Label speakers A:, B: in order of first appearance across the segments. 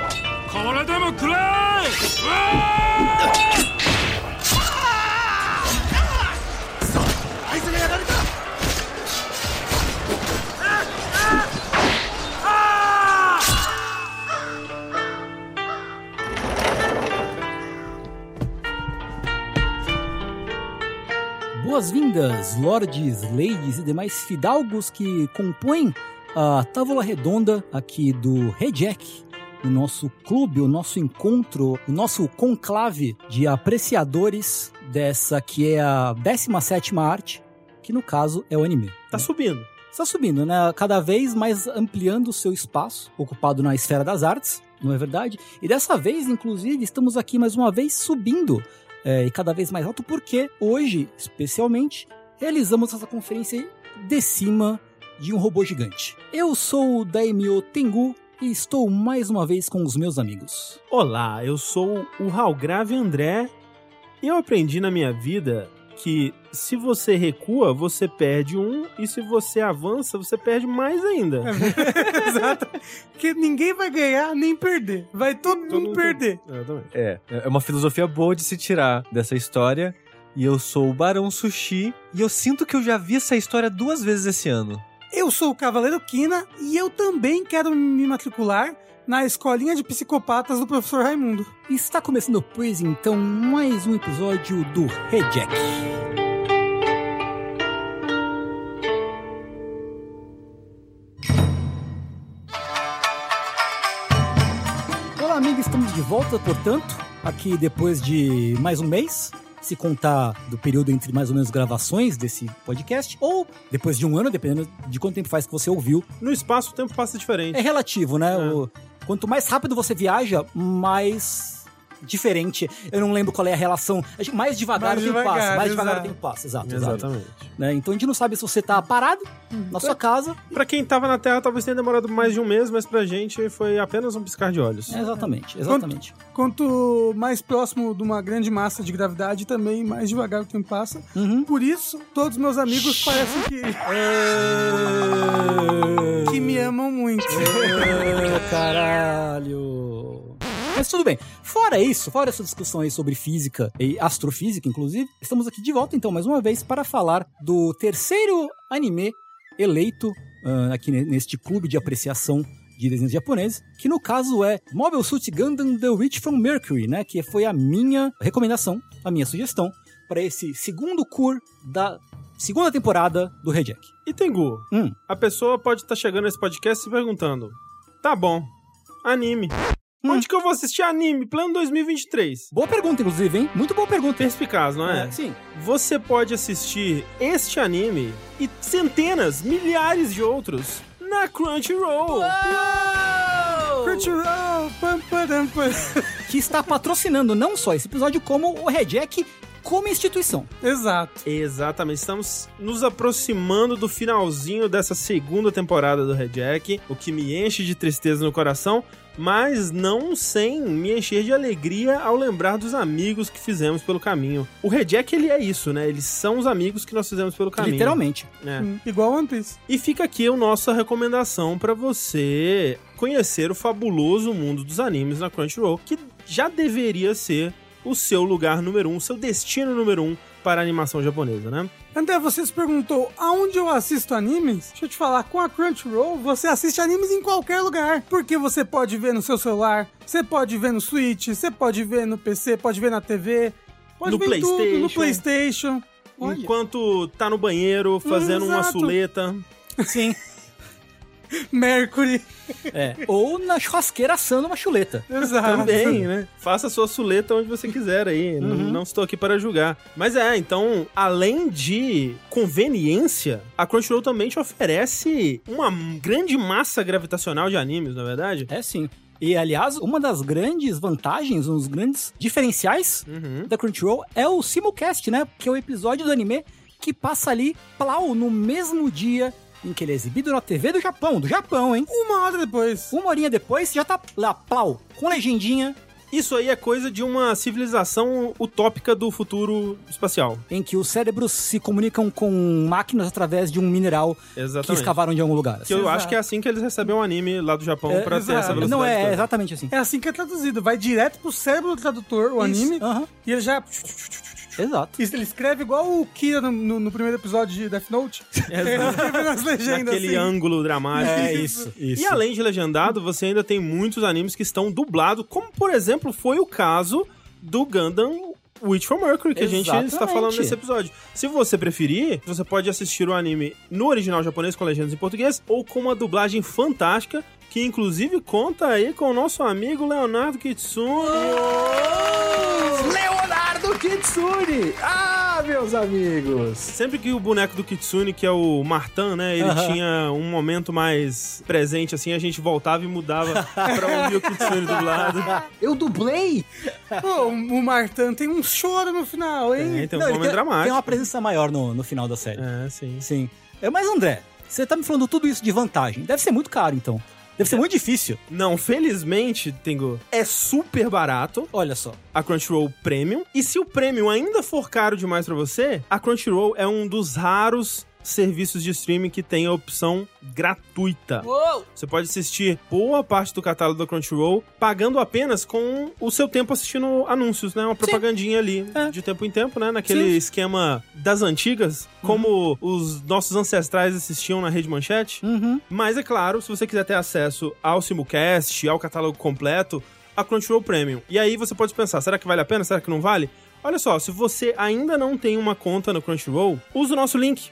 A: それでも食らえうわ
B: あいつがやられた
C: Boas-vindas, lords, ladies e demais fidalgos que compõem a tábua redonda aqui do Rejack, o nosso clube, o nosso encontro, o nosso conclave de apreciadores dessa que é a 17ª arte, que no caso é o anime.
D: Tá subindo.
C: Está subindo, né? Cada vez mais ampliando o seu espaço ocupado na esfera das artes, não é verdade? E dessa vez, inclusive, estamos aqui mais uma vez subindo é, e cada vez mais alto, porque hoje, especialmente, realizamos essa conferência de cima de um robô gigante. Eu sou o Daimyo Tengu e estou mais uma vez com os meus amigos.
D: Olá, eu sou o Raul Grave André e eu aprendi na minha vida que se você recua, você perde um e se você avança, você perde mais ainda.
E: Exato. Porque ninguém vai ganhar nem perder. Vai todo,
D: Todo
E: mundo
D: mundo-
E: perder.
D: Exatamente.
F: É, é uma filosofia boa de se tirar dessa história. E eu sou o Barão Sushi. E eu sinto que eu já vi essa história duas vezes esse ano.
E: Eu sou o Cavaleiro Kina e eu também quero me matricular na escolinha de psicopatas do professor Raimundo.
C: Está começando, pois então, mais um episódio do Rejack. Olá, amigos, estamos de volta, portanto, aqui depois de mais um mês. Se contar do período entre mais ou menos gravações desse podcast, ou depois de um ano, dependendo de quanto tempo faz que você ouviu.
D: No espaço o tempo passa diferente.
C: É relativo, né?
D: É.
C: O- quanto mais rápido você viaja, mais diferente. Eu não lembro qual é a relação. Acho que Mais devagar
E: Mais
C: o tempo
E: devagar,
C: passa. Mais devagar o
E: exato.
C: tempo passa,
F: É,
C: exato. exato.
D: Exatamente.
C: Né? Então a gente não sabe se você tá parado na sua casa.
D: Pra quem tava na Terra, talvez tenha demorado mais de um mês, mas pra gente foi apenas um piscar de olhos.
C: É, exatamente, exatamente.
E: Quanto mais próximo de uma grande massa de gravidade, também mais devagar o tempo passa.
C: Uhum.
E: Por isso, todos meus amigos parecem que, É. que me amam muito.
C: Ah, Caralho. Mas tudo bem. Fora isso, fora essa discussão aí sobre física e astrofísica, inclusive, estamos aqui de volta, então, mais uma vez, para falar do terceiro anime eleito ah, aqui ne- neste clube de apreciação de desenhos japoneses, que no caso é Mobile Suit Gundam The Witch from Mercury, né? Que foi a minha recomendação, a minha sugestão para esse segundo cur da segunda temporada do Rejack.
D: E Tengu,
C: Hum.
D: a pessoa pode estar chegando a esse podcast se perguntando: tá bom, anime.
C: Hum.
D: Onde que eu vou assistir anime? Plano 2023.
C: Boa pergunta, inclusive, hein? Muito boa pergunta.
D: Perspicaz, não é?
C: Sim.
D: Você pode assistir este anime e centenas, milhares de outros na Crunchyroll.
E: Crunchyroll, Ah, pam, pam, pam.
C: que está patrocinando não só esse episódio, como o Rejack como instituição.
E: Exato.
D: Exatamente, estamos nos aproximando do finalzinho dessa segunda temporada do Red Jack, o que me enche de tristeza no coração, mas não sem me encher de alegria ao lembrar dos amigos que fizemos pelo caminho. O Red Jack, ele é isso, né? Eles são os amigos que nós fizemos pelo caminho.
C: Literalmente.
D: né?
E: Hum, Igual One Piece.
D: E fica aqui a nossa recomendação para você conhecer o fabuloso mundo dos animes na Crunchyroll, que já deveria ser o seu lugar número um, seu destino número um para a animação japonesa, né?
E: André, você se perguntou aonde eu assisto animes? Deixa eu te falar, com a Crunchyroll você assiste animes em qualquer lugar. Porque você pode ver no seu celular, você pode ver no Switch, você pode ver no PC, pode ver na TV, pode
D: No
E: ver em tudo, no PlayStation. Olha.
D: Enquanto tá no banheiro fazendo uma
E: Exato.
D: suleta.
C: Sim.
E: Mercury.
C: É. Ou na churrasqueira assando uma chuleta.
E: Exato.
D: Também, né? Faça sua suleta onde você quiser aí. Não, não estou aqui para julgar. Mas é, então, além de conveniência, a Crunchyroll também te oferece uma grande massa gravitacional de animes, na verdade.
C: É sim. E, aliás, uma das grandes vantagens, um dos grandes diferenciais
D: Uhum.
C: da Crunchyroll é o simulcast, né? Que é o episódio do anime que passa ali, plau, no mesmo dia em que ele é exibido na TV do Japão. Do Japão, hein?
E: Uma hora depois.
C: Uma horinha depois já tá lá, plau, com legendinha,
D: Isso aí é coisa de uma civilização utópica do futuro espacial.
C: Em que os cérebros se comunicam com máquinas através de um mineral que
D: Exatamente.
C: escavaram de algum lugar.
D: Que eu acho que é assim que eles recebem um anime lá do Japão
C: É,
D: pra ter
E: exato.
D: essa velocidade.
C: Não, é, é
D: toda.
C: exatamente assim.
E: É assim que é traduzido. Vai direto pro cérebro do tradutor, o anime,
C: Aham,
E: e ele já.
C: exato.
E: Isso, ele escreve igual o Kira no, no- no primeiro episódio de Death Note. Ele escreve nas legendas.
D: Naquele
E: assim.
D: ângulo dramático.
C: É isso, isso.
D: E além de legendado, você ainda tem muitos animes que estão dublados, como por exemplo foi o caso do Gundam Witch for Mercury, que a gente
C: Exatamente.
D: está falando nesse episódio. Se você preferir, você pode assistir o anime no original japonês com legendas em português ou com uma dublagem fantástica. Que inclusive conta aí com o nosso amigo Leonardo Kitsune.
G: Oh! Leonardo Kitsune! Ah, meus amigos!
D: Sempre que o boneco do Kitsune, que é o Martan, né? Ele
C: Aham.
D: tinha um momento mais presente, assim, a gente voltava e mudava pra ouvir o Kitsune dublado.
G: Eu dublei?
E: Pô, o Martin tem um choro no final, hein?
D: É, tem um
C: Não, ele
D: momento dramático.
C: Tem uma presença maior no, no final da série.
D: É, sim.
C: Sim. É, mas, André, você tá me falando tudo isso de vantagem. Deve ser muito caro, então. Deve
D: É.
C: ser muito difícil.
D: Não, felizmente, Tengu, é super barato
C: Olha só.
D: a Crunchyroll Premium. E se o Premium ainda for caro demais pra você, a Crunchyroll é um dos raros serviços de streaming que tem a opção gratuita. Você pode assistir boa parte do catálogo da Crunchyroll pagando apenas com o seu tempo assistindo anúncios, né? Uma propagandinha ali
C: É.
D: de tempo em tempo, né? Naquele esquema das antigas, como os nossos ancestrais assistiam na Rede Manchete.
C: Uhum.
D: Mas é claro, se você quiser ter acesso ao simulcast, ao catálogo completo, a Crunchyroll Premium. E aí você pode pensar, será que vale a pena? Será que não vale? Olha só, se você ainda não tem uma conta no Crunchyroll, usa o nosso link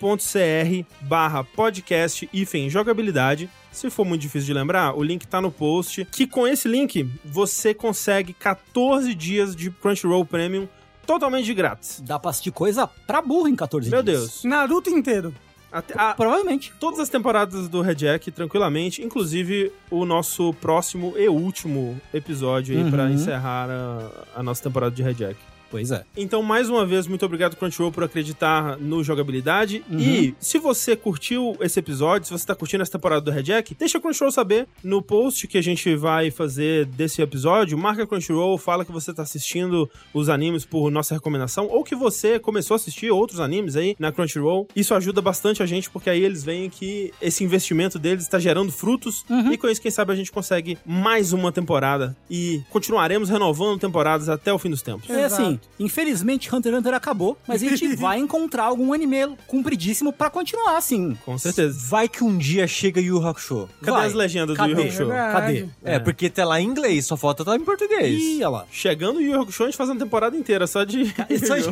D: got.cr barra podcast hífen jogabilidade. Se for muito difícil de lembrar, o link tá no post. Que com esse link, você consegue 14 dias de Crunchyroll Premium totalmente de grátis.
C: Dá pra assistir coisa pra burro em 14
D: Meu
C: dias.
D: Deus.
E: Naruto inteiro.
D: Até, a-
C: Provavelmente.
D: todas as temporadas do Red Jack tranquilamente, inclusive o nosso próximo e último episódio aí
C: Uhum.
D: pra encerrar a, a nossa temporada de Red Jack.
C: Pois é.
D: Então, mais uma vez, muito obrigado, Crunchyroll, por acreditar no jogabilidade. E se você curtiu esse episódio, se você tá curtindo essa temporada do Red Jack, deixa a Crunchyroll saber no post que a gente vai fazer desse episódio. Marca a Crunchyroll, fala que você tá assistindo os animes por nossa recomendação, ou que você começou a assistir outros animes aí na Crunchyroll. Isso ajuda bastante a gente, porque aí eles veem que esse investimento deles está gerando frutos. E com isso, quem sabe, a gente consegue mais uma temporada. E continuaremos renovando temporadas até o fim dos tempos.
C: É assim, infelizmente Hunter x Hunter acabou, mas a gente vai encontrar algum anime compridíssimo pra continuar, assim.
D: Com certeza.
F: Vai que um dia chega Yu Yu Hakusho.
D: Cadê
C: Vai.
D: as legendas
C: Cadê?
D: do Yu Yu Hakusho?
E: Verdade.
C: Cadê?
F: É, porque tá lá em inglês, só falta tá em português.
C: Ih, olha lá. É
D: Chegando o Yu Yu Hakusho, a gente faz uma temporada inteira só de...
C: Isso aí-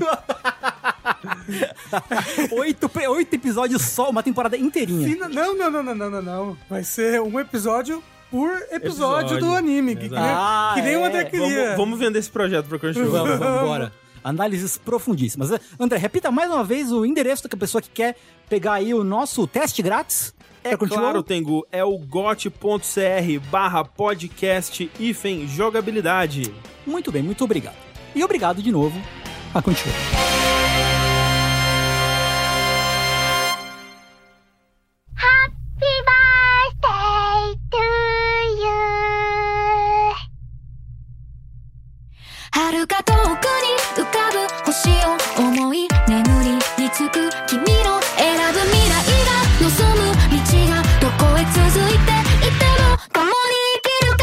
C: oito, pe- oito episódios só, uma temporada inteirinha.
E: Fina- Não, não, não, não, não, não, não. Vai ser um episódio por episódio,
D: Episódio,
E: do anime. Que, que nem,
D: exato.
C: Ah,
E: que nem o
C: é.
E: André queria.
D: Vamos, vamos vender esse projeto pra Crunchyroll.
C: Vamos, vamos embora. Análises profundíssimas. André, repita mais uma vez o endereço da pessoa que quer pegar aí o nosso teste grátis.
D: É claro, Tengu, é o got.cr barra podcast hífen jogabilidade.
C: Muito bem, muito obrigado. E obrigado de novo a continuar.
H: Happy birthday to you 遥か遠くに浮かぶ星を思い眠りにつく君の選ぶ未来が望む道がどこへ続いていっても共に生きるか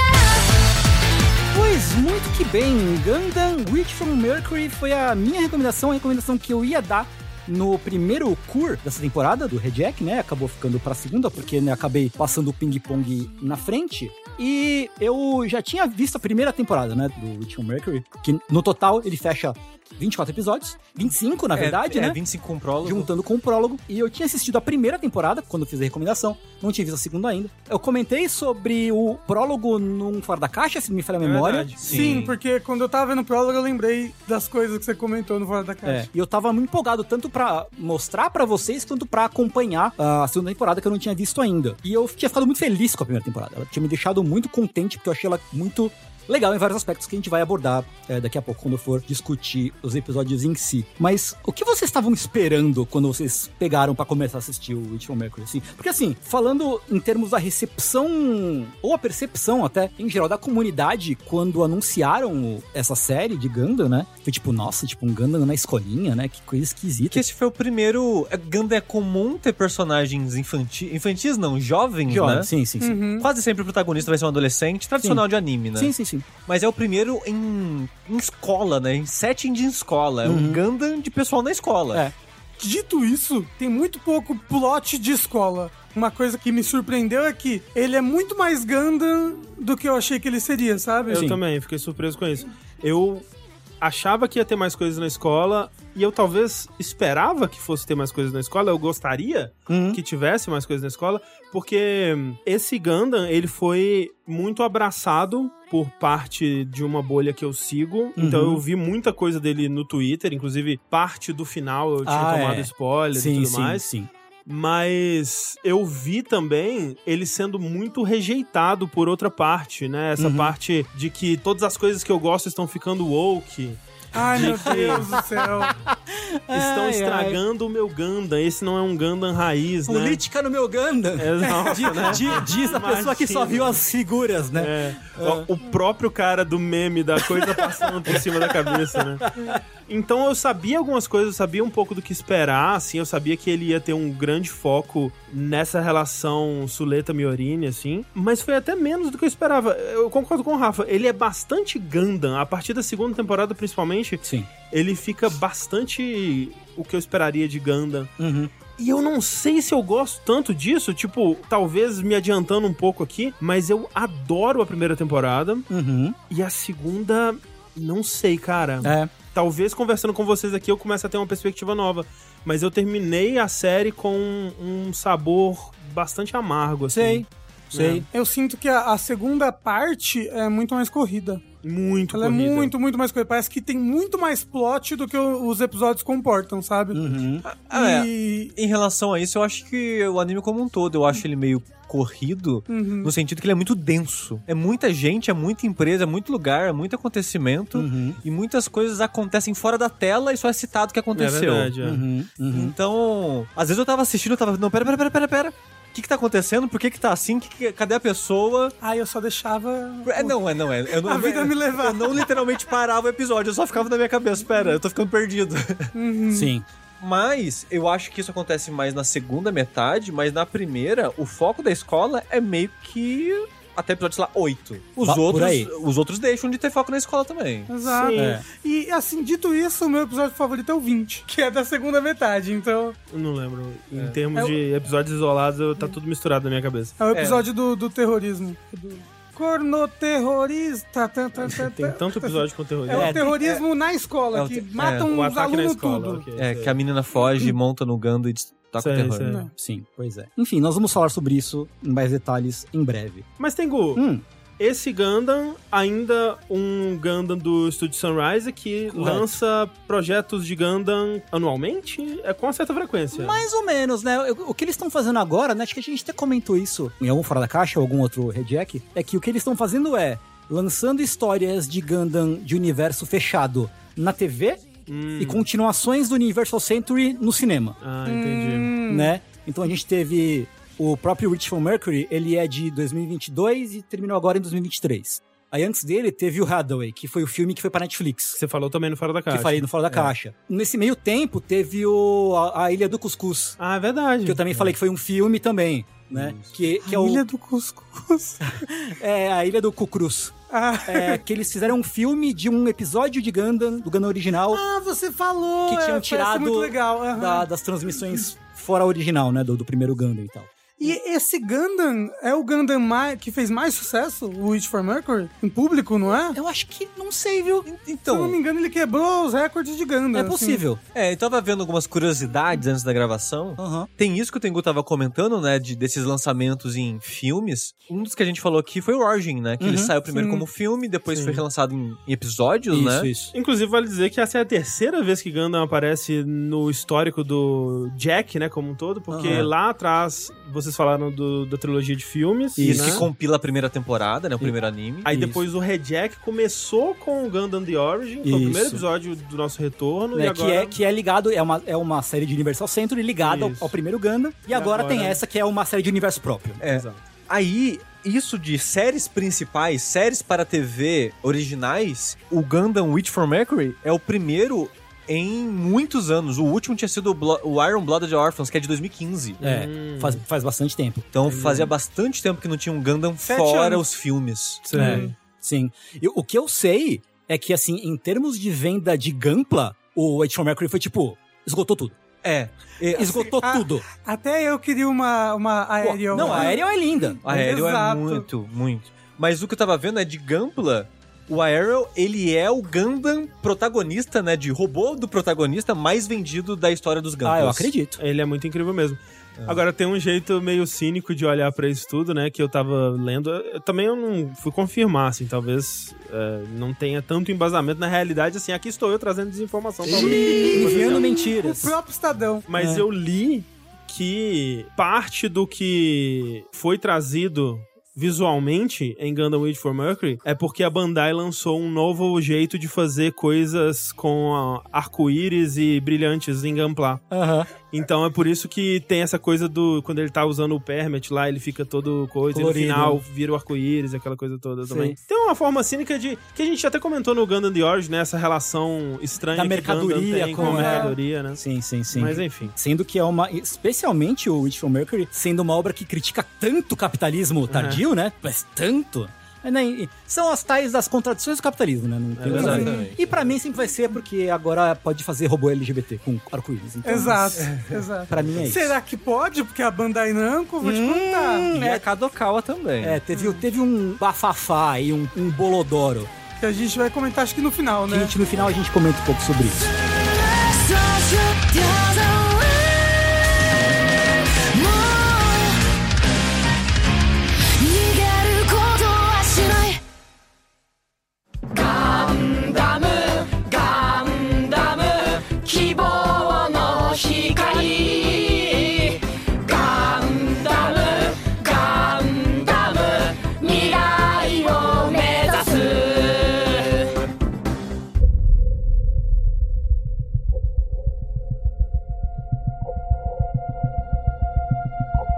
H: ら
C: Pois muito que bem, Gundam Witch from Mercury foi a minha recomendação, a recomendação que eu ia dar no primeiro cur dessa temporada do Red Jack, né? Acabou ficando pra segunda porque né, acabei passando o ping-pong na frente. E eu já tinha visto a primeira temporada, né, do Witch from Mercury, que no total ele fecha 24 episódios, 25 na
F: É,
C: verdade,
F: é,
C: né?
F: 25 com prólogo.
C: juntando com o prólogo. E eu tinha assistido a primeira temporada, quando eu fiz a recomendação. Não tinha visto a segunda ainda. Eu comentei sobre o prólogo num Fora da Caixa, se não me falha a memória.
D: verdade.
E: Sim, porque quando eu tava vendo o prólogo, eu lembrei das coisas que você comentou no Fora da Caixa.
C: É, e eu tava muito empolgado tanto pra mostrar pra vocês quanto pra acompanhar a segunda temporada que eu não tinha visto ainda. E eu tinha ficado muito feliz com a primeira temporada. Ela tinha me deixado muito contente porque eu achei ela muito legal em vários aspectos que a gente vai abordar é, daqui a pouco quando eu for discutir os episódios em si. Mas o que vocês estavam esperando quando vocês pegaram pra começar a assistir o Witch Mercury? Assim? Porque assim, falando em termos da recepção, ou a percepção até, em geral, da comunidade, quando anunciaram essa série de Gundam, né? Foi tipo, nossa, tipo um Gundam na escolinha, né? Que coisa esquisita.
F: Que esse foi o primeiro. é, Ganda é comum ter personagens infanti... infantis, não, jovens,
C: Jovem,
F: né?
C: Tipo, Sim, sim, sim.
D: Uhum.
F: Quase sempre o protagonista vai ser um adolescente, tradicional de anime, né?
C: Sim, sim, sim.
F: Mas é o primeiro em, em escola, né? Em setting de escola. É um Gundam de pessoal na escola.
C: É.
E: Dito isso, tem muito pouco plot de escola. Uma coisa que me surpreendeu é que ele é muito mais Gundam do que eu achei que ele seria, sabe?
D: Eu
C: Sim.
D: também, fiquei surpreso com isso. Eu achava que ia ter mais coisas na escola e eu talvez esperava que fosse ter mais coisas na escola, eu gostaria Uhum. que tivesse mais coisas na escola, porque esse Gundam, ele foi muito abraçado por parte de uma bolha que eu sigo, então
C: Uhum.
D: eu vi muita coisa dele no Twitter, inclusive parte do final eu tinha
C: Ah,
D: tomado
C: é.
D: spoiler e
C: Sim,
D: tudo
C: sim,
D: mais. Né?
C: sim.
D: Mas eu vi também ele sendo muito rejeitado por outra parte, né? Essa
C: Uhum.
D: parte de que todas as coisas que eu gosto estão ficando woke,
E: Ai, meu
D: De que-
E: Deus do céu.
D: estão
C: Ai,
D: estragando o meu Gundam. Esse não é um Gundam raiz, né?
C: Política no meu Gundam.
D: É, nossa,
C: Di-
D: né?
C: di- diz a pessoa que só
D: Imagina.
C: viu as figuras, né?
D: É. Ó, O próprio cara do meme da coisa passando por cima da cabeça, né? Então eu sabia algumas coisas, eu sabia um pouco do que esperar, assim, eu sabia que ele ia ter um grande foco nessa relação Suleta-Miorini, assim, mas foi até menos do que eu esperava. Eu concordo com o Rafa, ele é bastante Gundam, a partir da segunda temporada, principalmente,
C: Sim.
D: ele fica bastante o que eu esperaria de Gundam.
C: Uhum.
D: E eu não sei se eu gosto tanto disso, tipo, talvez me adiantando um pouco aqui, mas eu adoro a primeira temporada
C: Uhum.
D: e a segunda, não sei, cara.
C: É.
D: Talvez conversando com vocês aqui eu comece a ter uma perspectiva nova, mas eu terminei a série com um sabor bastante amargo, assim.
C: Sei. Sei.
E: Eu sinto que a, a segunda parte é muito mais corrida.
D: Muito
E: Ela
D: corrida.
E: é muito, muito mais corrida. Parece que tem muito mais plot do que o- os episódios comportam, sabe?
C: Uhum.
D: Uhum.
F: Ah, é.
E: E.
F: Em relação a isso, eu acho que o anime como um todo, eu acho ele meio corrido, no sentido que ele é muito denso. É muita gente, é muita empresa, é muito lugar, é muito acontecimento,
C: Uhum.
F: e muitas coisas acontecem fora da tela e só é citado o que
D: É
F: aconteceu.
D: verdade, é.
C: Uhum. Uhum.
F: Então, às vezes eu tava assistindo, eu tava, não, pera, pera, pera, pera, pera. O que que tá acontecendo? Por que que tá assim? Que que- cadê a pessoa?
E: Ai, eu só deixava.
F: É, não, é, não, é. Eu não,
E: A vida me levava.
F: Eu não literalmente parava o episódio, eu só ficava na minha cabeça, pera, eu tô ficando perdido.
D: Uhum.
C: Sim.
F: Mas eu acho que isso acontece mais na segunda metade, mas na primeira, o foco da escola é meio que até episódio, sei lá, 8. Os
C: Va- por
F: outros,
C: aí.
F: os outros deixam de ter foco na escola também.
E: Exato.
D: Sim.
C: É.
E: E assim, dito isso, o meu episódio favorito é o 20, que é da segunda metade. Então,
D: Eu Não lembro. Em termos
C: É
D: de episódios isolados, eu- tá tudo misturado na minha cabeça.
E: é o episódio do, do terrorismo. Do cornoterrorista. Tan, tan, tan,
D: Tem
E: tan.
D: tanto episódio com terrorismo.
E: É o
C: É,
E: terrorismo na escola,
F: é o
E: que
F: te-
E: matam
D: O
E: os
D: um ataque na
E: alunos
D: escola.
E: tudo.
D: ok,
F: É,
D: sei.
F: que a menina foge, monta no Gundam e destaca o
D: Sei,
F: terror.
D: sei.
F: né?
C: Sim, pois é. Enfim, nós vamos falar sobre isso em mais detalhes em breve.
D: Mas Tengu,
C: Hum.
D: esse Gundam, ainda um Gundam do Estúdio Sunrise que
C: Correto.
D: lança projetos de Gundam anualmente, é com certa frequência.
C: Mais ou menos, né? O o que eles estão fazendo agora, né? Acho que a gente até comentou isso em algum Fora da Caixa ou algum outro Rejack, é que o que eles estão fazendo é lançando histórias de Gundam de universo fechado na TV e continuações do Universal Century no cinema,
D: Ah, entendi.
E: Hum.
C: né? Então a gente teve o próprio Rich from Mercury, ele é de 2022 e terminou agora em 2023. Aí antes dele teve o Hathaway, que foi o filme que foi pra Netflix.
D: Você falou também no Fora da Caixa.
C: Que falei no Fora da Caixa. Nesse meio tempo, teve o, a, a Ilha do Cuscuz,
D: Ah, é verdade.
C: que eu também falei que foi um filme também, né? Que, que é o.
E: Ilha do Cuscuz.
C: É, a Ilha do Cucruz.
E: Ah.
C: É, que eles fizeram um filme de um episódio de Gundam, do Gundam original,
E: Ah, você falou!
C: que
E: é,
C: tinham
E: parece
C: tirado
E: muito legal. aham.
C: da- das transmissões fora original, né? Do, do primeiro Gundam e tal.
E: E esse Gundam é o Gundam mai- que fez mais sucesso, o Witch for Mercury, em público, não é?
C: Eu acho que não sei, viu?
E: Se eu não me
F: Então,
E: engano, ele quebrou os recordes de Gundam.
C: É
E: assim.
C: possível.
F: é, eu tava vendo algumas curiosidades antes da gravação.
C: Aham.
F: Tem isso que o Tengu tava comentando, né? De, desses lançamentos em filmes. Um dos que a gente falou aqui foi o Origin, né? Que ele saiu primeiro como filme, depois foi relançado em, em episódios, né?
C: Uhum. Isso, isso.
D: Inclusive, vale dizer que essa é a terceira vez que Gundam aparece no histórico do Jack, né, como um todo, porque
C: Aham.
D: lá atrás você vocês falaram do- da trilogia de filmes.
F: Isso,
D: né?
F: que compila a primeira temporada, né? O primeiro anime.
D: Aí depois o Red Jack começou com o Gundam The Origin, que é o
C: Isso.
D: primeiro episódio do nosso retorno.
C: né,
D: e agora...
C: que, é, que é ligado, é uma, é uma série de Universal Century ligada ao,
D: Isso.
C: ao primeiro Gundam. E,
D: E
C: agora, tem
D: agora-
C: essa que é uma série de universo próprio.
F: É.
D: Exato.
F: Aí, isso de séries principais, séries para TV originais, o Gundam Witch for Mercury é o primeiro em muitos anos. O último tinha sido o, Blo- o Iron Blooded Orphans, que é de 2015.
C: É, faz, faz bastante tempo.
F: Então fazia bastante tempo que não tinha um Gundam
D: Sete
F: fora
D: anos.
F: os filmes.
C: É, sim. E o que eu sei é que, assim, em termos de venda de Gampla, o Edge for Mercury foi tipo. Esgotou tudo.
F: É. E-
C: Esgotou
E: Ah,
C: tudo.
E: Até eu queria uma, uma
C: Pô,
E: aerial.
C: não, a Aerial é linda.
F: A Aerial
E: Exato.
F: é muito, muito. Mas o que eu tava vendo é de Gampla. O Aerial, ele é o Gundam protagonista, né? De robô do protagonista mais vendido da história dos Gundams.
C: Ah, eu acredito.
D: Ele é muito incrível mesmo.
C: É.
D: Agora, tem um jeito meio cínico de olhar pra isso tudo, né? Que eu tava lendo. Eu também eu não fui confirmar, assim, talvez é, não tenha tanto embasamento. Na realidade, assim, aqui estou eu trazendo desinformação. talvez.
C: Enviando
E: O
C: mentiras.
E: próprio Estadão.
D: Mas
C: É.
D: eu li que parte do que foi trazido visualmente em Gundam Witch for Mercury é porque a Bandai lançou um novo jeito de fazer coisas com a- arco-íris e brilhantes em Gunpla.
C: Aham.
D: Então é por isso que tem essa coisa do. Quando ele tá usando o permit lá, ele fica todo coisa. E
C: Colorido.
D: no final vira o arco-íris, aquela coisa toda
C: Sim.
D: também. Tem uma forma cínica de. Que a gente até comentou no Gundam The Origin, né? Essa relação estranha
C: Da
D: que
C: mercadoria
D: Gundam tem
C: com
D: com a
C: a-
D: mercadoria, né?
C: Sim, sim, sim.
D: Mas enfim.
C: Sendo que é uma. Especialmente o Witch from Mercury, sendo uma obra que critica tanto o capitalismo tardio, né? Mas tanto. Mas nem- São as tais das contradições do capitalismo, né? Não tem outra
D: verdade.
C: coisa. E pra mim sempre vai ser porque agora pode fazer robô LGBT com arco-íris. Então,
E: Exato, exato.
C: Pra mim é isso. Hum.
E: Será que pode? Porque a Bandai Namco, vou te contar.
F: E a Kadokawa também.
C: É, teve, teve um bafafá aí, um, um bolodoro.
E: Que a gente vai comentar, acho que no final,
C: Que
E: né?
C: a gente, no final a gente comenta um pouco sobre isso.
H: Such a thousand ways もう逃げることはしない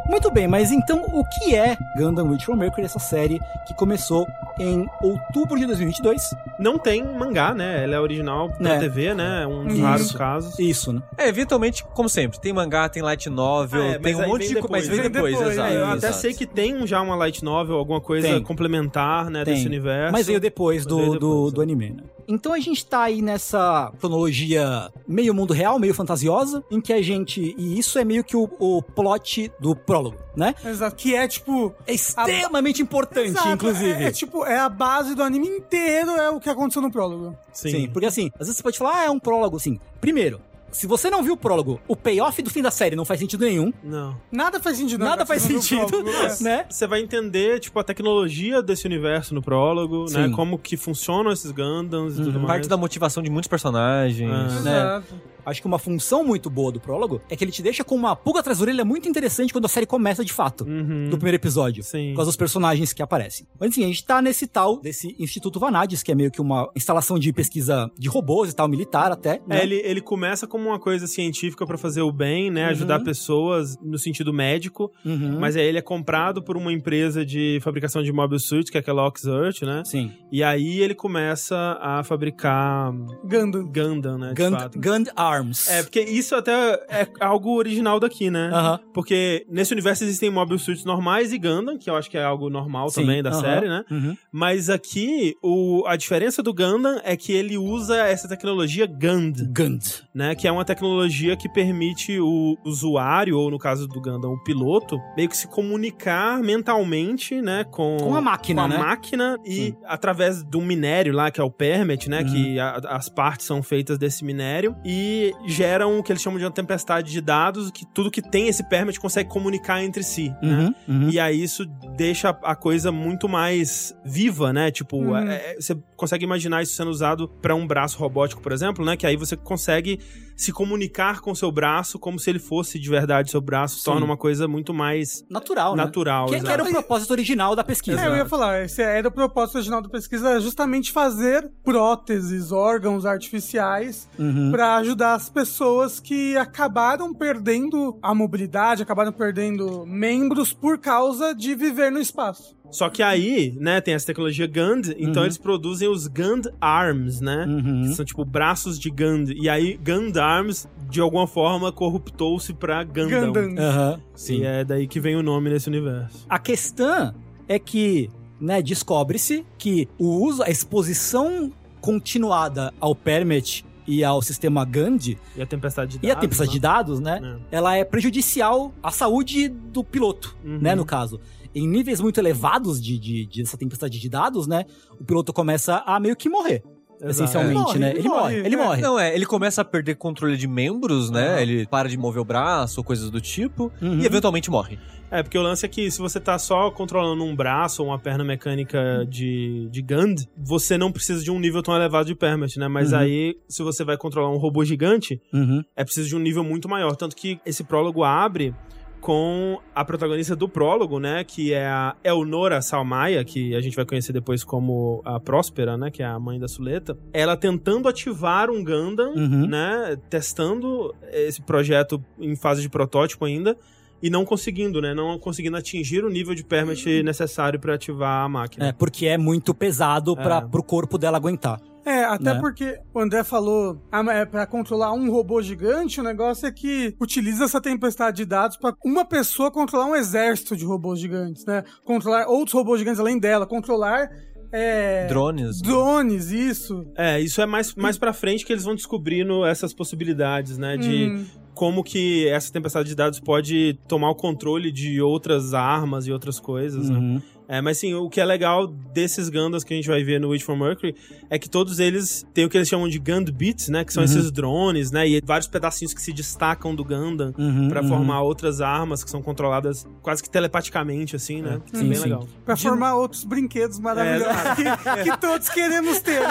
C: Muito bem, mas então o que é Gundam Witch from Mercury, essa série que começou em outubro de 2022?
D: Não tem mangá, né? Ela é original da
C: É.
D: TV, né? É Um dos
C: Isso.
D: raros casos.
C: Isso, né?
F: É, eventualmente, como sempre, tem mangá, tem light novel,
D: Ah, é,
F: tem
D: mas
F: um
D: aí
F: monte
D: vem
F: de coisa, mas
D: depois.
F: vem
E: Vem
F: depois,
E: depois,
F: exato.
D: É, eu até
F: exato.
D: sei que tem um, já uma light novel, alguma coisa
C: Tem.
D: complementar, né,
C: Tem.
D: desse universo.
C: Mas veio depois
D: Mas
C: do,
D: veio
C: do,
D: depois,
C: do
D: é.
C: anime, né? Então a gente tá aí nessa cronologia meio mundo real, meio fantasiosa, em que a gente. E isso é meio que o, o plot do prólogo, né?
E: Exato. Que é tipo.
C: É extremamente importante,
E: Exato,
C: inclusive.
E: É, é tipo, é a base do anime inteiro, é o que aconteceu no prólogo.
D: Sim.
C: Sim, porque assim, às vezes você pode falar, ah, é um prólogo, assim. Primeiro, se você não viu o prólogo, o payoff do fim da série não faz sentido nenhum.
D: Não.
E: Nada faz sentido. né?
C: nada faz
E: Aconteceu no
C: sentido,
E: prólogo, né?
C: né?
D: Você vai entender, tipo, a tecnologia desse universo no prólogo,
C: Sim. Uhum.
D: né? Como que funcionam esses Gundams e tudo mais.
F: Parte da motivação de muitos personagens.
D: Ah.
F: né?
E: Exato.
C: Acho que uma função muito boa do prólogo é que ele te deixa com uma pulga atrás da orelha muito interessante quando a série começa de fato,
D: Uhum.
C: do primeiro episódio.
D: Sim.
C: Por causa dos personagens que aparecem. Mas enfim, a gente tá nesse tal desse Instituto Vanadis, que é meio que uma instalação de pesquisa de robôs e tal, militar até. né?
D: É, ele, ele começa como uma coisa científica pra fazer o bem, né? Ajudar pessoas no sentido médico.
C: Uhum.
D: Mas aí ele é comprado por uma empresa de fabricação de mobile suits, que é aquela Oxert, né?
C: Sim.
D: E aí ele começa a fabricar
E: Gundam.
D: Gundam, né? de
C: Gund,
D: fato.
C: Gund Arms.
D: É, porque isso até é algo original daqui, né?
C: Aham.
D: Porque nesse universo existem mobile suits normais e Gundam, que eu acho que é algo normal
C: Sim,
D: também da
C: aham.
D: série, né?
C: Uhum.
D: Mas aqui, o, a diferença do Gundam é que ele usa essa tecnologia Gund,
C: Gund.
D: né? Que é uma tecnologia que permite o usuário, ou no caso do Gundam, o piloto, meio que se comunicar mentalmente, né? Com,
C: Com a máquina,
D: com a
C: né?
D: máquina e
C: Sim.
D: através de um minério lá, que é o permit, né?
C: Uhum.
D: Que a- as partes são feitas desse minério e geram o que eles chamam de uma tempestade de dados, que tudo que tem esse permit consegue comunicar entre si, né?
C: Uhum, uhum.
D: E aí isso deixa a coisa muito mais viva, né? Tipo,
E: Uhum.
D: é- é- você consegue imaginar isso sendo usado pra um braço robótico, por exemplo, né? Que aí você consegue se comunicar com seu braço como se ele fosse de verdade seu braço torna uma coisa muito mais
C: Natural, né?
D: natural.
C: Que, que
D: exato.
C: era o propósito original da pesquisa.
E: É, eu ia falar, esse era o propósito original da pesquisa, era justamente fazer próteses, órgãos artificiais
C: Uhum.
E: pra ajudar as pessoas que acabaram perdendo a mobilidade, acabaram perdendo membros por causa de viver no espaço.
D: Só que aí, né, tem essa tecnologia Gand, então eles produzem os Gand Arms, né? Que
C: Uhum.
D: são tipo braços de Gand. E aí, Gand Arms, de alguma forma, corruptou-se pra Gundam.
E: Gundam.
C: Aham.
D: E é daí que vem o nome nesse universo.
C: A questão é que, né, descobre-se que o uso, a exposição continuada ao permit e ao sistema Gandhi
D: E a tempestade de
C: e a tempestade de dados, né,
D: dados. né?
C: ela é prejudicial à saúde do piloto,
D: Uhum.
C: né, no caso. Em níveis muito elevados de, de, dessa tempestade de dados, né, o piloto começa a meio que morrer,
D: Uhum. Exato.
C: essencialmente,
E: Morre,
C: né?
E: ele
C: Ele morre,
E: morre,
C: ele
E: é.
C: morre.
F: Não, é, ele começa a perder controle de membros, né? Ele para de mover o braço, coisas do tipo,
C: Uhum.
F: e eventualmente morre.
D: É, porque o lance é que se você tá só controlando um braço ou uma perna mecânica de, de Gand, você não precisa de um nível tão elevado de permit, né? Mas
C: Uhum.
D: aí, se você vai controlar um robô gigante,
C: Uhum.
D: é preciso de um nível muito maior. Tanto que esse prólogo abre com a protagonista do prólogo, né? Que é a Elnora Salmaia, que a gente vai conhecer depois como a Próspera, né? Que é a mãe da Suleta. Ela tentando ativar um Gundam,
C: Uhum.
D: né? Testando esse projeto em fase de protótipo ainda. E não conseguindo, né? Não conseguindo atingir o nível de permit necessário para ativar a máquina.
C: Uhum. É, porque é muito pesado para
D: É.
C: pro corpo dela aguentar.
E: É, até
C: Né?
E: porque o André falou ah, mas é pra controlar um robô gigante, o negócio é que utiliza essa tempestade de dados pra uma pessoa controlar um exército de robôs gigantes, né? Controlar outros robôs gigantes além dela, controlar é,
F: Drones.
E: drones, isso.
D: É, isso é mais, mais pra frente que eles vão descobrindo essas possibilidades, né? De
E: Hum.
D: como que essa tempestade de dados pode tomar o controle de outras armas e outras coisas, né?
C: Uhum.
D: É, mas sim, o que é legal desses Gundams que a gente vai ver no Witch for Mercury é que todos eles têm o que eles chamam de Gund Beats, né? Que são
C: Uhum.
D: esses drones, né? E vários pedacinhos que se destacam do Gundam
C: Uhum,
D: pra
C: uhum.
D: formar outras armas que são controladas quase que telepaticamente, assim, né? Que
C: Sim,
D: é bem
C: sim.
D: legal.
E: Pra formar outros brinquedos maravilhosos que, que todos queremos ter.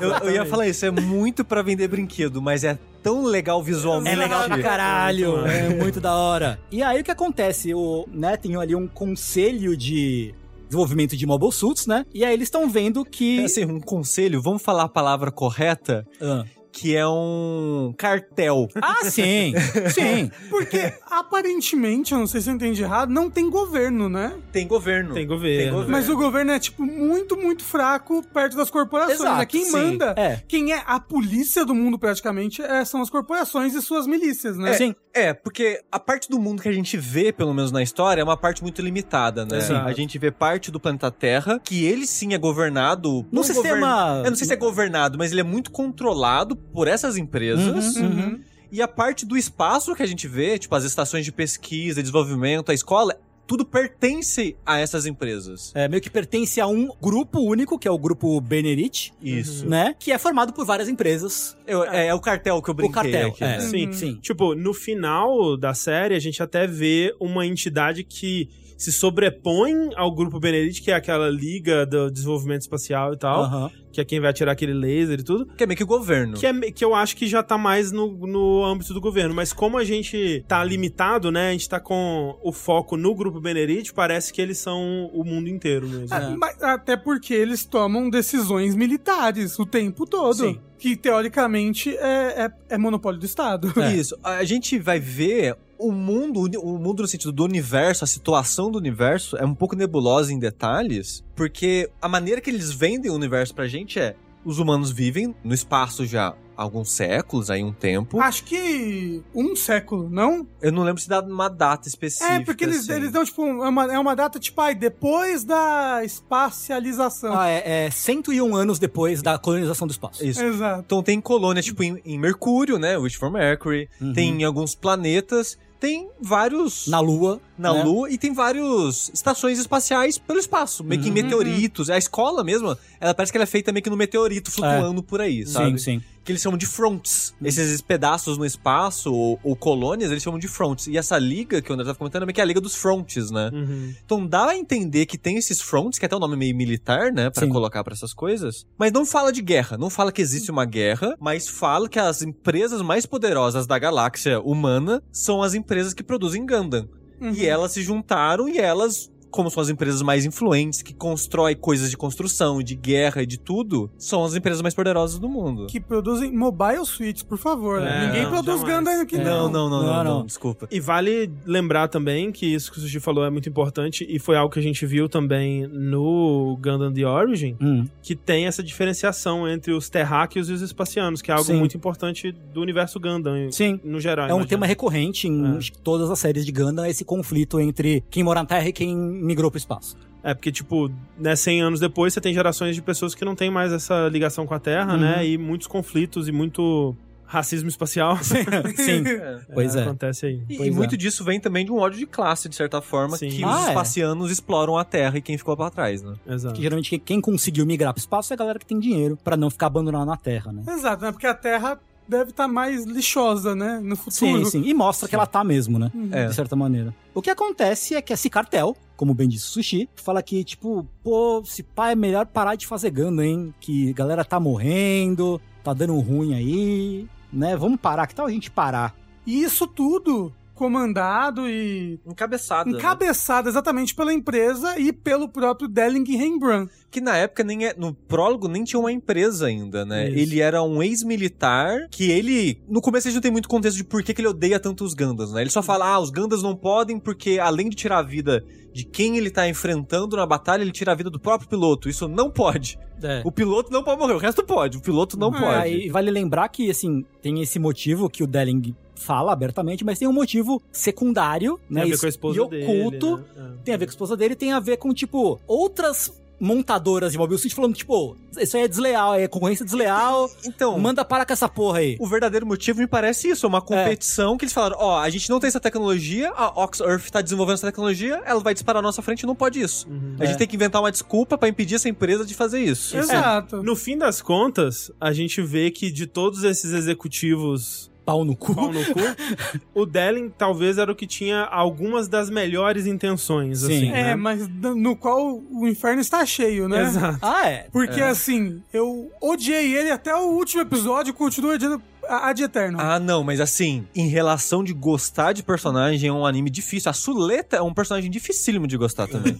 F: Eu, eu ia falar isso, é muito pra vender brinquedo, mas é tão legal visualmente.
C: É legal pra caralho, é muito da hora. E aí o que acontece? O, né, tem ali um conselho de desenvolvimento de mobile suits, né? E aí eles estão vendo que
F: É assim, um conselho, vamos falar a palavra correta,
C: Ah.
F: que é um cartel.
C: Ah, sim. Sim.
E: Porque, aparentemente, eu não sei se eu entendi errado, não tem governo, né?
F: Tem governo.
D: Tem governo.
F: Tem governo.
E: Mas o governo é, tipo, muito, muito fraco perto das corporações.
C: Exato,
E: né? Quem
C: sim.
E: manda,
C: É.
E: quem é a polícia do mundo, praticamente, é- são as corporações e suas milícias, né?
C: Sim.
F: É, porque a parte do mundo que a gente vê, pelo menos na história, é uma parte muito limitada, né?
D: Exato.
F: A gente vê parte do planeta Terra, que ele sim é governado.
C: Num
F: não
C: sistema-
F: govern- Eu não sei se é governado, mas ele é muito controlado por essas empresas.
E: Uhum.
F: E a parte do espaço que a gente vê, tipo as estações de pesquisa, desenvolvimento, a escola, tudo pertence a essas empresas.
C: É, meio que pertence a um grupo único, que é o grupo Benerit,
F: Isso.
C: né? Que é formado por várias empresas.
F: Eu- é, é o cartel que eu
C: O
F: brinquei
C: cartel.
F: aqui.
C: é.
F: né?
D: Sim.
C: sim.
D: Tipo, no final da série, a gente até vê uma entidade que se sobrepõe ao grupo Benedict, que é aquela liga do desenvolvimento espacial e tal,
C: Aham.
D: que é quem vai atirar aquele laser e tudo,
F: Que é meio que o governo.
D: que, é, me- que eu acho que já tá mais no, no âmbito do governo. Mas como a gente tá limitado, né, a gente tá com o foco no grupo Benedict, parece que eles são o mundo inteiro mesmo.
E: Ah, mas até porque eles tomam decisões militares o tempo todo.
D: Sim.
E: Que, teoricamente, é, é- é monopólio do Estado.
F: Isso. A gente vai ver o mundo, o mundo no sentido do universo, a situação do universo é um pouco nebulosa em detalhes, porque a maneira que eles vendem o universo pra gente é os humanos vivem no espaço já há alguns séculos, aí um tempo.
E: Acho que um século, não?
F: Eu não lembro se dá uma data específica.
E: É, porque eles,
F: assim.
E: eles dão, tipo, um- é uma, é uma data, tipo, ai, depois da espacialização.
C: Ah, é, é 101 anos depois da colonização do espaço.
F: Isso.
E: Exato.
F: Então tem colônias, tipo, em, em Mercúrio, né? Wish for Mercury.
C: Uhum.
F: Tem alguns planetas. Tem vários
C: Na Lua.
F: na
C: né?
F: Lua e tem vários estações espaciais pelo espaço, meio
C: Uhum.
F: que em meteoritos. A escola mesmo, ela parece que ela é feita meio que no meteorito flutuando por aí, sabe?
C: Sim, Uhum. sim.
F: que eles chamam de fronts. Esses pedaços no espaço ou, ou colônias, eles chamam de fronts. E essa liga que o André tava comentando é meio que a liga dos fronts, né?
D: Uhum.
F: Então dá a entender que tem esses fronts, que é até o um nome meio militar, né, Pra
C: Sim.
F: colocar pra essas coisas. Mas não fala de guerra, não fala que existe uma guerra, mas fala que as empresas mais poderosas da galáxia humana são as empresas que produzem Gundam.
E: Uhum.
C: Uhum.
F: E elas se juntaram e elas como são as empresas mais influentes que constroem coisas de construção, de guerra e de tudo, são as empresas mais poderosas do mundo.
E: Que produzem mobile suites, por favor.
D: É,
E: Ninguém
D: não,
E: produz
D: jamais.
E: Gundam aqui,
C: É,
E: não.
F: não, não, não,
C: Não,
F: não,
C: não.
F: não, desculpa.
D: E vale lembrar também que isso que o Sushi falou é muito importante e foi algo que a gente viu também no Gundam The Origin,
C: Hum.
D: que tem essa diferenciação entre os terráqueos e os espacianos, que é algo
C: Sim.
D: muito importante do universo Gundam
C: Sim.
D: no geral.
C: É um
D: Ah, imagino.
C: tema recorrente em
D: É.
C: acho que todas as séries de Gundam, esse conflito entre quem mora na Terra e quem migrou pro espaço.
D: É, porque, tipo, né, 100 anos depois você tem gerações de pessoas que não têm mais essa ligação com a Terra,
C: Uhum.
D: né? E muitos conflitos e muito racismo espacial.
C: Sim, pois é.
D: Acontece aí.
F: E,
C: Pois
F: e
C: é.
F: muito disso vem também de um ódio de classe, de certa forma,
D: Sim.
F: que
C: Ah,
F: os
C: é.
F: espacianos exploram a Terra e quem ficou pra trás, né?
D: Exato.
C: Que geralmente quem- quem conseguiu migrar pro espaço é a galera que tem dinheiro pra não ficar abandonado na Terra, né?
E: Exato, né? Porque a Terra deve estar mais lixosa, né? No
C: Sim,
E: futuro.
C: sim. E mostra que ela tá mesmo, né?
E: Uhum.
F: É.
C: De certa maneira. O que acontece é que esse cartel, como bem disse o Sushi, fala que, tipo, pô, se pá, é melhor parar de fazer Gundam, hein? Que galera tá morrendo, tá dando ruim aí, né? Vamos parar, que tal a gente parar?
E: E isso tudo comandado e
F: Encabeçada. né?
E: encabeçado exatamente pela empresa e pelo próprio Delling Rembrandt.
F: Que na época nem é, no prólogo nem tinha uma empresa ainda, né?
D: Isso.
F: Ele era um ex-militar que ele. No começo a gente não tem muito contexto de por que, que ele odeia tanto os Gandas, né? Ele só fala, ah, os Gandas não podem porque além de tirar a vida de quem ele tá enfrentando na batalha, ele tira a vida do próprio piloto. Isso não pode.
C: É. Ah,
F: O piloto não pode morrer, o resto pode, o piloto não
E: É,
F: pode.
C: E vale lembrar que, assim, tem esse motivo que o Delling fala abertamente, mas tem um motivo secundário,
D: Tem
C: né?
D: a ver com a esposa
C: e oculto.
D: dele, né? É.
C: Tem a ver com a esposa dele, tem a ver com, tipo, outras montadoras de Mobile Suit falando, tipo, isso aí é desleal, é concorrência desleal,
F: Então,
C: manda parar com essa porra aí.
F: o verdadeiro motivo me parece isso, é uma competição que eles falaram, ó, a gente não tem essa tecnologia, a Ox-Earth tá desenvolvendo essa tecnologia, ela vai disparar na nossa frente e não pode isso.
D: Uhum.
F: A
C: É.
F: gente tem que inventar uma desculpa pra impedir essa empresa de fazer isso.
D: É.
E: Exato.
D: No fim das contas, a gente vê que de todos esses executivos
C: Pau no cu.
D: pau no cu, o Delling talvez era o que tinha algumas das melhores intenções,
C: Sim.
D: assim,
E: É,
D: né?
E: mas no no qual o inferno está cheio, né?
D: Exato.
C: Ah, é.
E: Porque assim, eu odiei ele até o último episódio e continuo odiando a a de Eterno.
F: Ah, não, mas assim, em relação de gostar de personagem, é um anime difícil. A Suleta é um personagem dificílimo de gostar também.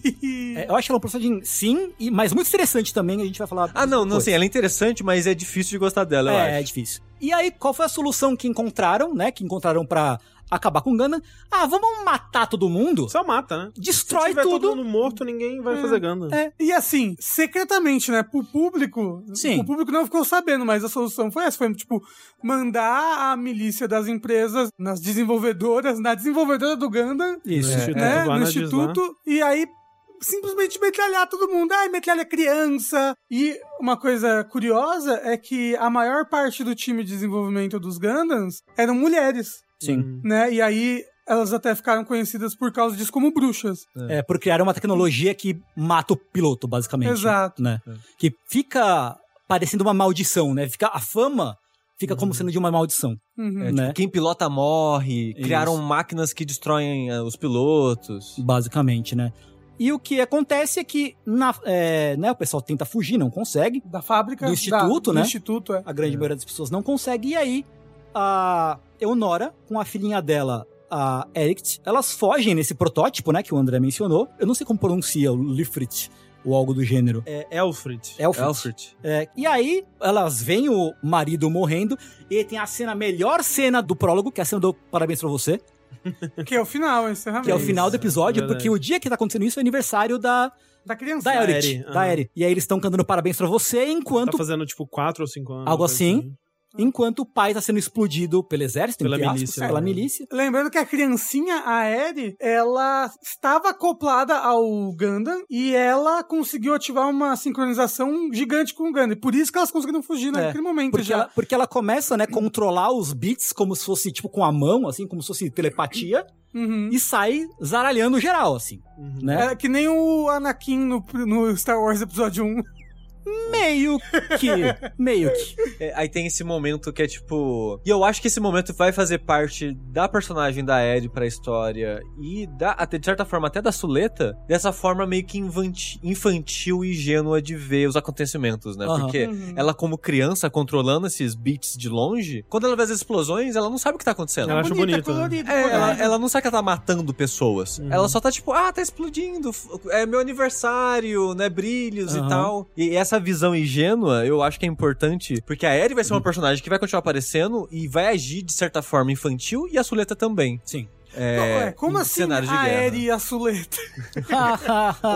C: É, eu acho que ela é um personagem, sim, e, mas muito interessante também, a gente vai falar.
F: ah, não, não
C: depois.
F: sei, ela é interessante, mas é difícil de gostar dela, eu
C: É, é
F: acho.
C: difícil. E aí, qual foi a solução que encontraram, né? Que encontraram pra acabar com Gana? Ah, vamos matar todo mundo?
D: Só mata, né? Se
C: Destrói
D: tiver
C: tudo.
D: todo mundo morto, ninguém vai fazer Gundam.
E: É, e assim, secretamente, né? Pro público.
C: Sim.
E: O público não ficou sabendo, mas a solução foi essa: foi, tipo, mandar a milícia das empresas, nas desenvolvedoras, na desenvolvedora do Gundam,
C: Isso.
D: É.
E: né?
D: lá
E: no
D: na
E: instituto, e aí simplesmente metralhar todo mundo. Ai, metralha criança. E uma coisa curiosa é que a maior parte do time de desenvolvimento dos Gundams eram mulheres,
C: Sim.
E: né? E aí. Elas até ficaram conhecidas por causa disso como bruxas.
C: É, por criar uma tecnologia que mata o piloto, basicamente.
E: Exato.
C: Né? Que fica parecendo uma maldição, né? Fica, a fama fica como sendo de uma maldição.
E: Uhum.
F: É, tipo,
C: Né?
F: quem pilota morre,
C: Isso.
F: criaram máquinas que destroem eh, os pilotos.
C: basicamente, né? E o que acontece é que na- é, né, o pessoal tenta fugir, não consegue.
E: Da fábrica.
C: Do
E: da-
C: instituto, né?
E: Do instituto, é.
C: A grande maioria das pessoas não consegue. E aí, a Eonora, com a filhinha dela, a Erict, elas fogem nesse protótipo, né? Que o André mencionou. Eu não sei como pronuncia o Lifrit ou algo do gênero.
D: É Elfrid.
C: Elfrit.
F: Alfred.
D: tá
C: É, e aí, elas veem o marido morrendo. E tem a cena, a melhor cena do prólogo, que é a cena do Parabéns pra Você.
E: Que é o final, é o encerramento.
C: Que é o final do episódio,
D: verdade.
C: porque o dia que tá acontecendo isso é aniversário da,
E: Da É. criança.
C: da
D: Eri,
C: Erict.
D: aham.
C: Da Eri. E aí eles estão cantando Parabéns pra Você, enquanto
D: Tá fazendo, tipo, 4 ou 5 anos.
C: Algo
D: coisa
C: assim. enquanto o pai tá sendo explodido pelo exército,
D: Pela
C: entre aspas,
D: milícia,
C: pela
D: né?
C: milícia.
E: Lembrando que a criancinha, a Eri, ela estava acoplada ao Gundam e ela conseguiu ativar uma sincronização gigante com o Gundam. E Por isso que elas conseguiram fugir naquele momento
C: É, Porque
E: já.
C: ela, porque ela começa, né, controlar os bits como se fosse, tipo, com a mão, assim, como se fosse telepatia,
E: Uhum.
C: e sai
D: Uhum.
C: zaralhando geral, assim, né?
E: É que nem o Anakin no, no Star Wars Episódio 1.
C: Meio que. Meio que.
F: É, aí tem esse momento que é tipo. E eu acho que esse momento vai fazer parte da personagem da Ed pra história e da, até, de certa forma, até da Suleta, dessa forma meio que invanti- infantil e ingênua de ver os acontecimentos, né?
C: Aham.
F: Porque
E: Uhum.
F: ela, como criança, controlando esses beats de longe, quando ela vê as explosões, ela não sabe o que tá acontecendo.
D: Ela acha bonito, né?
E: colorido.
F: É, ela,
E: colorido.
F: ela não sabe que ela tá matando pessoas.
E: Uhum.
F: Ela só tá tipo, ah, tá explodindo, f- é meu aniversário, né? Brilhos
C: Aham.
F: e tal. E essa visão ingênua, eu acho que é importante, porque a Ellie vai
E: Uhum.
F: ser uma personagem que vai continuar aparecendo e vai agir de certa forma infantil e a Suleta também.
C: Sim.
F: É,
E: Ué, como
F: em
E: assim
F: cenários de
E: a tá
F: guerra.
E: Eri e a Suleta?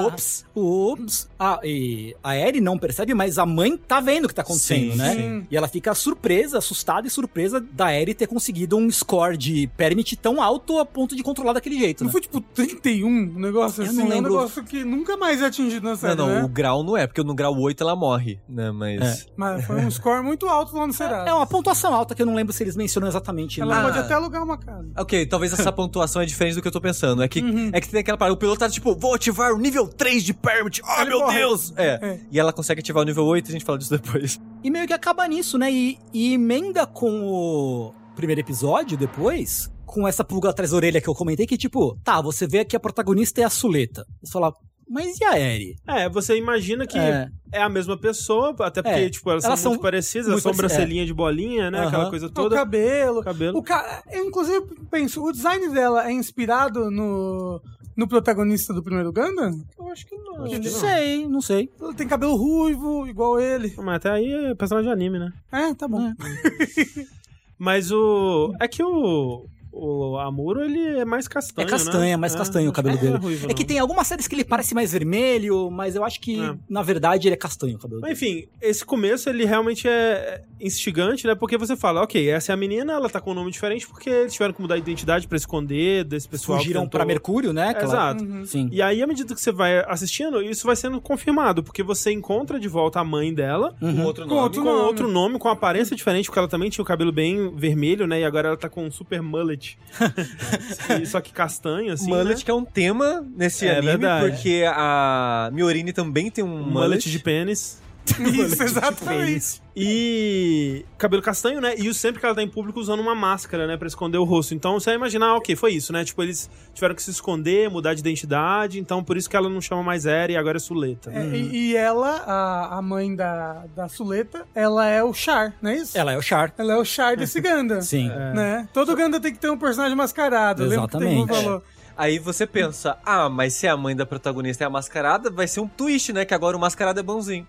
F: Ops.
C: Ops. Ah, e a Ellie não percebe, mas a mãe tá vendo o que tá acontecendo,
F: Sim,
C: né?
E: sim.
C: E ela fica surpresa, assustada e surpresa da Ellie ter conseguido um score de permit tão alto a ponto de controlar daquele jeito,
E: Não
C: né?
E: foi tipo 31, um negócio
C: Eu
E: assim?
C: não
E: É um
C: lembro.
E: negócio que nunca mais é atingido na série,
F: não, não,
E: né?
F: o grau não é, porque no grau 8 ela morre, né? Mas.
E: Mas foi um score muito alto lá no Serasa.
C: É uma pontuação alta que eu não lembro se eles mencionam exatamente.
E: Ela
C: né?
E: pode até alugar uma casa. Uhum.
F: Ok, talvez essa pontuação é diferente do que eu tô pensando. É que, é que tem aquela parada, o piloto tá tipo, vou ativar o nível 3 de Permit, oh meu
E: morre.
F: Deus! É.
E: É.
F: E ela consegue ativar o nível 8 a gente fala disso depois.
C: E meio que acaba nisso, né? E, e emenda com o primeiro episódio depois, com essa pulga atrás da orelha que eu comentei, que tipo, tá, você vê que a protagonista é a Suleta. Você fala, mas e a Eri?
D: É, você imagina que é,
C: É.
D: a mesma pessoa, até porque,
C: É.
D: tipo, elas,
C: Elas
D: são,
C: são
D: muito parecidas,
C: muito
D: a
C: parecidas,
D: sobrancelhinha de bolinha, né? Aquela
C: Aham.
D: coisa
E: O
D: toda.
E: cabelo.
D: Cabelo.
E: O ca... Eu, inclusive, penso, o design dela é inspirado no, no protagonista do primeiro Gundam? Eu acho que não.
C: Não sei, não sei.
E: Ela tem cabelo ruivo, igual ele.
D: Mas até aí é personagem de anime, né?
E: É, tá bom.
D: Mas o. É que o. O Amuro, ele é mais castanho.
C: É castanha,
D: né?
C: mais castanho o
D: acho
C: cabelo
D: que não
C: dele.
D: É, ruivo,
C: É que
D: não.
C: tem algumas séries que ele parece mais vermelho, mas eu acho que,
D: É.
C: na verdade, ele é castanho o cabelo
D: Mas
C: dele.
D: enfim, esse começo ele realmente é instigante, né? Porque você fala, ok, essa é a menina, ela tá com um nome diferente porque eles tiveram que mudar a identidade pra esconder desse pessoal. que
C: Fugiram
D: tentou-
C: pra Mercúrio, né? Claro.
D: Exato.
E: Uhum.
C: Sim.
D: E aí, à medida que você vai assistindo, isso vai sendo confirmado, porque você encontra de volta a mãe dela,
C: Uhum.
F: outro
E: Com outro
D: com
E: nome.
D: outro nome, com aparência diferente, porque ela também tinha o cabelo bem vermelho, né? E agora ela tá com um super mullet. E- Só que castanho, assim.
F: mullet
D: né?
F: que é um tema nesse
D: É
F: anime,
D: verdade.
F: porque a Miorini também tem um
D: Um
F: mullet.
D: mullet de pênis. Um
E: Isso, exatamente.
D: E cabelo castanho, né? E sempre que ela tá em público usando uma máscara, né? Pra esconder o rosto. Então você vai imaginar, ah, ok, foi isso, né? Tipo, eles tiveram que se esconder, mudar de identidade. Então por isso que ela não chama mais Eri e agora é Suleta.
E: É, e, e ela, a, a mãe da, da Suleta, ela é o Char, não é isso?
C: Ela é o Char.
E: Ela é o Char desse Ganda.
C: Sim.
D: É.
E: Né? Todo Ganda tem que ter um personagem mascarado. Lembra que tem um
C: Exatamente.
E: valor?
F: Aí você pensa, ah, mas se a mãe da protagonista é a mascarada, vai ser um twist, né? Que agora o mascarado é bonzinho.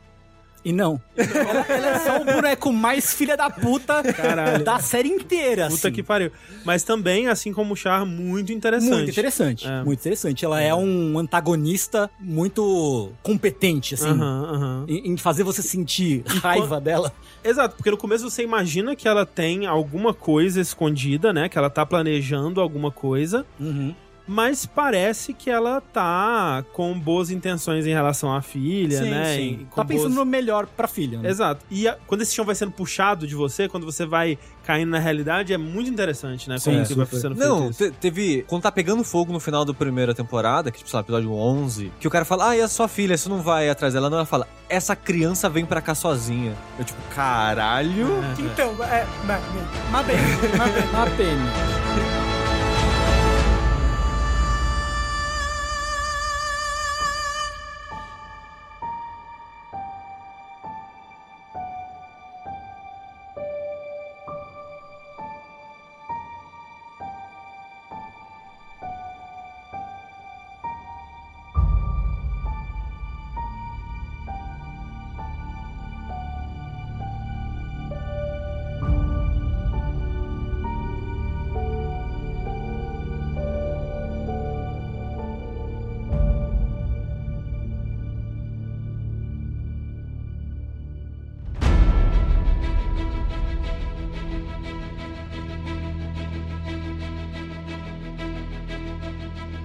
C: E não. ela, ela é só o boneco mais filha da puta
D: Caralho.
C: da série inteira.
D: Puta
C: assim.
D: que pariu. Mas também, assim como o Char, muito interessante.
C: Muito interessante.
D: É.
C: Muito interessante. Ela é. um antagonista muito competente, assim.
D: Aham, aham.
C: Em em fazer você sentir raiva dela.
D: Exato, porque no começo você imagina que ela tem alguma coisa escondida, né? Que ela tá planejando alguma coisa. mas parece que ela tá com boas intenções em relação à filha, né? E com
C: Tá pensando
D: boas-
C: no melhor pra filha. né?
D: Exato. E a- quando esse chão vai sendo puxado de você, quando você vai caindo na realidade, é muito interessante, né?
C: Sim,
D: Como que vai
C: super.
D: sendo feito
F: Não,
D: isso.
F: te- teve. Quando tá pegando fogo no final da primeira temporada, que tipo, sei lá, episódio 11, que o cara fala, ah, e a sua filha, você não vai atrás dela, não? Ela fala, essa criança vem pra cá sozinha. Eu, tipo, caralho.
E: Então, é. Mas mas bem, mas bem.
C: A pena.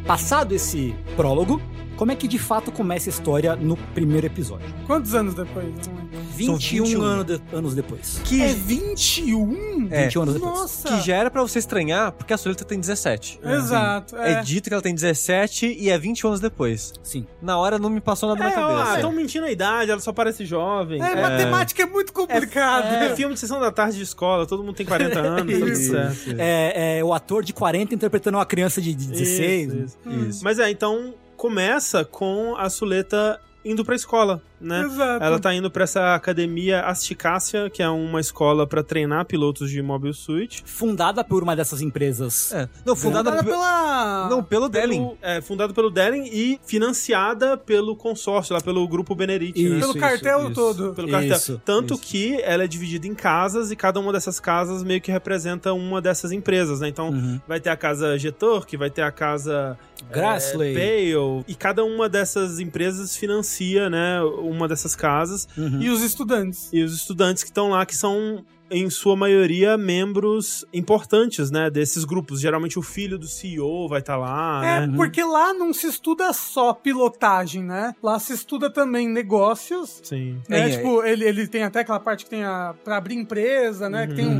C: Passado esse prólogo, como é que de fato começa a história no primeiro episódio?
E: Quantos anos depois?
F: São
C: 21, ano de- um anos depois.
F: Que,
B: É 21?
F: é,
C: 21 anos depois.
E: um? Nossa!
F: que já era pra você estranhar, porque a Solita tem 17.
E: Exato.
F: É.
E: É.
F: dito que ela tem 17 e é 20 anos depois.
C: Sim.
F: Na hora não me passou nada na
D: É, ó,
F: cabeça.
D: estão mentindo a idade, ela só parece jovem.
E: É, matemática é muito complicada.
D: É filme de sessão da tarde de escola, todo mundo tem 40 anos, tá tudo
C: Isso.
D: certo.
C: É, é o ator de 40 interpretando uma criança de 16.
D: Isso, isso.
F: Isso.
D: Mas é, então começa com a Suleta indo pra escola, né?
E: Exato.
D: Ela tá indo pra essa academia Asticácia, que é uma escola pra treinar pilotos de mobile suit.
C: Fundada por uma dessas empresas.
F: É. Não, fundada
E: Fundada
F: pe-
E: tá pela.
F: Não, pelo Delin.
D: Pelo- É, fundado pelo Deren e financiada pelo consórcio, lá pelo grupo Benerit, né?
E: pelo
C: isso,
E: cartel
F: isso.
E: todo.
D: Pelo cartel.
C: Isso,
D: Tanto
F: isso.
D: que ela é dividida em casas e cada uma dessas casas meio que representa uma dessas empresas, né? Então
C: Uhum.
D: vai ter a casa Getor, que vai ter a casa é,
C: Grassley.
D: Pale, e cada uma dessas empresas financia, né, uma dessas casas
C: Uhum.
E: E os estudantes.
D: e os estudantes que estão lá que são em sua maioria membros importantes, né, desses grupos. Geralmente o filho do CEO vai estar lá,
E: é,
D: né?
E: porque lá não se estuda só pilotagem, né? Lá se estuda também negócios.
D: Sim.
E: Né?
F: É,
E: tipo, Ele, ele tem até aquela parte que tem a. pra abrir empresa, né? Que tem um,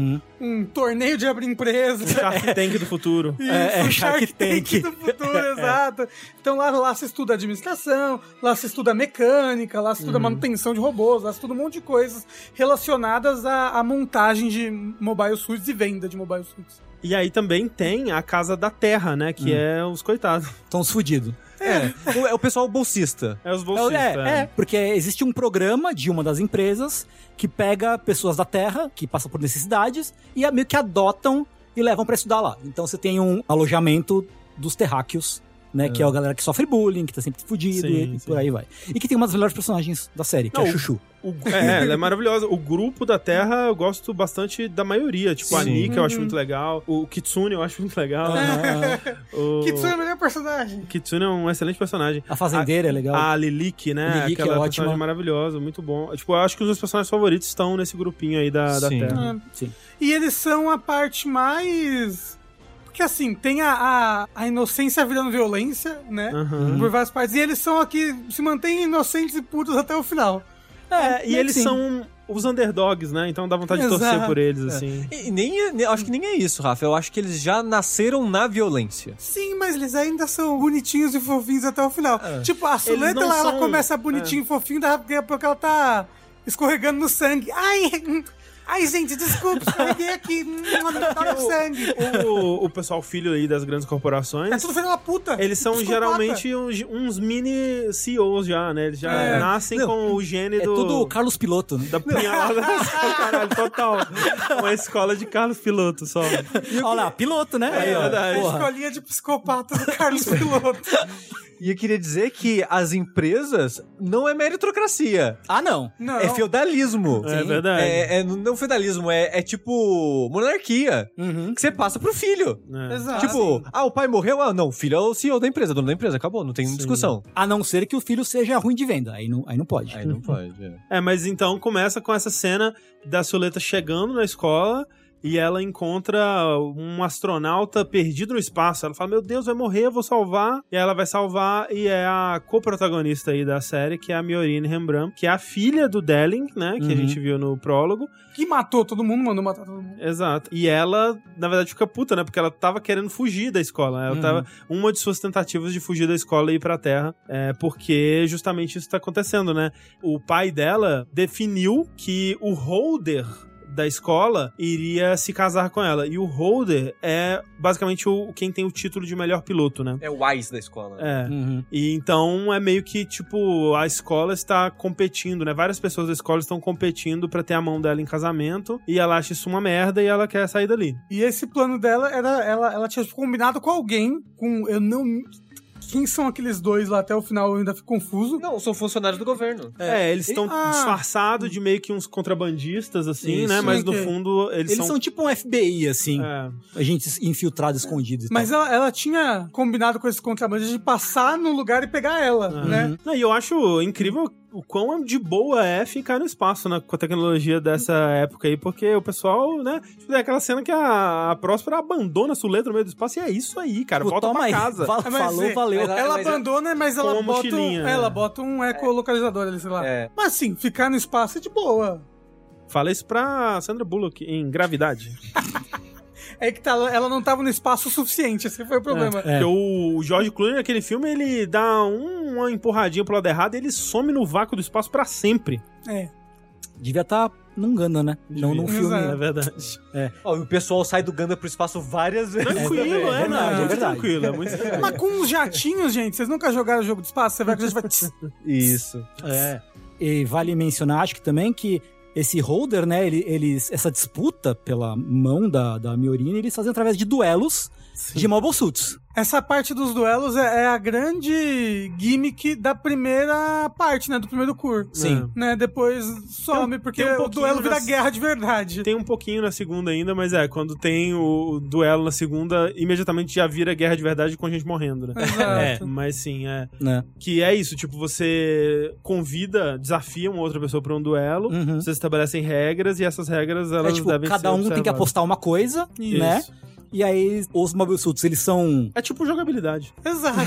C: Uhum.
E: um torneio de abrir empresa.
D: Shark Tank do futuro.
E: Isso,
C: É, é,
E: o Shark,
C: Shark
E: Tank.
C: Tank.
E: do futuro, exato. Então lá, lá se estuda administração, lá se estuda mecânica, lá se
C: Uhum.
E: estuda manutenção de robôs, lá se estuda um monte de coisas relacionadas à, à montagem de mobile suits e venda de mobile suits.
D: E aí também tem a casa da Terra, né, que é os coitados.
C: Estão os fudidos.
F: É. O- é o pessoal bolsista.
D: É os
C: É,
D: bolsistas.
C: é, é, porque existe um programa de uma das empresas que pega pessoas da Terra, que passam por necessidades, e a- meio que adotam e levam pra estudar lá. Então você tem um alojamento dos terráqueos, né? Que é a galera que sofre bullying, que tá sempre fudido
D: Sim,
C: e, e
D: sim.
C: por aí vai. E que tem uma das melhores personagens da série, que
D: Não,
C: é a Chuchu.
D: O- é, ela é maravilhosa. O grupo da Terra eu gosto bastante da maioria. Tipo, a
F: Sim.
D: Nika eu acho muito legal. O Kitsune eu acho muito legal.
C: É.
D: Ah. O...
E: Kitsune é o melhor personagem.
D: Kitsune é um excelente personagem.
C: A Fazendeira é legal.
D: A Lilik, né?
C: Lilik é
D: Aquela
C: ótima.
D: personagem maravilhosa, muito bom. Tipo, eu acho que os meus personagens favoritos estão nesse grupinho aí da, da
F: Sim.
D: Terra.
C: Sim.
E: E eles são a parte mais. Porque assim, tem a, a, a inocência virando violência, né?
D: Aham.
E: Por várias partes. E eles são aqui, se mantêm inocentes e puros até o final.
D: É, e
C: Sim.
D: eles são os underdogs, né? Então dá vontade de torcer
E: Exato.
D: por eles, assim.
F: E nem, é- nem- acho que nem é isso, Rafa. Eu acho que eles já nasceram na violência.
E: Sim, mas eles ainda são bonitinhos e fofinhos até o final. Tipo, a Suleta,
D: É. não
E: ela, ela
D: são- é.
E: começa bonitinho e fofinho, daqui a pouco ela tá escorregando no sangue. Ai, hum, ai gente, desculpa, escorreguei aqui. hum, Tá no sangue.
D: O, o pessoal filho aí das grandes corporações.
E: É tudo filho da puta.
D: Eles são
E: Psicopata.
D: geralmente uns, uns mini CEOs já, né? Eles já
E: É.
D: nascem
F: Não,
D: com o gene
C: É
D: do.
C: tudo Carlos Piloto, né?
D: Da punhalada. Caralho, total. Uma escola de Carlos Piloto só. É.
C: Olha lá, piloto, né? Aí, ó,
E: É a
C: porra.
E: escolinha de psicopata do Carlos Piloto.
F: E eu queria dizer que as empresas não é meritocracia.
C: Ah, não.
E: Não.
F: É feudalismo.
D: É verdade.
F: É, é- não feudalismo, é, é tipo monarquia.
C: Uhum.
F: Que você passa pro filho.
D: É.
E: Exato.
F: tipo, ah, o pai morreu? Ah, não, o filho é o CEO da empresa, dono da empresa, acabou, não tem discussão.
C: A não ser que o filho seja ruim de venda. Aí não, aí não pode.
F: Aí não pode. é.
D: É, mas então começa com essa cena da Soleta chegando na escola e ela encontra um astronauta perdido no espaço. Ela fala: Meu Deus, vai morrer, eu vou salvar. E ela vai salvar, e é a coprotagonista aí da série, que é a Miorine Rembrandt, que é a filha do Delling, né? Que a
C: Uhum.
D: gente viu no prólogo.
E: Tipo, Que matou todo mundo, mandou matar todo mundo.
D: Exato. E ela, na verdade, fica puta, né? Porque ela tava querendo fugir da escola. né? Ela
C: Uhum.
D: tava. Uma de suas tentativas de fugir da escola e ir pra terra. É porque justamente isso tá acontecendo, né? O pai dela definiu que o holder da escola iria se casar com ela. E o holder é basicamente o, quem tem o título de melhor piloto, né?
F: É o wise da escola.
D: É.
C: Uhum.
D: E então é meio que tipo a escola está competindo, né? Várias pessoas da escola estão competindo pra ter a mão dela em casamento e ela acha isso uma merda e ela quer sair dali.
E: E esse plano dela era. Ela, ela tinha combinado com alguém, com. Eu não. Quem são aqueles dois lá até o final, eu ainda fico confuso.
F: Não, são funcionários do governo.
D: É, eles estão
E: ah.
D: disfarçados de meio que uns contrabandistas assim,
C: hum. Isso, É.
D: né? Mas no
E: ok.
D: fundo eles,
C: Eles são... tipo um FBI, assim.
D: é,
C: A gente infiltrado, escondido e
E: Mas
C: tal.
E: ela, ela
D: Uhum.
E: tinha combinado com esses contrabandistas de passar num lugar e pegar ela, né?
D: Não, E eu acho incrível o quão de boa é ficar no espaço né, com a tecnologia dessa época aí, porque o pessoal, né? Tipo, é aquela cena que a, a Próspera abandona a Suleta no meio do espaço e é isso aí, cara.
C: Pô,
D: volta
C: toma
D: pra
C: aí.
D: casa.
C: Fala-
E: É, mas
C: falou,
E: é-
C: valeu.
E: Ela, abandona, mas ela
D: uma
E: bota, um,
D: mochilinha, né?
E: ela bota um ecolocalizador ali, sei lá.
F: É.
E: Mas assim, ficar no espaço é de boa.
D: Fala isso pra Sandra Bullock em Gravidade.
E: É que tá, ela não tava no espaço o suficiente, esse foi o problema.
C: É.
D: Porque o George Clooney naquele filme, ele dá um- uma empurradinha pro lado errado e ele some no vácuo do espaço pra sempre.
C: Devia estar num Ganda, né? Não num
E: Devia.
C: filme,
E: Exato.
C: né?
D: verdade.
F: Ó, e o pessoal sai do Ganda pro espaço várias vezes.
D: Tranquilo, é,
C: É
D: não.
C: verdade,
D: É
C: é
D: muito
C: verdade.
D: tranquilo, é muito tranquilo.
E: Mas com os jatinhos, gente, vocês nunca jogaram jogo de espaço? Você vai que a gente vai... tss.
F: Isso.
C: É. E vale mencionar, acho que também, que esse holder, né, ele- eles, essa disputa pela mão da, da Miorina, eles fazem através de duelos de mobile suits.
E: Essa parte dos duelos é, é a grande gimmick da primeira parte, né? Do primeiro cur.
C: Sim.
E: Né, depois some, porque
D: tem um
E: o
D: pouquinho
E: duelo vira
D: das-
E: guerra de verdade.
D: Tem um pouquinho na segunda ainda, mas é, quando tem o duelo na segunda, imediatamente já vira guerra de verdade com a gente morrendo, né?
E: Exato.
D: É, mas sim, é.
C: Né?
D: Que é isso, tipo, você convida, desafia uma outra pessoa pra um duelo,
C: Uhum.
D: vocês estabelecem regras e essas regras elas
C: É tipo,
D: devem ser
C: cada um tem que
D: observadas.
C: apostar uma coisa,
D: Isso.
C: né? E aí, os mobile suits, eles são é,
D: É tipo jogabilidade.
E: Exato.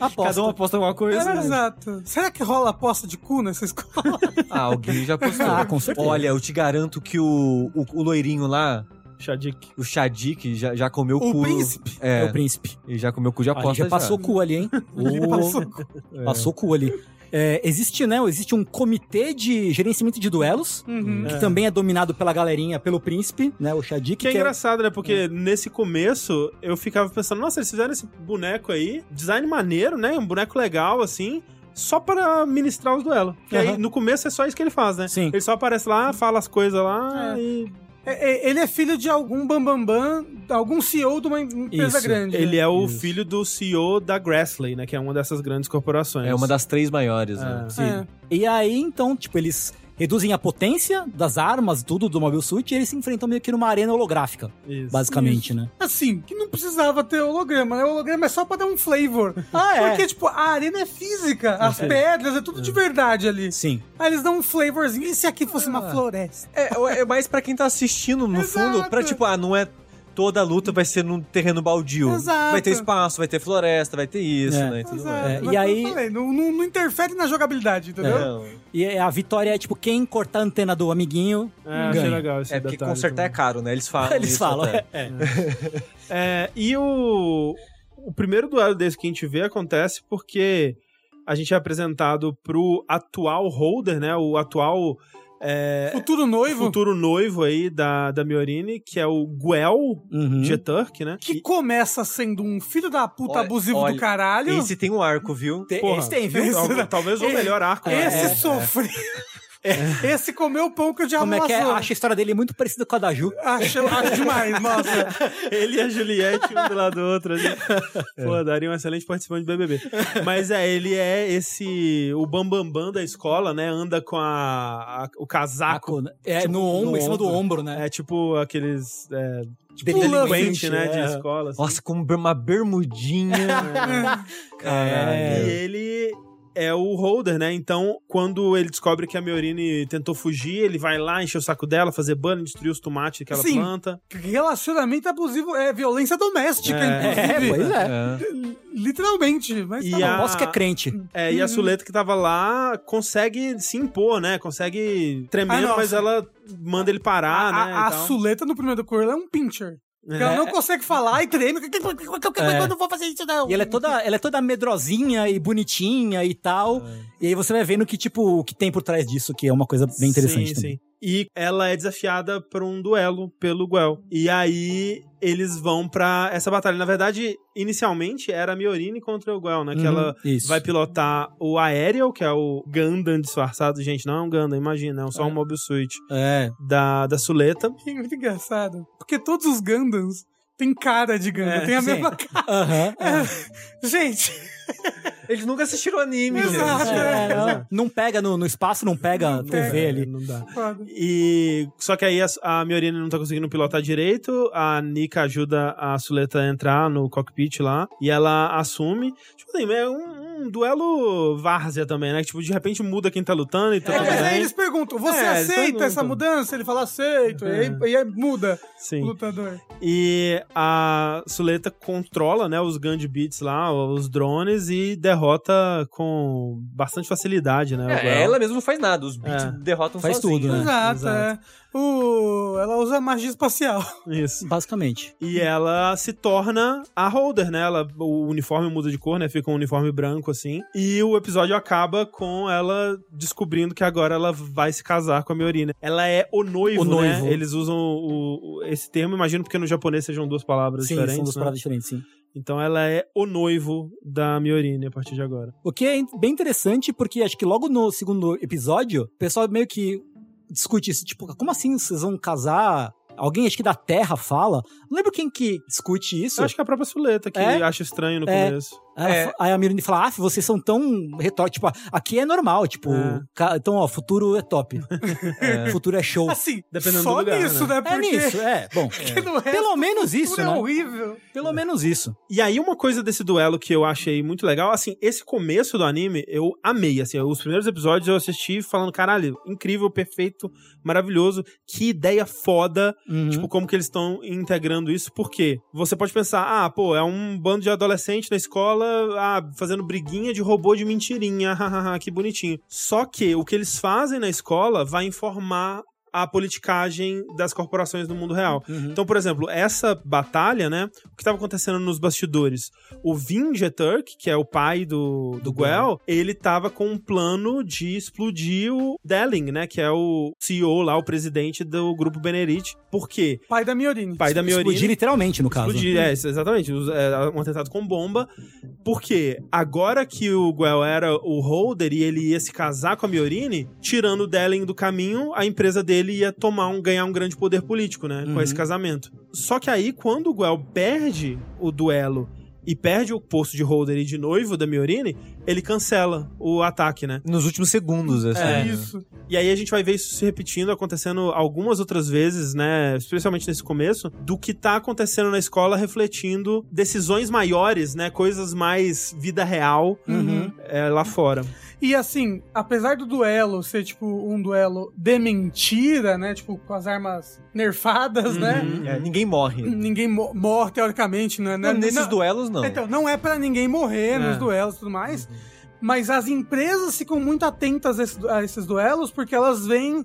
C: aposta.
F: Cada um aposta alguma coisa.
D: é.
E: Era
D: né?
E: exato. Será que rola aposta de cu nessa escola?
F: Ah, alguém já apostou.
C: Ah, com certeza.
F: Olha, eu te garanto que o, o, o loirinho lá,
D: Shadik.
F: o Shadik, já, já comeu
E: O
F: cu.
E: príncipe?
C: É
F: É,
C: o príncipe.
F: ele já comeu cu de
C: Ele
F: aposta.
C: já passou cu ali, hein? Ô,
E: Passou cu.
C: Passou cu ali. É, existe, né? Existe um comitê de gerenciamento de duelos,
E: Uhum.
C: que também é dominado pela galerinha, pelo príncipe, né? O Shadik.
D: Que é engraçado, né? Porque nesse começo eu ficava pensando, nossa, eles fizeram esse boneco aí, design maneiro, né? Um boneco legal, assim, só para ministrar os duelos. Que aí
C: Aham.
D: no começo é só isso que ele faz, né?
C: Sim.
D: Ele só aparece lá, fala as coisas lá e.
E: É, é, ele é filho de algum bambambam, algum CEO de uma empresa
C: Isso.
E: grande. né?
D: Ele é o
F: Isso.
D: filho do CEO da Grassley, né? Que é uma dessas grandes corporações.
F: É uma das três maiores, né?
D: É.
C: assim.
E: é. é.
C: E aí, então, tipo, eles reduzem a potência das armas, tudo do Mobile Suit, e eles se enfrentam meio que numa arena holográfica,
D: Isso.
C: basicamente, né?
E: Assim, que não precisava ter holograma, né? O holograma é só pra dar um flavor.
C: Ah, é?
E: Porque, tipo, a arena é física, as pedras, é tudo de verdade ali.
C: Sim.
E: Aí eles dão um flavorzinho. E se aqui fosse
C: Ah,
E: uma floresta?
F: É, é mais pra quem tá assistindo, no
E: Exato.
F: fundo, pra tipo, ah, não é. Toda luta vai ser num terreno baldio.
E: Exato.
F: Vai ter espaço, vai ter floresta, vai ter isso,
C: É.
F: né? E tudo
E: Exato. é.
F: mais.
C: É, e
E: Mas como
C: aí-
E: eu falei, não, não- não interfere na jogabilidade, entendeu?
F: Não.
C: E a vitória é, tipo, quem cortar a antena do amiguinho.
D: É, achei
C: Ganha.
D: legal esse
F: É porque
D: detalhe
F: consertar é
D: também.
F: caro, né? Eles falam.
C: Eles
F: isso
C: falam,
F: até.
D: É, e o, o primeiro duelo desse que a gente vê acontece porque a gente é apresentado pro atual holder, né? O atual é,
E: Futuro noivo.
D: futuro noivo aí da, da Miorine, que é o Guel
C: Uhum.
D: Jeturk, né?
E: Que começa sendo um filho da puta
F: Olha-
E: abusivo
F: olha,
E: do caralho.
F: Esse tem um arco, viu?
C: Te-
D: Porra,
C: Esse tem, viu?
D: tal- talvez o melhor arco. né?
E: Esse
D: É.
E: sofreu.
F: é.
E: Esse comeu o pão que o diabo
C: Como é que é?
E: amassou.
C: Acho a história dele muito parecida com a da Ju.
E: Acho, acho demais, nossa.
D: Ele e a Juliette, um do lado do outro. Ali. Pô, daria um excelente participante do BBB. Mas é, ele é esse... O bambambam bam, bam da escola, né? Anda com a, a- o casaco
C: É,
D: Tipo,
C: no ombro,
D: no
C: em cima do
D: ombro.
C: ombro, né?
D: É tipo aqueles. É, tipo
C: Delinquente,
E: um
D: delinquente, né? De
C: é.
D: escola. assim.
F: Nossa, com uma bermudinha.
D: É,
F: Caralho.
D: E ele é o holder, né? Então, quando ele descobre que a Miorine tentou fugir, ele vai lá encher o saco dela, fazer banho, destruir os tomates que ela
E: Sim.
D: planta.
E: Relacionamento abusivo é violência doméstica,
C: É,
E: inclusive.
C: pois é.
F: É.
E: Literalmente. Mas
D: E
E: tá
C: Eu
D: a-
C: posso que é crente.
D: É,
E: Uhum.
D: E a Suleta que tava lá consegue se impor, né? Consegue
E: Ah,
D: tremer,
E: nossa.
D: mas ela manda ele
C: ah,
D: parar,
E: a,
D: né?
E: a
D: e
C: então.
D: tal.
E: Suleta no primeiro curso ela é um pincher.
D: É.
E: Que Ela não consegue falar e treme. Eu não vou fazer isso, não.
C: E ela é toda, ela é toda medrosinha e bonitinha e tal.
D: É.
C: E aí você vai vendo que, tipo, o que tem por trás disso, que é uma coisa bem interessante também.
D: Sim. E ela é desafiada por um duelo pelo Guel. E aí eles vão pra essa batalha. Na verdade, inicialmente era a Miorine contra o Guel, né? Que
C: Uhum,
D: ela
C: isso.
D: vai pilotar o Aerial, que é o Gundam disfarçado. Gente, não é um Gundam, imagina, é só um Mobile Suit
C: É.
D: da, da Suleta.
E: É muito engraçado. Porque todos os Gundams têm cara de Gundam.
D: É,
E: tem a
C: sim.
E: mesma cara.
C: Aham.
E: Gente,
F: Eles nunca assistiram anime,
E: Exato.
F: gente.
C: É, não, não pega no, no espaço, não pega a TV ali.
D: Não dá.
E: foda.
D: E só que aí a, a Miorina não tá conseguindo pilotar direito, a Nika ajuda a Suleta a entrar no cockpit lá e ela assume. Tipo assim, é um, um duelo várzea também, né? Que, Tipo, de repente muda quem tá lutando e
E: É,
D: tudo
E: mas
C: né?
E: aí
D: bem.
E: eles perguntam, você
D: É, eles
E: aceita
D: perguntam.
E: essa
D: É.
E: mudança? Ele fala, aceito. E, aí, e aí muda o
D: Sim.
E: lutador.
D: E a Suleta controla, né, os Gandhi Beats lá, os drones, e derrota com bastante facilidade, né? o Goel.
F: É, ela mesma não faz nada, os beats
D: É.
F: derrotam
C: Faz
F: sozinhos.
C: tudo, né?
E: Exato,
D: exato.
E: é. O, ela usa magia espacial.
D: Isso.
C: Basicamente.
D: E ela se torna a Holder, né? Ela, o uniforme muda de cor, né? Fica um uniforme branco, assim. E o episódio acaba com ela descobrindo que agora ela vai se casar com a Miorina. Ela é o noivo,
C: O noivo.
D: né? Eles usam o- o- esse termo, imagino porque no japonês sejam duas palavras
C: Sim,
D: diferentes,
C: são duas
D: né?
C: paradas diferentes, sim.
D: Então ela é o noivo da Miorina a partir de agora.
C: O que é in- bem interessante, porque acho que logo no segundo episódio, o pessoal meio que discute isso, tipo, como assim vocês vão casar? Alguém, acho que da Terra fala. Não lembro quem que discute isso.
D: Eu acho que é a própria Suleta que
C: É?
D: acha estranho no
C: É.
D: começo.
C: Aí
F: É.
C: ela fa- Aí a Mirine fala, ah, vocês são tão retó, tipo, aqui é normal, tipo,
D: É.
C: ca- então, ó, futuro é top.
F: É.
C: Futuro é show.
E: Assim,
D: Dependendo
E: só
D: do lugar,
E: nisso, né?
C: É
E: Porque
C: nisso, é. Bom,
E: do resto,
C: pelo menos isso,
E: tudo é
C: né?
E: horrível.
C: Pelo menos isso.
D: E aí, uma coisa desse duelo que eu achei muito legal, assim, esse começo do anime eu amei, assim, os primeiros episódios eu assisti falando, caralho, incrível, perfeito, maravilhoso, que ideia foda,
C: Uhum.
D: tipo, como que eles estão integrando isso, porque você pode pensar, ah, pô, é um bando de adolescente na escola, ah, fazendo briguinha de robô de mentirinha, hahaha, que bonitinho. Só que o que eles fazem na escola vai informar a politicagem das corporações no mundo real.
C: Uhum.
D: Então, por exemplo, essa batalha, né? O que estava acontecendo nos bastidores? O Vinja Turk, que é o pai do, do Guel, ele tava com um plano de explodir o Delling, né? Que é o CEO lá, o presidente do grupo Benerit. Por quê?
E: Pai da Miorine.
D: Pai da Miorina.
C: Explodir literalmente, no caso.
D: Explodir, é, isso, exatamente. Os- é, Um atentado com bomba. Porque agora que o Guel era o holder e ele ia se casar com a Miorine, tirando o Dellen do caminho, a empresa dele ia tomar um, ganhar um grande poder político, né? Com esse casamento. Só que aí, quando o Guel perde o duelo e perde o posto de holder e de noivo da Miorine, ele cancela o ataque, né?
F: Nos últimos segundos, assim.
E: É
F: né?
E: isso.
D: E aí a gente vai ver isso se repetindo, acontecendo algumas outras vezes, né? Especialmente nesse começo, do que tá acontecendo na escola, refletindo decisões maiores, né? Coisas mais vida real
E: Uhum.
D: é, lá fora.
E: E assim, apesar do duelo ser, tipo, um duelo de mentira, né? Tipo, com as armas nerfadas,
D: Uhum.
E: né?
F: É, ninguém morre.
E: Ninguém mo- morre, teoricamente, né?
F: Não, nesses
E: não,
F: duelos, não.
E: Então, não é pra ninguém morrer nos
D: É.
E: duelos e tudo mais. Mas as empresas ficam muito atentas a esse- a esses duelos porque elas veem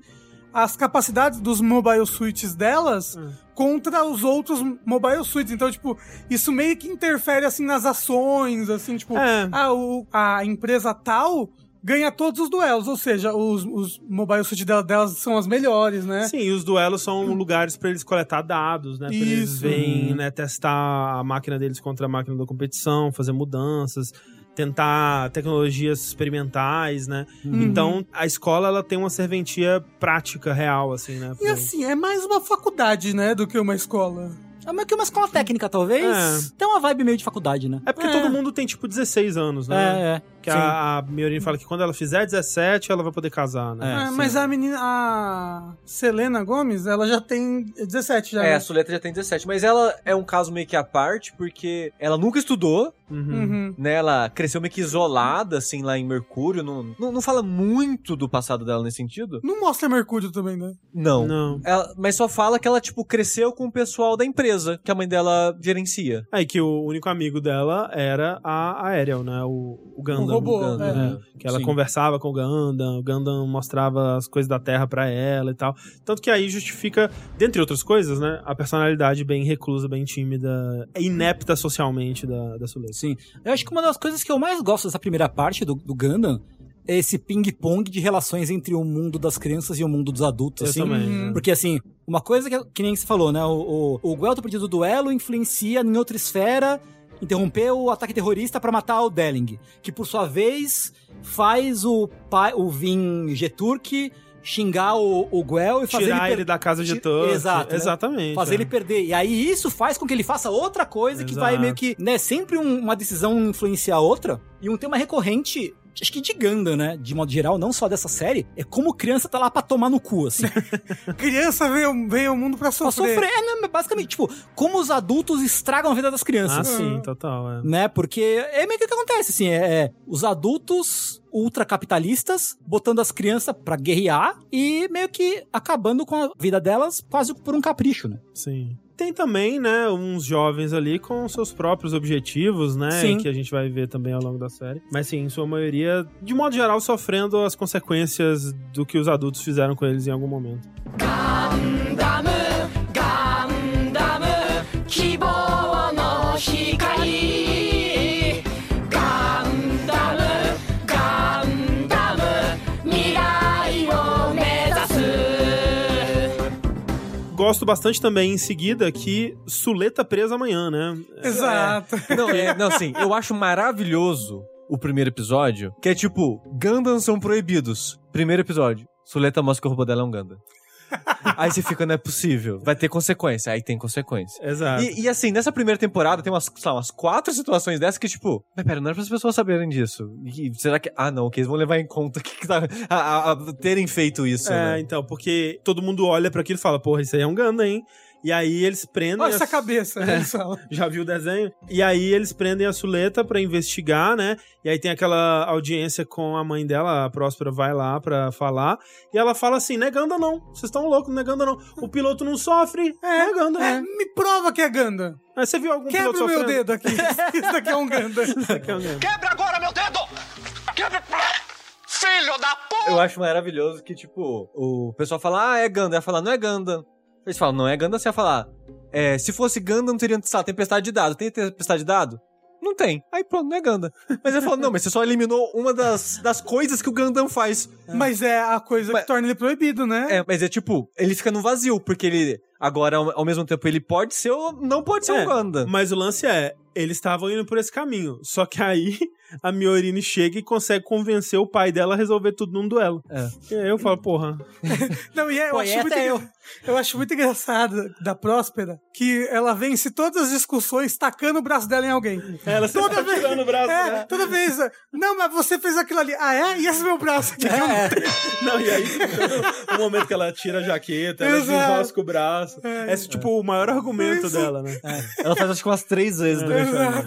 E: as capacidades dos mobile suites delas
D: Uhum.
E: contra os outros mobile suites. Então, tipo, isso meio que interfere assim nas ações, assim, tipo,
D: É.
E: ah, o- a empresa tal ganha todos os duelos, ou seja, os, os mobile suites dela- delas são as melhores, né?
D: Sim, e os duelos são lugares pra eles coletar dados, né? Pra eles
E: Isso.
D: verem, né, testar a máquina deles contra a máquina da competição, fazer mudanças, tentar tecnologias experimentais, né?
E: Uhum.
D: Então, a escola ela tem uma serventia prática real assim, né?
E: E
D: pro-
E: assim, é mais uma faculdade, né, do que uma escola.
C: É meio que uma escola técnica, talvez. Tem uma vibe meio de faculdade, né?
D: É porque todo mundo tem tipo 16 anos, né?
C: É, é.
D: que a, a Miorine fala que quando ela fizer 17, ela vai poder casar,
F: É,
D: né?
E: Ah, mas a menina, a Selena Gomes, ela já tem 17 já.
F: É,
E: né?
F: a Suleta já tem 17, mas ela é um caso meio que à parte, porque ela nunca estudou,
D: Uhum.
E: Uhum.
F: né? Ela cresceu meio que isolada, assim, lá em Mercúrio. Não, não, não fala muito do passado dela nesse sentido?
E: Não mostra Mercúrio também, né?
F: Não.
D: Não.
F: Ela- mas só fala que ela, tipo, cresceu com o pessoal da empresa que a mãe dela gerencia.
D: Aí É, que o único amigo dela era a Ariel, né? O, o Gundam.
E: O robô,
F: Gundam,
E: é.
F: né?
D: Que ela
C: Sim.
D: conversava com o Gundam, o Gundam mostrava as coisas da Terra pra ela e tal. Tanto que aí justifica, dentre outras coisas, né? A personalidade bem reclusa, bem tímida, é inepta socialmente da, da Suleta.
C: Sim. Eu acho que uma das coisas que eu mais gosto dessa primeira parte do, do Gundam é esse ping-pong de relações entre o mundo das crianças e o mundo dos adultos, assim.
D: né?
C: Porque, assim, uma coisa que, que nem você falou, né? O, o, o Guel ter perdido o duelo influencia em outra esfera interromper o ataque terrorista pra matar o Delling, que por sua vez faz o pai, o Vin Geturk xingar o, o Guel e fazer
D: Tirar
C: ele,
D: ele, da casa de
C: Ti-
D: todos.
C: Exato, né?
D: Exatamente.
C: fazer
D: é.
C: ele perder. E aí isso faz com que ele faça outra coisa que
D: Exato.
C: vai meio que, né, sempre um- uma decisão influenciar a outra. E um tema recorrente acho que de Ganda, né? De modo geral, não só dessa série, é como criança tá lá pra tomar no cu, assim.
E: Criança veio, veio ao mundo pra
C: pra
E: sofrer.
C: sofrer, é, né? basicamente, tipo, como os adultos estragam a vida das crianças.
D: Ah, sim, total. É.
C: né? Porque é meio que o que acontece, assim, é, é os adultos ultracapitalistas botando as crianças pra guerrear e meio que acabando com a vida delas quase por um capricho, né?
D: Sim. Tem também, né, uns jovens ali com seus próprios objetivos, né?
C: Sim.
D: Que a gente vai ver também ao longo da série. Mas sim, em sua maioria, de modo geral, sofrendo as consequências do que os adultos fizeram com eles em algum momento.
I: ガンダム希望の光ガンダムガンダム未来を目指す
D: Gosto bastante também, em seguida, que Suleta presa amanhã, né?
E: Exato.
F: Não, é, não, assim, eu acho maravilhoso o primeiro episódio, que é tipo, Gandans são proibidos. Primeiro episódio, Suleta mostra que o robô dela é um Ganda. Aí você fica, não é possível, vai ter consequência. Aí tem consequência.
D: Exato.
F: E, e assim, nessa primeira temporada tem umas, sei lá, umas quatro situações dessas que, tipo, mas pera, não era pra as pessoas saberem disso. E será que. Ah, não, que eles vão levar em conta que, que tá- a, a- a- terem feito isso.
D: É,
F: né?
D: então, porque todo mundo olha pra aquilo e fala, porra, isso aí é um Ganda, hein? E aí eles prendem.
E: Olha essa
D: a-
F: É.
E: cabeça, eles falam.
D: Já viu o desenho? E aí eles prendem a Suleta pra investigar, né? E aí tem aquela audiência com a mãe dela, a Próspera vai lá pra falar. E ela fala assim: negando não. Vocês estão loucos, negando não. O piloto não sofre. É, negando.
E: É,
D: É.
E: me prova que é Ganda.
D: Aí você viu algum Um piloto
E: Quebra o meu
D: sofrendo?
E: dedo aqui. Isso daqui é um Ganda.
J: Quebra agora meu dedo! Quebra! Filho da puta!
F: Eu acho maravilhoso que, tipo, o pessoal fala, ah, é Ganda. Ela fala, não é Ganda. Eles falam, não é Ganda, você ia falar. É, se fosse Ganda, não teria sei lá, tempestade de dado. Tem tempestade de dado? Não tem. Aí pronto, não é Ganda. Mas ele falou, não, mas você só eliminou uma das, das coisas que o Gandam faz.
E: Mas é a coisa
F: Mas-
E: que torna ele proibido, né?
F: É, mas é tipo, ele fica no vazio, porque ele. Agora, ao ao mesmo tempo, ele pode ser ou não pode ser
D: É,
F: um Ganda.
D: Mas o lance é, eles estavam indo por esse caminho. Só que aí a Miorine chega e consegue convencer o pai dela a resolver tudo num duelo. E aí eu falo, porra.
E: Não, e é, eu,
C: Pô,
E: acho
C: e
E: muito
C: até
E: engra- eu acho muito engraçado da Próspera que ela vence todas as discussões tacando o braço dela em alguém.
D: Ela se
E: Toda vez.
D: tirando o braço,
E: é,
D: né?
E: toda vez. Não, mas você fez aquilo ali. Ah, é? E esse meu braço aqui?
D: Não, e aí, no momento que ela tira a jaqueta, ela
E: Exato.
D: desenrosca o braço. É, tipo, o maior argumento dela, né?
F: Ela faz acho que umas três
D: É.
F: vezes durante o ano.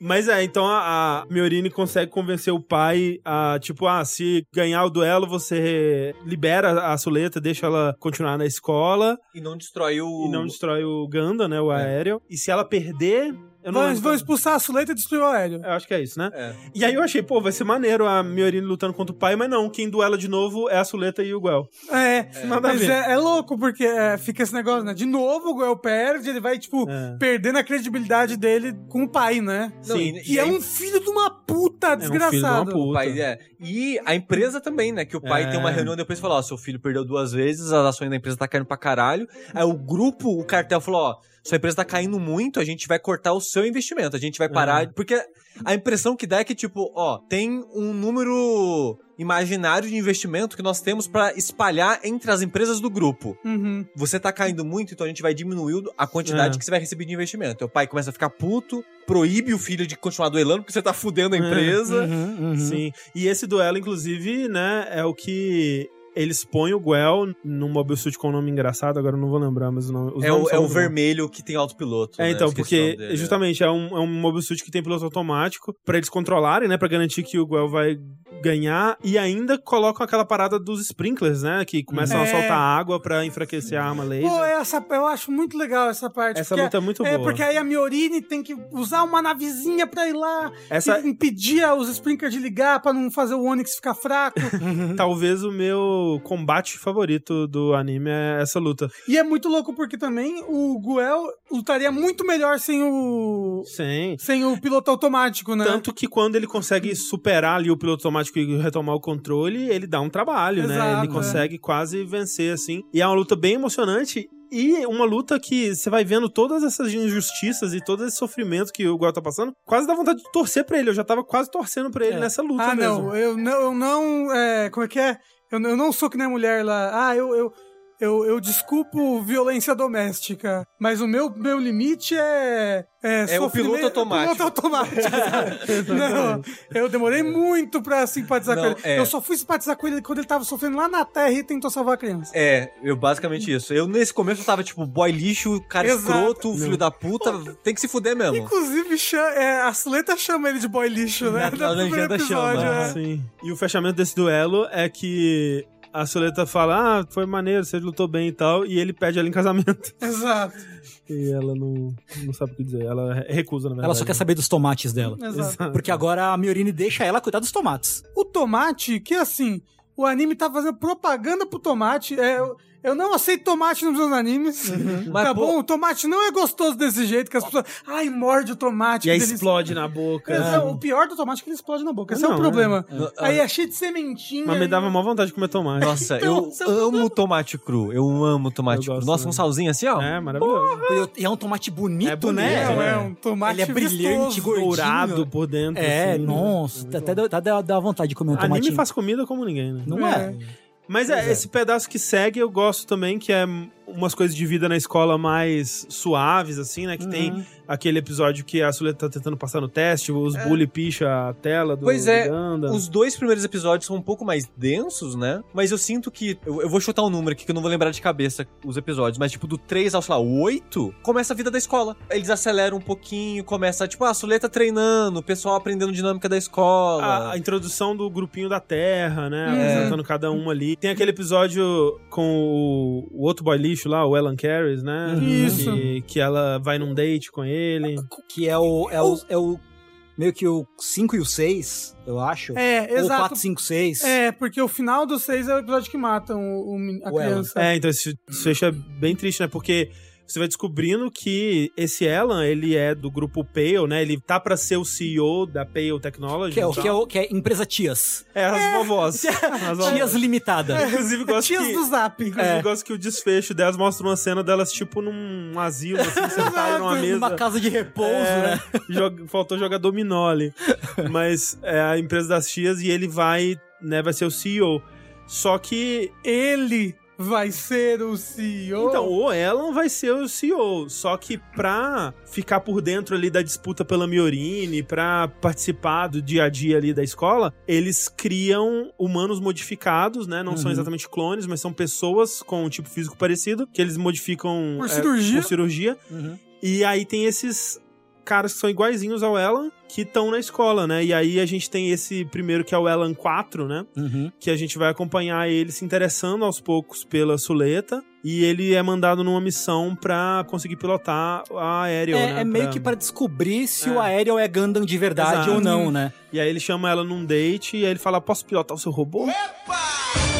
D: Mas é, então a, a Miorine consegue convencer o pai a, tipo, ah, se ganhar o duelo, você libera a Suleta, deixa ela continuar na escola
F: E não destrói o. É.
D: e não destrói o Ganda, né, o aéreo. E se ela perder... Eu não
E: Vão,
D: lembro-
E: vão expulsar a Suleta e destruir o Hélio.
D: Eu acho que é isso, né?
F: É.
D: E aí eu achei, pô, vai ser maneiro a Miorine lutando contra o pai, mas não, quem duela de novo é a Suleta e o Guel.
E: É,
D: Nada a
E: mas
D: ver.
E: é, é louco, porque é, fica esse negócio, né? De novo o Goel perde, ele vai, tipo,
D: É.
E: perdendo a credibilidade dele com o pai, né?
F: Não,
D: Sim.
E: E é um filho de uma puta
D: É um filho de uma
E: desgraçado.
F: O
D: puta.
F: pai, é. E a empresa também, né? Que o pai
D: É.
F: tem uma reunião depois e fala: ó, seu filho perdeu duas vezes, as ações da empresa tá caindo pra caralho. Aí o grupo, o cartel falou: ó, sua empresa tá caindo muito, a gente vai cortar o seu investimento, a gente vai
D: É.
F: parar. Porque a impressão que dá é que, tipo, ó, tem um número imaginário de investimento que nós temos pra espalhar entre as empresas do grupo.
E: Uhum.
F: Você tá caindo muito, então a gente vai diminuir a quantidade
D: É.
F: que você vai receber de investimento. Aí O pai começa a ficar puto, proíbe o filho de continuar duelando porque você tá
D: É.
F: fudendo a empresa.
E: Uhum,
F: Uhum.
D: Sim. E esse duelo, inclusive, né, é o que eles põem o Guel num mobile suit com um nome engraçado, agora eu não vou lembrar, mas o nome. os
F: É
D: nomes
F: o,
D: são
F: é o
D: muito bons.
F: vermelho que tem autopiloto.
D: É,
F: né?
D: então,
F: Esqueci o
D: porque
F: nome dele,
D: justamente é um, é um mobile suit que tem piloto automático pra eles controlarem, né, Pra garantir que o Guel vai ganhar e ainda colocam aquela parada dos sprinklers, né, que começam a
E: É.
D: soltar água pra enfraquecer a arma laser.
E: Pô, essa, eu acho muito legal essa parte.
D: Essa
E: porque
D: luta é muito
E: É,
D: boa.
E: porque aí a Miorine tem que usar uma navezinha pra ir lá,
D: Essa
E: que impedia os Sprinklers de ligar pra não fazer o Onix ficar fraco.
D: talvez o meu combate favorito do anime é essa luta.
E: e é muito louco porque também o Guel lutaria muito melhor sem o
D: Sim.
E: sem o piloto automático, né?
D: Tanto que quando ele consegue superar ali o piloto automático e retomar o controle, ele dá um trabalho, né?
E: Exato, é.
D: Ele consegue quase vencer, assim. E é uma luta bem emocionante. E uma luta que você vai vendo todas essas injustiças e todo esse sofrimento que o Guel tá passando, quase dá vontade de torcer pra ele. Eu já tava quase torcendo pra ele nessa luta
E: ah,
D: mesmo.
E: não, eu não, eu não, é, como é que é? Eu, eu não sou que nem a mulher lá. Ah, eu, eu, Eu, eu desculpo violência doméstica, mas o meu, meu limite é.
F: É o
E: sofrimento-
F: piloto automático.
E: piloto automático, sabe? Não, eu demorei muito pra simpatizar
F: Não,
E: com ele.
F: é.
E: Eu só fui simpatizar com ele quando ele tava sofrendo lá na terra e tentou salvar a criança.
F: É, eu basicamente isso. Eu nesse começo eu tava tipo, boy lixo, cara
E: Exato.
F: escroto, filho da puta, tem que se fuder mesmo.
E: Inclusive, cha- é, a Suleta chama ele de boy lixo, né?
F: Na-
E: No
F: na
E: primeiro
F: legenda chama. né?
E: episódio, é.
D: Ah, Sim. E o fechamento desse duelo é que a Soleta fala: Ah, foi maneiro, você lutou bem e tal. E ele pede ela em casamento.
E: é. Exato.
D: E ela não, não sabe o que dizer. Ela re- recusa, na verdade.
C: Ela só quer saber dos tomates dela.
E: Exato.
C: Porque agora a Miorine deixa ela cuidar dos tomates.
E: O tomate, que assim, o anime tá fazendo propaganda pro tomate. É, eu, eu não aceito tomate nos meus animes.
F: Mas,
E: tá
F: pô-
E: bom? O tomate não é gostoso desse jeito que as pessoas. Ai, morde o tomate.
D: E aí
E: que delícia."
D: explode na boca.
E: Mas, não, o pior do tomate é que ele explode na boca. Esse é
D: Não,
E: o
D: é.
E: problema.
F: É.
E: Aí é cheio de sementinha.
D: Mas me
E: e-
D: dava mó vontade de comer tomate.
F: Nossa,
E: Então,
F: eu amo tomate cru. Eu amo tomate
D: é um Eu gosto
F: cru. Nossa, um
D: também.
F: salzinho assim, ó.
D: É, maravilhoso.
C: E eu- E é um tomate bonito,
D: É bonito,
C: né?
E: Não, é um tomate
C: Ele é brilhante,
E: vistoso.
C: gordinho.
D: Tipo, Dourado por dentro.
C: É,
D: assim, né?
C: nossa, até dá, dá, dá vontade de comer um tomate.
D: Anime faz comida como ninguém, né?
C: Não é?
D: Mas é, esse pedaço que segue eu gosto também, que é umas coisas de vida na escola mais suaves, assim, né? Que
C: Hum.
D: tem aquele episódio que a Suleta tá tentando passar no teste, os bully picha a tela do
F: Pois é,
D: Gundam.
F: Os dois primeiros episódios são um pouco mais densos, né? Mas eu sinto que. Eu, eu vou chutar um número aqui que eu não vou lembrar de cabeça os episódios, mas tipo, do 3 ao, sei lá, 8, começa a vida da escola. Eles aceleram um pouquinho, começa, tipo, ah, a Suleta treinando, o pessoal aprendendo dinâmica da
D: A,
F: escola.
D: a introdução do grupinho da Terra, né?
E: Uhum.
D: Apresentando cada um ali. Tem aquele episódio com o, o outro boy lixo lá, o Alan Carries,
C: Uhum.
D: né?
E: Isso.
D: Que, que ela vai num date com ele.
C: Que é o, é o, é o- Meio que o 5 e o 6, eu acho.
E: É,
C: Ou
E: exato.
C: 4, 5, 6.
E: É, porque o final do 6 é o episódio que matam o, o men- a
C: O Ellen.
E: criança.
D: É, então esse desfecho é bem triste, né? Porque você vai descobrindo que esse Alan, ele é do grupo Pale, né? Ele tá pra ser o CEO da Pale Technology.
C: Que é, o,
D: então-
C: que, é o, que é empresa Tias.
D: É, as vovós. As vovós.
C: Tias Limitada.
D: Inclusive, gosto
E: Tias
D: que... É.
E: do Zap.
D: Inclusive,
C: É.
D: gosto que o desfecho delas mostra uma cena delas, tipo, num asilo, assim, sentadas numa mesa.
C: Uma casa de repouso,
D: É,
C: né?
D: joga- faltou jogar dominó ali. Mas é a empresa das tias e ele vai, né, vai ser o CEO. Só que
E: Ele vai ser o CEO.
D: Então, o Elon vai ser o CEO, só que pra ficar por dentro ali da disputa pela Miorine, pra participar do dia a dia ali da escola, eles criam humanos modificados, né? Não são
E: Uhum.
D: exatamente clones, mas são pessoas com um tipo físico parecido, que eles modificam...
E: Por
D: é,
E: cirurgia.
D: por cirurgia.
C: Uhum.
D: E aí tem esses caras que são iguaizinhos ao Elon, que estão na escola, né? E aí a gente tem esse primeiro que é o Elon 4, né?
C: Uhum.
D: que a gente vai acompanhar ele se interessando aos poucos pela Suleta. E ele é mandado numa missão pra conseguir pilotar a Aerial,
C: É,
D: né?
C: é meio
D: pra-
C: que pra descobrir se o
D: É.
C: Aerial é Gundam de verdade
D: Exato.
C: ou não, né?
D: E aí ele chama ela num date e aí ele fala, posso pilotar o seu robô? Epa!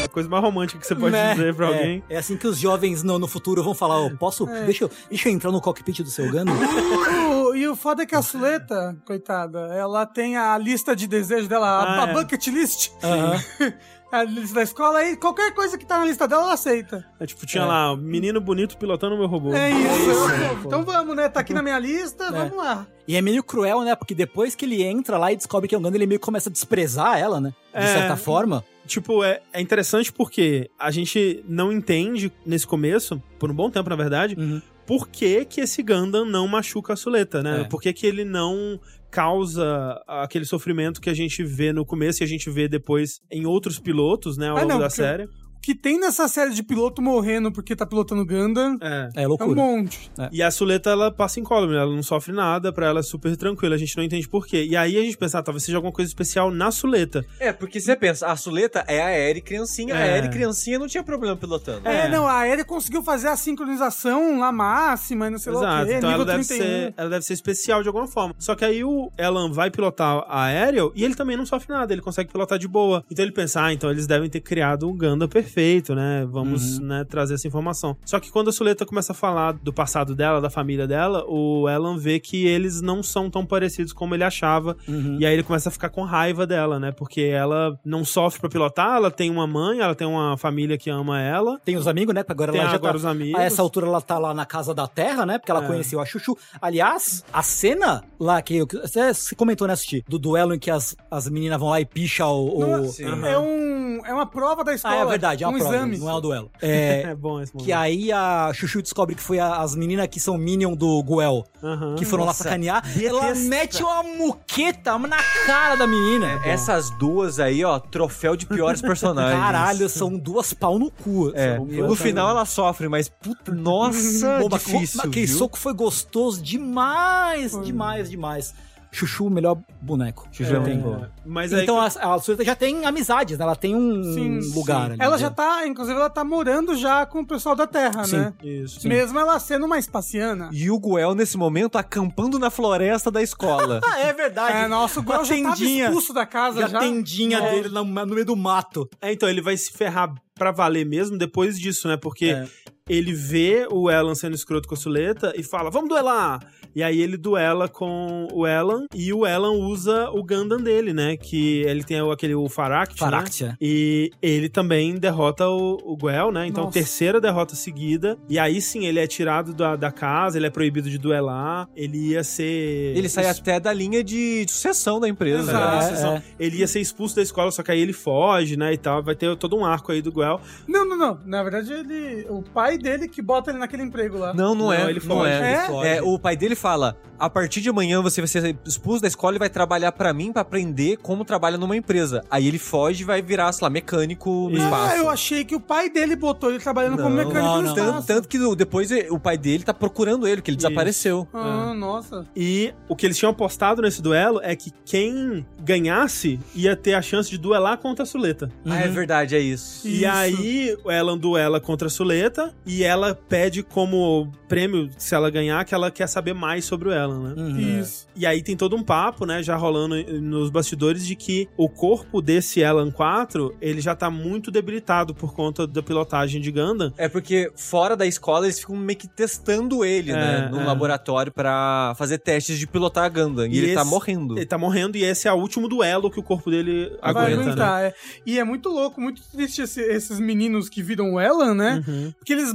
D: A coisa mais romântica que você pode
C: Né?
D: dizer pra
C: É,
D: alguém.
C: É, assim que os jovens no, no futuro vão falar, ó, posso...
E: É.
C: Deixa, eu, deixa eu entrar no cockpit do seu Gundam?
E: O- e o foda é que a Suleta, coitada, ela tem a lista de desejos dela, a,
D: Ah,
E: a
D: é.
E: bucket list.
C: Aham.
E: A lista da escola e qualquer coisa que tá na lista dela, ela aceita.
D: É, tipo, tinha lá, menino bonito pilotando meu robô.
E: É isso. então vamos, né? Tá aqui na minha lista, vamos lá.
C: E é meio cruel, né? Porque depois que ele entra lá e descobre que é um Gundam, ele meio que começa a desprezar ela, né? De
D: É.
C: certa forma.
D: Tipo, é, é interessante porque a gente não entende nesse começo, por um bom tempo na verdade,
C: Uhum.
D: por que, que esse Gundam não machuca a Suleta, né?
C: É.
D: Por que, que ele não causa aquele sofrimento que a gente vê no começo e a gente vê depois em outros pilotos, né, ao
E: Ah,
D: longo
E: não,
D: da
E: porque-
D: série.
E: O que tem nessa série de piloto morrendo porque tá pilotando Gundam
D: É.
C: É
E: é um
C: loucura.
E: monte.
D: E a Suleta, ela passa incólume, ela não sofre nada, pra ela é super tranquila, a gente não entende por quê. E aí a gente pensa, ah, talvez seja alguma coisa especial na Suleta.
F: É, porque você pensa, a Suleta é a Eri criancinha. A
D: É.
F: Eri criancinha não tinha problema pilotando.
E: É, não, a Aérea conseguiu fazer a sincronização lá máxima, e não sei lá o
D: Exato,
E: quê,
D: então ela
E: nível
D: deve,
E: 31.
D: ser, ela deve ser especial de alguma forma. Só que aí o Elan vai pilotar a Aerial e ele também não sofre nada, ele consegue pilotar de boa. Então ele pensa, ah, então eles devem ter criado um Ganda perfeito, né? Vamos
C: Uhum.
D: né, trazer essa informação. Só que quando a Suleta começa a falar do passado dela, da família dela, o Elan vê que eles não são tão parecidos como ele achava.
C: Uhum.
D: E aí ele começa a ficar com raiva dela, né? Porque ela não sofre pra pilotar, ela tem uma mãe, ela tem uma família que ama ela.
C: Tem os amigos, né? Porque Agora
D: Tem
C: ela já
D: agora
C: tá...
D: os amigos.
C: A essa altura ela tá lá na casa da Terra, né? Porque ela
D: É.
C: conheceu a Chuchu. Aliás, a cena lá que eu-
D: assim.
C: você você comentou, né, Sushi? Do duelo em que as, as meninas vão lá e picham o. o-
E: Não, é um. um- é uma prova da escola.
C: Ah, é verdade, é uma
E: um
C: prova,
E: exame.
C: não é um duelo. É,
D: É bom esse momento.
C: que aí a Chuchu descobre que foi a- as meninas que são Minion do Guel,
D: Aham.
C: que foram
F: Nossa,
C: lá sacanear. Ela
F: detesta-
C: mete uma muqueta na cara da menina.
F: Essas duas aí, ó, troféu de piores
C: é
F: personagens.
C: Caralho, são duas pau no cu.
F: É,
C: São
F: no final ela sofre, mas puta, nossa,
C: Pô, mas
F: difícil,
C: co- Aquele
F: viu?
C: soco foi gostoso demais, demais, demais. Chuchu, o melhor boneco. Chuchu
F: é muito
C: tem.
F: boa.
D: Mas aí
C: Então a, a Surita já tem amizades, né? Ela tem um
E: Sim, sim.
C: lugar ali.
E: Ela
C: né?
E: já tá, inclusive, ela tá morando já com o pessoal da Terra,
C: Sim.
E: né?
D: é Isso.
E: Mesmo ela sendo uma espaciana.
F: E o Guel, nesse momento, acampando na floresta da escola.
C: Ah, é verdade.
E: É, nossa, o
C: Uma
E: Gol já tava
C: tendinha.
E: expulso da casa
C: E
E: já. É.
C: a tendinha dele no, no meio do mato.
D: É, então, ele vai se ferrar pra valer mesmo depois disso, né? Porque
C: É.
D: ele vê o Elan sendo escroto com a Suleta e fala, vamos duelar! E aí ele duela com o Elan e o Elan usa o Gundam dele, né? Que ele tem o- aquele o Faract, né?
C: Faractia.
D: E ele também derrota o, o Guel, né? Então,
E: Nossa.
D: terceira derrota seguida. E aí sim, ele é tirado da, da casa, ele é proibido de duelar, ele ia ser.
F: Ele sai até da linha de sucessão da empresa.
E: Exato.
F: né?
E: É,
D: Exato. Ele ia ser expulso da escola, só que aí ele foge, né? E tal. Vai ter todo um arco aí do Guel.
E: Não, não, não. Na verdade, ele. O pai dele que bota ele naquele emprego lá.
F: Não, não,
D: Não,
F: é.
D: ele
F: não
D: foge,
F: é.
E: ele
F: É,
C: foge.
F: é, o pai dele fala: a partir de amanhã você vai ser expulso da escola e vai trabalhar pra mim pra aprender como trabalha numa empresa. Aí ele foge e vai virar, sei lá, mecânico no espaço. Ah,
E: Ah, eu achei que o pai dele botou ele trabalhando como um mecânico
C: não,
E: no
C: não.
E: espaço.
F: Tanto, tanto que o- depois eh, o pai dele tá procurando ele, que ele
D: Isso.
F: desapareceu.
E: Ah, nossa.
D: E o que eles tinham apostado nesse duelo é que quem ganhasse ia ter a chance de duelar contra a Suleta.
F: Ah, é verdade, é isso.
D: E
E: Isso.
D: aí, o Elan duela contra a Suleta e ela pede como prêmio, se ela ganhar, que ela quer saber mais sobre o Elan, né?
F: Uhum.
E: Isso.
D: E aí tem todo um papo, né, já rolando nos bastidores de que o corpo desse Elan 4, ele já tá muito debilitado por conta da pilotagem de Gundam.
F: É porque fora da escola eles ficam meio que testando ele, né?
D: É,
F: Num
D: é.
F: laboratório pra fazer testes de pilotar a Gundam. E,
D: E
F: ele tá
D: esse-
F: morrendo.
D: Ele tá morrendo e esse é o último duelo que o corpo dele
E: Vai
D: aguenta, né?
E: aguentar, é. E é muito louco, muito triste esse- esses meninos que viram o Elan, né? Porque eles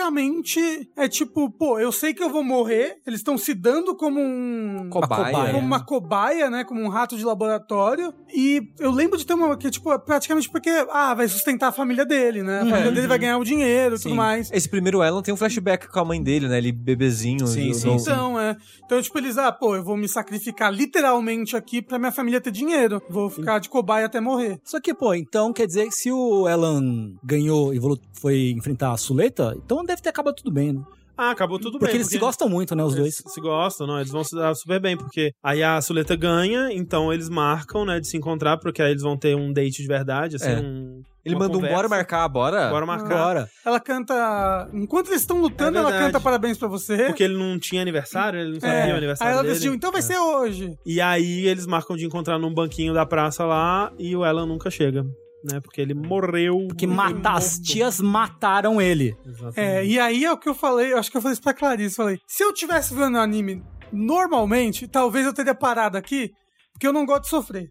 E: basicamente é tipo, pô, eu sei que eu vou morrer, eles estão se dando como um.
F: Cobaia.
D: É.
E: Como uma cobaia, né? Como um rato de laboratório. E eu lembro de ter uma que, tipo, é praticamente porque, ah, vai sustentar a família dele, né? A
D: Uhum.
E: família dele vai ganhar o dinheiro e tudo mais.
F: Esse primeiro Elan tem um flashback com a mãe dele, né? Ele bebezinho.
C: Sim,
F: do-
C: sim,
F: do-
E: Então, é. Então, tipo, eles, ah, pô, eu vou me sacrificar literalmente aqui pra minha família ter dinheiro. Vou ficar de cobaia até morrer.
C: Só que, pô, então quer dizer que se o Elan ganhou e volu- foi enfrentar a Suleta, então deve ter acabado tudo bem, né?
D: Ah, acabou tudo
C: Porque
D: bem.
C: eles se gostam muito, né, os
D: Eles
C: dois.
D: se gostam, não, eles vão se dar super bem, porque aí a Suleta ganha, então eles marcam, né, de se encontrar, porque aí eles vão ter um date de verdade, assim,
F: É.
D: um...
F: Ele
D: uma
F: manda um
D: conversa.
F: bora marcar, bora.
D: Bora marcar.
C: Agora.
E: Ela canta. Enquanto eles estão lutando,
D: É
E: ela
D: verdade.
E: canta parabéns pra você.
D: Porque ele não tinha aniversário, ele não sabia
E: É.
D: o
E: Aí
D: aniversário
E: ela
D: dele. É.
E: decidiu, então vai ser hoje.
D: E aí eles marcam de encontrar num banquinho da praça lá e o Elan nunca chega, né, porque ele morreu.
C: Porque
D: Ele
C: matar, as
D: morto.
C: tias mataram ele.
E: É, e aí é o que eu falei, eu acho que eu falei isso pra Clarice, eu falei, se eu tivesse vendo anime normalmente, talvez eu teria parado aqui, porque eu não gosto de sofrer,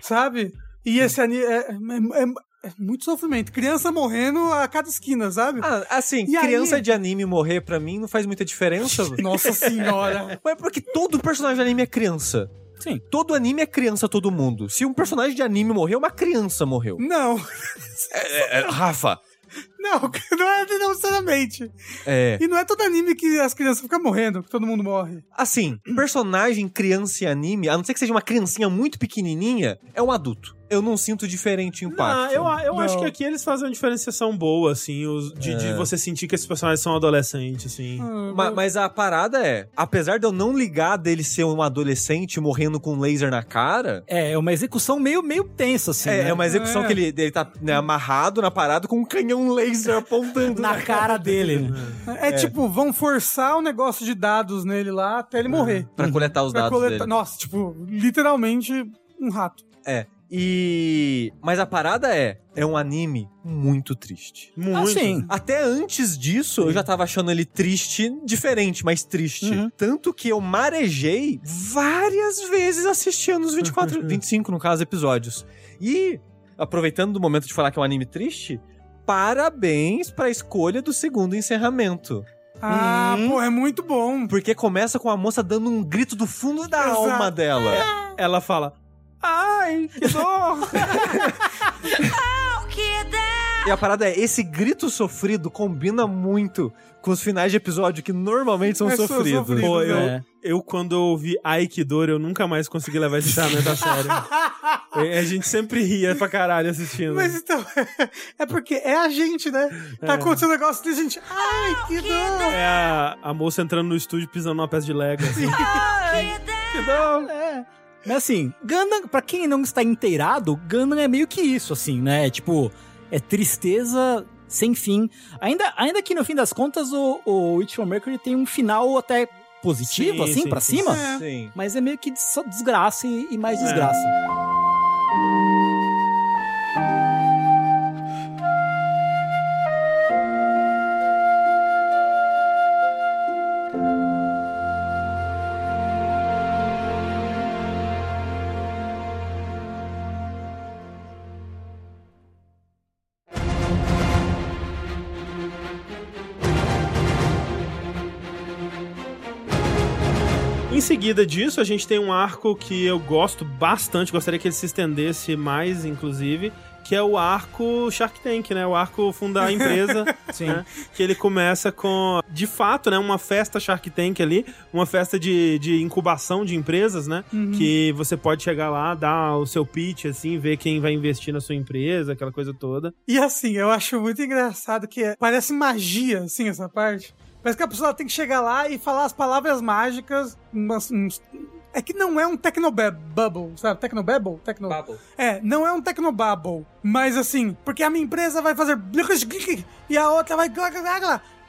E: sabe? E esse anime é, é- é- é muito sofrimento, criança morrendo a cada esquina, sabe?
F: Ah, assim,
E: E aí?
F: criança de anime morrer pra mim não faz muita diferença.
E: Nossa senhora.
F: Mas é porque todo personagem de anime é criança.
C: Sim.
F: Todo anime é criança, todo mundo. Se um personagem de anime morreu, uma criança morreu.
E: Não,
F: É, é, Rafa.
E: não, não é não, sinceramente.
F: É.
E: E não é todo anime que as crianças ficam morrendo, que todo mundo morre.
F: Assim, personagem, criança e anime, a não ser que seja uma criancinha muito pequenininha, é um adulto. Eu não sinto diferente o
D: Ah,
F: impacto.
D: eu, eu acho
E: Não. É.
D: que aqui eles fazem uma diferenciação boa, assim, os- de, de você sentir que esses personagens são adolescentes, assim.
E: Ah.
F: Ma- mas a parada é, apesar de eu não ligar dele ser um adolescente morrendo com um laser na cara,
C: É, é uma execução meio, meio tensa, assim.
F: é,
C: né?
F: é uma execução
E: É.
F: que ele, ele tá né, amarrado na parada com um canhão laser apontando né?
C: Na cara dele.
E: É, tipo, vão forçar o negócio de dados nele lá até ele morrer.
F: pra coletar os
E: Pra
F: dados
E: coletar-
F: dele.
E: Nossa, tipo, literalmente um rato.
F: É. E mas a parada é, é um anime muito
E: Hum.
F: triste.
D: Muito.
C: Assim.
F: Até antes disso, eu já tava achando ele triste, diferente, mas triste.
E: Uhum.
F: Tanto que eu marejei várias vezes assistindo os 24, 25, no caso, episódios. E, aproveitando do momento de falar que é um anime triste, parabéns pra escolha do segundo encerramento.
E: Ah,
F: Uhum.
E: pô, é muito bom.
F: Porque começa com a moça dando um grito do fundo da
E: Exato. É.
F: alma dela.
D: Ela fala, ai, que dor!
F: E a parada é, esse grito sofrido combina muito com os finais de episódio que normalmente são
E: É, são
F: sofridos.
E: sofridos, né?
F: Pô, eu-
C: É.
D: Eu, quando eu ouvi Aikidoro, eu nunca mais consegui levar esse encerramento a sério. Eu- A gente sempre ria pra caralho assistindo.
E: Mas então, é porque é a gente, né?
F: É.
E: Tá acontecendo um negócio de gente. Ai, que dor!
D: É a, a moça entrando no estúdio pisando numa peça de Lego. Assim.
C: Mas assim, Gundam, pra quem não está inteirado, Gundam é meio que isso, assim, né? Tipo, é tristeza sem fim. Ainda, ainda que no fim das contas o, o Witch for Mercury tem um final até positivo,
D: Sim,
C: assim,
D: sim,
C: pra
D: sim,
C: cima.
F: Sim.
C: Mas é meio que só desgraça e, e mais desgraça.
D: Em seguida disso, a gente tem um arco que eu gosto bastante, gostaria que ele se estendesse mais, inclusive, que é o arco Shark Tank, né? O arco fundar a empresa, né? Que ele começa com, de fato, né, uma festa Shark Tank ali, uma festa de, de incubação de empresas, né?
F: Uhum.
D: Que você pode chegar lá, dar o seu pitch, assim, ver quem vai investir na sua empresa, aquela coisa toda.
E: E assim, eu acho muito engraçado que é- parece magia, assim, essa parte. Parece que a pessoa tem que chegar lá e falar as palavras mágicas. umas- uns- é que não é um Tecnobubble, sabe? Tecnobubble? Tecno... É, não é um Tecnobubble. Mas assim, porque a minha empresa vai fazer... E a outra vai...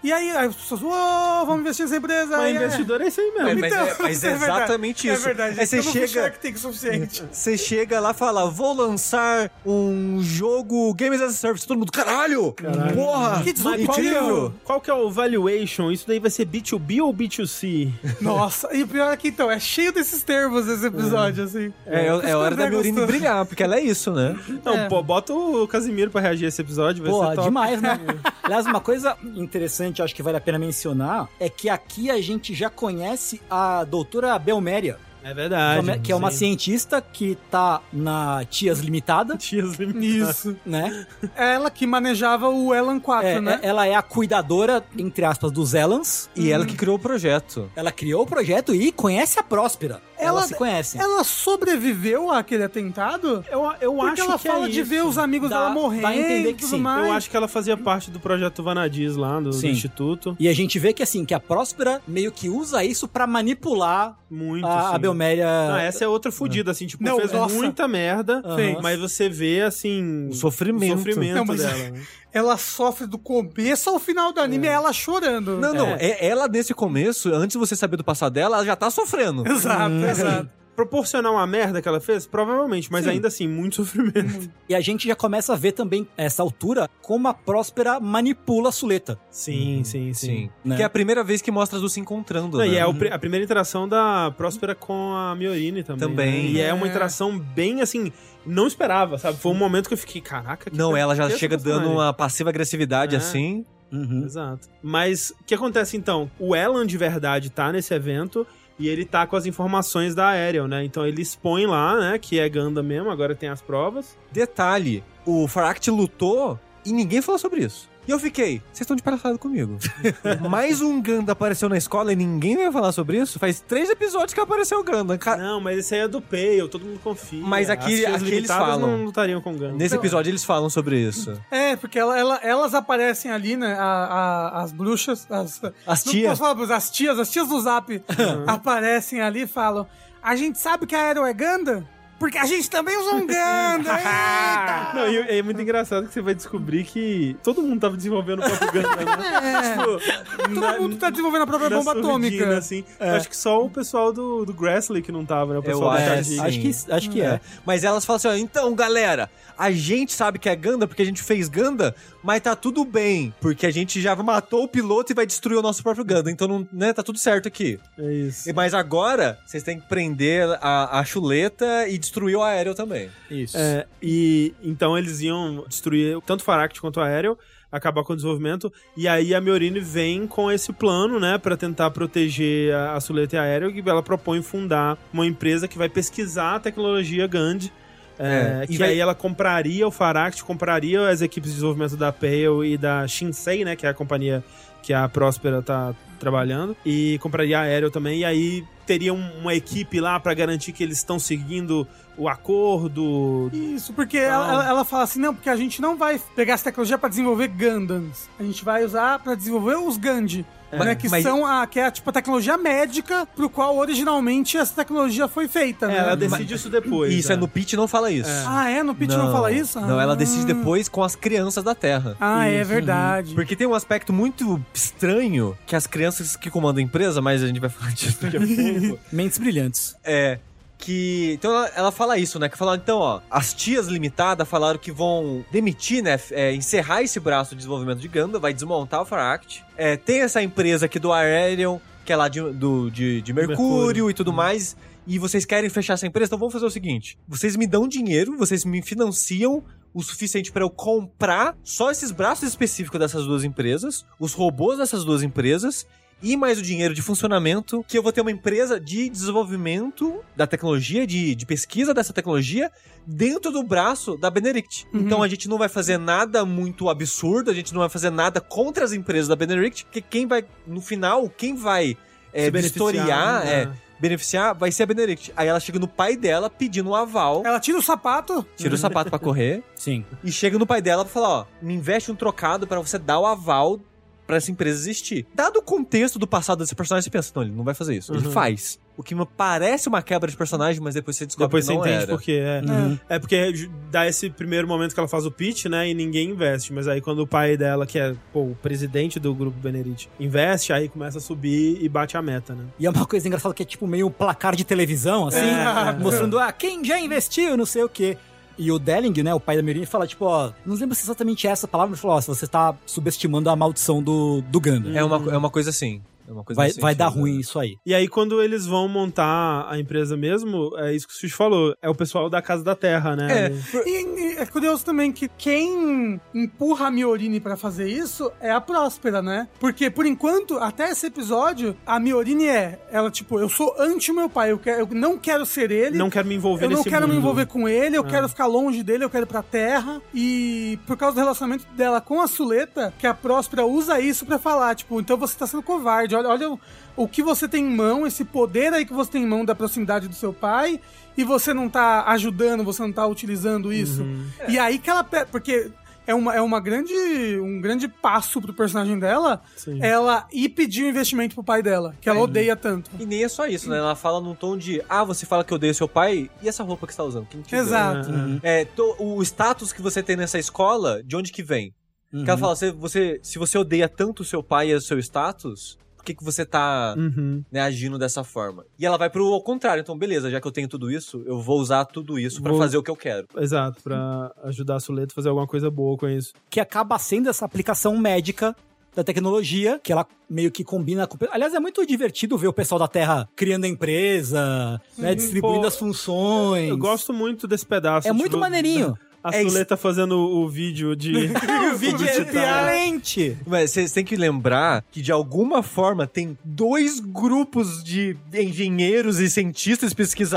E: E aí as pessoas... Uou, vamos investir nessa empresa.
D: Mas
E: e-
D: investidor é isso aí mesmo.
F: Ah, É, mas é- mas é
E: verdade.
F: exatamente isso.
E: É verdade.
F: Aí você
E: eu não fui
F: chega-
E: Shark Tank o suficiente.
F: Você chega lá e fala, vou lançar um jogo Games as a Service. Todo mundo, caralho! Porra!
E: Que
D: Mas qual, que é o,
F: incrível!
D: qual que é o valuation? Isso daí vai ser B2B ou B2C?
E: Nossa, e o pior é que então, é cheio desses termos esse episódio, assim.
F: É, é hora da
E: Super
F: Miorine
E: gostoso.
F: brilhar, porque ela é isso, né?
D: Não, pô, bota o Casimiro pra reagir a esse episódio, vai
C: Pô,
D: ser é top.
C: demais, né? Aliás, uma coisa interessante, acho que vale a pena mencionar, é que aqui a gente já conhece a doutora Belméria,
D: É verdade.
C: que é uma
D: sim.
C: cientista que tá na Tias Limitada,
D: Tias limitadas.
E: Isso.
C: né?
E: Ela que manejava o Elan 4,
C: É,
E: né?
C: é- Ela é a cuidadora, entre aspas, dos Elans.
F: E
D: Uhum.
F: ela que criou o projeto.
C: Ela criou o projeto e conhece a Próspera. Ela,
E: Ela-
C: se conhece.
E: Ela sobreviveu àquele atentado?
D: Eu, eu
E: Porque
D: acho
E: ela
D: que
E: fala
D: é
E: de
D: isso.
E: ver os amigos
C: Dá-
E: dela
C: dá a
E: morrendo
C: entender que
E: e tudo
C: sim. Eu
E: mais.
D: Eu acho que ela fazia parte do projeto Vanadis lá, do, do
C: Sim.
D: Instituto.
C: E a gente vê que, assim, que a Próspera meio que usa isso pra manipular
D: Muito,
C: a, a
D: sim.
C: Belméria.
D: Não, essa é outra fudida, assim, tipo,
E: Não,
D: fez
E: nossa.
D: muita merda,
C: Aham.
D: mas você vê, assim...
F: O sofrimento.
D: o sofrimento
E: Não, mas-
D: dela. né?
E: Ela sofre do começo ao final do anime, é. ela chorando.
F: Não, não. É. ela, nesse começo, antes de você saber do passado dela, ela já tá sofrendo.
E: Exato, exato.
D: Proporcional à merda que ela fez? Provavelmente, mas ainda assim, muito sofrimento.
C: E a gente já começa a ver também, a essa altura, como a Próspera manipula a Suleta.
D: Sim, sim,
F: Sim.
C: Né?
F: Que é a primeira vez que mostra as duas se encontrando.
D: Não,
F: né?
D: e é o pri- a primeira interação da Próspera com a Miorine também.
F: Também.
D: né? E é uma interação bem assim, não esperava, sabe? Foi um momento que eu fiquei, caraca, que
F: Não,
D: per-
F: ela já
D: que esse
F: chega dando
D: personagem.
F: uma passiva agressividade
D: É.
F: assim.
D: Exato. Mas o que acontece então? O Elan de verdade tá nesse evento e ele tá com as informações da Aerial, né? Então ele expõe lá, né? Que é Ganda mesmo, agora tem as provas.
F: Detalhe: o Faract lutou e ninguém falou sobre isso. E eu fiquei, vocês estão de palhaçada comigo. Mais um Ganda apareceu na escola e ninguém vai falar sobre isso? Faz três episódios que apareceu o Ganda. Ca-
D: Não, mas esse aí é do Pale, todo mundo confia.
F: Ah. Mas aqui-
D: As tias
F: aqui eles
D: limitadas
F: falam.
D: não lutariam com Ganda.
F: Nesse episódio eles falam sobre isso.
E: É, porque ela- ela- elas aparecem ali, né? a- a- as bruxas, as,
F: As
E: Não
F: tias.
E: posso falar, mas as tias, as tias do Zap aparecem ali e falam: A gente sabe que a Aero é Ganda? Porque a gente também usa um Ganda! Eita!
D: Não, e é muito engraçado que você vai descobrir que todo mundo tava desenvolvendo o próprio Gundam. Né? Tipo,
E: É. Todo
D: na-
E: mundo tá desenvolvendo a própria
D: na
E: bomba
D: surdina,
E: atômica.
D: Assim. Eu Acho que só o pessoal do, do Grassley que não tava, né? O pessoal
F: Eu
D: da
F: acho,
D: Tajik.
F: sim.
C: Acho que, acho que é.
F: É. Mas elas falam assim: ó, então, galera, a gente sabe que é Ganda porque a gente fez Ganda, mas tá tudo bem, porque a gente já matou o piloto e vai destruir o nosso próprio Ganda, então não, né, tá tudo certo aqui.
D: É isso.
F: E- Mas agora, vocês têm que prender a, a chuleta e destruir o aéreo também.
C: Isso.
D: É, e então eles iam destruir tanto o Faract quanto o Aéreo, acabar com o desenvolvimento. E aí a Miorine vem com esse plano, né, Pra tentar proteger a, a Suleta e a Aéreo, que ela propõe fundar uma empresa que vai pesquisar a tecnologia Gand. É, que
F: e vai-
D: aí ela compraria o Faract, compraria as equipes de desenvolvimento da Pale e da Shinsei, né? Que é a companhia que a Próspera tá trabalhando. E compraria a Aerial também. E aí teria um- uma equipe lá pra garantir que eles estão seguindo o acordo.
E: Isso, porque
F: Então-
E: ela, ela- ela fala assim, não, porque a gente não vai pegar essa tecnologia pra desenvolver Gundams. A gente vai usar pra desenvolver os Gandhi. Né,
F: Mas-
E: que
F: É, mas-
E: são a, que é a, tipo, a tecnologia médica pro qual originalmente essa tecnologia foi
F: É,
E: feita. né?
D: ela decide isso depois. né?
F: Isso, é no pitch não fala isso.
E: Ah, é? No pitch não, fala isso?
F: Não, ela
E: Ah.
F: decide depois com as crianças da Terra.
E: Ah, é verdade.
F: Porque tem um aspecto muito estranho que as crianças que comandam a empresa, mas a gente vai falar disso daqui a pouco.
C: Mentes brilhantes.
F: É. Que. Então ela, ela fala isso, né? Que fala, então, ó, as tias limitada falaram que vão demitir, né? f- é, encerrar esse braço de desenvolvimento de Ganda, vai desmontar o Faract. É, tem essa empresa aqui do Aerion, que é lá de, do, de, de Mercúrio, Hum.
D: Mercúrio.
F: e tudo mais. E vocês querem fechar essa empresa? Então vamos fazer o seguinte: vocês me dão dinheiro, vocês me financiam o suficiente pra eu comprar só esses braços específicos dessas duas empresas, os robôs dessas duas empresas e mais o dinheiro de funcionamento, que eu vou ter uma empresa de desenvolvimento da tecnologia, de, de pesquisa dessa tecnologia, dentro do braço da Benedict.
D: Uhum.
F: Então a gente não vai fazer nada muito absurdo, a gente não vai fazer nada contra as empresas da Benedict, porque quem vai, no final, quem vai é,
D: Se beneficiar,
F: vistoriar,
D: né?
F: é, beneficiar, vai ser a Benedict. Aí ela chega no pai dela pedindo um aval,
E: Ela tira o sapato.
F: tira o sapato pra correr,
C: Sim.
F: e chega no pai dela pra falar, ó, me investe um trocado pra você dar o aval pra essa empresa existir. Dado o contexto do passado desse personagem, você pensa, não, ele não vai fazer isso. Ele faz. O que me parece uma quebra de personagem, mas depois você descobre
D: Depois
F: que
D: você
F: não
D: entende
F: era.
D: por quê. É.
C: Uhum.
D: É porque ju- dá esse primeiro momento que ela faz o pitch, né? E ninguém investe. Mas aí quando o pai dela, que é pô, o presidente do grupo Benedict, investe, aí começa a subir e bate a meta, né?
C: E é uma coisa engraçada que é tipo meio placar de televisão, assim,
D: É.
C: mostrando, ah, quem já investiu, não sei o quê. E o Delling, né, o pai da Mirinha, fala, tipo, ó, não lembro se exatamente essa palavra, mas falou, ó, se você tá subestimando a maldição do, do Ganda.
F: É uma, é uma coisa assim. É uma coisa
C: Vai,
F: nesse
C: vai dar
F: sentido,
C: ruim
F: né?
C: isso aí.
D: E aí, quando eles vão montar a empresa mesmo, é isso que o Sushi falou. É o pessoal da Casa da Terra, né?
F: É, por-
E: E, e é curioso também que quem empurra a Miorine pra fazer isso é a Próspera, né? Porque, por enquanto, até esse episódio, a Miorine é... Ela, tipo, eu sou anti meu pai, eu, quero, eu não quero ser ele.
D: Não quero me envolver
E: eu não
D: nesse
E: quero
D: mundo.
E: me
D: Ah.
E: envolver com ele, eu quero ficar longe dele, eu quero ir pra terra. E por causa do relacionamento dela com a Suleta, que a Próspera usa isso pra falar, tipo, então você tá sendo covarde, olha, olha o, o que você tem em mão, esse poder aí que você tem em mão da proximidade do seu pai, e você não tá ajudando, você não tá utilizando
D: Uhum.
E: isso. E aí que ela. pe- Porque. É, uma, é uma grande, um grande passo pro personagem dela
D: Sim.
E: ela ir pedir um investimento pro pai dela, que ela odeia tanto.
F: E nem é só isso, né? Ela fala num tom de, ah, você fala que eu odeio seu pai, e essa roupa que você tá usando? Quem te deu, né?
E: Exato.
F: É, to- o status que você tem nessa escola, de onde que vem?
C: Uhum.
D: Uhum.
F: Que ela fala, "Você- você, se você odeia tanto o seu pai e o seu status, por que, que você tá
D: Uhum.
F: né, agindo dessa forma? E ela vai pro ao contrário, então beleza, já que eu tenho tudo isso, eu vou usar tudo isso pra
D: Vou-
F: fazer o que eu quero.
D: Exato, pra ajudar a Suleta a fazer alguma coisa boa com isso.
C: Que acaba sendo essa aplicação médica da tecnologia, que ela meio que combina com... Aliás, é muito divertido ver o pessoal da Terra criando a empresa, né, distribuindo
D: Uhum. pô,
C: as
E: É
C: funções.
D: Eu gosto muito desse pedaço.
C: É muito
D: tipo,
C: maneirinho.
D: A
F: É
D: Suleta fazendo o vídeo de.
C: O vídeo é excelente.
F: Mas vocês têm que lembrar que, de alguma forma, tem dois grupos de engenheiros e cientistas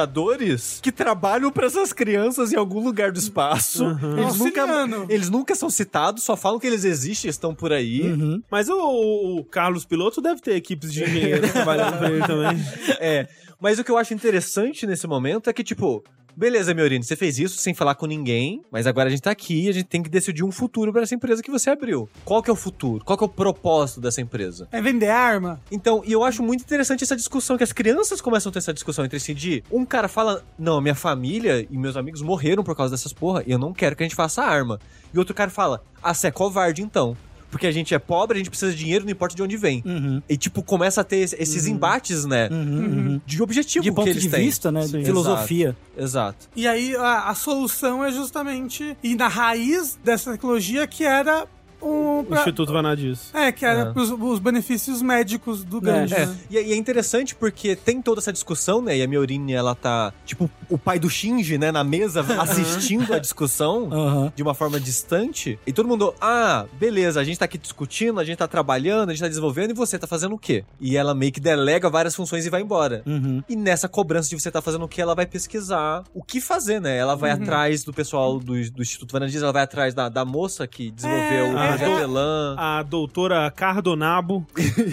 F: pesquisadores que trabalham pra essas crianças em algum lugar do espaço. Eles, nunca,
E: Auxiliando.
F: eles nunca são citados, só falam que eles existem, estão por aí.
C: Uhum.
D: Mas o, o- o Carlos Piloto deve ter equipes de engenheiro trabalhando pra ele também.
F: É, mas o que eu acho interessante nesse momento é que, tipo, beleza, Miorine, você fez isso sem falar com ninguém, mas agora a gente tá aqui e a gente tem que decidir um futuro pra essa empresa que você abriu. Qual que é o futuro? Qual que é o propósito dessa empresa?
E: É vender arma?
F: Então, e eu acho muito interessante essa discussão, que as crianças começam a ter essa discussão entre si de um cara fala, não, minha família e meus amigos morreram por causa dessas porra, e eu não quero que a gente faça arma. E outro cara fala, ah, você é covarde então. Porque a gente é pobre, a gente precisa de dinheiro, não importa de onde vem.
C: Uhum.
F: E, tipo, começa a ter es- esses embates, né? De objetivo
C: De ponto
F: que eles
C: de
F: têm.
C: vista, né,
D: Sim.
C: filosofia.
F: Exato.
E: E aí a, a solução é justamente ir na raiz dessa tecnologia que era um.
D: O
E: pra-
D: Instituto Vanadis.
E: é, que era
F: É.
E: pros- os benefícios médicos do Gandhi.
F: É,
E: né?
F: e é e é interessante porque tem toda essa discussão, né? E a Miorine, ela tá, tipo, o pai do Shinji, né, na mesa, assistindo a discussão
C: Aham.
F: de uma forma distante. E todo mundo, ah, beleza, a gente tá aqui discutindo, a gente tá trabalhando, a gente tá desenvolvendo, e você tá fazendo o quê? E ela meio que delega várias funções e vai embora.
C: Uhum.
F: E nessa cobrança de você tá fazendo o que, ela vai pesquisar o que fazer, né? Ela
D: Uhum.
F: vai atrás do pessoal do, do Instituto Varandias, ela vai atrás da, da moça que desenvolveu o
D: é,
F: projeto
D: é.
F: Elan.
D: A doutora Cardonabo.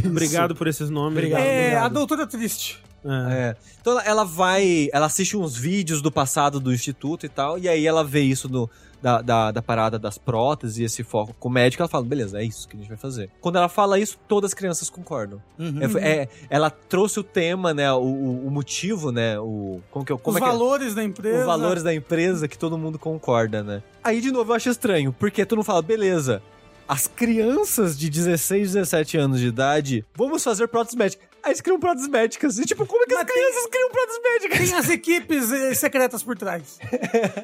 D: Obrigado por esses nomes.
C: Obrigado.
E: É, a doutora triste.
D: É.
F: É. Então ela, ela vai. Ela assiste uns vídeos do passado do instituto e tal, e aí ela vê isso no, da, da, da parada das próteses e esse foco com o médico. Ela fala, beleza, é isso que a gente vai fazer. Quando ela fala isso, todas as crianças concordam.
C: Uhum.
F: É, foi- é, ela trouxe o tema, né? O, o- o motivo, né? O, como que, é- como
E: Os
F: é que é?
E: valores da empresa.
F: Os valores da empresa que todo mundo concorda, né? Aí, de novo, eu acho estranho, porque tu não fala, beleza, as crianças de 16, 17 anos de idade, vamos fazer próteses médicas. Aí eles criam próteses médicas. E, tipo, como é que as crianças criam próteses médicas?
E: Tem as equipes eh, secretas por trás.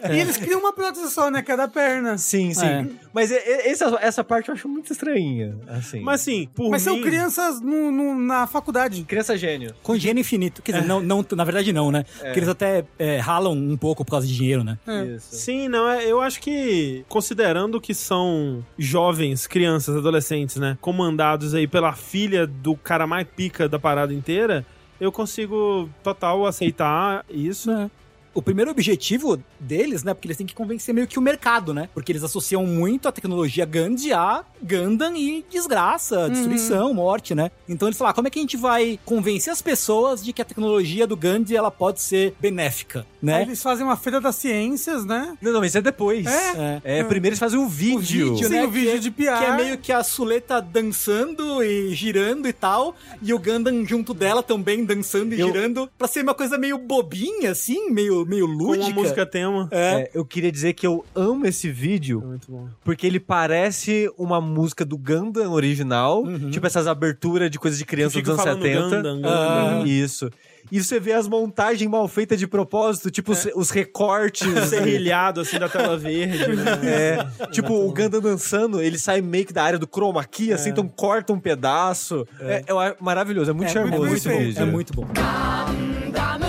E: E eles criam uma prótese só, né? Cada perna.
F: Sim, sim.
C: É.
F: Mas e- e- essa, essa parte eu acho muito estranhinha, assim.
D: Mas assim, por
E: Mas são
D: mim-
E: crianças no- no- na faculdade.
F: criança gênio.
C: Com gênio infinito. Quer dizer, não, não, na verdade não, né? Porque eles até é, ralam um pouco por causa de dinheiro, né?
F: Isso.
D: Sim, não, é- eu acho que, considerando que são jovens, crianças, adolescentes, né, comandados aí pela filha do cara mais pica da parada inteira, eu consigo total aceitar isso.
C: É. O primeiro objetivo deles, né? Porque eles têm que convencer meio que o mercado, né? Porque eles associam muito a tecnologia Gandhi a Gundam e desgraça, destruição, morte, né? Então eles falam, ah, como é que a gente vai convencer as pessoas de que a tecnologia do Gandhi, ela pode ser benéfica,
E: Aí
C: né?
E: eles fazem uma feira das ciências, né?
F: Não, não, mas isso é depois.
E: É?
F: É, primeiro eles fazem um vídeo.
C: vídeo,
E: Tem
C: né,
E: o vídeo de PR.
C: Que é meio que a Suleta dançando e girando e tal, e o Gundam junto dela também dançando e
F: Eu-
C: girando, pra ser uma coisa meio bobinha, assim, meio, meio
D: Com
C: lúdica.
D: uma música tema.
C: É.
F: É, eu queria dizer que eu amo esse vídeo
D: Muito bom.
F: Porque ele parece uma música do Gundam original, tipo essas aberturas de coisas de criança dos
D: Fica
F: anos
D: falando
F: 70.
D: Gundam, Gundam.
F: Ah, Isso. E você vê as montagens mal feitas de propósito, tipo os, os recortes.
D: Serrilhado, assim, da tela verde. né?
F: É, tipo, o Gundam dançando, ele sai meio que da área do chroma key, assim, então corta um pedaço. É, é uma- maravilhoso, é muito charmoso
E: muito
F: esse
E: bem
F: vídeo.
C: É muito bom.
I: ガンダム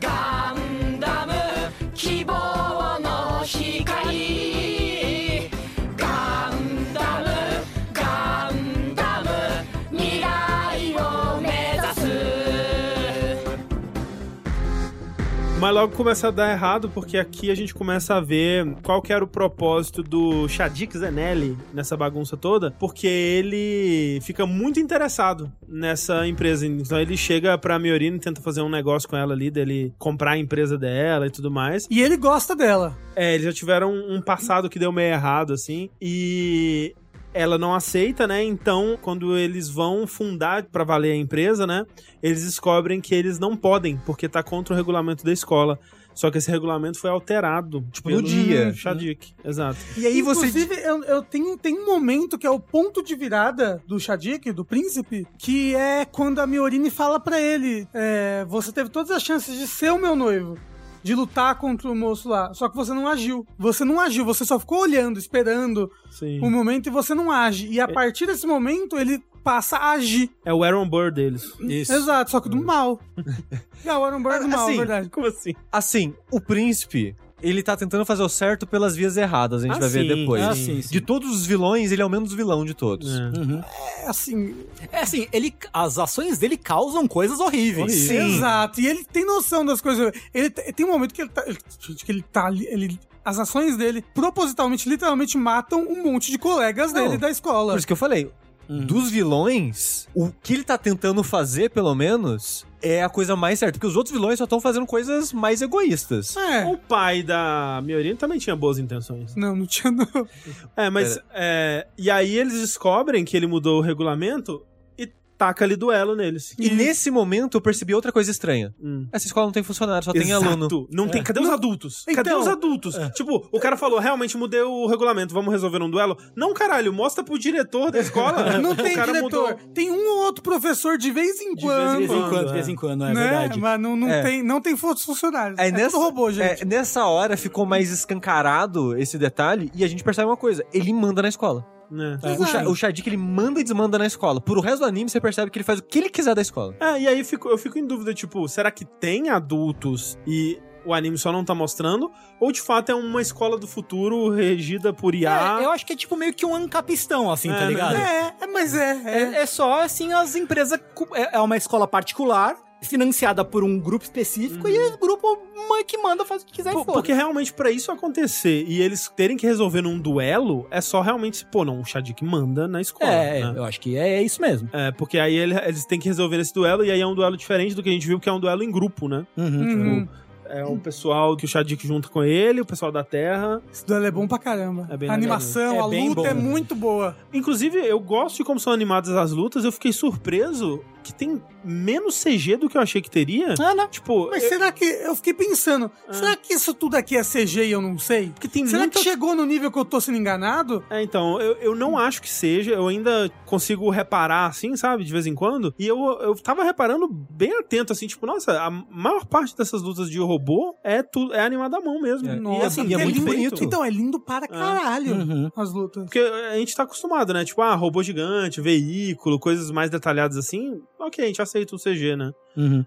I: ガンダム希望の光ガンダムガンダム未来を目指す
D: Mas logo começa a dar errado, porque aqui a gente começa a ver qual que era o propósito do Shadik Zenelli nessa bagunça toda, porque ele fica muito interessado nessa empresa. Então ele chega pra Miorino e tenta fazer um negócio com ela ali, dele comprar a empresa dela e tudo mais.
E: E ele gosta dela.
D: É, eles já tiveram um passado que deu meio errado, assim. E ela não aceita, né? Então, quando eles vão fundar pra valer a empresa, né? Eles descobrem que eles não podem, porque tá contra o regulamento da escola. Só que esse regulamento foi alterado. Tipo,
F: no dia.
D: Shadik, exato.
F: E aí você.
E: Inclusive, eu, eu tenho, tem um momento que é o ponto de virada do Shadik, do príncipe, que é quando a Miorine fala pra ele: é, Você teve todas as chances de ser o meu noivo. De lutar contra o moço lá. Só que você não agiu. Você não agiu, você só ficou olhando, esperando
D: Sim.
E: o momento e você não age. E a partir desse momento, ele passa a agir.
D: É o Aaron Burr deles.
C: Isso.
E: Exato, só que do mal. é, o Aaron Burr do mal,
F: Assim,
E: é verdade.
D: Como assim?
F: Assim, o príncipe, ele tá tentando fazer o certo pelas vias erradas, a gente
D: Ah,
F: vai ver
D: sim.
F: depois.
C: Ah, sim, sim.
F: De todos os vilões, ele é o menos vilão de todos.
D: É.
E: É assim,
C: É assim, ele, as ações dele causam coisas horríveis.
F: Sim.
E: Exato. E ele tem noção das coisas. Ele t- tem um momento que ele tá. ele- gente, que ele tá ali- ele- as ações dele propositalmente, literalmente matam um monte de colegas
F: Não.
E: dele da escola.
F: Por isso que eu falei,
C: Uhum.
F: dos vilões, o que ele tá tentando fazer, pelo menos, é a coisa mais certa. Porque os outros vilões só estão fazendo coisas mais egoístas.
E: É.
D: O pai da Miorino também tinha boas intenções.
E: Não, não tinha. Não.
D: É, mas. é, e aí eles descobrem que ele mudou o regulamento e taca ali duelo neles.
F: E nesse momento eu percebi outra coisa estranha.
D: Hum.
F: Essa escola não tem funcionário, só tem
D: Exato.
F: aluno.
D: Não tem. Cadê os adultos? Cadê
E: Então-
D: os adultos? Tipo, o cara falou, realmente mudei o regulamento, vamos resolver um duelo? Não, caralho, mostra pro diretor da escola.
E: Não
D: Ah, é. O
E: tem
D: cara
E: diretor.
D: mudou.
E: Tem um ou outro professor de vez em
D: De vez
E: quando.
C: De
D: em
C: vez em quando,
D: Quando,
C: de vez em quando, é,
E: né?
C: verdade.
E: Mas não, não
F: É.
E: tem, não tem fo- funcionários. É,
F: Aí nessa,
E: tudo robô, gente.
F: é, nessa hora ficou mais escancarado esse detalhe e a gente percebe uma coisa: ele manda na escola.
D: Né?
F: É, O, Sha- o Shadik ele manda e desmanda na escola. Por o resto do anime, você percebe que ele faz o que ele quiser da escola.
D: É, e aí fico- eu fico em dúvida, tipo, será que tem adultos e o o anime só não tá mostrando, ou de fato é uma escola do futuro regida por IA.
C: É, eu acho que é tipo meio que um ancapistão, assim, tá
D: tá. É,
C: ligado?
E: É, é, mas é, é.
C: É, é só, assim, as empresas. cu- É é uma escola particular, financiada por um grupo específico, e o grupo mãe que manda faz o que quiser e
D: Pô,
C: foda.
D: Uhum. Porque é realmente pra isso acontecer e eles terem que resolver num duelo, é só realmente, se, pô, não, o Shadik manda na escola.
C: É,
D: né?
C: eu acho que é, é isso mesmo.
D: É, porque aí ele- eles têm que resolver esse duelo, e aí é um duelo diferente do que a gente viu, que é um duelo em grupo, né?
C: Tipo,
E: Uhum.
D: É o pessoal que o Shadik junta com ele, o pessoal da Terra.
E: Esse duelo é bom pra caramba.
D: É bem
E: a animação,
C: legal.
E: a
C: É bem
E: luta
C: bom.
E: é muito boa.
D: Inclusive, eu gosto de como são animadas as lutas, eu fiquei surpreso que tem menos CG do que eu achei que teria.
C: Ah, não.
D: Tipo,
E: Mas
D: eu-
E: será que. Eu fiquei pensando, será que isso tudo aqui é CG e eu não sei?
D: porque tem
E: Será
D: muita...
E: que chegou no nível que eu tô sendo enganado?
D: É, então, eu, eu não acho que seja, eu ainda consigo reparar, assim, sabe, de vez em quando. E eu, eu tava reparando bem atento, assim, tipo, nossa, a maior parte dessas lutas de robô é, tu, é animada à mão mesmo.
F: É.
D: e
E: Nossa,
D: assim,
F: e é
E: porque
F: muito
E: lindo.
F: bonito.
E: Então, é lindo para caralho
D: Uhum,
E: as lutas.
D: Porque a gente tá acostumado, né? Tipo, ah, robô gigante, veículo, coisas mais detalhadas assim. Ok, a gente aceita o CG, né?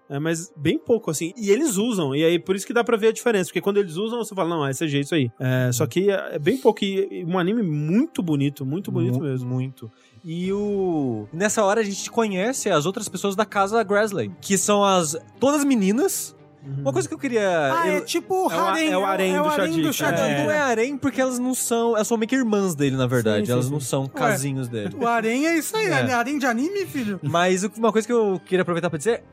D: É, mas bem pouco, assim. E eles usam, e aí por isso que dá pra ver a diferença. Porque quando eles usam, você fala, não, é CG isso aí. É, só que é bem pouco. E e um anime muito bonito, muito bonito
F: Mu-
D: mesmo.
F: Muito. E o. Nessa hora a gente conhece as outras pessoas da casa Gresley, que são as. Todas meninas.
D: Uhum.
F: Uma coisa que eu queria.
E: Ah,
F: eu-
E: é tipo o
D: é o-
E: harém.
D: é o harém do
E: harém
D: Shadik,
E: Shadik.
D: É.
F: Não é harém porque elas não são. Elas são meio que irmãs dele, na verdade.
D: Sim, sim,
F: elas
D: sim.
F: não são casinhos dele.
E: O harém é isso aí,
F: É.
E: né? harém de anime, filho.
F: Mas o- uma coisa que eu queria aproveitar pra dizer.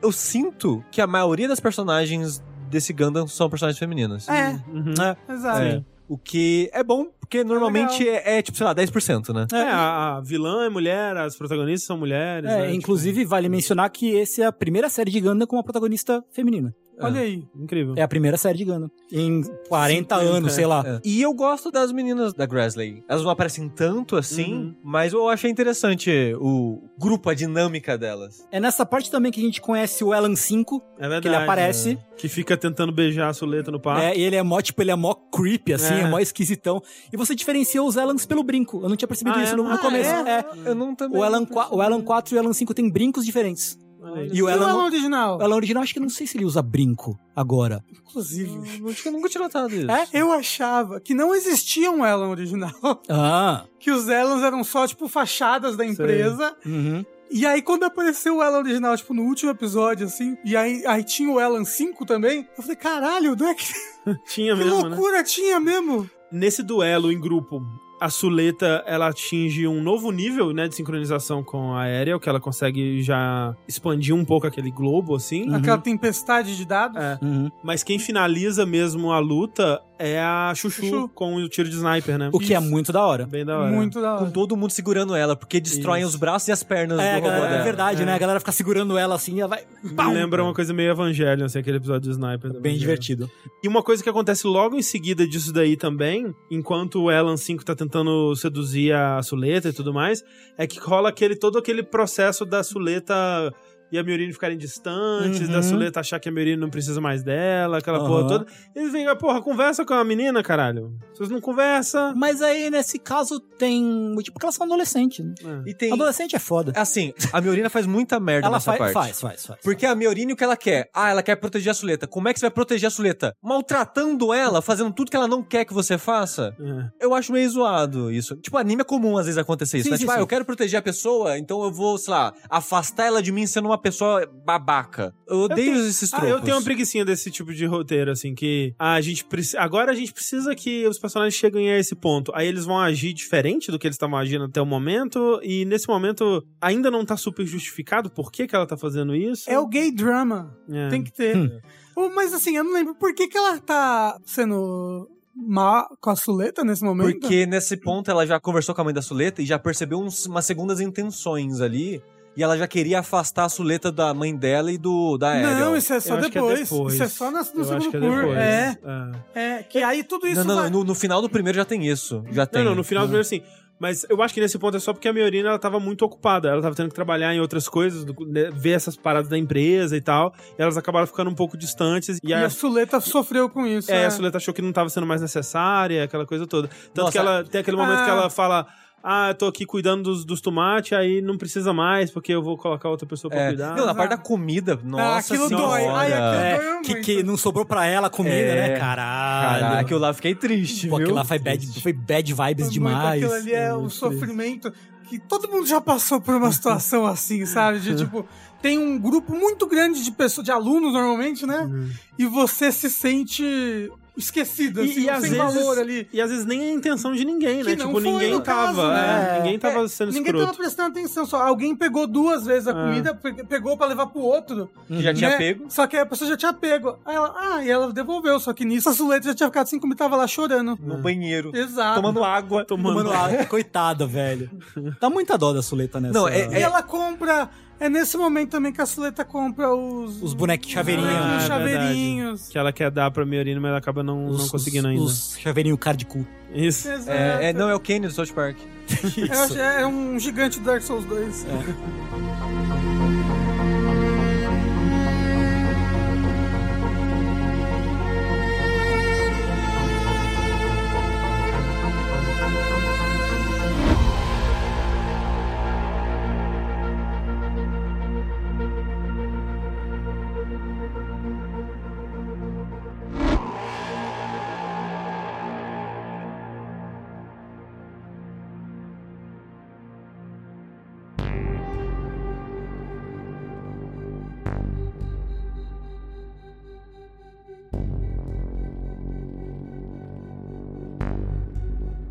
F: Eu sinto que a maioria das personagens desse Gundam são personagens femininas.
E: É,
D: Uhum.
E: exato.
F: É. O que é bom, porque normalmente é, é, tipo, sei lá, 10%, né?
D: É, a, a vilã é mulher, as protagonistas são mulheres.
C: É,
D: né?
C: inclusive, vale mencionar que essa é a primeira série de Gundam com uma protagonista feminina.
E: Olha aí.
D: Tipo, incrível.
C: É a primeira série de Gundam. Em 40 anos,
D: é.
C: sei lá.
F: É. E eu gosto das meninas da Gresley. Elas não aparecem tanto assim,
D: Uhum.
F: mas eu achei interessante o grupo, a dinâmica delas.
C: É nessa parte também que a gente conhece o Elan 5,
D: É verdade,
C: que ele aparece.
D: né? Que fica tentando beijar a Suleta no parque.
C: né? E ele é mó, tipo, ele é mó creepy, assim,
D: É.
C: é, mó esquisitão. E você diferencia os Elans pelo brinco. Eu não tinha percebido
D: Ah,
C: isso
D: é?
C: no, no
D: Ah,
C: começo. É.
F: Eu não também.
C: O Elan, qua- o Elan 4 e o Elan 5 tem brincos diferentes.
D: Olha aí.
C: E o
E: E o
C: Elan,
E: Elan
C: o
E: original?
C: Elan original, acho que eu não sei se ele usa brinco agora.
E: Inclusive.
F: Acho que eu nunca tinha notado isso.
E: É, eu achava que não existia um Elan original.
C: Ah,
E: Que os Elans eram só, tipo, fachadas da empresa.
C: uhum.
E: E aí, quando apareceu o Elan original, tipo, no último episódio, assim, e aí, aí tinha o Elan 5 também, eu falei, caralho, não é que,
D: Tinha
E: que
D: mesmo, né?
E: loucura tinha mesmo?
D: Nesse duelo em grupo, a Suleta ela atinge um novo nível, né, de sincronização com a Aerial, que ela consegue já expandir um pouco aquele globo assim.
E: Aquela tempestade de dados.
D: É.
C: uhum.
D: Mas quem finaliza mesmo a luta é a Chuchu,
E: Chuchu.
D: com o tiro de sniper, né?
C: O que é
D: Isso.
C: muito da hora.
D: bem da hora.
E: Muito da
F: Com
E: hora.
F: todo mundo segurando ela, porque destroem
D: Isso.
F: os braços e as pernas
C: É,
F: do robô
C: galera, é
F: dela.
C: verdade, né? A galera fica segurando ela assim e ela vai.
D: Me lembra uma coisa meio Evangelion, assim, aquele episódio do sniper. do
C: Bem
D: Evangelion.
C: divertido.
D: E uma coisa que acontece logo em seguida disso daí também, enquanto o Elan 5 tá tentando seduzir a Suleta e tudo mais, é que rola aquele, todo aquele processo da Suleta e a Miorine ficarem distantes,
C: Uhum.
D: da Suleta achar que a Miorine não precisa mais dela, aquela
C: Aham.
D: porra toda. Eles vêm, "Ah, porra, conversa com a menina, caralho. Vocês não conversam.
C: Mas aí, nesse caso, tem. Tipo, porque elas são adolescentes. Né?
F: E tem.
C: Adolescente é foda.
F: Assim, a Miorina faz muita merda
C: Ela
F: nessa
C: faz,
F: parte.
C: faz, faz, faz.
F: Porque a Miorine, o que ela quer? Ah, ela quer proteger a Suleta. Como é que você vai proteger a Suleta? Maltratando ela, fazendo tudo que ela não quer que você faça?
D: É.
F: Eu acho meio zoado isso. Tipo, anime é comum às vezes acontecer isso,
C: Sim,
F: né?
C: sim,
F: tipo, ah,
C: sim.
F: eu quero proteger a pessoa, então eu vou, sei lá, afastar ela de mim sendo uma pessoa babaca. Eu odeio esses
D: Ah,
F: tropos.
D: eu tenho uma preguiçinha desse tipo de roteiro, assim, que ah, a gente preci- agora a gente precisa que os personagens cheguem a esse ponto. Aí eles vão agir diferente do que eles estavam agindo até o momento, e nesse momento ainda não tá super justificado por que, que ela tá fazendo isso.
E: É o gay drama.
D: É.
E: Tem que ter. Ou, Mas assim, eu não lembro por que, que ela tá sendo má com a Suleta nesse momento.
F: Porque nesse ponto ela já conversou com a mãe da Suleta e já percebeu uns- umas segundas intenções ali. E ela já queria afastar a Suleta da mãe dela e do da Ariel.
E: Não, isso é só
D: Eu acho que é
E: depois.
D: depois.
E: Isso é só na- no
D: Eu acho
E: segundo
D: que é
E: curso.
D: depois.
E: É,
D: É.
E: é. Que aí tudo isso
F: não, não,
E: vai-
F: no, no final do primeiro já tem isso. Já tem.
D: Não, não, no final
E: é.
D: do primeiro sim. Mas eu acho que nesse ponto é só porque a Miorina ela tava muito ocupada. Ela tava tendo que trabalhar em outras coisas, do- né, ver essas paradas da empresa e tal. E elas acabaram ficando um pouco distantes. E,
E: E
D: a,
E: a Suleta sofreu com isso.
D: é,
E: né?
D: a Suleta achou que não tava sendo mais necessária, aquela coisa toda. Tanto
F: Nossa,
D: que ela tem aquele momento
E: ah.
D: que ela fala. ah, eu tô aqui cuidando dos, dos tomates, aí não precisa mais, porque eu vou colocar outra pessoa pra
F: É.
D: cuidar.
F: Não, na parte da comida, nossa
E: aquilo
F: senhora.
E: dói. Ai, aquilo
F: É.
E: dói.
C: É, que,
E: então.
C: que não sobrou pra ela a comida,
F: É.
C: né? Caralho.
F: Caraca, aquilo lá eu fiquei triste,
C: Pô,
F: viu?
C: aquilo lá foi bad, foi bad vibes
E: Muito,
C: demais.
E: Aquilo ali é um
C: Muito
E: sofrimento que todo mundo já passou por uma situação assim, sabe? De tipo, tem um grupo muito grande de pessoas, de alunos normalmente, né? E você se sente esquecido,
D: E-
E: assim,
D: e às
E: sem
D: vezes-
E: valor ali.
D: E às vezes nem é a intenção de ninguém, né?
E: Que não
D: Tipo,
E: foi
D: ninguém
E: no
D: tava.
E: caso, né?
D: é, Ninguém tava
E: É,
D: sendo
E: Ninguém
D: escroto.
E: tava prestando atenção, só alguém pegou duas vezes a comida, pe- pegou pra levar pro outro.
F: Que já tinha
E: né?
F: pego.
E: Só que aí a pessoa já tinha pego. Aí ela, ah, e ela devolveu, só que nisso a Zuleta já tinha ficado sem comida, tava lá chorando.
F: No banheiro.
E: Exato.
F: Tomando água.
C: Mano, a- coitada, velho. Dá muita dó da Suleta nessa.
F: Não, é-
E: E ela compra. É nesse momento também que a Suleta compra os.
C: Os bonequinhos chaveirinhos.
E: bonequinhos
D: Ah, é
E: chaveirinhos.
D: Que ela quer dar pra Miorino, mas ela acaba não, não conseguindo ainda.
C: Os chaveirinho cardicu.
D: Isso.
E: Exato.
F: É, é, não, é o Kenny do South Park.
E: Eu acho- é um gigante do Dark Souls 2.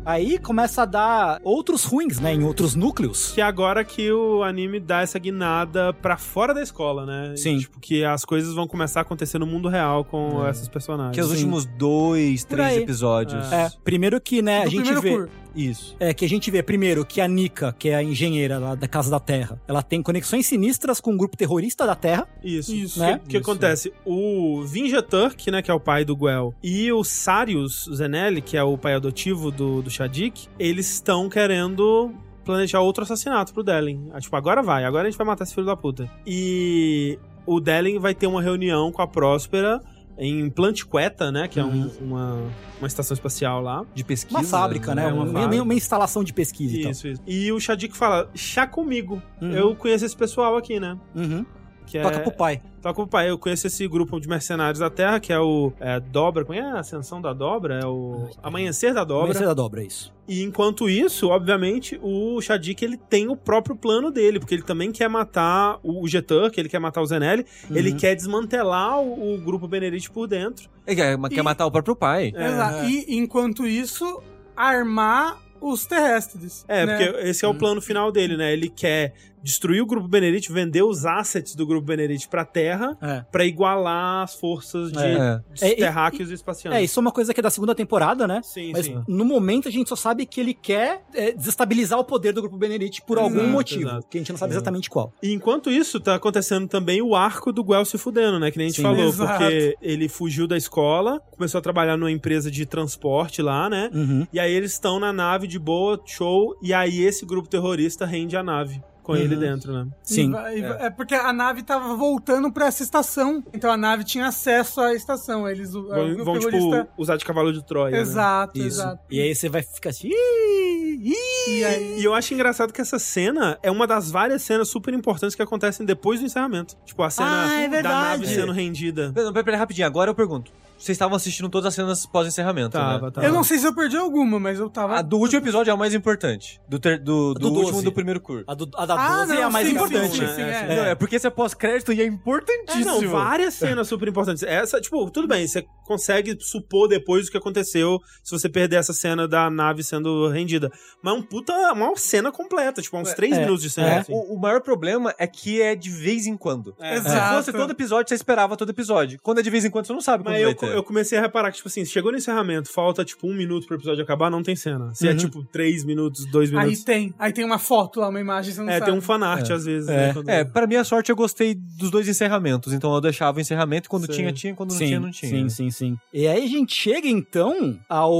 C: Aí começa a dar outros ruins, né? Em outros núcleos.
D: Que é agora que o anime dá essa guinada pra fora da escola, né?
C: Sim.
D: Tipo, que as coisas vão começar a acontecer no mundo real com essas personagens.
F: Que é os últimos dois,
C: Por
F: três
C: aí.
F: episódios.
C: É, primeiro que, né, a
E: Do
C: gente
E: primeiro
C: vê.
E: cur.
F: Isso.
C: É, que a gente vê primeiro que a Nika, que é a engenheira lá da Casa da Terra, ela tem conexões sinistras com o grupo terrorista da Terra.
D: Isso.
E: Isso.
D: O que,
C: Né?
D: que
F: Isso.
D: acontece? O Vinja Turk, né, que é o pai do Guel, e o Sarius Zenelli, que é o pai adotivo do, do Shadik, eles estão querendo planejar outro assassinato pro Delen. Ah, Tipo, agora vai, agora a gente vai matar esse filho da puta. E o Delen vai ter uma reunião com a Próspera em Plantiqueta, né, que é um- uma, uma estação espacial lá.
F: De pesquisa.
C: Uhum. Uma fábrica, né?
D: né?
C: Uma,
D: Uma
C: uma-
D: fábrica.
C: uma instalação de pesquisa e tal.
D: Isso, isso. E o Shadik fala, chá comigo.
C: Uhum.
D: Eu conheço esse pessoal aqui, né?
C: Uhum.
D: Que é-
C: Toca pro pai.
D: Toca o pai. Eu conheço esse grupo de mercenários da Terra, que é o é, Dobra. Como é a Ascensão da Dobra? É o Amanhecer da Dobra.
C: Dobra. da dobra, isso.
D: E enquanto isso, obviamente, o Shadik ele tem o próprio plano dele, porque ele também quer matar o Getan, que ele quer matar o Zenelli. Ele
C: Uhum.
D: quer desmantelar o, o grupo Benedict por dentro.
F: É, que é- quer
E: E-
F: matar o próprio pai.
E: Exato. E enquanto isso, armar os terrestres.
D: É,
E: né?
D: porque esse é o plano final dele, né? Ele quer destruir o grupo Benedict, vender os assets do grupo Benedict pra Terra,
C: É.
D: pra igualar as forças de,
F: É.
D: dos
C: É, e-
D: terráqueos e, espacianos.
C: É, isso é uma coisa que é da segunda temporada, né?
D: Sim,
C: Mas
D: sim.
C: no momento a gente só sabe que ele quer é, desestabilizar o poder do grupo Benedict por algum
D: Exato,
C: motivo,
D: exato.
C: que a gente não sabe exatamente qual.
D: E enquanto isso, tá acontecendo também o arco do Guel se fudendo, né? Que nem a gente
C: Sim.
D: falou,
E: Exato.
D: porque ele fugiu da escola, começou a trabalhar numa empresa de transporte lá, né?
C: Uhum.
D: E aí eles estão na nave de boa, show, e aí esse grupo terrorista rende a nave com ele
E: Uhum.
D: dentro, né?
E: E
C: Sim.
E: vai- e vai- é. porque a nave tava voltando pra essa estação. Então a nave tinha acesso à estação. Eles É, o, o
D: Vão,
E: grupo
D: vão,
E: terrorista-
D: tipo, usar de cavalo de Troia. né?
E: Exato,
C: Isso.
E: exato.
C: E aí você vai ficar assim. "Ih, ih".
E: E aí,
D: E eu acho engraçado que essa cena é uma das várias cenas super importantes que acontecem depois do encerramento. Tipo, a cena
C: Ah, é
D: da nave
C: verdade.
D: sendo rendida.
F: Não, peraí, peraí, rapidinho. Agora eu pergunto. Vocês estavam assistindo todas as cenas pós-encerramento,
D: Tava,
F: né?
D: tava.
E: Eu não sei se eu perdi alguma, mas eu tava.
F: A do último episódio é a mais importante. Do, ter- do,
C: A
F: do,
C: do 12.
F: último do primeiro curso.
C: A, do- a da
E: Ah,
C: 12 é a
E: não,
C: mais
E: sim,
C: importante.
E: sim, sim, é.
F: Não, é porque esse é pós-crédito e é
D: É,
F: importantíssimo.
D: não, várias cenas super importantes. Essa, tipo, tudo bem, você consegue supor depois o que aconteceu se você perder essa cena da nave sendo rendida. Mas é um puta, uma cena completa, tipo, uns três
C: É.
D: minutos de cena.
C: É.
D: assim.
F: O, o maior problema é que é de vez em quando.
D: É.
F: Se
E: Exato.
F: fosse todo episódio, você esperava todo episódio. Quando é de vez em quando, você não sabe quando
D: Mas
F: vai
D: eu,
F: ter.
D: eu comecei a reparar que, tipo assim, chegou no encerramento, falta, tipo, um minuto pro episódio acabar, não tem cena. Se é, tipo, três minutos, dois
E: Aí
D: minutos.
E: tem. Aí tem uma foto lá, uma imagem, você não
D: é,
E: sabe.
D: tem um fanart, às vezes. né, quando-
F: É, pra minha sorte, eu gostei dos dois encerramentos. Então eu deixava o encerramento quando
D: Sei.
F: tinha, tinha, quando não
C: Sim,
F: tinha, não tinha.
C: sim, sim, sim. E aí a gente chega então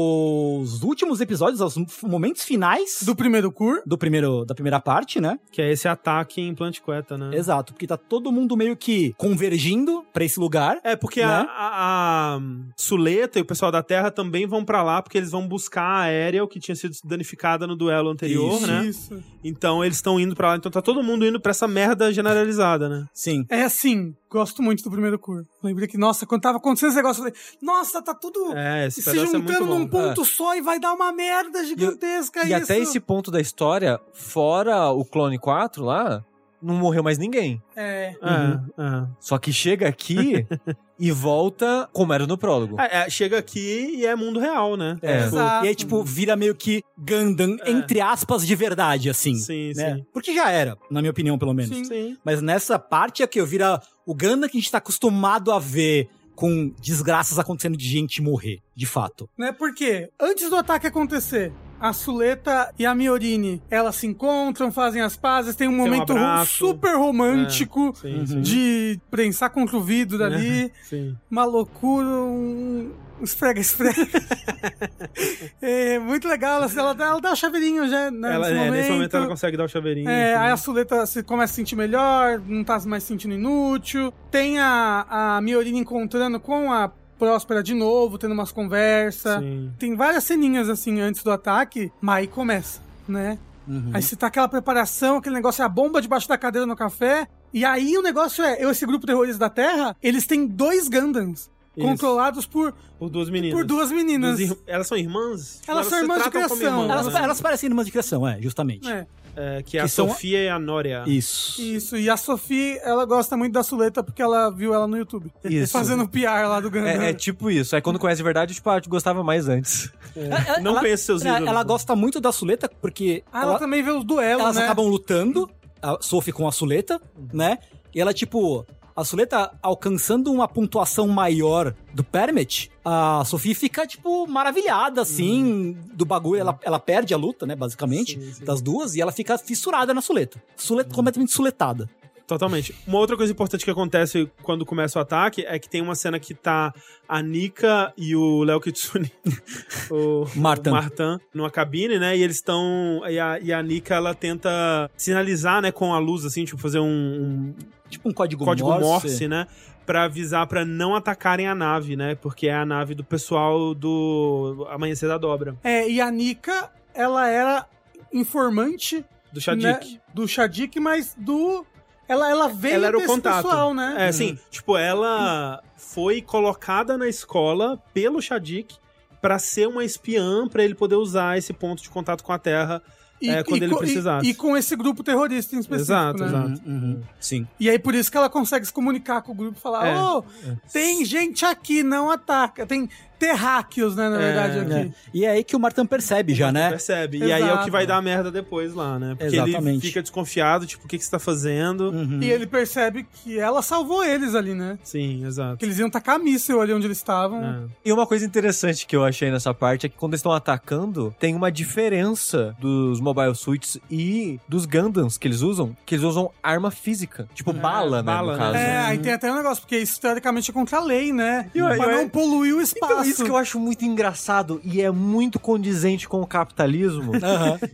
C: aos últimos episódios, aos momentos finais do,
E: Do primeiro cur.
C: do primeiro da primeira parte, né?
D: Que é esse ataque em Plantiqueta, né?
C: Exato, porque tá todo mundo meio que convergindo pra esse lugar.
D: É, porque
C: Né?
D: a, a- a hum, Suleta e o pessoal da Terra também vão pra lá, porque eles vão buscar a Ariel, que tinha sido danificada no duelo anterior, né?
E: Isso.
D: Então eles estão indo pra lá. Então tá todo mundo indo pra essa merda generalizada, né?
C: Sim.
E: É assim, gosto muito do primeiro curso. Lembrei que, nossa, quando tava acontecendo esse negócio, eu falei, nossa, tá tudo
D: É, esse
E: se
D: pedaço é muito
E: juntando
D: bom.
E: num ponto só e vai dar uma merda gigantesca
F: E
E: É isso.
F: até esse ponto da história, fora o Clone 4 lá, não morreu mais ninguém.
E: É.
D: É,
C: Uhum.
D: é.
F: Só que chega aqui e volta como era no prólogo.
D: É, é, chega aqui e é mundo real, né?
F: É.
D: Tipo,
E: Exato.
C: E aí, tipo, vira meio que Gundam,
D: É.
C: entre aspas, de verdade, assim.
D: Sim,
C: né?
D: sim.
C: Porque já era, na minha opinião, pelo menos.
E: Sim.
D: Sim.
C: Mas nessa parte aqui, eu vira o Gundam que a gente tá acostumado a ver com desgraças acontecendo de gente morrer, de fato.
E: Né? Porque antes do ataque acontecer, a Suleta e a Miorine, elas se encontram, fazem as pazes, tem um
D: um
E: momento ro-
D: abraço. É,
E: super romântico
D: Sim, sim. É.
E: de prensar contra o vidro dali,
D: Sim.
E: uma loucura, um um esfrega, esfrega. é muito legal, ela, ela, dá- ela dá o chaveirinho já né,
D: Ela, é,
E: nesse,
D: nesse,
E: momento.
D: momento ela consegue dar o chaveirinho.
E: É,
D: assim.
E: aí a Suleta se começa a se sentir melhor, não tá mais se sentindo inútil. Tem a, a Miorina encontrando com a Próspera de novo, tendo umas conversas.
D: Sim.
E: Tem várias ceninhas assim antes do ataque, mas aí começa, né?
D: Uhum.
E: Aí você tá aquela preparação, aquele negócio é a bomba debaixo da cadeira no café. E aí o negócio é, eu, esse grupo terrorista da Terra, eles têm dois Gundams.
D: Isso.
E: Controlados por,
D: Por duas meninas.
E: por duas
D: Duas
E: meninas.
D: ir- Elas são irmãs? Tipo,
E: Elas são
D: se
E: irmãs de
D: tratam como
E: criação.
D: irmãs,
C: Elas,
D: né?
C: elas parecem irmãs de criação, é, justamente.
E: É,
D: É, que é a
C: que são-
D: Sofia e a Nória.
C: Isso.
E: isso. E a Sophie, ela gosta muito da Suleta porque ela viu ela no YouTube.
F: Isso.
E: Fazendo PR lá do Gundam.
F: É, é tipo isso. Aí quando conhece de verdade, tipo, ah, eu gostava mais antes.
D: Não conheço seus
C: ela,
D: ídolos.
C: ela gosta muito da Suleta porque
E: Ah, ela,
C: ela-
E: também vê os duelos,
C: elas
E: né?
C: acabam lutando, a Sophie com a Suleta, né? E ela, tipo, a Suleta alcançando uma pontuação maior do Permit, a Sophie fica, tipo, maravilhada, assim, do bagulho. Ela, ela perde a luta, né, basicamente, das duas, e ela fica fissurada na Suleta. Suleta completamente suletada.
D: Totalmente. Uma outra coisa importante que acontece quando começa o ataque é que tem uma cena que tá a Nika e o Léo Kitsune, o
C: Martin.
D: o Martin, numa cabine, né? E eles estão. E a, e a Nika, ela tenta sinalizar, né, com a luz, assim, tipo, fazer um,
C: Tipo um
D: um
C: código,
D: código
C: Morse.
D: Morse, né? Pra avisar pra não atacarem a nave, né? Porque é a nave do pessoal do Amanhecer da Dobra,
E: É, e a Nika, ela era informante
D: do Shadik.
E: né, do Shadik, mas do. Ela, ela veio
D: Ela era o
E: desse
D: contato.
E: pessoal, né?
D: É,
C: Uhum.
D: assim, tipo, ela foi colocada na escola pelo Shadik pra ser uma espiã pra ele poder usar esse ponto de contato com a Terra. é, quando ele
E: co-
D: precisasse.
E: E, com esse grupo terrorista em específico.
D: Exato,
E: né?
D: exato.
C: Uhum, uhum. Sim.
E: E aí por isso que ela consegue se comunicar com o grupo e falar:
D: É,
E: Ô, tem gente aqui, não ataca. Tem terráqueos, né, na
D: É,
E: verdade,
D: né.
E: aqui.
C: E é aí que o Martin percebe já, né?
D: Percebe? E aí é o que
E: Exato.
D: vai dar merda depois lá, né? Porque ele
C: Exatamente.
D: fica desconfiado, tipo, o que, que você tá fazendo?
C: Uhum.
E: E ele percebe que ela salvou eles ali, né?
D: Sim, exato.
E: Que eles iam tacar míssil ali onde eles estavam.
D: É.
F: E uma coisa interessante que eu achei nessa parte é que quando eles estão atacando, tem uma diferença dos Mobile Suits e dos Gundams que eles usam, que eles usam arma física, tipo bala, né,
D: bala,
F: no
D: né?
F: caso.
E: É, aí tem até um negócio, porque isso teoricamente é contra a lei, né?
F: E eu-
E: pra
F: eu-
E: não poluir o espaço.
F: Então, isso que eu acho muito engraçado e é muito condizente com o capitalismo,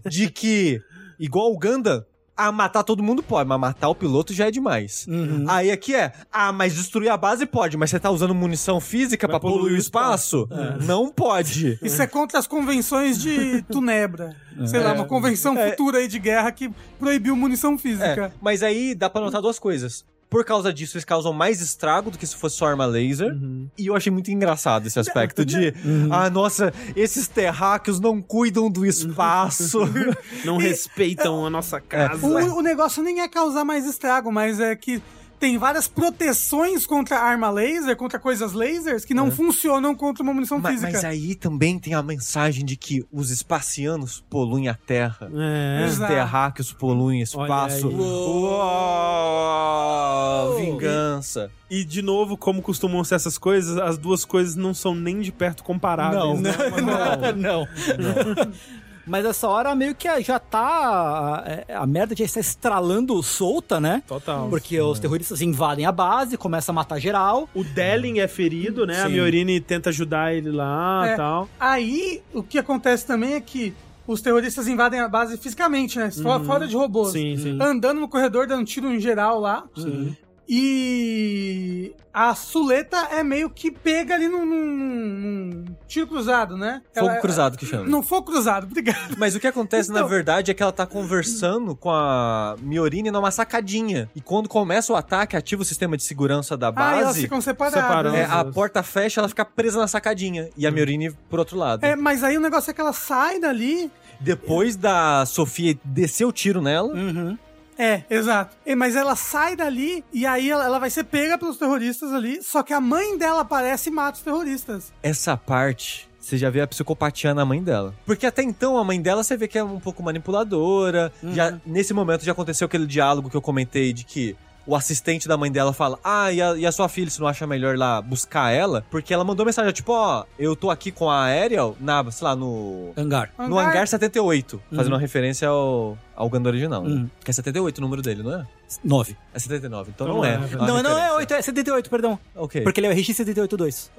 F: de que, igual o Ganda, ah, matar todo mundo pode, mas matar o piloto já é demais.
C: Uhum.
F: Aí aqui é, ah, mas destruir a base pode, mas você tá usando munição física pra poluir o espaço? Não pode.
E: Isso é contra as convenções de Tunebra. Sei lá, uma convenção futura aí de guerra que proibiu munição
F: É,
E: física.
F: mas aí dá pra notar duas coisas. Por causa disso, eles causam mais estrago do que se fosse só arma laser.
E: Uhum.
F: E eu achei muito engraçado esse aspecto de... Ah, nossa, esses terráqueos não cuidam do espaço.
D: Não respeitam a
C: É.
D: nossa casa.
E: O, o negócio nem é causar mais estrago, mas é que tem várias proteções contra arma laser, contra coisas lasers, que não funcionam contra uma munição
F: Ma-
E: física.
F: Mas aí também tem a mensagem de que os espacianos poluem a Terra.
D: É.
F: Os
E: Exato.
F: terráqueos poluem o espaço.
D: aí.
F: Uou, vingança.
D: E, de novo, como costumam ser essas coisas, as duas coisas não são nem de perto comparáveis.
F: Não,
D: né?
F: é
C: Não. Mas essa hora meio que já tá. é, A, merda já está estralando solta, né?
D: Total.
C: Porque os terroristas invadem a base, começam a matar geral.
D: O Delling é ferido, né? A
C: Sim.
D: Miorine tenta ajudar ele lá e
E: É.
D: tal.
E: Aí, o que acontece também é que os terroristas invadem a base fisicamente, né? Fo- Fora de robôs.
D: Sim, sim.
E: Andando no corredor, dando tiro em geral lá. E a suleta é meio que pega ali num, num- num tiro cruzado, né?
F: Fogo
E: Ela-
F: cruzado que chama.
E: Não fogo cruzado, obrigado.
F: Mas o que acontece, na
E: Então-
F: verdade, é que ela tá conversando com a Miorine numa sacadinha. E quando começa o ataque, ativa o sistema de segurança da
E: Ah, elas
F: base.
E: ficam separadas.
D: separando.
F: é, a porta fecha, ela fica presa na sacadinha. E a Miorine por outro lado.
E: É, mas aí o negócio é que ela sai dali.
F: Depois da Sofia descer o tiro nela,
E: É, exato. É, mas ela sai dali e aí ela, ela vai ser pega pelos terroristas ali. Só que a mãe dela aparece e mata os terroristas.
F: essa parte. Você já vê a psicopatia na mãe dela. Porque até então a mãe dela você vê que é um pouco manipuladora. Já, nesse momento já aconteceu aquele diálogo que eu comentei de que o assistente da mãe dela fala: Ah, e a, e a sua filha, você não acha melhor ir lá buscar ela? Porque ela mandou mensagem, tipo, ó, eu tô aqui com a Ariel na, sei lá, no.
C: Hangar.
F: No hangar 78, fazendo uma referência ao, ao Ganda original. né?
C: Uhum.
F: Que é 78 o número dele, não é?
C: 9.
F: É 79, então
D: Não
F: não, é.
D: é,
F: Uma
C: Não, não é
F: referência.
C: 8, é 78, perdão.
F: Ok.
C: Porque ele é o RX-782.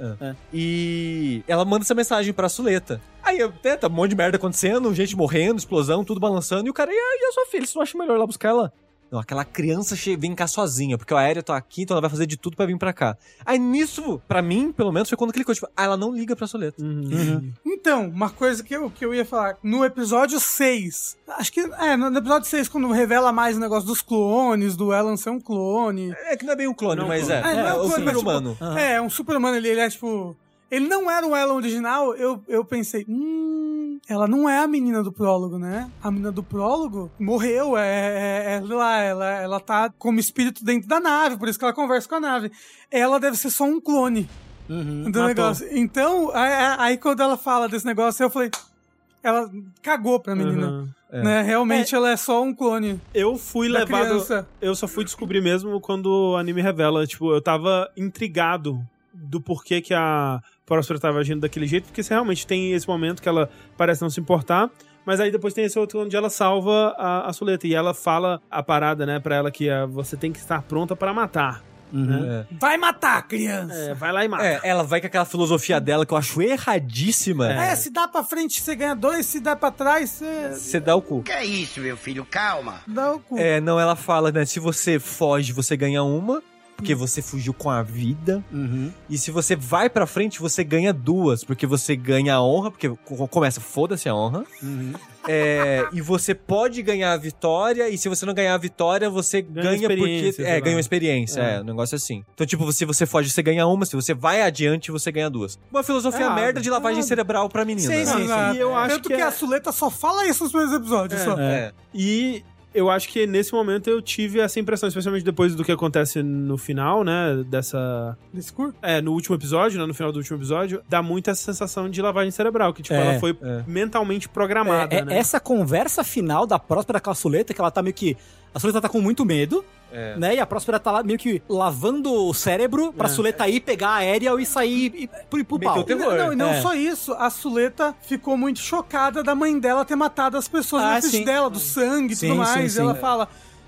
F: E ela manda essa mensagem pra Suleta. Aí até tá um monte de merda acontecendo, gente morrendo, explosão, tudo balançando. E o cara, e a, e a sua filha? Você não acha melhor ir lá buscar ela? Não, aquela criança che- vem cá sozinha, porque o aéreo tá aqui, então ela vai fazer de tudo pra vir pra cá. Aí nisso, pra mim, pelo menos, foi quando clicou, tipo, ah, ela não liga pra Suleta.
C: Uhum.
D: Uhum.
E: Então, uma coisa que eu, que eu ia falar, no episódio 6, acho que, é, no episódio 6, quando revela mais o negócio dos clones, do Elan ser um clone.
F: É que não é bem um clone,
D: Não,
F: mas é.
E: É, não é um
F: o
E: clone, mas,
F: super humano.
E: tipo, É, um super-humano, ele, ele é tipo... Ele não era um Elan original, eu, eu pensei, hum, ela não é a menina do prólogo, né? A menina do prólogo morreu, é, é, é lá, ela, ela tá como espírito dentro da nave, por isso que ela conversa com a nave. Ela deve ser só um clone do
D: matou.
E: negócio. Então, aí- aí aí quando ela fala desse negócio, eu falei, ela cagou pra menina.
D: Uhum.
F: É.
E: Né? Realmente ela é só um clone
D: Eu fui
E: da
D: levado.
E: criança.
D: Eu só fui descobrir mesmo quando o anime revela. Tipo, eu tava intrigado do porquê que a Próspera tava agindo daquele jeito, porque você realmente tem esse momento que ela parece não se importar. Mas aí depois tem esse outro onde ela salva a, a Suleta e ela fala a parada, né, pra ela que ah, você tem que estar pronta pra matar. né?
E: Uhum.
F: É.
E: Vai matar, criança!
D: É, vai lá e mata.
F: É, ela vai com aquela filosofia dela que eu acho erradíssima.
E: É. se dá pra frente você ganha dois, se dá pra trás você
F: Você dá o cu.
J: Que é isso, meu filho? Calma.
E: dá o cu.
F: É, não, ela fala, né? Se você foge, você ganha uma, porque você fugiu com a vida. E se você vai pra frente, você ganha duas, porque você ganha a honra, porque co- começa, foda-se a honra. É, e você pode ganhar a vitória, e se você não ganhar a vitória, você
D: Ganha
F: ganha,
D: experiência,
F: porque.
D: sei
F: É,
D: lá.
F: ganha uma experiência, é.
D: É.
F: um negócio assim. Então, tipo, se você foge, você ganha uma, se você vai adiante, você ganha duas. Uma filosofia
D: Errado,
F: merda de lavagem
D: errado.
F: cerebral pra menina.
E: Sim, sim,
D: Exato.
E: sim.
D: E eu acho
E: Tanto
D: que
E: que,
D: é-
E: a Suleta só fala isso nos primeiros episódios. só.
F: É.
D: E eu acho que nesse momento eu tive essa impressão, especialmente depois do que acontece no final, né? Dessa.
E: Nesse curto.
D: É, no último episódio, né? No final do último episódio, dá muito essa sensação de lavagem cerebral, que, tipo,
C: É,
D: ela foi
F: é.
D: mentalmente
C: É,
D: programada,
C: é
D: né?
C: Essa conversa final da Próspera com a Suleta, que ela tá meio que. A Suleta tá com muito medo,
F: É.
C: né? E a Próspera tá lá meio que lavando o cérebro pra Suleta ir pegar a aérea e sair e, pro, pro
F: Meteu
C: pau.
F: o terror.
E: Não, não, e não
C: É.
E: só isso, a Suleta ficou muito chocada da mãe dela ter matado as pessoas
C: Ah,
E: na frente
C: sim.
E: dela, do sangue e
C: Sim,
E: tudo
C: sim,
E: mais.
C: sim.
E: ela
C: É.
E: fala.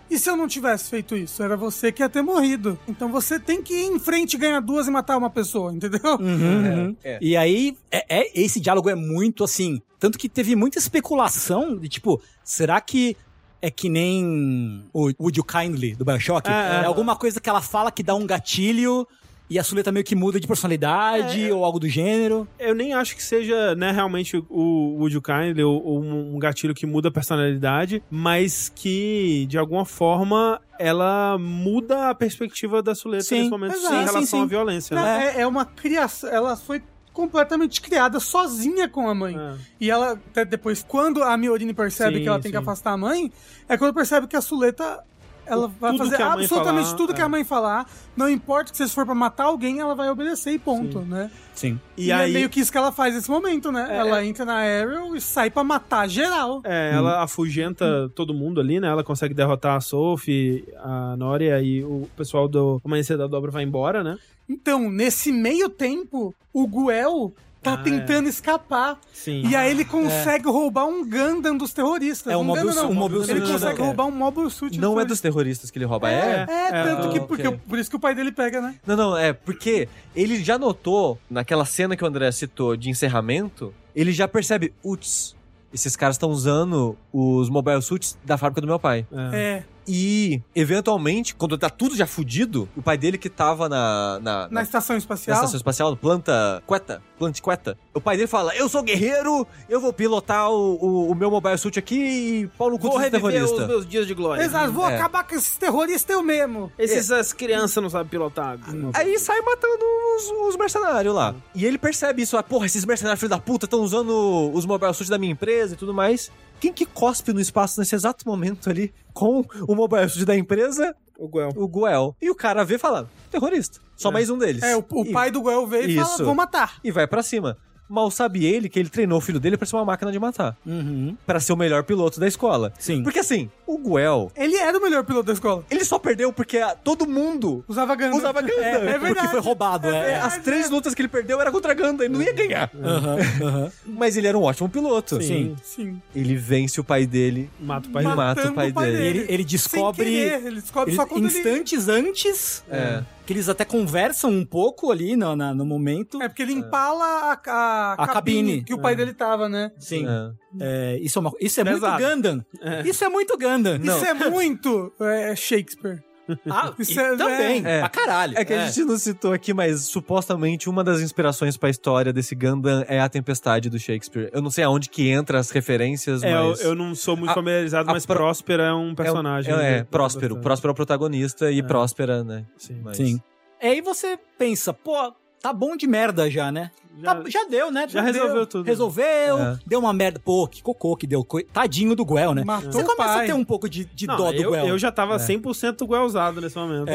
E: E se eu não tivesse feito isso? Era você que ia ter morrido. Então você tem que ir em frente, ganhar duas e matar uma pessoa, entendeu?
C: Uhum, uhum.
F: é.
C: E aí, é, é- esse diálogo é muito assim. Tanto que teve muita especulação de tipo, será que é que nem o Would You Kindly do Bioshock?
D: É,
C: É,
D: é.
C: alguma coisa que ela fala que dá um gatilho e a Suleta meio que muda de personalidade
F: É,
C: ou algo do gênero.
D: Eu nem acho que seja, né, realmente o Would You Kindly ou, ou um um gatilho que muda a personalidade, mas que, de alguma forma, ela muda a perspectiva da Suleta
C: Sim,
D: nesse momento
E: exato.
D: em
E: Sim,
D: relação
C: sim,
D: à
C: sim.
D: violência,
E: Não,
D: né?
E: é, é uma criação. Ela foi completamente criada sozinha com a mãe.
D: É.
E: E ela, até depois, quando a Miorine percebe
D: Sim,
E: que ela tem que
D: sim.
E: afastar a mãe, é quando percebe que a Suleta. Ela vai
D: tudo
E: fazer
D: que a mãe
E: absolutamente
D: falar,
E: tudo que
D: é.
E: a mãe falar. Não importa que se for pra matar alguém, ela vai obedecer e ponto, né?
C: Sim.
D: E,
E: é
D: aí,
E: meio que isso que ela faz nesse momento, né? ela entra na Ariel e sai pra matar geral.
D: É,
F: Hum.
D: ela afugenta todo mundo ali, né? Ela consegue derrotar a Sophie, a Noria e o pessoal do Amanhecer da Dobra vai embora, né?
E: Então, nesse meio tempo, o Guel tá
D: Ah,
E: tentando escapar.
D: Sim.
E: E aí ele consegue roubar um Gundam dos terroristas.
C: É um
E: um Gundam,
C: Mobile
E: não.
C: Suit. um Mobile
E: Ele
C: Suit.
E: consegue
C: Não, não,
E: roubar um Mobile Suit.
F: Não é
E: terroristas.
F: dos terroristas que ele rouba, é?
E: É,
D: É,
E: tanto
F: ah,
E: que porque,
F: ok.
E: por isso que o pai dele pega, né?
F: Não, não, é porque ele já notou, naquela cena que o André citou de encerramento, ele já percebe,
D: Ah.
F: uts, esses caras estão usando os mobile suits da fábrica do meu pai.
E: É.
F: E, eventualmente, quando tá tudo já fudido, o pai dele que tava na. Na,
E: Na
F: na,
E: estação
F: na
E: espacial.
F: estação espacial, planta. Queta. Plante Queta. O pai dele fala: Eu sou guerreiro, eu vou pilotar o, o, o meu mobile suit aqui e Paulo
D: Vou
F: Couto é
D: reviver os
F: terrorista.
D: meus dias de glória.
E: Exato, vou
F: É.
E: acabar com esses terroristas eu mesmo.
D: Esses, Essas crianças não sabem pilotar. É.
F: Aí sai matando os, os mercenários lá. E ele percebe isso. Ah, porra, esses mercenários filho da puta estão usando os mobile suits da minha empresa e tudo mais. Quem que cospe no espaço nesse exato momento ali com o mobile suit da empresa?
D: O Guel.
F: O Goel. E o cara vê e fala, terrorista. Só mais um deles.
E: É, o, o
F: E-
E: pai do Goel veio e fala,
F: Isso.
E: vou matar.
F: E vai pra cima. Mal sabe ele que ele treinou o filho dele pra ser uma máquina de matar.
C: Uhum.
F: Pra ser o melhor piloto da escola.
C: Sim.
F: Porque assim, o Guel,
E: Ele era o melhor piloto da escola.
F: ele só perdeu porque ah, todo mundo
E: Usava Ganda.
F: usava Ganda.
E: É, é
C: Porque
E: verdade.
C: foi roubado,
F: É,
C: é.
F: as três lutas que ele perdeu era contra a Ganda, ele não ia ganhar.
C: Aham, aham.
F: Mas ele era um ótimo piloto.
C: Sim.
E: Sim.
F: Ele vence o pai dele
D: Mata o
F: e
D: pai.
E: Matando
F: mata o pai
E: o pai
F: dele.
E: dele.
C: Ele, ele descobre.
E: Sem querer, ele descobre só
C: Eles-
E: quando ele...
C: instantes antes,
F: É.
C: que eles até conversam um pouco ali no, na- no momento.
E: É porque ele empala a, a,
C: A cabine.
E: que o pai dele tava, né?
C: Sim.
F: É.
C: É, isso é, uma- isso é muito
D: Pesado.
C: Gundam. Isso é muito Gundam.
F: Não.
E: Isso é muito é, Shakespeare.
C: Ah, e
E: Isso é-
C: também,
F: é.
C: pra caralho.
F: É que a gente não citou aqui, mas supostamente uma das inspirações pra história desse Gundam é a tempestade do Shakespeare. Eu não sei aonde que entra as referências,
D: É, eu,
F: mas...
D: eu não sou muito
F: A-
D: familiarizado,
F: a
D: mas
F: pro-
D: Próspera é um personagem.
F: É, um- é,
D: né?
F: Próspero.
D: Bastante.
F: Próspero é o protagonista e Próspera, né?
D: Sim.
F: Mas-
C: Sim. É, aí você pensa, pô, tá bom de merda já, né?
D: Já-
C: Tá- Já, deu, né?
D: já
C: Deu.
D: resolveu tudo.
C: Resolveu,
F: É.
C: deu uma merda. Pô, que cocô que deu. coi- Tadinho do Guel, né?
E: Matou
C: Você
E: o
C: começa
E: pai.
C: a ter um pouco de, de
D: Não,
C: dó do
D: eu,
C: Guel.
D: eu já tava
F: É.
D: 100% guelzado nesse momento.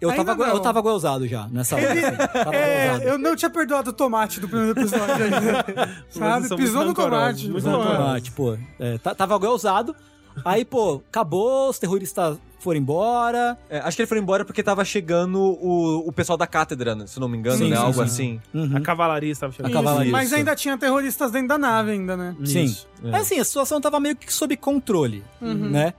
C: Eu
E: Ainda
C: tava, gue- eu
E: não.
C: tava guelzado já, nessa hora. assim. Tava guelzado.
E: É, eu não tinha perdoado o tomate do primeiro episódio ainda.
D: Vocês
E: Sabe?
D: são
E: Pisou
D: muito
E: no
D: rancorosos,
E: tomate.
D: muito
E: Pô,
D: rancorosos.
C: Ah, tipo, é, tá- tava guelzado. Aí, pô, acabou, os terroristas foram embora.
F: É, acho que ele foi embora porque tava chegando o, o pessoal da cátedra, né, se não me engano,
C: Sim,
F: né?
C: sim,
F: Algo
C: sim.
F: assim.
D: A cavalaria estava chegando.
C: A cavalaria.
E: Mas
C: Isso.
E: ainda tinha terroristas dentro da nave ainda, né?
C: Sim.
D: Isso,
C: É. Assim, a situação tava meio que sob controle, né?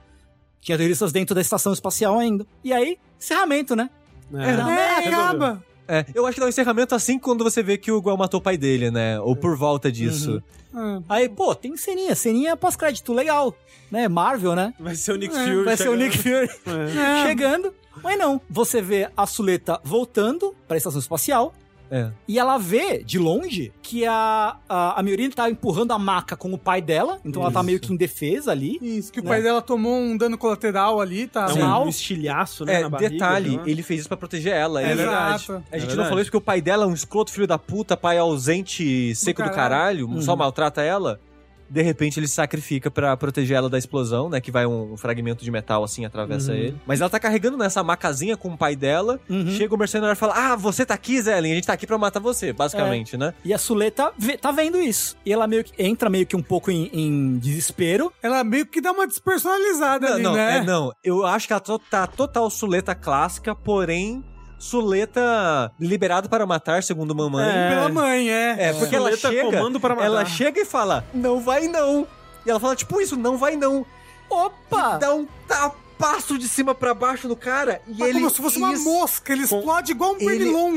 C: Tinha terroristas dentro da estação espacial ainda. E aí, encerramento, né?
D: É.
E: É, acaba.
F: É, eu acho que dá um encerramento assim quando você vê que o Guel matou o pai dele, né? Ou por volta disso.
E: Ah,
C: Aí, pô, tem ceninha, ceninha pós-crédito, legal, né? Marvel, né?
D: Vai ser o Nick Fury.
C: Vai ser o
D: chegando.
C: Nick Fury
D: É.
E: É.
C: chegando. Mas não, você vê a Suleta voltando pra estação espacial.
F: É.
C: E ela vê, de longe, que a, a, a Miorine tá empurrando a maca com o pai dela. Então ela tá
F: Isso.
C: meio que indefesa ali.
E: Isso, que o
C: Né?
E: pai dela tomou um dano colateral ali, tá?
D: É
E: mal.
D: um, um estilhaço, né?
F: É,
D: na barriga,
F: detalhe,
D: né?
F: ele fez isso pra proteger ela.
E: É
F: ele-
E: verdade.
F: A
D: É
F: gente não
D: verdade.
F: falou isso porque o pai dela é um escroto, filho da puta, pai ausente, seco do caralho,
E: caralho.
F: só maltrata ela. De repente ele se sacrifica pra proteger ela da explosão, né? Que vai um, um fragmento de metal assim, atravessa ele. Mas ela tá carregando nessa macazinha com o pai dela.
C: Uhum.
F: Chega o mercenário e fala: Ah, você tá aqui, Zelen, a gente tá aqui pra matar você, basicamente, né?
C: E a Suleta vê- tá vendo isso. E ela meio que entra meio que um pouco em, em desespero.
E: Ela meio que dá uma despersonalizada
F: Não,
E: ali,
F: não,
E: né?
F: é, não. Eu acho que ela to- tá total suleta clássica, porém, suleta liberado para matar, segundo mamãe.
E: Pela mãe, é.
F: É, porque ela
D: Suleta
F: chega,
D: comando para matar.
F: ela chega e fala, não vai não. E ela fala, tipo isso, não vai não.
C: Opa!
F: E dá um tapaço de cima pra baixo no cara e
E: Mas
F: ele...
E: como se fosse uma
F: isso-
E: mosca, ele explode igual um
F: ele-
E: pernilongo.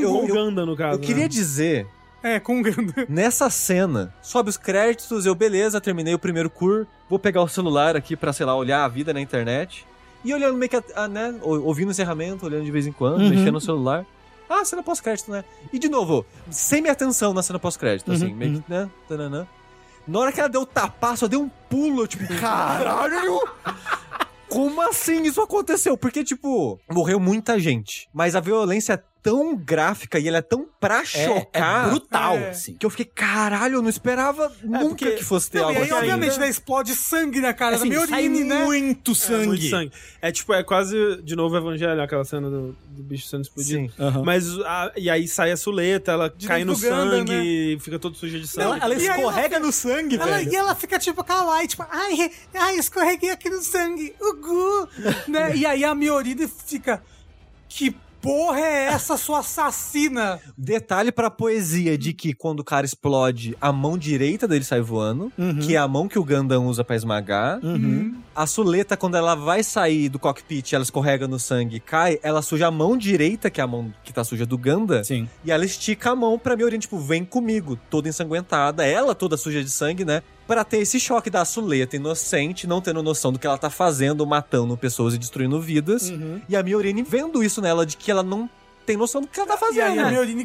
D: Com
F: eu-
D: o Ganda, no caso.
F: Eu queria
D: né?
F: dizer,
E: É, com um grande.
F: nessa cena, sobe os créditos, eu, beleza, terminei o primeiro cur, vou pegar o celular aqui pra, sei lá, olhar a vida na internet. E olhando meio que, a, a, né, ou- ouvindo o encerramento, olhando de vez em quando,
E: Uhum.
F: mexendo no celular. Ah, cena pós-crédito, né? E de novo, sem minha atenção na cena pós-crédito,
E: Uhum,
F: assim, meio que, né? Tananã. Na hora que ela deu o tapaço, eu dei um pulo, eu, tipo, caralho! Como assim isso aconteceu? Porque, tipo, morreu muita gente. Mas a violência é tão gráfica e ela é tão pra chocar.
C: brutal,
E: É.
C: assim.
F: Que eu fiquei, caralho, eu não esperava nunca
D: porque-
F: que fosse ter
E: Não, e
F: algo
E: aí,
F: assim.
E: obviamente, né, explode sangue na cara
C: Assim,
E: da
C: sai
E: Meorine, né?
C: muito sangue.
D: Muito sangue. É tipo, é quase, de novo, Evangelho, aquela cena do, do bicho sendo explodido.
F: Sim.
C: Aham.
D: Mas, a- e aí sai a suleta, ela cai no
E: dentro do Ganda,
D: sangue, fica todo suja de sangue.
C: Ela, ela
E: E aí
C: escorrega no sangue,
E: Ela-
C: velho.
E: e ela fica tipo kawaii, tipo, ai, ai, escorreguei aqui no sangue, ugu, né? E aí a Miorine fica, que porra é essa sua assassina?
F: Detalhe pra poesia de que quando o cara explode, a mão direita dele sai voando,
C: Uhum.
F: que é a mão que o Gundam usa pra esmagar. A Suleta, quando ela vai sair do cockpit, ela escorrega no sangue e cai, ela suja a mão direita, que é a mão que tá suja do Ganda,
C: Sim.
F: e ela estica a mão pra Miorine, tipo, vem comigo, toda ensanguentada, ela toda suja de sangue, né? pra ter esse choque da Suleta inocente, não tendo noção do que ela tá fazendo, matando pessoas e destruindo vidas.
E: Hum.
F: E a Miorine vendo isso nela, de que ela não tem noção do que ela tá
E: E aí
F: fazendo.
E: a Meoline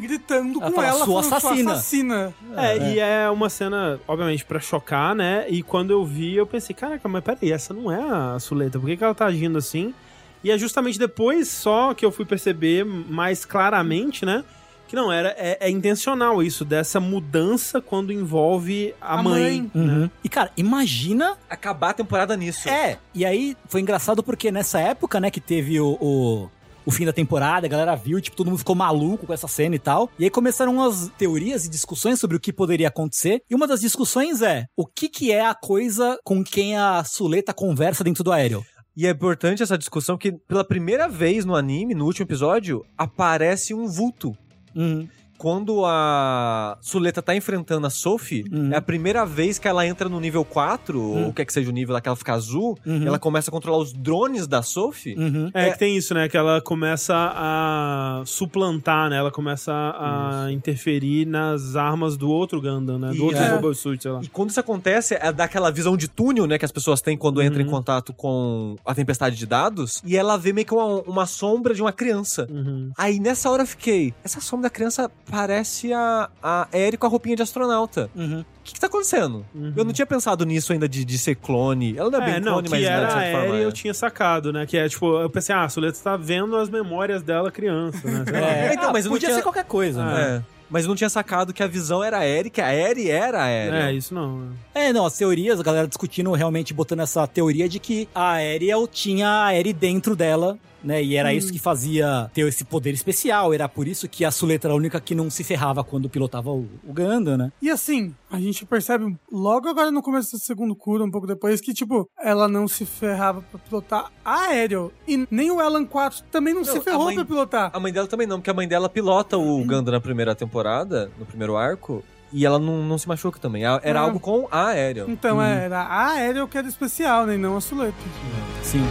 C: né?
E: gritando
C: Ela
E: com
C: fala,
E: ela,
C: "Sua
E: falando,
C: assassina."
E: assassina.
D: É, e é uma cena, obviamente, pra chocar, né? E quando eu vi, eu pensei, caraca, mas peraí, essa não é a Suleta, por que, que ela tá agindo assim? E é justamente depois só que eu fui perceber mais claramente, né? Que não, era, é, é intencional isso, dessa mudança quando envolve a,
E: A
D: mãe.
E: mãe.
C: Uhum. E, cara, imagina.
F: Acabar a temporada nisso.
C: É, e aí foi engraçado porque nessa época, né, que teve o. o... o fim da temporada, a galera viu, tipo, todo mundo ficou maluco com essa cena e tal. E aí começaram umas teorias e discussões sobre o que poderia acontecer. E uma das discussões é o que que é a coisa com quem a Suleta conversa dentro do aéreo.
F: E é importante essa discussão que, pela primeira vez no anime, no último episódio, aparece um vulto.
C: Uhum.
F: Quando a Suleta tá enfrentando a Sophie,
E: Hum.
C: Uhum.
F: é a primeira vez que ela entra no nível 4, ou o que é que seja o nível lá que ela fica azul,
C: Uhum.
F: e ela começa a controlar os drones da Sophie.
C: Uhum.
D: É, que tem isso, né? Que ela começa a suplantar, né? Ela começa a interferir nas armas do outro Gundam, né? Do
F: E
D: outro
F: é-
D: Mobile Suit, sei lá.
F: E quando isso acontece, é daquela visão de túnel, né, que as pessoas têm quando entram
D: Uhum.
F: em contato com a tempestade de dados, e ela vê meio que uma, uma sombra de uma criança.
D: Uhum.
F: Aí nessa hora eu fiquei, essa sombra da criança parece a, a Eric com a roupinha de astronauta.
C: Uhum.
F: O que, que tá acontecendo?
D: Uhum.
F: Eu não tinha pensado nisso ainda de, de ser clone. Ela não é,
D: É,
F: bem
D: não,
F: clone,
D: que
F: mas né,
D: era
F: de
D: a
F: certa forma,
D: Ellie
F: é.
D: eu tinha sacado, né? Que é tipo, eu pensei, ah, a Suleta tá vendo as memórias dela criança, né? Sei lá.
C: É,
F: Então, mas eu não
C: podia
F: tinha-
C: ser qualquer coisa, né?
F: É. Mas eu não tinha sacado que a visão era a Eric, a Eri era a Eri.
D: É, isso não.
C: É, não, as teorias, a galera discutindo realmente, botando essa teoria de que a Ariel tinha a Eri dentro dela, né? E era
E: Hum.
C: isso que fazia ter esse poder especial. Era por isso que a Suleta era a única que não se ferrava quando pilotava o, o Gundam, né?
E: E assim, a gente percebe logo agora no começo do segundo cura, um pouco depois, que, tipo, ela não se ferrava pra pilotar aéreo. E nem o Alan 4 também não, se
F: a
E: ferrou
F: mãe-
E: pra pilotar.
F: A mãe dela também não, porque a mãe dela pilota o Ganda na primeira temporada, no primeiro arco, e ela não, não se machuca também. A- Era
E: Ah.
F: algo com a Ariel.
E: Então,
C: Uhum.
E: é, era a aéreo que era especial, né? E não a Suleta.
C: Sim.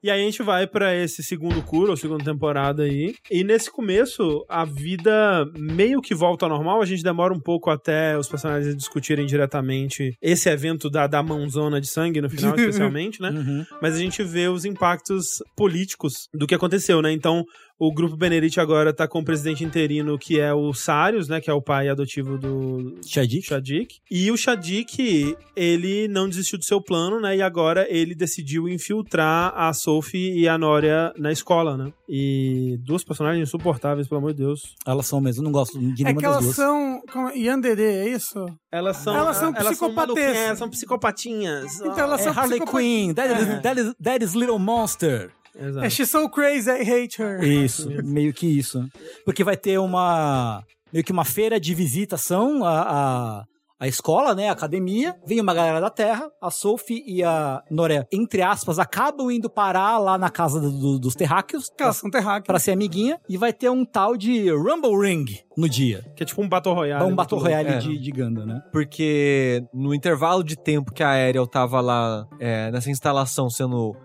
D: E aí a gente vai pra esse segundo curo, ou segunda temporada aí. E nesse começo, a vida meio que volta ao normal. A gente demora um pouco até os personagens discutirem diretamente esse evento da, da mãozona de sangue no final, especialmente, né?
C: Uhum.
D: mas a gente vê os impactos políticos do que aconteceu, né? Então, o grupo Benerit agora tá com o presidente interino, que é o Sarius, né? Que é o pai adotivo do
C: Shadik?
D: Shadik. E o Shadik, ele não desistiu do seu plano, né? E agora ele decidiu infiltrar a Sophie e a Noria na escola, né? E duas personagens insuportáveis, pelo amor de Deus.
C: Elas são mesmo, não gosto de
E: É
C: nenhuma
E: que
C: das
E: elas
C: duas.
E: são. como- Yandere, é isso?
C: Ah,
D: Elas são...
E: Elas são
D: maluquinhas,
E: psicopatesas.
D: Elas são psicopatinhas.
E: Então elas
C: É
E: são É.
C: Harley
E: psicopat-
C: Quinn, that is, that, is, that is Little Monster.
D: Ah, Exato.
E: É, she's so crazy, I hate her.
C: Isso, meio que isso. Porque vai ter uma. meio que uma feira de visitação à, à, à escola, né? à academia. Vem uma galera da Terra, a Sophie e a Noré, entre aspas, acabam indo parar lá na casa do- dos terráqueos.
E: Porque elas são terráqueas.
C: Pra ser amiguinha, e vai ter um tal de Rumble Ring no dia.
D: Que é tipo um Battle Royale.
C: Pra um Battle
D: muito louco.
C: Royale
F: é.
C: de, de Ganda, né?
F: Porque no intervalo de tempo que a Ariel tava lá é, nessa instalação sendo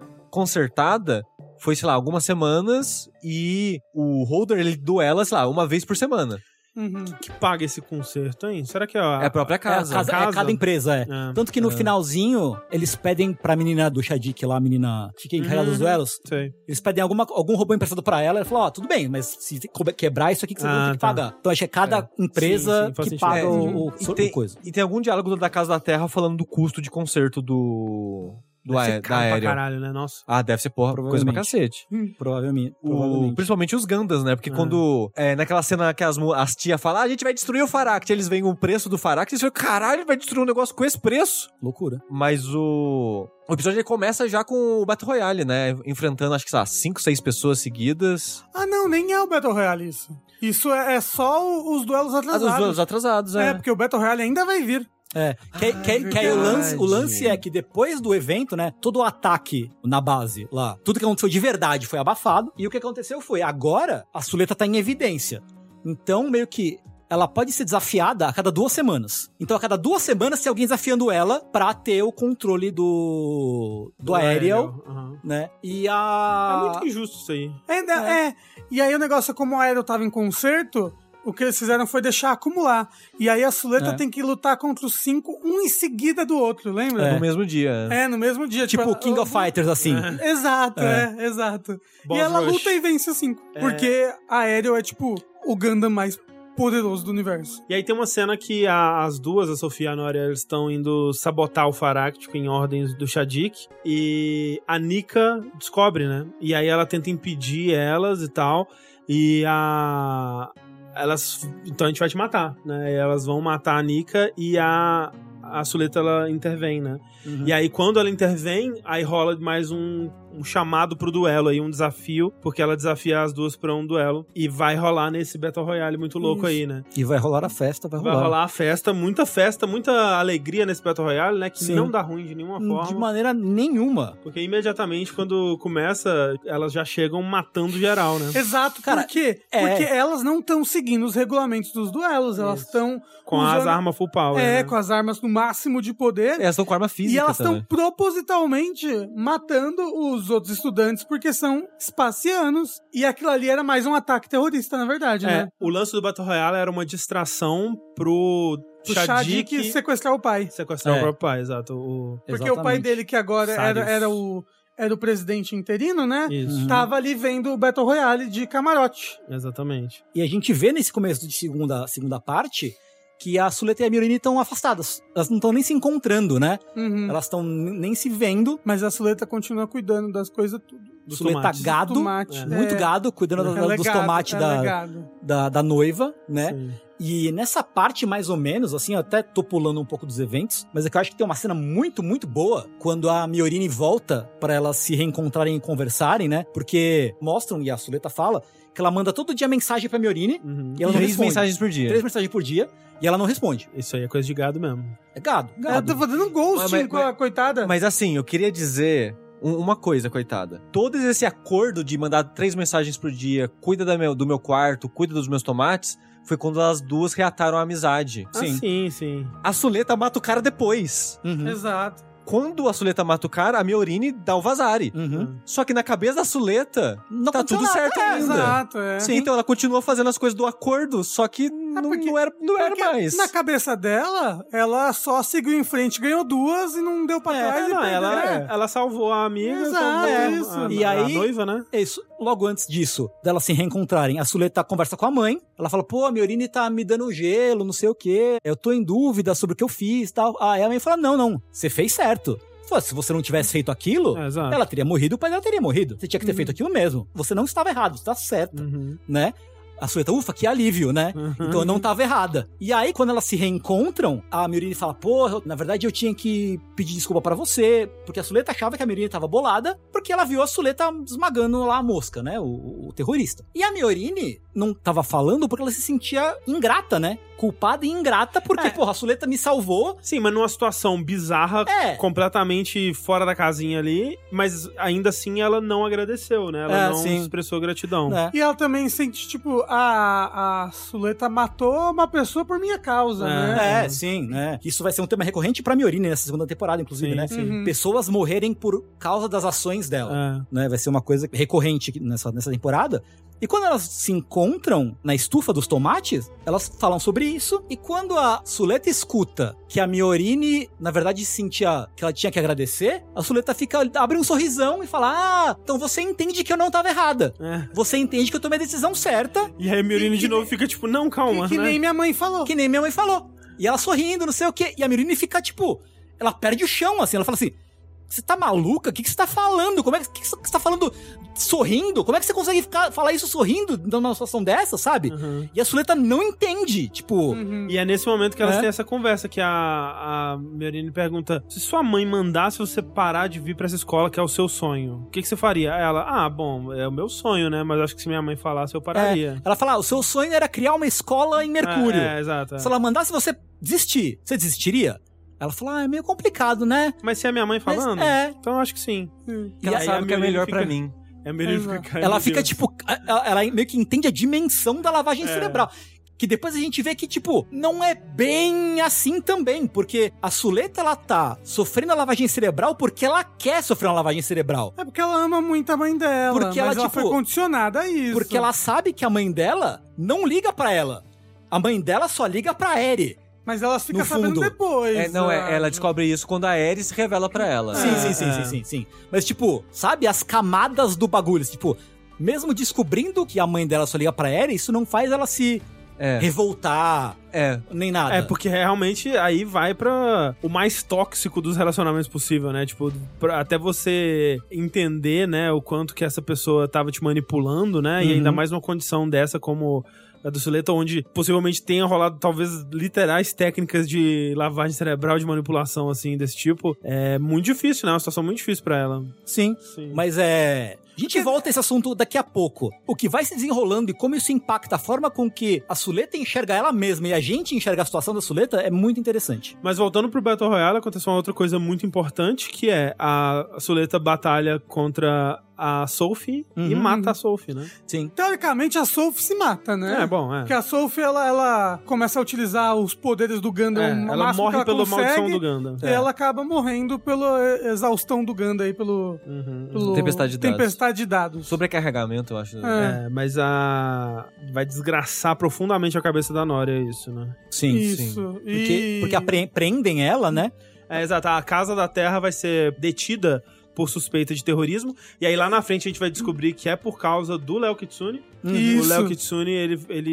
F: consertada, foi, sei lá, algumas semanas e o Holder ele duela, sei lá, uma vez por semana.
E: Uhum.
D: Que paga esse concerto, hein? Será que
F: É a própria
C: É,
F: casa.
C: a casa, é
D: Casa.
C: cada empresa, é.
D: É.
C: Tanto que no
F: É.
C: finalzinho, eles pedem pra menina do Shadik lá, a menina que fica encarregada dos
D: Uhum.
C: duelos,
D: Sei.
C: Eles pedem alguma, algum robô emprestado pra ela, ela fala, ó, tudo bem, mas se co- quebrar isso aqui que você
D: Ah,
C: vai ter que
D: tá.
C: pagar. Então acho que é cada empresa
D: Sim, sim, faz
C: que
D: sentido.
C: paga
F: É,
C: o, o,
F: e
C: so-
F: tem-
C: coisa.
F: E tem algum diálogo da Casa da Terra falando do custo de conserto do. do
D: Deve
F: aé-
D: ser
F: da
D: caro pra
F: Ariel.
D: caralho, né? Nossa.
F: Ah, deve ser porra, coisa pra
C: Provavelmente.
F: cacete.
C: Provavelmente.
F: O-
C: provavelmente.
F: principalmente os Gandas, né? Porque
D: É.
F: quando. É, naquela cena que as, mu- as tia falam, ah, a gente vai destruir o Faract. Eles veem o preço do Faract e eles falam, caralho, vai destruir um negócio com esse preço.
C: Loucura.
F: Mas o. O episódio ele começa já com o Battle Royale, né? Enfrentando, acho que, sei lá, 5, 6 pessoas seguidas.
E: Ah, não, nem é o Battle Royale isso. Isso é, é só o- os duelos
F: Ah,
E: atrasados.
F: Os duelos atrasados,
E: é,
F: é.
E: porque o Battle Royale ainda vai vir.
C: É, que, que- que aí o, lance, o lance é que depois do evento, né, todo o ataque na base lá, tudo que aconteceu de verdade foi abafado, e o que aconteceu foi, agora a Suleta tá em evidência. Então, meio que ela pode ser desafiada a cada duas semanas. Então, a cada duas semanas tem alguém desafiando ela pra ter o controle do, do, Ah. aéreo,
D: Aham.
C: né, e
D: É
C: a...
D: muito injusto isso aí.
E: Ainda é. E aí o negócio é como o Aero tava em concerto, o que eles fizeram foi deixar acumular. E aí a Suleta
C: É.
E: tem que lutar contra os cinco, um em seguida do outro,
F: No
E: lembra?
F: mesmo dia.
E: É, no mesmo dia.
C: Tipo o King of
E: ela-
C: Fighters, assim.
E: Exato, é, exato.
D: Boss
E: e ela
D: Rush.
E: luta e vence os cinco. Porque a Aéreo é, tipo, o Gundam mais poderoso do universo.
D: E aí tem uma cena que a- as duas, a Sofia e a Nora, elas estão indo sabotar o Faráctico em ordens do Shadik. E a Nika descobre, né? E aí ela tenta impedir elas e tal. E a. Elas. Então a gente vai te matar, né? E elas vão matar a Nika e a. A Suleta ela intervém, né? E aí, quando ela intervém, aí rola mais um, um chamado pro duelo aí, um desafio, porque ela desafia as duas pra um duelo. E vai rolar nesse Battle Royale muito louco aí, né?
E: É.
C: E vai rolar a festa, vai
D: Vai
C: rolar.
D: rolar a festa, muita festa, muita alegria nesse Battle Royale, né? Que
C: Sim.
D: não dá ruim de nenhuma
C: Hum, De
D: forma.
C: maneira nenhuma.
D: Porque imediatamente, quando começa, elas já chegam matando geral, né?
E: Exato, cara. Por quê?
C: é.
E: Porque elas não estão seguindo os regulamentos dos duelos, elas estão
D: Com
E: usando-
D: as armas full power.
E: É,
D: né? É,
E: com as armas no máximo de poder.
F: É. Elas estão com arma física.
E: e elas
F: também.
E: estão propositalmente matando os outros estudantes porque são espacianos. E aquilo ali era mais um ataque terrorista, na verdade,
D: É,
E: né?
D: o lance do Battle Royale era uma distração pro
E: O Shadik
D: Shadik
E: sequestrar o pai.
D: sequestrar
C: É.
D: o próprio pai, exato. o-
E: Porque o pai dele, que agora era,
D: Sábios.
E: era, o, era o presidente interino, né?
D: Isso,
E: Tava ali vendo o Battle Royale de camarote.
D: exatamente.
C: E a gente vê nesse começo de segunda, segunda parte que a Suleta e a Mirini estão afastadas. Elas não estão nem se encontrando, né?
E: Uhum.
C: Elas estão n- nem se vendo.
E: Mas a Suleta continua cuidando das coisas tudo.
D: Dos
C: Suleta
D: tomates.
C: gado,
E: Tomate, é.
C: muito gado, cuidando da-
E: Ela é
C: dos
E: gado,
C: tomates
E: ela é
C: da,
E: gado.
C: da, da noiva, né?
D: Sim.
C: E nessa parte, mais ou menos, assim, eu até tô pulando um pouco dos eventos, mas é que eu acho que tem uma cena muito, muito boa quando a Miorini volta pra elas se reencontrarem e conversarem, né? Porque mostram, e a Suleta fala, que ela manda todo dia mensagem pra Miorini
D: Uhum.
C: e ela não
F: Três
C: responde.
F: mensagens por dia.
C: Três mensagens por dia e ela não responde.
D: Isso aí é coisa de gado mesmo.
C: É gado,
E: Ela tá
C: gado.
E: fazendo ghosting
F: Mas- mas-
E: com a coitada.
F: Mas assim, eu queria dizer um- uma coisa, coitada. Todo esse acordo de mandar três mensagens por dia, cuida da meu- do meu quarto, cuida dos meus tomates, foi quando as duas reataram a amizade.
D: Ah, sim, sim.
F: A Suleta mata o cara depois.
C: Uhum.
E: Exato.
F: Quando a Suleta mata o cara, a Miorine dá o vazare.
C: Uhum.
F: Só que na cabeça da Suleta,
C: Não
F: tá
C: aconteceu
F: tudo
C: nada.
F: certo
E: É,
F: ainda.
E: exato, é.
F: Sim, então ela continuou fazendo as coisas do acordo, só que não, é
E: porque-
F: não era, não era
E: Porque
F: mais.
E: É Na cabeça dela, ela só seguiu em frente, ganhou duas e não deu pra trás.
D: É,
E: e
D: não,
E: perdeu.
D: ela,
E: É.
D: ela salvou a amiga.
E: Exato,
D: salvou a-
E: isso.
D: A,
C: E
D: a
C: aí-
D: noiva, né?
C: É isso. Logo antes disso, delas se reencontrarem, a Suleta conversa com a mãe. Ela fala, pô, a Miorine tá me dando gelo, não sei o quê. Eu tô em dúvida sobre o que eu fiz e tal. Aí a mãe fala, não, não, você fez certo. Pô, se você não tivesse feito aquilo,
D: É, exato.
C: ela teria morrido, o pai dela teria morrido. Você tinha que ter feito aquilo mesmo. Você não estava errado, você tá certo,
D: Uhum.
C: né? A Suleta, ufa, que alívio, né? Então eu não tava errada. E aí, quando elas se reencontram, a Mirini fala: Porra, eu- na verdade eu tinha que pedir desculpa pra você. Porque a Suleta achava que a Mirini tava bolada, porque ela viu a Suleta esmagando lá a mosca, né? O, o terrorista. E a Miorine não tava falando porque ela se sentia ingrata, né? Culpada e ingrata, porque, porra, a Suleta me salvou.
D: Sim, mas numa situação bizarra,
C: É.
D: completamente fora da casinha ali, mas ainda assim ela não agradeceu, né? Ela
C: É,
D: não
C: sim.
D: expressou gratidão.
C: né?
E: E ela também sente, tipo, a, a Suleta matou uma pessoa por minha causa,
D: É.
E: né?
C: É, sim, né? Isso vai ser um tema recorrente pra Miorine nessa segunda temporada, inclusive,
D: Sim,
C: né?
D: sim.
E: Uhum.
C: Pessoas morrerem por causa das ações dela.
D: É.
C: né? Vai ser uma coisa recorrente aqui nessa, nessa temporada. E quando elas se encontram na estufa dos tomates, elas falam sobre isso. E quando a Suleta escuta que a Miorine, na verdade, sentia que ela tinha que agradecer, a Suleta fica, abre um sorrisão e fala: Ah, então você entende que eu não tava errada.
D: É.
C: Você entende que eu tomei a decisão certa,
D: E aí a Miorine de novo fica tipo, não, calma,
E: Que, que
D: né?
E: nem minha mãe falou.
C: que nem minha mãe falou. E ela sorrindo, não sei o quê. E a Miorine fica tipo: Ela perde o chão, assim. Ela fala assim. Você tá maluca? O que, que você tá falando? Como é que, que, que você tá falando sorrindo? Como é que você consegue ficar, falar isso sorrindo numa situação dessa, sabe?
D: Uhum.
C: E a Suleta não entende. Tipo,
E: Uhum.
D: E é nesse momento que elas
C: É.
D: têm essa conversa que a, a Miorine pergunta: se sua mãe mandasse você parar de vir pra essa escola, que é o seu sonho, o que, que você faria? Aí Ela, ah, bom, é o meu sonho, né? Mas acho que se minha mãe falasse, eu
C: é,
D: pararia.
C: ela fala: "Ah, o seu sonho era criar uma escola em Mercúrio.
D: É, é, exato. é.
C: Se ela mandasse você desistir. Você desistiria? Ela falou, ah, é meio complicado, né?
D: Mas se é minha mãe
C: Mas
D: falando,
C: é.
D: então eu acho que sim.
F: E ela
D: aí a
F: sabe que é
D: Mione
F: melhor
D: fica-
F: pra mim.
D: É melhor ele
E: Exato.
D: ficar.
C: ela
D: meu
C: fica,
D: Deus. É.
C: tipo, ela, ela meio que entende a dimensão da lavagem cerebral. Que depois a gente vê que, tipo, não é bem assim também, porque a Suleta, ela tá sofrendo a lavagem cerebral porque ela quer sofrer uma lavagem cerebral.
E: É porque ela ama muito a mãe dela.
C: Porque
E: Porque
C: ela,
E: ela, ela
C: tipo,
E: foi condicionada a isso.
C: Porque ela sabe que a mãe dela não liga pra ela. A mãe dela só liga pra Eri.
E: Mas ela fica
C: no
E: sabendo
C: fundo.
E: depois.
F: É, não, é,
E: ah,
F: ela descobre isso quando a Ares revela pra ela.
C: Sim, sim, sim,
D: é.
C: sim, sim, sim. Mas, tipo, sabe, as camadas do bagulho. Tipo, mesmo descobrindo que a mãe dela só liga pra Eri, isso não faz ela se
F: É,
C: revoltar,
F: é.
C: nem nada.
D: É, porque realmente aí vai pra o mais tóxico dos relacionamentos possível, né? Tipo, pra- até você entender, né, o quanto que essa pessoa tava te manipulando, né? E
C: Uhum.
D: ainda mais numa condição dessa como a do Suleta, onde possivelmente tenha rolado talvez literais técnicas de lavagem cerebral, de manipulação, assim, desse tipo. É muito difícil, né? É uma situação muito difícil pra ela.
C: Sim.
D: Sim.
C: Mas é. A gente volta a esse assunto daqui a pouco. O que vai se desenrolando e como isso impacta a forma com que a Suleta enxerga ela mesma e a gente enxerga a situação da Suleta é muito interessante.
D: Mas voltando pro Battle Royale, aconteceu uma outra coisa muito importante, que é a Suleta batalha contra a Sophie e
C: Uhum.
D: mata a Sophie, né?
C: Sim.
E: Teoricamente, a Soul se mata, né?
D: É, bom, é.
E: Porque a Sophie, ela, ela começa a utilizar os poderes do Gundam.
D: É,
E: o
D: ela
E: máximo
D: morre
E: que
D: pela
E: consegue,
D: maldição do É. Ganda.
E: E ela acaba morrendo pela exaustão do Ganda aí, pelo,
D: É, uhum,
E: pelo-
F: Tempestade de dados.
E: Tempestade de dados.
F: Sobrecarregamento, eu acho.
E: É,
D: É, mas a. Vai desgraçar profundamente a cabeça da Nória, isso, né?
C: Sim.
E: isso.
C: Porque,
E: e...
C: porque apre- prendem ela, né?
D: É, exato. A Casa da Terra vai ser detida por suspeita de terrorismo. E aí lá na frente a gente vai descobrir que é por causa do Léo Kitsune.
E: Isso.
D: O Léo Kitsune, ele. ele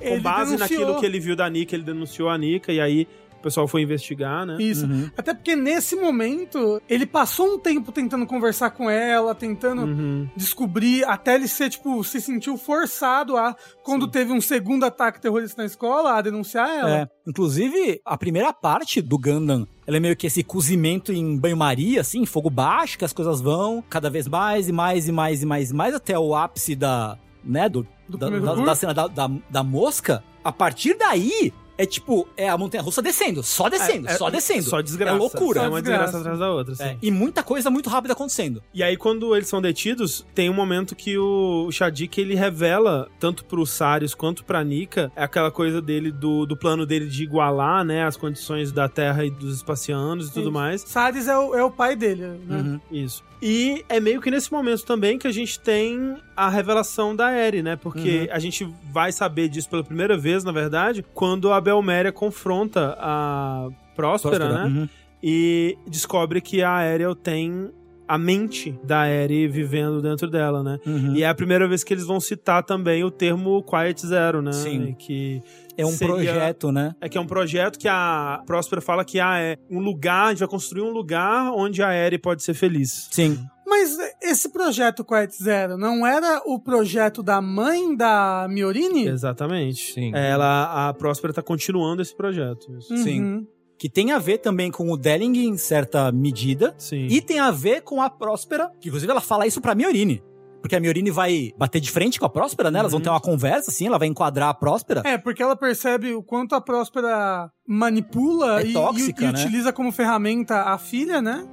E: Ele
D: com base
E: denunciou.
D: naquilo que ele viu da Nika, ele denunciou a Nika. E aí o pessoal foi investigar, né?
E: Isso.
C: Uhum.
E: Até porque nesse momento, ele passou um tempo tentando conversar com ela, tentando
D: Uhum.
E: descobrir, até ele ser, tipo, se sentiu forçado a, quando teve um segundo ataque terrorista na escola, a denunciar ela.
C: É. Inclusive, a primeira parte do Gundam, ela é meio que esse cozimento em banho-maria, assim, fogo baixo, que as coisas vão cada vez mais e mais e mais e mais e mais até o ápice da, né, do,
E: Do
C: da,
E: primeiro
C: da-
E: curso.
C: da cena da, da, da mosca. A partir daí, é tipo, é a montanha-russa descendo, só descendo,
D: É, é,
C: só descendo.
D: Só desgraça.
C: É loucura.
D: É uma
E: Desgraça.
D: desgraça atrás da outra, assim.
C: É, e muita coisa muito rápida acontecendo.
D: E aí, quando eles são detidos, tem um momento que o Shadik, ele revela, tanto pro Sarius quanto pra Nika, é aquela coisa dele, do, do plano dele de igualar, né, as condições da Terra e dos espacianos e tudo
E: Isso.
D: mais.
E: Sades é o, é o pai dele,
D: Uhum.
E: né?
C: Uhum.
D: Isso. E é meio que nesse momento também que a gente tem a revelação da Eri, né? Porque
C: Uhum.
D: a gente vai saber disso pela primeira vez, na verdade, quando a Belméria confronta a Próspera, né?
C: Uhum.
D: e descobre que a Ariel tem a mente da Eri vivendo dentro dela, né?
C: Uhum.
D: E é a primeira vez que eles vão citar também o termo Quiet Zero, né?
C: Sim.
D: Que
C: É um
D: seria-
C: projeto, né?
D: é que é um projeto que a Próspera fala que ah, é um lugar, a gente vai construir um lugar onde a Eri pode ser feliz.
C: Sim.
E: Mas esse projeto Quiet Zero não era o projeto da mãe da Miorini?
D: Exatamente.
F: Sim.
D: Ela, a Próspera tá continuando esse projeto. isso.
E: Uhum.
C: Sim. Que tem a ver também com o Delling em certa medida.
D: Sim.
C: E tem a ver com a Próspera, que inclusive ela fala isso pra Miorine. Porque a Miorine vai bater de frente com a Próspera, né? Elas
D: Uhum.
C: vão ter uma conversa, assim, ela vai enquadrar a Próspera.
E: É, porque ela percebe o quanto a Próspera manipula
C: É
E: e,
C: tóxica,
E: e- e
C: né?
E: utiliza como ferramenta a filha, né?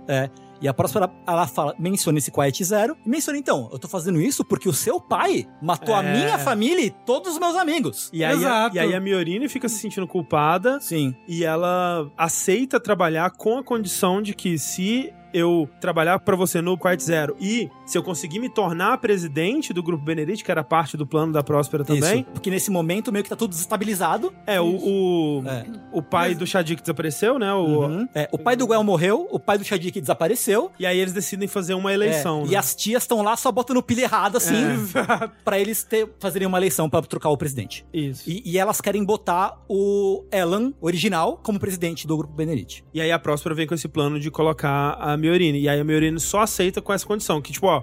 C: E a Próspera, ela fala, menciona esse Quiet Zero. E menciona, então, eu tô fazendo isso porque o seu pai matou a
D: É.
C: minha família e todos os meus amigos.
D: E aí, a,
E: Exato.
D: e aí a Miorine fica se sentindo culpada
C: Sim.
D: e ela aceita trabalhar com a condição de que se eu trabalhar pra você no Quiet Zero e se eu conseguir me tornar presidente do grupo Benedict, que era parte do plano da Próspera também,
C: Isso. Porque nesse momento meio que tá tudo desestabilizado.
D: é o o,
C: É.
D: o pai do Shadik desapareceu, né? O-
C: Uhum. É, o pai do Guel morreu, o pai do Shadik desapareceu.
D: E aí eles decidem fazer uma
C: É,
D: eleição. né? É.
C: E as tias estão lá só botando pilha errada, assim, pra eles ter, fazerem uma eleição pra trocar o presidente.
D: Isso. E...
C: E, e elas querem botar o Elan original como presidente do grupo Benedict.
D: aí a Próspera vem com esse plano de colocar a Miorine. E aí a Miorine só aceita com essa condição: que, tipo, ó,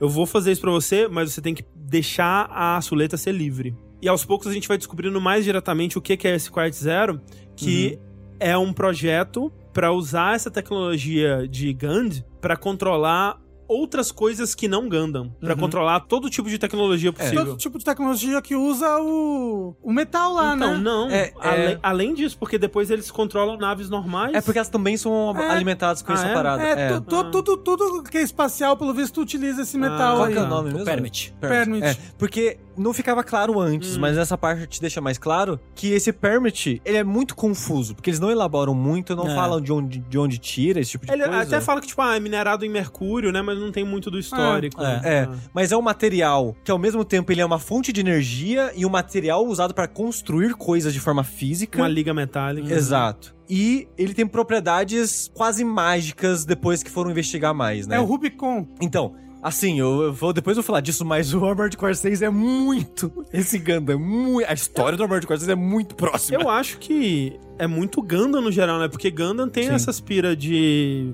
D: eu vou fazer isso pra você, mas você tem que deixar a Suleta ser livre. E aos poucos a gente vai descobrindo mais diretamente o que que é esse Quiet Zero, que
F: Uhum.
D: é um projeto pra usar essa tecnologia de Gand pra controlar outras coisas que não Gundam.
F: Uhum.
D: Pra controlar todo tipo de
F: É.
D: tecnologia possível.
E: Todo tipo de tecnologia que usa o, o metal lá,
D: Então,
E: né?
D: não.
F: É,
D: ale-
F: é.
D: Além, disso, porque depois eles controlam naves normais.
F: É porque elas também são
E: É.
F: alimentadas com
D: Ah,
F: essa
D: é?
F: parada.
E: É,
F: É.
E: tu- tu- tudo, tudo que é espacial, pelo visto, utiliza esse metal
F: Qual
E: aí.
F: que é o nome mesmo?
C: Permit.
E: Permit.
F: É, porque não ficava claro antes, mas nessa parte te deixa mais claro que esse permit, ele é muito confuso, porque eles não elaboram muito, não
C: É.
F: falam de onde, de onde tira esse tipo de
D: Ele
F: coisa.
D: até fala que, tipo, ah, é minerado em mercúrio, né? Mas não tem muito do histórico. né?
C: É,
F: É, mas é um material que ao mesmo tempo ele é uma fonte de energia e um material usado pra construir coisas de forma física.
D: Uma né? liga metálica.
F: Exato. E ele tem propriedades quase mágicas depois que foram investigar mais, né?
E: É o Rubicon.
F: Então, assim, eu, eu vou, depois eu vou falar disso, mas o Armored Core 6 é muito. Esse Gundam, muito, a história do Armored Core 6 é muito próxima.
D: Eu acho que é muito Gundam no geral, né? Porque Gundam tem
F: Sim.
D: essas pira de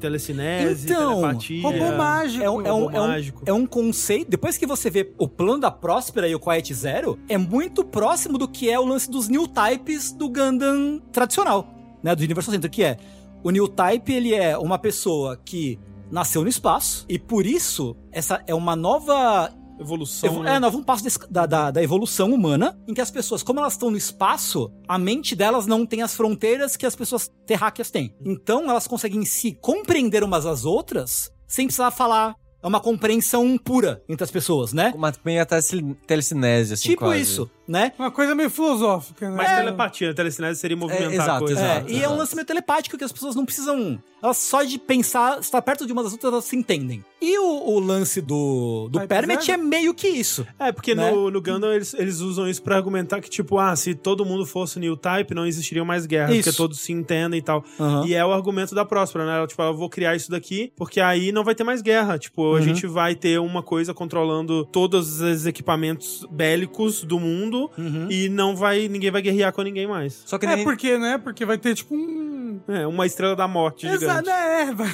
D: telecinese,
C: Então,
D: telepatia.
E: Robô mágico.
C: É um, é, um,
D: Robô
C: é, um,
D: mágico.
C: é um conceito. Depois que você vê o plano da Próspera e o Quiet Zero, é muito próximo do que é o lance dos new types do Gundam tradicional, né? Do Universal Center, que é o new type, ele é uma pessoa que nasceu no espaço e por isso essa é uma nova
D: Evolução.
C: Evo-
D: né?
F: um
C: É, nós vamos passo desse- da, da, da evolução humana, em que as pessoas, como elas estão no espaço, a mente delas não tem as fronteiras que as pessoas terráqueas têm.
F: Uhum.
C: Então, elas conseguem se compreender umas às outras sem precisar falar. É uma compreensão pura entre as pessoas, né?
F: Uma meio teleci- telecinese, assim,
C: tipo
F: quase.
C: isso, né?
E: Uma coisa meio filosófica, né?
D: Mas telepatia, né? telecinese seria movimentar
F: exato,
D: coisas.
F: Ah,
C: É,
F: exato.
C: e é um lance meio telepático que as pessoas não precisam. Elas só de pensar, estar perto de umas das outras, elas se entendem. E o, o lance do, do
E: Vai
C: Permit
E: precisar?
C: é meio que isso.
D: É, porque
C: Né?
D: no, no Gundam eles, eles usam isso pra argumentar que, tipo, ah, se todo mundo fosse new type, não existiriam mais guerras,
C: Isso.
D: porque todos se entendem e tal.
C: Aham.
D: E é o argumento da Próspera, né? Ela, tipo, eu vou criar isso daqui, porque aí não vai ter mais guerra. Tipo, a gente vai ter uma coisa controlando todos os equipamentos bélicos do mundo
F: Uhum.
C: Uhum.
D: e não vai. ninguém vai guerrear com ninguém mais.
F: Só que nem...
E: É porque, né? Porque vai ter, tipo, um...
D: É, uma estrela da morte
E: Exato,
D: gigante.
E: é. Vai,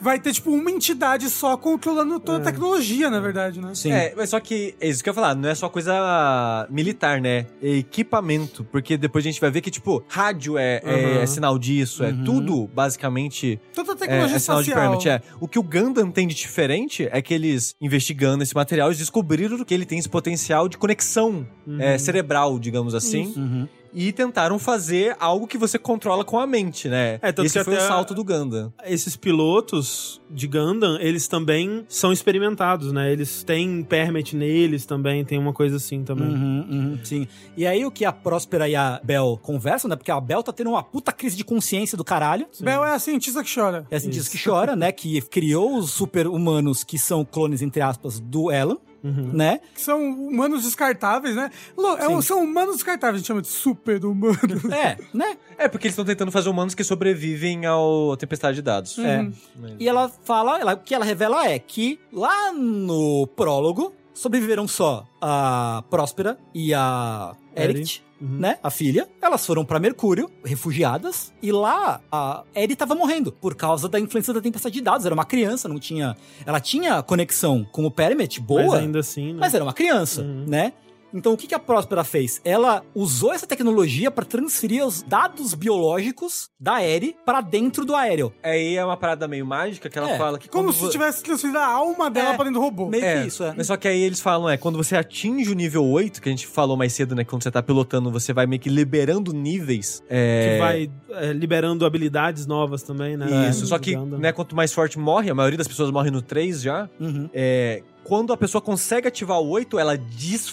E: vai ter, tipo, uma entidade só controlando toda a tecnologia, na verdade, né?
C: Sim.
F: É, mas só que é isso que eu ia falar, não é só coisa militar, né? É equipamento. Porque depois a gente vai ver que, tipo, rádio é, é-
D: Uhum.
F: é sinal disso, é tudo basicamente
E: Toda a
F: é,
E: tecnologia
F: é sinal de
E: espacial.
F: permit. É. O que o Gundam tem de diferente é que eles, investigando esse material, eles descobriram que ele tem esse potencial de conexão é, cerebral, digamos assim.
C: Uhum.
F: E tentaram fazer algo que você controla com a mente, né?
D: É, tanto
F: esse
D: que
F: foi
D: até
F: o
D: a-
F: salto do Gundam.
D: Esses pilotos de Gundam, eles também são experimentados, né? Eles têm permit neles também, tem uma coisa assim também.
C: Uhum, uhum, sim. E aí o que a Próspera e a Bel conversam, né? Porque a Bel tá tendo uma puta crise de consciência do caralho.
E: Bel é a cientista que chora.
C: É assim diz que chora, né? Que criou os super-humanos que são clones, entre aspas, do Elan,
D: Uhum.
C: né?
E: Que são humanos descartáveis, né? Lô, é um- são humanos descartáveis, a gente chama de super-humanos.
C: É, né?
F: É, porque eles estão tentando fazer humanos que sobrevivem ao à tempestade de dados.
C: É. E ela fala, ela- o que ela revela é que lá no prólogo sobreviveram só a Próspera e a Eric. Né? A filha. Elas foram pra Mercúrio, refugiadas, e lá a Eri tava morrendo por causa da influência da tempestade de dados. Era uma criança, não tinha. Ela tinha conexão com o Permit, boa.
D: Mas ainda assim, né?
C: Mas era uma criança, né? Então o que que a Próspera fez? Ela usou essa tecnologia para transferir os dados biológicos da Eri para dentro do Aéreo.
F: Aí é uma parada meio mágica que ela
C: É,
F: fala que
E: Como
F: quando
E: se
F: vo-
E: tivesse transferido a alma dela
C: É.
E: pra dentro do robô.
C: Meio
F: É,
C: que isso, é.
F: Mas só que aí eles falam, é, quando você atinge o nível 8, que a gente falou mais cedo, né? Quando você tá pilotando, você vai meio que liberando níveis. É,
D: que vai é, liberando habilidades novas também, né?
F: Isso, só que
D: Gundam.
F: né, quanto mais forte morre, a maioria das pessoas morre no 3 já.
C: Uhum.
F: É, quando a pessoa consegue ativar o 8, ela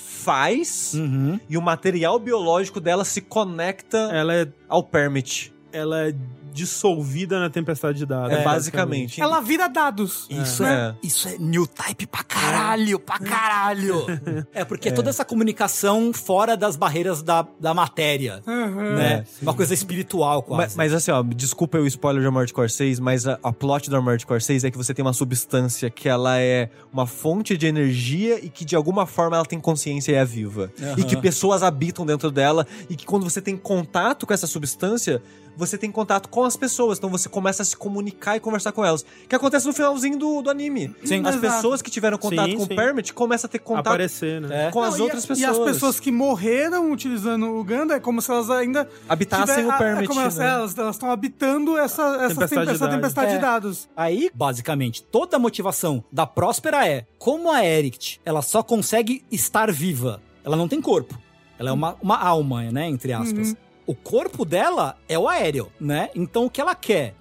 F: desfaz
C: Uhum.
F: e o material biológico dela se conecta
D: Ela é,
F: ao permit.
D: ela é dissolvida na tempestade de dados.
F: É, basicamente.
E: Ela vira dados.
C: Isso
F: É.
C: é, isso é new type pra caralho, pra caralho. É porque é toda essa comunicação fora das barreiras da, da matéria,
E: Aham.
C: né? Uma coisa espiritual
F: É, Mas,
C: quase.
F: mas assim, ó, desculpa o spoiler de Armored Core 6, mas a, a plot do Armored Core 6 é que você tem uma substância que ela é uma fonte de energia e que de alguma forma ela tem consciência e é viva. E que pessoas habitam dentro dela e que quando você tem contato com essa substância, você tem contato com as pessoas, então você começa a se comunicar e conversar com elas. Que acontece no finalzinho do, do anime.
C: Sim.
F: As
E: Exato.
F: pessoas que tiveram contato
D: Sim,
F: com o
D: sim.
F: Permit começam a ter contato É.
D: Aparecer, né?
F: com as
E: Não, e-
F: outras pessoas.
E: E as pessoas que morreram utilizando o Ganda é como se elas ainda
F: habitassem
E: tiver-
F: o
E: a-
F: Permit.
E: é como elas
F: né?
E: estão habitando essa, essa
D: Tempestade
E: tempestade,
D: de
E: essa
D: dados.
E: tempestade
C: É.
E: de dados.
C: Aí, basicamente, toda a motivação da Próspera é como a Erict, ela só consegue estar viva. Ela não tem corpo. Ela é uma, uma alma, né? Entre aspas. O corpo dela é o aéreo, né? Então o que ela quer?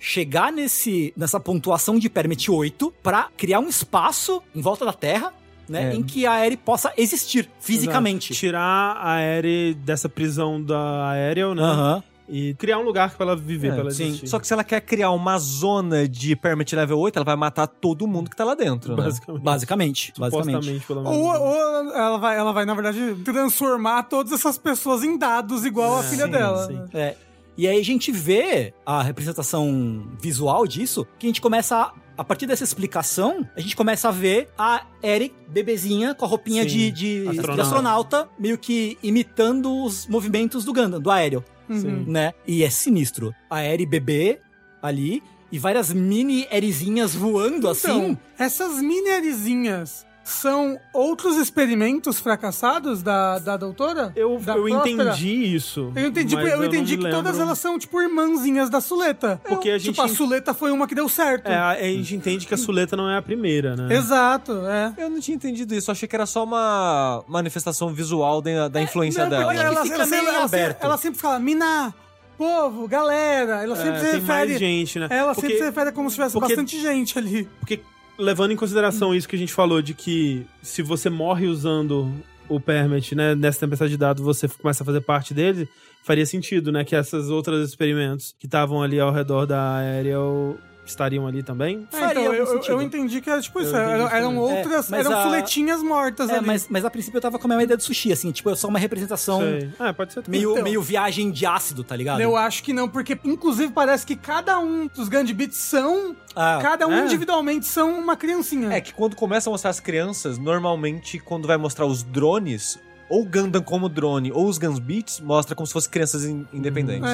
C: Chegar nesse, nessa pontuação de Permit 8 pra criar um espaço em volta da Terra, né?
F: É.
C: Em que a Eri possa existir fisicamente.
D: Tirar a Eri dessa prisão da Ariel, né?
C: Aham.
D: E criar um lugar pra ela viver,
F: É,
D: pra ela
C: sim.
D: existir.
F: Só que se ela quer criar uma zona de Permit Level 8, ela vai matar todo mundo que tá lá dentro, né?
D: Basicamente.
C: Basicamente. Basicamente.
D: Supostamente, pelo menos.
E: Ou, ou ela, vai, ela vai, na verdade, transformar todas essas pessoas em dados, igual a filha
D: É, sim,
E: dela.
D: sim.
E: né?
C: É. E aí a gente vê a representação visual disso, que a gente começa a. a partir dessa explicação, a gente começa a ver a Eric, bebezinha, com a roupinha de,
D: Sim,
C: de- de astronauta.
D: astronauta.
C: meio que imitando os movimentos do Gundam, do aéreo,
E: Uhum.
C: né? E é sinistro. A Eri bebê ali, e várias mini Erizinhas voando assim.
E: Então, essas minerizinhas são outros experimentos fracassados da, da doutora?
D: Eu,
E: Da
D: eu
E: Próspera?
D: entendi isso.
E: Eu entendi,
D: mas
E: eu
D: não
E: entendi
D: me
E: que todas
D: lembro.
E: elas são, tipo, irmãzinhas da Suleta.
D: Porque
E: Eu-
D: a gente-
E: Tipo, a Suleta foi uma que deu certo.
D: É, a a gente entende que a Suleta não é a primeira, né?
E: Exato, é.
F: Eu não tinha entendido isso, achei que era só uma manifestação visual da, é da influência
E: É, Não,
F: dela.
E: porque ela,
C: fica
E: ela sempre-
C: meio
E: ela
C: aberto.
E: sempre- ela sempre fala, mina, povo, galera. Ela sempre
D: É,
E: se
D: tem mais
E: refere.
D: gente, né?
E: Ela
D: porque,
E: sempre se refere como se tivesse
D: porque-
E: bastante gente ali.
D: porque levando em consideração isso que a gente falou, de que se você morre usando o permit, né, nessa tempestade de dados, você começa a fazer parte dele, faria sentido, né, que essas outras experimentos que estavam ali ao redor da Ariel estariam ali também.
E: É,
C: Faria
E: então,
C: algum
E: eu, eu-
C: sentido.
E: eu entendi que era tipo isso.
D: Eu entendi
E: Eram,
D: isso
E: eram
D: também.
E: outras,
C: É, mas
E: eram
C: a-
E: suletinhas mortas
C: É,
E: ali.
C: mas, mas a princípio eu tava com a mesma ideia de sushi, assim, tipo, é só uma representação
D: Sei. É, pode ser também.
C: meio,
E: Então.
C: meio viagem de ácido, tá ligado?
E: Eu acho que não, porque inclusive parece que cada um dos Gandbits são.
C: Ah,
E: cada um
D: é?
E: individualmente são uma criancinha.
F: É que quando começa a mostrar as crianças, normalmente quando vai mostrar os drones, ou Gundam como drone, ou os Gunsbeats, mostra como se fossem crianças in- independentes.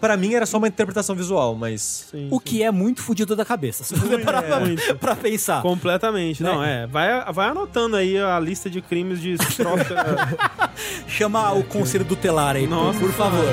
F: Pra
E: É.
F: mim era só uma interpretação visual, mas.
D: Sim,
C: O
D: sim.
C: que é muito fudido da cabeça, se você parar pra,
D: muito.
C: pra pensar.
D: Completamente. Não, é. Vai, vai anotando aí a lista de crimes de troca.
C: Chama o conselho do telar aí, por-
D: Nossa
C: por favor.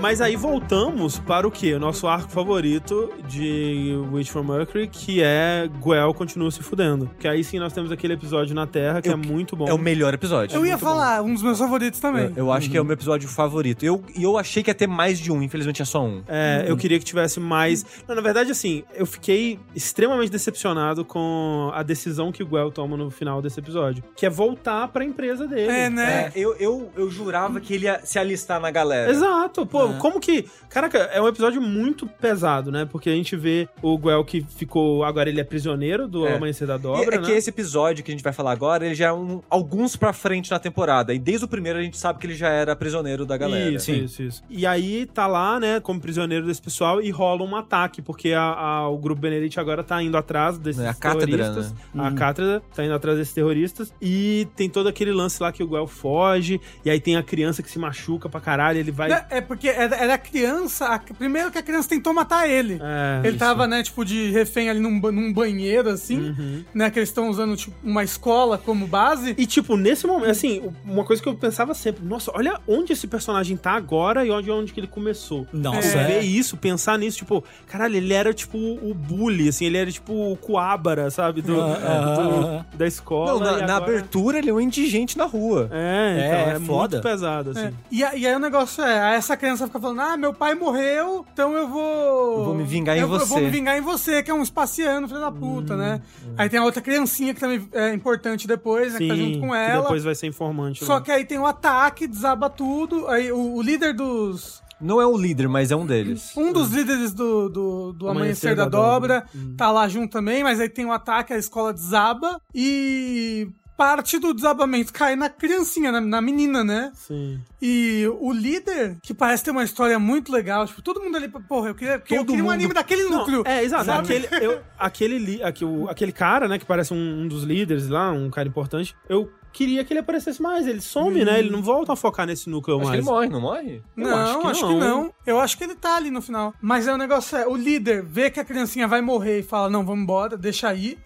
D: Mas aí voltamos para o quê? O nosso arco favorito de Witch for Mercury, que é Guel continua se fudendo. Que aí sim nós temos aquele episódio na Terra que é muito bom.
F: É o melhor episódio.
E: Eu ia falar, um dos meus favoritos também.
F: Eu, eu acho que é o meu episódio favorito. Eu- E eu, achei que ia ter mais de um, infelizmente é só um.
D: É, eu queria que tivesse mais. Não, na verdade, assim, eu fiquei extremamente decepcionado com a decisão que o Guel toma no final desse episódio, que é voltar pra empresa dele.
E: É, né?
F: É, eu, eu, eu jurava que ele ia se alistar na galera.
D: Exato, pô,
F: É.
D: como que. Caraca, é um episódio muito pesado, né? Porque a gente vê o Guel que ficou. Agora ele é prisioneiro do
F: É.
D: Amanhecer da
F: E
D: Dobra.
F: é que
D: né?
F: esse episódio que a gente vai falar agora, ele já é um, alguns pra frente na temporada. E desde o primeiro a gente sabe que ele já era prisioneiro da galera.
D: Isso, isso, isso. E aí tá lá, né, como prisioneiro desse pessoal e rola um ataque, porque a- a- o grupo Benedict agora tá indo atrás desses
F: É, a cátedra,
D: terroristas.
C: né?
D: A
C: Uhum.
D: cátedra tá indo atrás desses terroristas. E tem todo aquele lance lá que o Guel foge, e aí tem a criança que se machuca pra caralho, ele vai.
E: Né? É porque era era a criança. a- primeiro que a criança tentou matar ele.
F: Ah,
D: É,
E: ele
D: isso.
E: tava, né, tipo, de refém ali num, ba- num banheiro, assim,
F: Uhum.
E: né? Que eles estão usando, tipo, uma escola como base.
D: E, tipo, nesse momento, assim, uma coisa que eu pensava sempre, nossa, olha onde esse personagem tá agora e onde, onde que ele começou.
C: Nossa,
D: Tipo,
C: é.
D: ver isso, pensar nisso, tipo, caralho, ele era tipo o bully, assim, ele era tipo o coabara, sabe? Do,
C: Ah,
D: do-
C: ah,
D: da escola.
F: Não, na,
D: e
F: na
D: agora-
F: abertura ele é um indigente na rua.
D: É, então,
C: É,
D: é,
C: é foda.
D: muito pesado, assim.
E: É, E, a- e aí o negócio é, essa criança ficar falando, ah, meu pai morreu, então eu vou...
F: Eu vou me vingar em
E: eu, Eu vou
F: você." Hum,
E: me vingar em você, que é um espaciano, filho da puta, né? Aí
F: é.
E: tem a outra criancinha que também é importante depois, né? que tá junto com
D: que
E: ela.
D: depois vai ser informante.
E: Só
D: né?
E: que aí tem o ataque, desaba tudo, aí o- o líder dos...
F: Não é o líder, mas é um deles.
E: Um dos líderes do, do, do Amanhecer, da, Dobra, tá lá junto também, mas aí tem um ataque, a escola desaba e parte do desabamento cai na criancinha, na, na menina, né?
D: Sim.
E: E o líder, que parece ter uma história muito legal, tipo, todo mundo ali, porra, eu queria, eu queria
D: Todo
E: um
D: mundo.
E: anime daquele
D: Não,
E: núcleo.
D: é, exato.
E: sabe?
D: Aquele, eu- aquele, li- aqui- o- aquele cara, né, que parece um, um dos líderes lá, um cara importante, eu queria que ele aparecesse mais. Ele some, né?
E: Uhum.
D: Ele não volta a focar nesse núcleo
F: Acho que
D: mais.
F: ele morre, não morre?
D: Eu
E: Não, acho, que, não. Eu acho que ele tá ali no final. Mas aí o negócio é, o líder vê que a criancinha vai morrer e fala, não, vamos embora, deixa aí.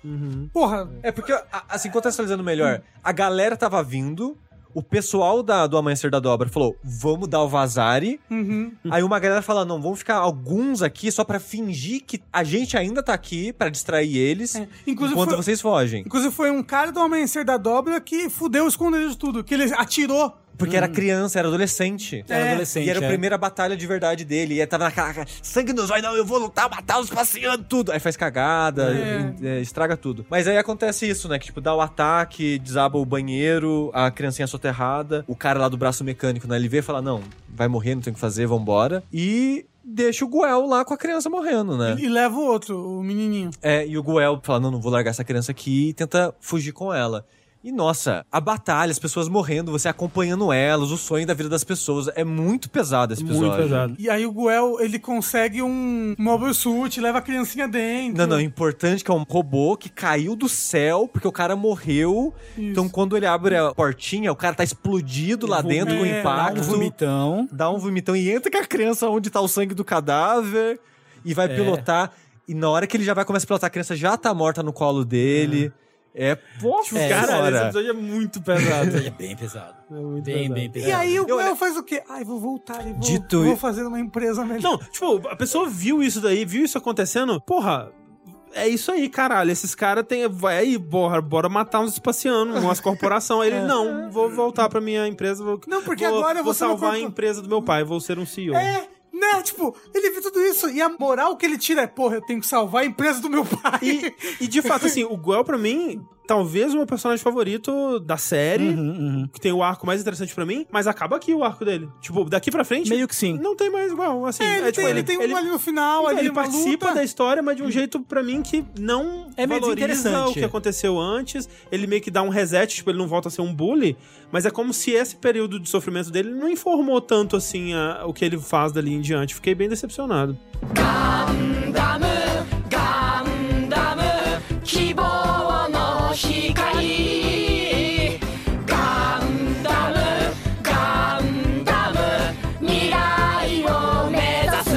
E: Porra,
F: É porque, a- assim, contextualizando melhor, a galera tava vindo, o pessoal da, do Amanhecer da Dobra falou, vamos dar o vazare.
E: uhum.
F: Aí uma galera fala, não, vamos ficar alguns aqui só pra fingir que a gente ainda tá aqui pra distrair eles
E: É, inclusive
F: enquanto
E: foi-
F: vocês fogem.
E: Inclusive foi um cara do Amanhecer da Dobra que fudeu o esconderijo de tudo, que ele atirou.
F: Porque era criança, era adolescente.
C: Hum. Era adolescente,
F: E era
C: é.
F: a primeira batalha de verdade dele. E aí tava naquela. cara, Sangue nos olhos, não, eu vou lutar, matar os passeando, tudo. Aí faz cagada, e- é, estraga tudo. Mas aí acontece isso, né? Que tipo, dá o ataque, desaba o banheiro, a criancinha é soterrada, o cara lá do braço mecânico né? na LV fala: não, vai morrer, não tem o que fazer, vambora. E deixa o Guel lá com a criança morrendo, né?
E: E leva o outro, o menininho.
F: É, e o Guel fala: não, não vou largar essa criança aqui e tenta fugir com ela. E nossa, a batalha, as pessoas morrendo, você acompanhando elas, o sonho da vida das pessoas. É muito pesado esse episódio.
D: Muito pesado.
E: E aí o Guel, ele consegue um mobile suit, leva a criancinha dentro.
F: Não, não, é importante que é um robô que caiu do céu porque o cara morreu. Então quando ele abre a portinha, o cara tá explodido lá dentro com o
D: né?
E: é,
F: impacto.
C: Um vomitão.
F: dá um vomitão e entra com a criança onde tá o sangue do cadáver e
D: É.
F: vai pilotar. E na hora que ele já vai começar a pilotar, a criança já tá morta no colo dele. É, poxa,
C: É,
F: cara,
D: Tipo, Caralho, esse
F: senhora.
D: episódio é muito pesado.
C: É bem pesado. bem, bem pesado.
E: E aí o
F: Eu-
E: Guel faz o quê? Ai, vou voltar e vou,
F: Dito
E: vou
F: i-
E: fazer uma empresa melhor.
D: Não, tipo, a pessoa viu isso daí, viu isso acontecendo, porra. É isso aí, caralho. Esses caras tem. Vai aí, bora, bora matar uns espacianos, umas corporação. Aí ele, não, vou voltar pra minha empresa. Vou,
E: É. Não, porque
D: vou-
E: agora
D: vou
E: você não
D: salvar a
E: corpo-
D: empresa do meu pai, vou ser um CEO.
E: É, né? Tipo, ele vê tudo isso e a moral que ele tira é, porra, eu tenho que salvar a empresa do meu pai.
D: E, e, de fato, assim, o Guel, pra mim, talvez o meu personagem favorito da série,
E: Uhum,
D: que tem o arco mais interessante pra mim, mas acaba aqui o arco dele. Tipo, daqui pra frente.
C: Meio que sim.
D: Não tem mais Guel, assim.
E: É, ele,
D: é, tipo,
E: tem, ele tem um ali no final, ali
D: ele
E: uma
D: participa
E: luta. Hum.
D: da história, mas de um jeito pra mim que não
C: É meio
D: valoriza
C: desinteressante.
D: o que aconteceu antes. Ele meio que dá um reset, tipo, ele não volta a ser um bully, mas é como se esse período de sofrimento dele não informou tanto assim a- o que ele faz dali em diante. Fiquei bem decepcionado.
I: ダムガンダム希望の光ガンダムガンダム未来を目指す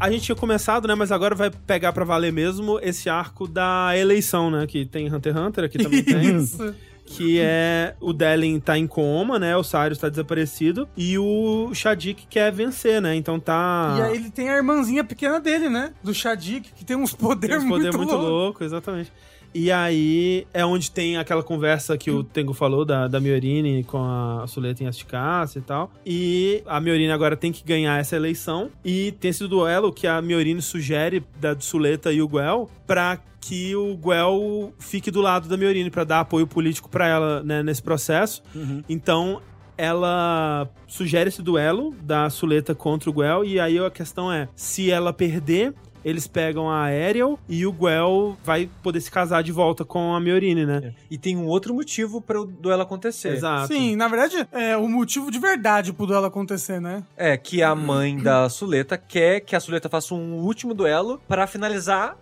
D: A gente tinha começado, né? Mas agora vai pegar pra valer mesmo esse arco da eleição, né? Que tem Hunter x Hunter, aqui também tem.
E: Isso.
D: Que é o Delen tá em coma, né? O Cyrus tá desaparecido. E o Shadik quer vencer, né? Então tá.
E: E aí ele tem a irmãzinha pequena dele, né? Do Shadik, que tem uns
D: Tem
E: poderes
D: uns
E: muito,
D: poder muito,
E: loucos.
D: louco, exatamente. E aí é onde tem aquela conversa que o Tengu falou da, da Miorine com a Suleta em Asticácia e tal. E a Miorine agora tem que ganhar essa eleição. E tem esse duelo que a Miorine sugere da Suleta e o Guel pra que o Guel fique do lado da Miorine pra dar apoio político pra ela né, nesse processo. Então ela sugere esse duelo da Suleta contra o Guel. E aí a questão é: se ela perder, eles pegam a Ariel e o Guel vai poder se casar de volta com a Miorine, né?
F: E tem um outro motivo pra o duelo
C: É.
F: acontecer.
D: Exato.
E: Sim, na verdade, é o motivo de verdade pro duelo acontecer, né?
F: É que a mãe da Suleta quer que a Suleta faça um último duelo pra finalizar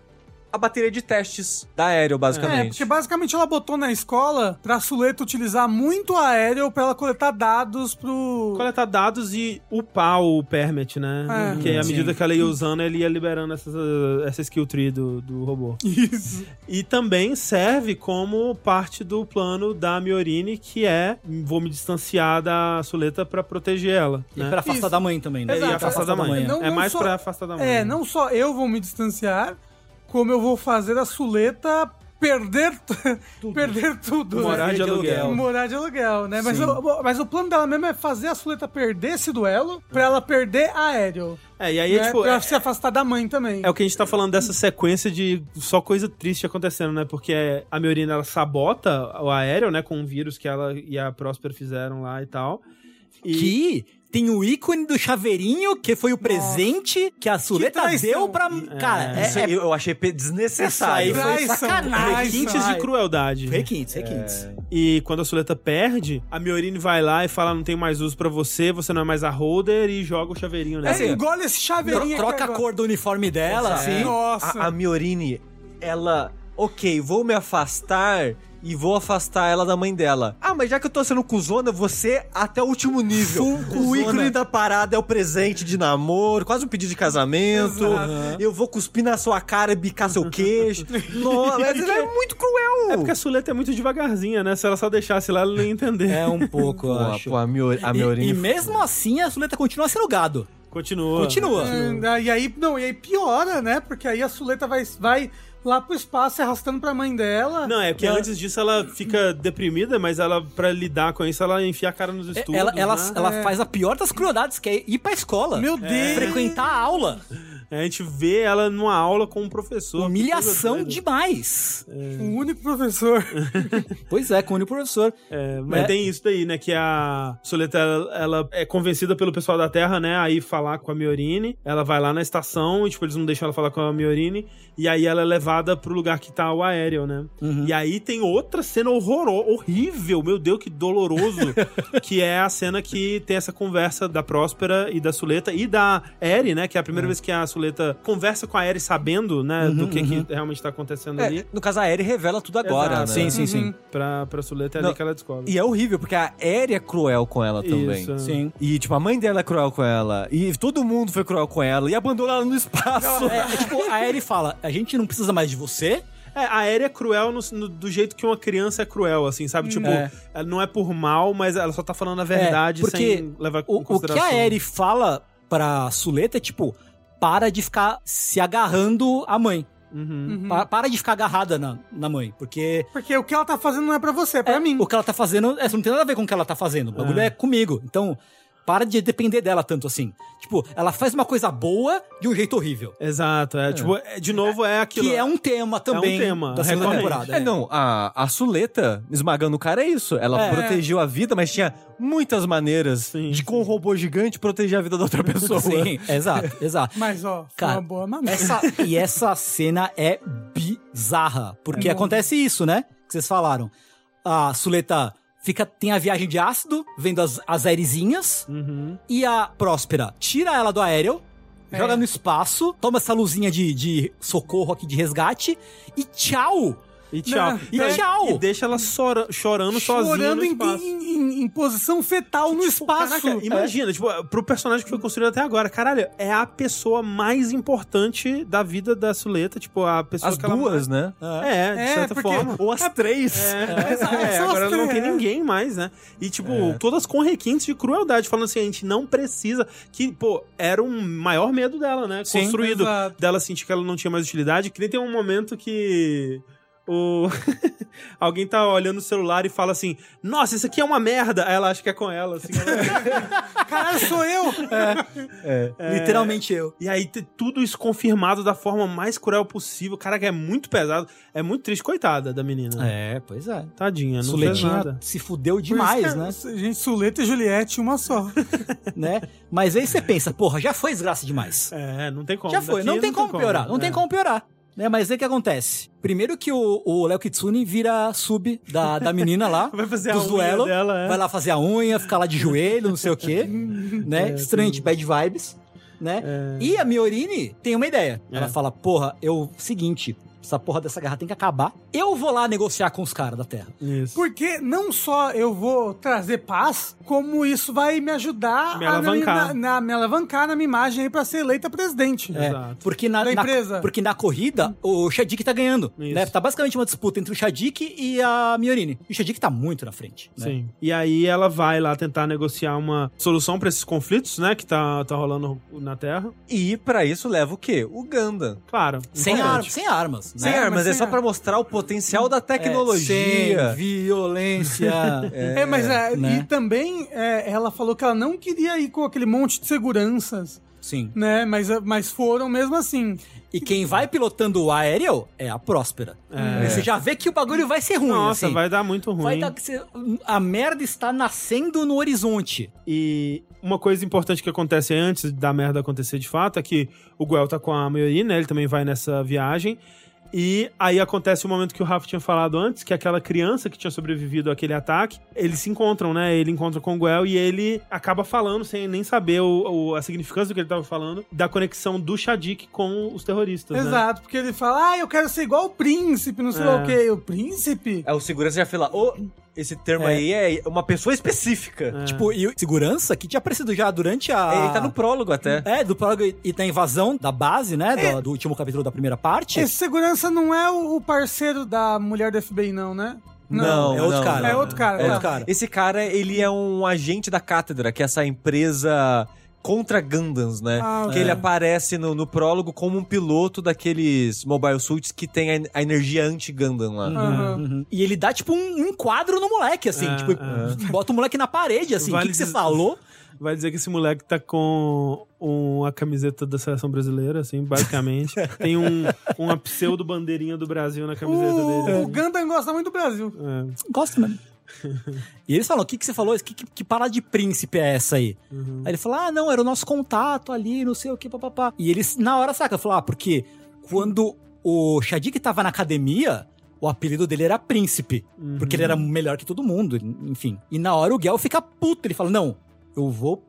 F: a bateria de testes da Aéreo,
E: É,
F: basicamente.
E: porque basicamente ela botou na escola pra Suleta utilizar muito a Ariel pra ela coletar dados pro...
D: Coletar dados e upar o permit, né?
E: É.
D: Porque à medida que ela ia usando, ele ia liberando essa, essa skill tree do, do robô.
E: Isso.
D: E também serve como parte do plano da Miorine, que é vou me distanciar da Suleta pra proteger ela.
C: E
D: né?
C: pra afastar
E: Isso.
C: da mãe também, né?
D: É, e afastar da mãe.
E: Não-
D: é
E: não
D: mais
E: só-
D: um. pra afastar da mãe.
E: É, não só eu vou me distanciar, como eu vou fazer a Suleta perder, tu- perder tudo.
D: Morar
E: né?
D: de aluguel.
E: Morar de aluguel, né? Mas o, mas o plano dela mesmo é fazer a Suleta perder esse duelo pra ela perder a Ariel.
D: É, e aí é
E: né?
D: tipo.
E: pra
D: é-
E: se afastar da mãe também.
D: É o que a gente tá falando dessa sequência de só coisa triste acontecendo, né? Porque a Meurina, ela sabota o aéreo, né? Com um vírus que ela e a Próspero fizeram lá e tal. E
C: Que tem o ícone do chaveirinho, que foi o presente que a Suleta
E: traição.
C: deu pra. Cara,
F: Isso
C: é.
F: aí eu, eu achei pe-
C: aí
F: desnecessário.
C: foi
E: Traição,
C: sacanagem.
E: traição.
D: requintes de crueldade.
C: Requintes, requintes.
D: E quando a Suleta perde, a Miorine vai lá e fala: não tem mais uso pra você, você não é mais a holder, e joga o chaveirinho
E: É,
D: nela.
E: engole esse
C: Tro-
E: chaveirinho aqui
C: troca a
E: agora.
C: cor do uniforme dela.
E: Sim.
F: assim.
E: Nossa.
F: A, a Miorini, ela. Ok, vou me afastar e vou afastar ela da mãe dela. Ah, mas já que eu tô sendo cuzona, você até o último nível. o ícone da parada é o presente de namoro, quase um pedido de casamento. Eu vou cuspir na sua cara e bicar seu queixo. Nossa, mas ela é muito cruel.
D: É porque a Suleta é muito devagarzinha, né? Se ela só deixasse lá, ela não ia entender.
C: É um pouco, eu
F: Pô,
C: acho.
F: pô, a, Mior, a Miorini.
C: E, e mesmo assim, a Suleta continua sendo gado.
D: Continua.
C: Continua.
E: É, E aí, não, e aí piora, né? Porque aí a Suleta vai, vai lá pro espaço arrastando pra mãe dela.
D: Não, é porque antes disso ela fica deprimida, mas ela, pra lidar com isso, ela enfia a cara nos
C: É,
D: estudos.
C: ela ela,
D: né?
C: ela
E: É.
C: faz a pior das crueldades, que é ir pra escola.
E: Meu Deus.
C: Frequentar a aula.
D: É, A gente vê ela numa aula com um professor.
C: Humilhação
D: Que coisa doida.
C: demais.
E: O único professor.
C: Pois é, com o único professor.
D: É, mas
C: É.
D: tem isso daí, né? Que a Soleta, ela, ela é convencida pelo pessoal da Terra, né? Aí falar com a Miorine. Ela vai lá na estação e, tipo, eles não deixam ela falar com a Miorine. E aí ela é levada pro lugar que tá o aéreo, né?
F: Uhum.
D: E aí tem outra cena horrorosa, horrível, meu Deus, que doloroso. que é a cena que tem essa conversa da Próspera e da Suleta e da Eri, né? Que é a
F: Uhum.
D: primeira vez que a Suleta conversa com a Eri sabendo, né? do que, que realmente tá acontecendo ali.
F: uhum. É, no caso, a Eri revela tudo agora,
D: Exato.
F: né?
C: Sim, sim, sim.
D: Pra, pra Suleta é
F: Não,
D: ali que ela descobre.
F: E é horrível, porque a Eri é cruel com ela também.
D: Isso.
C: Sim.
F: E, tipo, a mãe dela é cruel com ela. E todo mundo foi cruel com ela. E abandonou ela no espaço.
C: É, é tipo, a Ellie fala, a gente não precisa mais de você.
D: É, a Ellie é cruel no- no- do jeito que uma criança é cruel, assim, sabe? Tipo,
C: É.
D: ela não é por mal, mas ela só tá falando a
C: É,
D: verdade
C: porque
D: sem levar
C: O,
D: em
C: o que
D: consideração.
C: a Ellie fala pra Suleta é tipo, para de ficar se agarrando à mãe.
D: Uhum.
E: Uhum.
C: Pa- para de ficar agarrada na, na mãe, porque...
E: Porque o que ela tá fazendo não é pra você, é pra
C: é,
E: mim.
C: O que ela tá fazendo, é, não tem nada a ver com o que ela tá fazendo. O bagulho é, comigo. Então, para de depender dela tanto assim. Tipo, ela faz uma coisa boa de um jeito horrível.
D: Exato, é, tipo, é, de novo é aquilo.
C: Que é um tema também
D: tema,
C: da segunda
D: recorrente.
C: temporada. né?
F: É, não, a, a Suleta esmagando o cara é isso. Ela
C: É.
F: protegeu a vida, mas tinha muitas maneiras
D: Sim,
F: de, com um robô gigante, proteger a vida da outra pessoa.
C: Sim, exato, exato.
E: Mas, ó, foi
C: Cara,
E: uma boa maneira.
C: Essa, e essa cena é bizarra.
D: É
C: Porque acontece isso, né? Que vocês falaram. A Suleta fica, tem a viagem de ácido, vendo as, as aerezinhas.
D: Uhum. É.
C: E a Próspera tira ela do aéreo, joga no espaço, toma essa luzinha de, de socorro aqui, de resgate. E tchau!
D: E tchau.
E: Não,
C: e tchau.
D: E deixa ela sora- é, chorando sozinha
E: Chorando
D: no
E: em,
D: espaço. Tipo,
E: em- em- em posição fetal no espaço.
D: Caraca,
C: É.
D: imagina, tipo, pro personagem que foi construído até agora, caralho, é a pessoa mais importante da vida da Suleta, tipo, a pessoa
F: As
D: que ela
F: duas, né?
D: É, de
E: É,
D: certa
E: porque-
D: forma.
F: Ou as três.
D: É,
E: É,
D: é,
E: são
D: agora
E: as
D: não tem
E: três.
D: ninguém mais, né? E, tipo,
C: É.
D: todas com requintes de crueldade, falando assim, a gente não precisa. Que, pô, era um maior medo dela, né?
C: Sim,
D: Construído.
E: exato.
D: Dela sentir que ela não tinha mais utilidade. Que nem tem um momento que. O... Alguém tá olhando o celular e fala assim: Nossa, isso aqui é uma merda. Aí ela acha que é com ela, assim.
E: Caralho, sou eu!
C: É,
D: é.
C: Literalmente eu.
D: E aí ter tudo isso confirmado da forma mais cruel possível. Caraca, é muito pesado. É muito triste, coitada da menina.
C: É, pois é.
D: Tadinha, não fez
C: Suletinha
D: nada.
C: se fudeu
E: Por isso que
D: é
C: demais, né?
E: a- Gente, Suleta e Juliette, uma só.
C: né? Mas aí você pensa, porra, já foi desgraça demais.
D: É, não tem como.
C: Já foi,
D: Daqui
C: não tem como piorar, não
D: É.
C: tem como piorar. Né? Mas aí o que acontece? Primeiro que o, o Léo Kitsune vira sub da, da menina lá.
D: Vai fazer a
C: dos
D: unha
C: duelo,
D: dela, é.
C: Vai lá fazer a unha, ficar lá de joelho, não sei o quê. né?
D: É,
C: Estranho de bad vibes. Né? E a Miorine tem uma ideia.
D: É.
C: Ela fala, porra, eu... Seguinte, essa porra dessa guerra tem que acabar. Eu vou lá negociar com os caras da Terra.
D: Isso.
E: Porque não só eu vou trazer paz, como isso vai me ajudar
D: Me
E: a na-
D: alavancar.
E: na, na- me alavancar na minha imagem aí pra ser eleita presidente.
C: É,
D: Exato.
C: porque na,
E: Da
C: na-
E: empresa.
C: porque na corrida, o Shadik tá ganhando.
D: Isso.
C: Né? Tá basicamente uma disputa entre o Shadik e a Miorine. E o Shadik tá muito na frente. né?
D: Sim. E aí ela vai lá tentar negociar uma solução pra esses conflitos, né, que tá, tá rolando na Terra.
F: E pra isso leva o quê? O Gundam.
D: Claro.
C: Sem,
D: importante.
C: ar- sem armas. né?
F: Sem armas, é só pra mostrar o potencial da tecnologia.
C: Sem violência.
E: É, mas é,
C: né?
E: e também é, ela falou que ela não queria ir com aquele monte de seguranças,
C: Sim.
E: né? Mas, mas foram mesmo assim.
C: E quem vai pilotando o Aerial é a Próspera. E Você já vê que o bagulho vai ser ruim,
D: Nossa,
C: assim.
D: vai dar muito ruim.
C: Vai dar que você- a merda está nascendo no horizonte.
D: E uma coisa importante que acontece antes da merda acontecer de fato é que o Guel tá com a maioria, né? Ele também vai nessa viagem. E aí acontece o momento que o Rafa tinha falado antes, que aquela criança que tinha sobrevivido àquele ataque, eles se encontram, né? Ele encontra com o Guel e ele acaba falando, sem nem saber o, o- a significância do que ele tava falando, da conexão do Shadik com os
C: Uhum.
D: terroristas. né?
E: Exato, porque ele fala, ah, eu quero ser igual o príncipe, não sei
C: É.
E: lá o quê. O príncipe?
F: Aí É, o segurança já fala, ô, esse termo aí é uma pessoa específica.
C: Tipo, e o segurança que tinha aparecido já durante a.
F: Ele tá no prólogo até.
C: É, do prólogo e da invasão da base, né? do- Do, último capítulo da primeira parte.
E: Esse segurança não é o o parceiro da mulher do FBI, não, né?
C: é outro cara.
E: É outro cara,
C: É outro
E: tá.
C: cara.
F: Esse cara, ele é um agente da cátedra, que é essa empresa contra Gundams, né?
E: Ah,
F: que
E: é.
F: ele aparece no, no prólogo como um piloto daqueles mobile suits que tem a, en- a energia anti-Gundam lá.
E: Aham.
C: E ele dá, tipo, um enquadro no moleque, assim.
D: É,
C: tipo,
D: é.
C: bota o moleque na parede, assim. O
D: Vale
C: que, que você
D: dizer-
C: falou?
D: Vai dizer que esse moleque tá com uma camiseta da seleção brasileira, assim, basicamente. Tem um, uma pseudo-bandeirinha do Brasil na camiseta
E: O, o
D: dele.
E: Gundam gosta muito do Brasil.
D: assim.
C: Gosto mesmo. e eles falam: o que, que você falou? Que, que, que parada de príncipe é essa aí? Aí ele fala: ah, não, era o nosso contato ali, não sei o que, papapá. E eles, na hora, saca? Falam: ah, porque quando o Shadik tava na academia. O apelido dele era Príncipe,
D: Uhum.
C: porque ele era melhor que todo mundo, enfim. E na hora o Gel fica puto, ele fala: Não, eu vou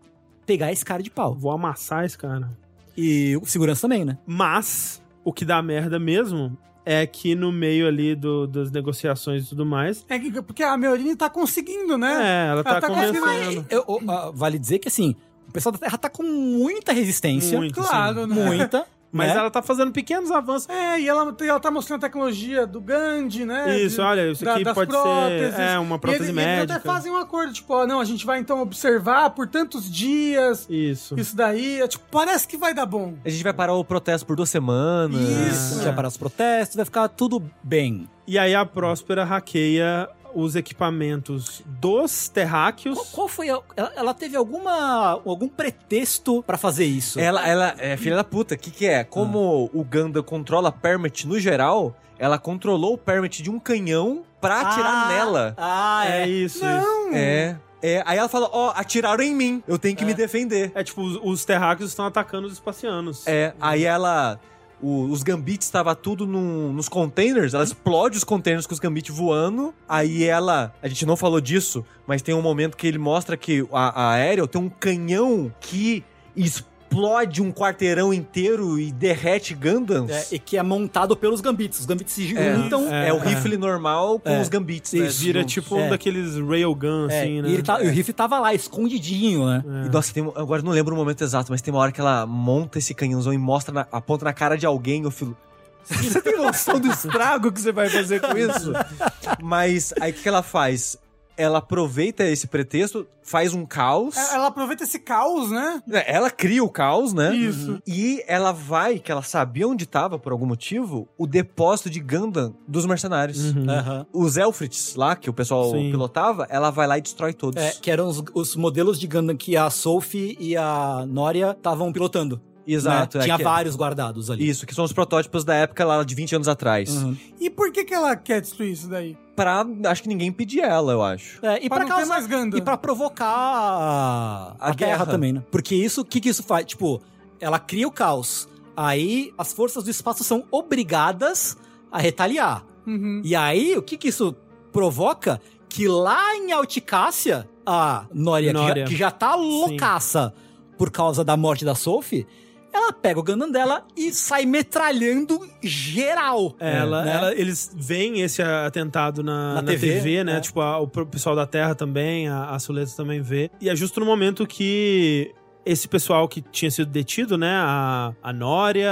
C: pegar esse cara de
D: É.
C: pau.
D: Vou amassar esse cara.
C: E o segurança também, né?
D: Mas, o que dá merda mesmo é que no meio ali do- das negociações e tudo mais.
E: É que, porque a Meorine tá conseguindo, né?
D: É, ela tá,
E: tá conseguindo-
D: começando.
C: Eu- eu- ah, vale dizer que assim, o pessoal da Terra tá com muita resistência.
D: Muito,
E: claro, né?
C: Muita.
D: Mas
C: né?
D: ela tá fazendo pequenos avanços.
E: É, e ela, e ela tá mostrando a tecnologia do Gandhi, né?
D: Isso,
E: De-
D: olha, isso
E: da-
D: aqui
E: das
D: pode
E: próteses.
D: ser é, uma
E: E ele-
D: prótese
E: e eles
D: médica.
E: até fazem um acordo, tipo, ó, não, a gente vai então observar por tantos dias
D: Isso.
E: isso daí. É, tipo, parece que vai dar bom.
F: A gente vai parar o protesto por duas semanas.
E: Isso.
C: Vai parar os protestos, vai ficar tudo bem.
D: E aí a Próspera hackeia os equipamentos dos terráqueos.
C: Qual, qual foi a- ela, ela teve alguma algum pretexto pra fazer isso?
F: Ela, ela é filha da puta. O que, que é? Como o Ganda controla Permit no geral, ela controlou o Permit de um canhão pra atirar
C: Ah,
F: nela.
C: Ah,
D: é
C: é.
D: isso, isso.
F: É. é. Aí ela fala: Ó, atiraram em mim, eu tenho que me defender.
D: É tipo, os, os terráqueos estão atacando os espacianos.
F: É, aí ela. o- os gambits estavam tudo num- nos containers, ela explode os containers com os gambits voando. Aí ela. A gente não falou disso, mas tem um momento que ele mostra que a, a Aerial tem um canhão que explode um quarteirão inteiro e derrete Gundams.
C: É, e que é montado pelos gambits. Os gambits se
F: É,
C: juntam.
F: é, o rifle normal com
C: É.
F: os gambits, né?
C: Isso,
D: Vira
F: juntos.
D: tipo um
C: É.
D: daqueles railgun,
C: É,
D: assim, né?
C: e, ele tá- e o riff tava lá, escondidinho, né?
F: E, nossa, tem, um- agora eu não lembro o momento exato, mas tem uma hora que ela monta esse canhãozão e mostra, na, aponta na cara de alguém, eu filo. Você tem noção do estrago que você vai fazer com isso? mas aí o que que ela faz? Ela aproveita esse pretexto, faz um caos.
E: É, Ela aproveita esse caos, né?
F: É, Ela cria o caos, né?
E: Isso.
F: E ela vai, que ela sabia onde tava, por algum motivo, o depósito de Gundam dos mercenários.
C: Aham.
F: Os Elfrits lá, que o pessoal
D: Uhum. Sim.
F: pilotava, ela vai lá e destrói todos.
C: É, que eram os, os modelos de Gundam que a Sophie e a Noria estavam pilotando.
F: Exato.
C: né?
F: é
C: Tinha
F: que-
C: vários guardados ali.
F: Isso, que são os protótipos da época lá de 20 anos atrás.
C: Uhum.
E: E por que, que ela quer destruir isso daí?
F: Pra. Acho que ninguém pedir ela, eu acho.
C: É, e pra,
E: Pra não ter
C: causar-
E: mais Gundam.
C: E pra provocar a,
F: A
C: a guerra.
F: guerra.
C: também, né? Porque isso, o que, que isso faz? Tipo, ela cria o caos. Aí as forças do espaço são obrigadas a retaliar.
E: Uhum.
C: E aí, o que, que isso provoca? Que lá em Alticácia, a Noria, que já-
D: Nória.
C: Que, já, tá loucaça por causa da morte da Sophie, ela pega o Gundam dela e sai metralhando geral.
D: É, Ela,
C: né?
D: ela- eles veem esse atentado na,
C: Na
D: na TV,
C: TV,
D: né?
C: é.
D: Tipo, a- o pro- pessoal da Terra também, a, a Suleta também vê. E é justo no momento que esse pessoal que tinha sido detido, né? A, a Nória,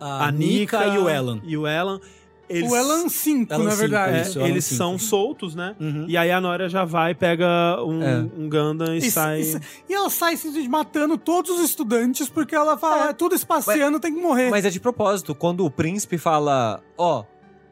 C: a,
D: a
C: Nika
D: Nika
C: e o Elan.
D: E o Elan Eles,
E: O Elan 5,
C: Elan
E: na
C: 5,
E: verdade.
D: é,
C: isso, Alan
D: eles
C: Simpson.
D: são soltos, né?
C: Uhum.
D: E aí a Nora já vai, pega um,
F: É.
D: um Gundam e,
E: E,
D: sai.
E: e- e ela sai simplesmente matando todos os estudantes porque ela fala, é, tudo espaciano tem que morrer.
F: Mas é de propósito, quando o príncipe fala, ó,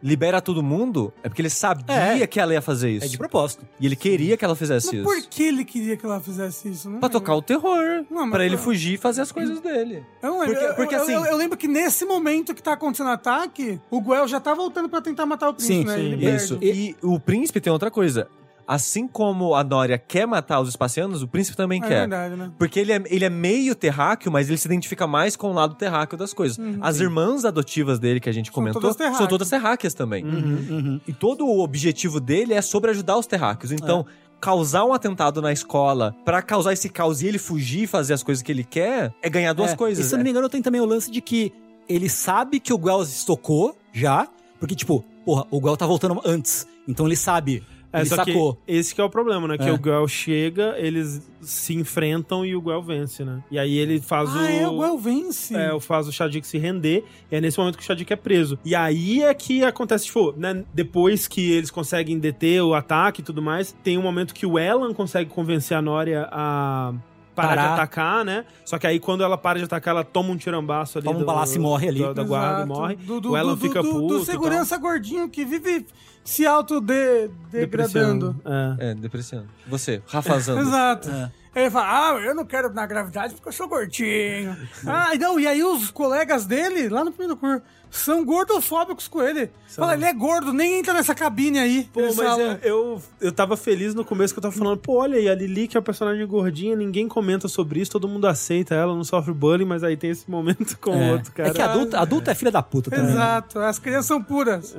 F: libera todo mundo, é porque ele sabia que ela ia fazer isso.
C: É de propósito.
F: E ele queria que ela fizesse
E: Mas
F: isso.
E: por que ele queria que ela fizesse isso? né? Não
F: Pra
E: lembro.
F: tocar o terror.
E: Não, mas
F: pra ele
E: pra-
F: fugir e fazer as coisas dele.
E: Eu não lembro.
F: Porque-
E: Eu-
F: porque
E: eu,
F: assim-
E: eu- eu lembro que nesse momento que tá acontecendo o ataque, o Guel já tá voltando pra tentar matar o príncipe,
C: Sim,
E: né?
C: sim,
E: Ele perde.
F: Isso. E o príncipe tem outra coisa. Assim como a Nória quer matar os espacianos, o príncipe também
E: É
F: quer.
E: verdade, né?
F: Porque ele é, ele é meio terráqueo, mas ele se identifica mais com o lado terráqueo das coisas. As irmãs adotivas dele, que a gente comentou,
E: todas
F: são
E: terráqueas.
F: todas terráqueas também.
D: Uhum.
F: E todo o objetivo dele é sobre ajudar os terráqueos. Então, causar um atentado na escola pra causar esse caos e ele fugir e fazer as coisas que ele quer, é ganhar duas
C: É,
F: coisas.
C: E se eu não
F: é.
C: me engano, tem também o lance de que ele sabe que o Guel estocou já, porque, tipo, porra, o Guel tá voltando antes. Então ele sabe.
D: É,
C: ele
D: só
C: sacou.
D: que esse que é o problema, né? Que
C: É.
D: o Guel chega, eles se enfrentam e o Guel vence, né? E aí ele faz o...
E: Ah, é, o Guel vence.
D: É, o- faz o Shadik se render, e é nesse momento que o Shadik é preso. E aí é que acontece, tipo, né, depois que eles conseguem deter o ataque e tudo mais, tem um momento que o Elan consegue convencer a Nória a parar,
C: Parar.
D: de atacar, né? Só que aí quando ela para de atacar, ela toma um tirambaço ali
C: Toma um
D: do-
C: balaço e morre ali.
D: Da, da guarda e
E: Exato.
D: morre.
E: Do, do,
D: o Elan
E: do-
D: fica
E: do,
D: puto.
E: Do
D: e tal.
E: segurança gordinho que vive se auto-degradando.
D: Depreciando. É.
F: É, depreciando. Você, rafazando.
E: Exato.
F: É.
E: Ele fala, ah, eu não quero na gravidade porque eu sou gordinho. ah, e não, e aí os colegas dele, lá no primeiro curso, são gordofóbicos com ele. Fala, ele é gordo, nem entra nessa cabine aí.
D: Pô,
E: Eles
D: mas é,
E: falam.
D: eu, eu, eu tava feliz no começo que eu tava falando, pô, olha aí, a Lili que é uma personagem gordinha, ninguém comenta sobre isso, todo mundo aceita ela, não sofre bullying, mas aí tem esse momento com o
C: É.
D: outro cara.
C: É que adulto, adulto é filha da puta também. né?
E: Exato, as crianças são puras.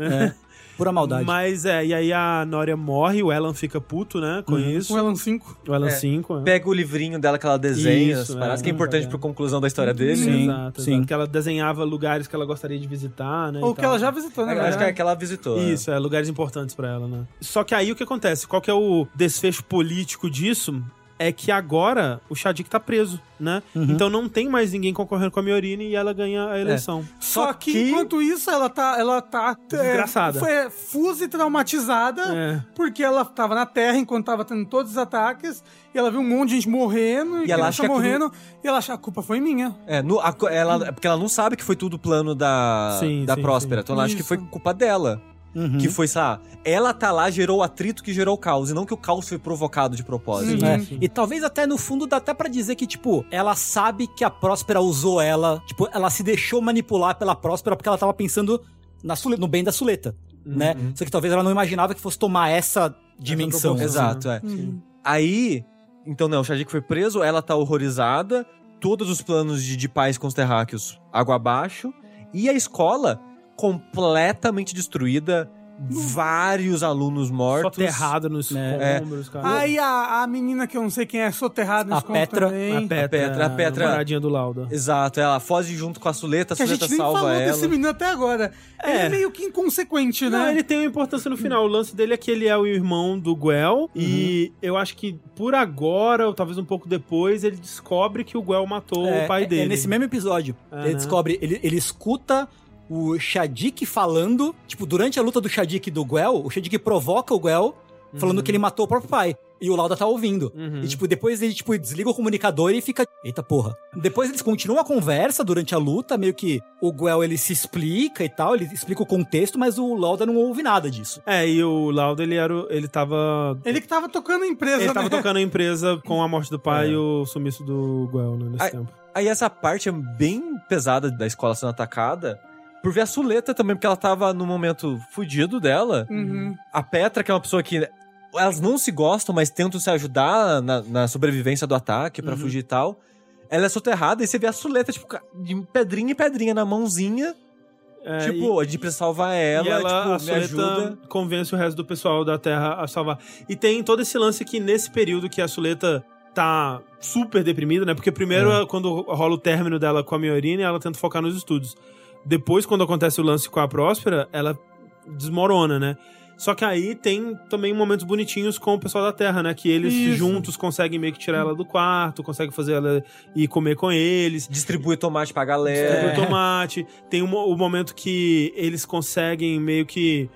C: Pura maldade.
D: Mas é, e aí a Nória morre, o Elan fica puto, né, com isso.
E: O Elan 5.
D: O Elan
F: É.
D: 5, né?
F: Pega o livrinho dela que ela desenha,
D: Isso,
F: as paradas,
D: é,
F: que é importante
D: é.
F: pra conclusão da história dele.
C: Sim.
D: exato,
C: sim.
D: exato. Que ela desenhava lugares que ela gostaria de visitar, né? e
E: Ou que
D: tal.
E: ela já visitou, né?
F: Eu Acho que é que ela visitou. né?
D: Isso, é, lugares importantes pra ela, né? Só que aí o que acontece? Qual que é o desfecho político disso? É que agora o Shadik tá preso, né? Então não tem mais ninguém concorrendo com a Miorine e ela ganha a eleição.
E: Só que, enquanto isso, ela tá. Ela tá é,
D: Desgraçada.
E: Foi fusa e traumatizada.
D: É.
E: Porque ela tava na Terra enquanto tava tendo todos os ataques. E ela viu um monte de gente morrendo. E, criança
F: ela acha que é
E: morrendo. E ela acha a culpa foi minha.
F: É, no- a co- ela, é porque ela não sabe que foi tudo plano da,
D: Sim,
F: da
D: sim,
F: Próspera.
D: sim.
F: Então ela acha que
E: Isso.
F: foi culpa dela.
C: Uhum.
F: Que foi, sei lá, ela tá lá, gerou o atrito que gerou o caos. E não que o caos foi provocado de
D: Uhum.
F: propósito.
E: Sim.
C: É, E talvez até no fundo dá até pra dizer que, tipo, ela sabe que a Próspera usou ela. Tipo, ela se deixou manipular pela Próspera porque ela tava pensando na Sule- no bem da Suleta,
D: Uhum.
C: né? Só que talvez ela não imaginava que fosse tomar essa dimensão.
D: proporção.
F: Exato,
E: Uhum.
F: é. Aí, então, né, o Shadik foi preso, ela tá horrorizada, todos os planos de, de paz com os terráqueos água abaixo, e a escola completamente destruída, vários alunos
D: Só
F: mortos.
D: terrada nos
F: É.
D: escombros, cara.
E: Aí a, a menina que eu não sei quem é, soterrada
C: A
E: nesse conto
C: Petra.
E: também.
D: É, a Petra,
F: Petra, a Petra-
D: Moradinha do Lauda.
F: Exato, ela foge junto com a Suleta, a
E: Que a
F: Suleta
E: gente nem
F: salva
E: falou
F: ela.
E: desse menino até agora. Ele é meio que inconsequente,
D: Não,
E: né?
D: ele tem uma importância no final. O lance dele é que ele é o irmão do Guel. E eu acho que por agora, ou talvez um pouco depois, ele descobre que o Guel matou o pai dele.
C: É, nesse mesmo episódio.
D: É,
C: ele
D: né?
C: descobre, ele, ele escuta o Shadik falando. Tipo, durante a luta do Shadik e do Guel, o Shadik provoca o Guel falando que ele matou o próprio pai. E o Lauda tá ouvindo.
D: Uhum.
C: E, tipo, depois ele, tipo, desliga o comunicador e fica... Eita, porra. Depois eles continuam a conversa durante a luta, meio que o Guel, ele se explica e tal, ele explica o contexto, mas o Lauda não ouve nada disso.
D: É, e o Lauda, ele era. o- Ele tava.
E: Ele que tava tocando a empresa,
D: Ele tava
E: né?
D: tocando a empresa com a morte do pai e o sumiço do Guel, né? Nesse
F: Ai.
D: tempo.
F: Aí essa parte é bem pesada da escola sendo atacada. Por ver a Suleta também, porque ela tava no momento fudido dela.
E: Uhum.
F: A Petra, que é uma pessoa que. Elas não se gostam, mas tentam se ajudar na, na sobrevivência do ataque pra fugir e tal. Ela é soterrada e você vê a Suleta, tipo, ca- de pedrinha em pedrinha na mãozinha.
D: É,
F: tipo, a gente precisa salvar ela,
D: e ela
F: tipo, me
D: a
F: ajuda.
D: Suleta convence o resto do pessoal da Terra a salvar. E tem todo esse lance que nesse período que a Suleta tá super deprimida, né? Porque primeiro,
F: É.
D: quando rola o término dela com a Miorine, ela tenta focar nos estudos. Depois, quando acontece o lance com a Próspera, ela desmorona, né? Só que aí tem também momentos bonitinhos com o pessoal da Terra, né? Que eles
E: Isso.
D: juntos conseguem meio que tirar ela do quarto, conseguem fazer ela ir comer com eles.
F: Distribui tomate pra galera.
E: É.
D: Distribui o tomate. Tem um mo- o momento que eles conseguem meio que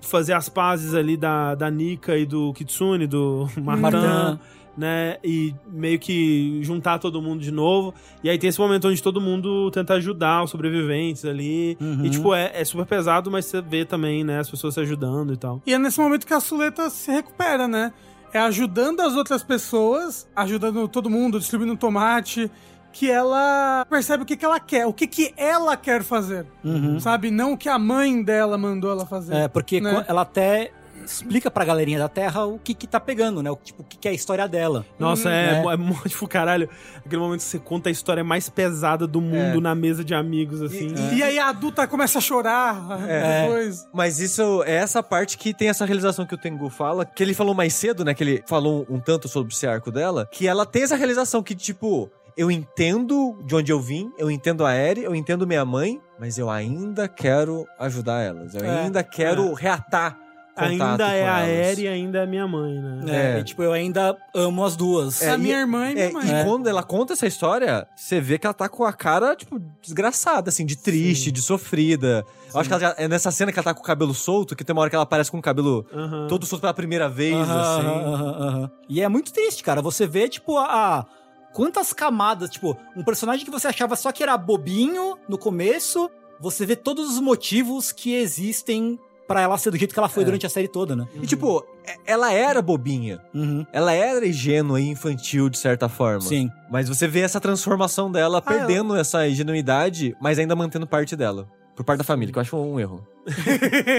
D: fazer as pazes ali da, da Nika e do Kitsune, do Martan
C: Martã.
D: né? E meio que juntar todo mundo de novo. E aí tem esse momento onde todo mundo tenta ajudar os sobreviventes ali.
C: Uhum.
D: E, tipo, é, é super pesado, mas você vê também, né? As pessoas se ajudando e tal.
E: E é nesse momento que a Suleta se recupera, né? É ajudando as outras pessoas, ajudando todo mundo, distribuindo um tomate, que ela percebe o que, que ela quer, o que, que ela quer fazer,
C: Uhum.
E: sabe? Não o que a mãe dela mandou ela fazer.
C: É, porque
E: Né?
C: quan- ela até explica pra galerinha da Terra o que que tá pegando, né? O, tipo, o que que é a história dela.
D: Nossa, é,
C: né?
E: Uhum.
D: é, mo- tipo, caralho. Aquele momento que você conta a história mais pesada do mundo na mesa de amigos, assim.
E: É. E aí a adulta começa a chorar né,
D: É.
E: depois.
F: Mas isso é essa parte que tem essa realização que o Tengu fala, que ele falou mais cedo, né? Que ele falou um tanto sobre esse arco dela, que ela tem essa realização que, tipo, eu entendo de onde eu vim, eu entendo a Eri, eu entendo minha mãe, mas eu ainda quero ajudar elas. Eu
C: É,
F: ainda quero reatar contato
D: ainda é
F: com
D: a
F: elas.
D: Eri e ainda é a minha mãe, né?
C: É,
F: é.
C: e, tipo, eu ainda amo as duas.
E: a minha irmã e minha
F: É,
E: mãe.
F: e quando ela conta essa história, você vê que ela tá com a cara, tipo, desgraçada, assim, de triste, de sofrida. Eu acho que ela já- é nessa cena que ela tá com o cabelo solto, que tem uma hora que ela aparece com o cabelo
D: Aham.
F: todo solto pela primeira vez,
C: Aham,
F: assim.
C: aham, aham. E é muito triste, cara. Você vê, tipo, a. a- Quantas camadas, tipo, um personagem que você achava só que era bobinho no começo, você vê todos os motivos que existem pra ela ser do jeito que ela foi
F: É.
C: durante a série toda, né?
F: E, tipo, é- ela era bobinha.
C: Uhum.
F: Ela era ingênua e infantil, de certa forma.
C: Sim.
F: Mas você vê essa transformação dela, perdendo essa ingenuidade, mas ainda mantendo parte dela. Por parte da família, que eu acho um erro.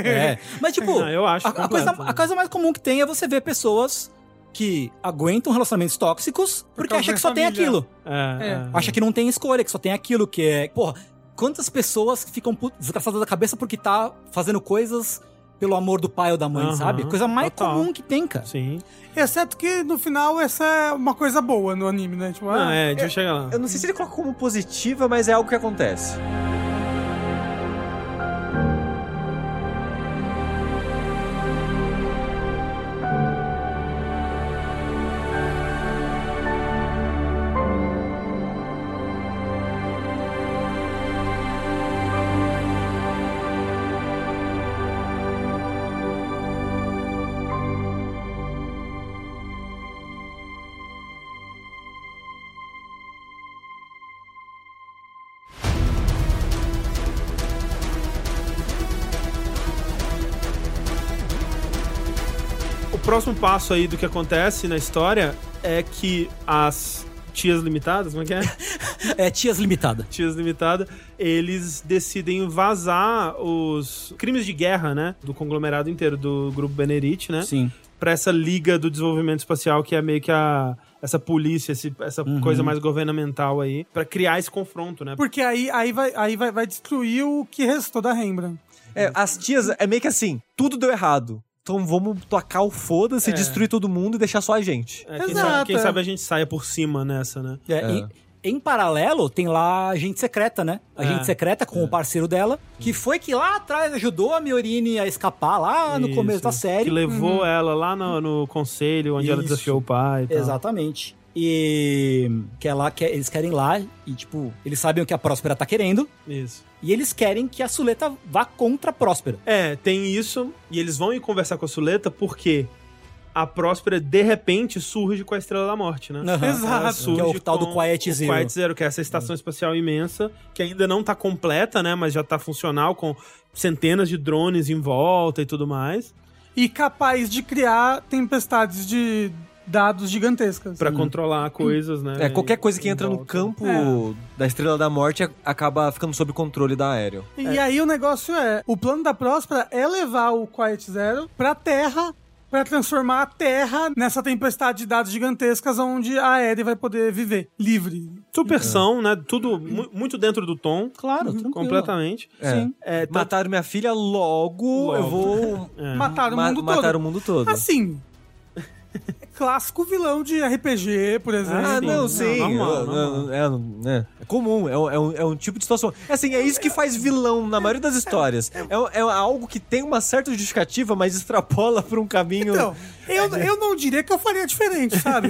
C: É. Mas, tipo,
D: Não, eu acho.
C: a, a coisa,
D: completo, né?
C: a coisa mais comum que tem é você ver pessoas que aguentam relacionamentos tóxicos porque
E: causa
C: acha
E: da
C: que só tem
E: família.
C: aquilo.
D: É,
E: É.
D: é.
C: Acha que não tem escolha, que só tem aquilo que é. Porra, quantas pessoas ficam put- desgraçadas da cabeça porque tá fazendo coisas pelo amor do pai ou da mãe,
D: Aham,
C: sabe? Coisa mais
D: total.
C: comum que tem, cara.
D: Sim.
E: Exceto que no final essa é uma coisa boa no anime, né? Tipo,
D: Não,
E: ah,
D: é, deixa eu chegar lá.
F: Eu não sei se ele coloca como positiva, mas é algo que acontece.
D: O próximo passo aí do que acontece na história é que as tias limitadas, como é que é?
C: É tias limitada.
D: Tias limitada, eles decidem vazar os crimes de guerra, né, do conglomerado inteiro do grupo Benerit, né,
C: Sim.
D: Pra essa liga do desenvolvimento espacial que é meio que a essa polícia, esse- essa coisa mais governamental aí, pra criar esse confronto, né?
E: porque aí, aí, vai, aí vai, vai destruir o que restou da Rembrandt.
F: É, as tias, é meio que assim, tudo deu errado. Então vamos tocar o foda-se, destruir todo mundo e deixar só a gente.
D: É, quem,
E: Exato,
D: sabe, quem
E: é.
D: sabe a gente saia por cima nessa, né?
C: É,
F: É.
C: Em, em paralelo, tem lá a gente secreta, né? A
D: É. Hum.
C: gente secreta com o parceiro dela, que foi que lá atrás ajudou a Miorine a escapar lá no começo
D: Isso.
C: da série. Uhum.
D: Que levou ela lá no, no conselho, onde ela
C: Isso.
D: desafiou o pai e tal.
C: Exatamente. E que é lá que eles querem ir lá e tipo, eles sabem o que a Próspera tá querendo
D: Isso.
C: e eles querem que a Suleta vá contra a Próspera.
D: É, tem isso. E eles vão ir conversar com a Suleta porque a Próspera, de repente, surge com a Estrela da Morte, né?
C: Aham.
D: Ela
C: Exato. Que é o tal do Uhum.
D: com
C: Quiet
D: o
C: Zero.
D: Quiet Zero, que é essa estação espacial imensa, que ainda não tá completa, né? Mas já tá funcional, com centenas de drones em volta e tudo mais,
E: E capaz de criar tempestades de dados gigantescas.
D: Pra controlar coisas, né?
F: É, qualquer coisa que
D: em
F: entra no
D: volta.
F: campo da Estrela da Morte a- acaba ficando sob controle da Aéreo.
E: E aí o negócio é, o plano da Próspera é levar o Quiet Zero pra Terra, pra transformar a Terra nessa tempestade de dados gigantescas onde a Eri vai poder viver livre.
D: Supersão, né? Tudo mu- muito dentro do tom.
C: Então. Claro, tranquilo.
D: Completamente.
C: Sim.
D: É, tá-
F: Mataram minha filha, logo, eu vou
D: É.
E: Matar o
F: ma-
E: mundo
F: matar
E: todo.
F: o mundo todo.
E: Assim, É clássico vilão de RPG, por exemplo.
F: Ah, não, sim.
D: normal,
F: Eu-
D: normal.
F: eu- é, né, é comum, é, um- é um, é um tipo de situação. É Assim, é isso que faz vilão na maioria das histórias. É, é algo que tem uma certa justificativa, mas extrapola por um caminho.
E: Então, eu, eu não diria que eu faria diferente, sabe?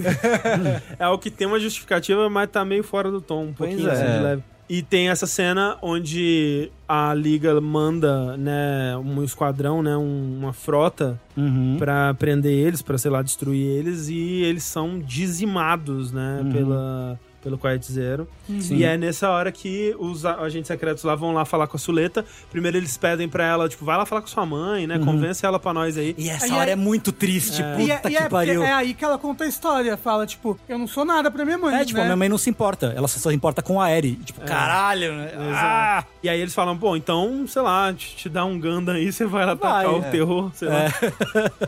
D: É o que tem uma justificativa, mas tá meio fora do tom, um pouquinho
F: é.
D: assim de leve. E tem essa cena onde a liga manda, né, um esquadrão, né, um- uma frota pra prender eles, pra sei lá, destruir eles e eles são dizimados, né, pela pelo Quiet Zero. E é nessa hora que os a- agentes secretos lá vão lá falar com a Suleta. Primeiro eles pedem pra ela, tipo, vai lá falar com sua mãe, né? Convence ela pra nós aí.
C: E essa
E: Aí
C: hora
E: é-
C: é muito triste,
E: E, é,
C: puta
E: e é
C: que
E: porque
C: pariu.
E: é aí que ela conta a história. Fala, tipo, eu não sou nada pra minha mãe.
C: É, tipo,
E: né?
C: a minha mãe não se importa, ela só se importa com a Eri. Tipo, caralho, né? Ah!
D: E aí eles falam, pô, então, sei lá, te, te dá um Gundam aí, você vai lá
C: Vai,
D: atacar o
C: é.
D: terror, sei lá.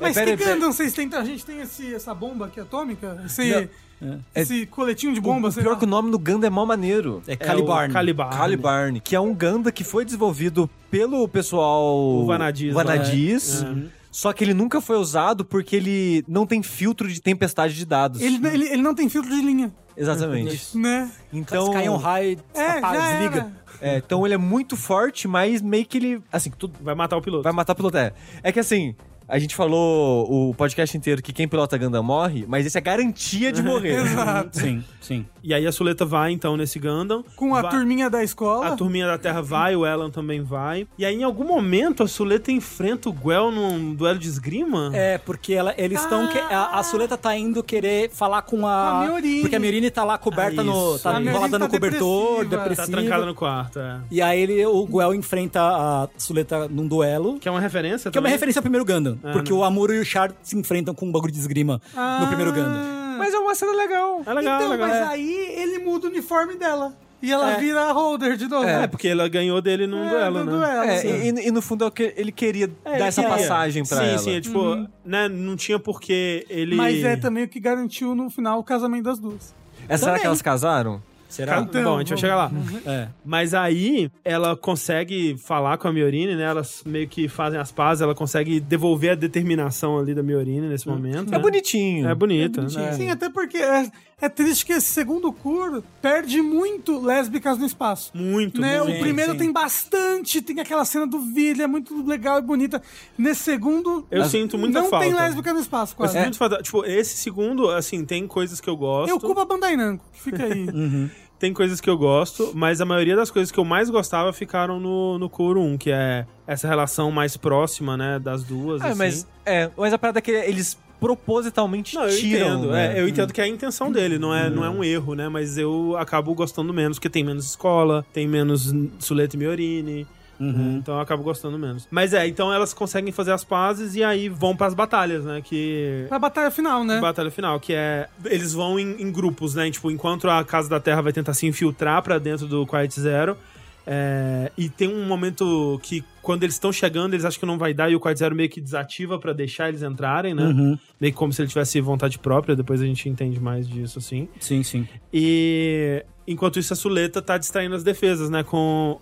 E: Mas
F: Pera
E: que
F: aí, pera aí.
E: Gundam vocês têm? A gente tem esse, essa bomba aqui atômica? Esse,
C: É.
E: esse coletinho de
F: O,
E: bomba?
F: o
E: sei
F: pior
E: lá.
F: que o nome do Ganda é mó maneiro.
C: É
D: o
C: Calibarn.
D: Calibarn.
F: Calibarn, que é um Ganda que foi desenvolvido pelo pessoal
D: O Vanadis lá,
F: Vanadis. né? Uhum. Só que ele nunca foi usado porque ele não tem filtro de tempestade de dados.
E: Ele, ele, ele não tem filtro de linha,
F: Exatamente.
E: né?
F: Então,
C: Então, Sky on High,
E: É,
C: apaga,
E: já
C: desliga.
D: né?
E: era.
F: é, então ele é muito forte, mas meio que ele, assim, tudo
D: Vai matar o piloto.
F: vai matar piloto. É, é que assim, a gente falou o podcast inteiro que quem pilota Ganda morre, mas esse é garantia de morrer. É um
E: Exato.
C: Sim, sim.
D: E aí a Suleta vai, então, nesse Gundam.
E: Com a
D: Vai-
E: turminha da escola.
D: A turminha da Terra vai, o Elan também vai. E aí, em algum momento, a Suleta enfrenta o Guel num duelo de esgrima?
C: É, porque ela- eles estão. que- A, a Suleta tá indo querer falar com a.
E: Com a Miorine.
C: Porque a Miorine tá lá coberta
D: Ah,
C: no.
D: isso.
C: Tá
D: A
E: Miorine
C: enrolada
E: tá
C: no cobertor,
E: depressiva.
C: depressiva.
D: Tá trancada no quarto, é.
C: E aí ele, o Guel enfrenta a Suleta num duelo.
D: Que é uma referência
C: Que é uma
D: também?
C: referência ao primeiro Gundam. porque o Amuro e o Char se enfrentam com um bagulho de esgrima no primeiro Gundam.
E: Ah.
F: Mas é uma cena legal.
D: É legal,
E: então,
D: legal.
E: mas
D: É.
E: aí ele muda o uniforme dela. E ela vira a holder de novo.
D: É, porque ela ganhou dele num
E: É,
D: duelo,
E: no
D: né?
E: duelo,
F: É,
E: sim.
F: e, e no fundo é o que ele queria dar
D: ele
F: essa
D: queria.
F: passagem pra
D: sim,
F: ela.
D: Sim, é tipo, né, não tinha porque ele...
E: Mas é também o que garantiu no final o casamento das duas.
F: É, será que elas casaram?
C: Será?
D: Ca- tá Bom, a gente vai chegar lá.
C: É.
D: Mas aí ela consegue falar com a Miorine, né? Elas meio que fazem as pazes, ela consegue devolver a determinação ali da Miorine nesse momento.
F: É
D: né?
F: bonitinho.
D: É bonito, né?
E: Sim, até porque é, é triste que esse segundo curo perde muito lésbicas no espaço.
D: É Muito,
E: Né?
D: muito.
E: o primeiro
C: sim.
E: tem bastante, tem aquela cena do vídeo, é muito legal e bonita. Nesse segundo,
D: Eu sinto muita
E: não tem
D: falta.
E: lésbica no espaço,
D: Eu
E: quase.
D: sinto muito falta. Tipo, esse segundo, assim, tem coisas que eu gosto.
E: Eu culpo a Bandai Namco, que fica aí.
D: Uhum. Tem coisas que eu gosto, mas a maioria das coisas que eu mais gostava ficaram no, no Coro 1, que é essa relação mais próxima, né, das duas.
F: Ah,
D: assim.
F: mas, é, mas a parada é que eles propositalmente
D: Não, eu
F: tiram.
D: entendo.
F: né? Uhum.
D: é, eu entendo que é a intenção dele, não é, não é um erro, né? Mas eu acabo gostando menos, porque tem menos escola, tem menos Suleta e Miorine.
F: Uhum.
D: né? Então eu acabo gostando menos. Mas é, então elas conseguem fazer as pazes e aí vão pras batalhas, né? Que.
E: Pra batalha final,
C: Uhum.
E: né?
D: Batalha final, que é. Eles vão em, em grupos, né? Tipo, enquanto a Casa da Terra vai tentar se infiltrar pra dentro do Quiet Zero. é, e tem um momento que, quando eles estão chegando, eles acham que não vai dar, e o Quiet Zero meio que desativa pra deixar eles entrarem, né?
C: Uhum.
D: Meio que como se ele tivesse vontade própria, depois a gente entende mais disso, assim.
C: Sim, sim.
D: E enquanto isso, a Suleta tá distraindo as defesas, né? Com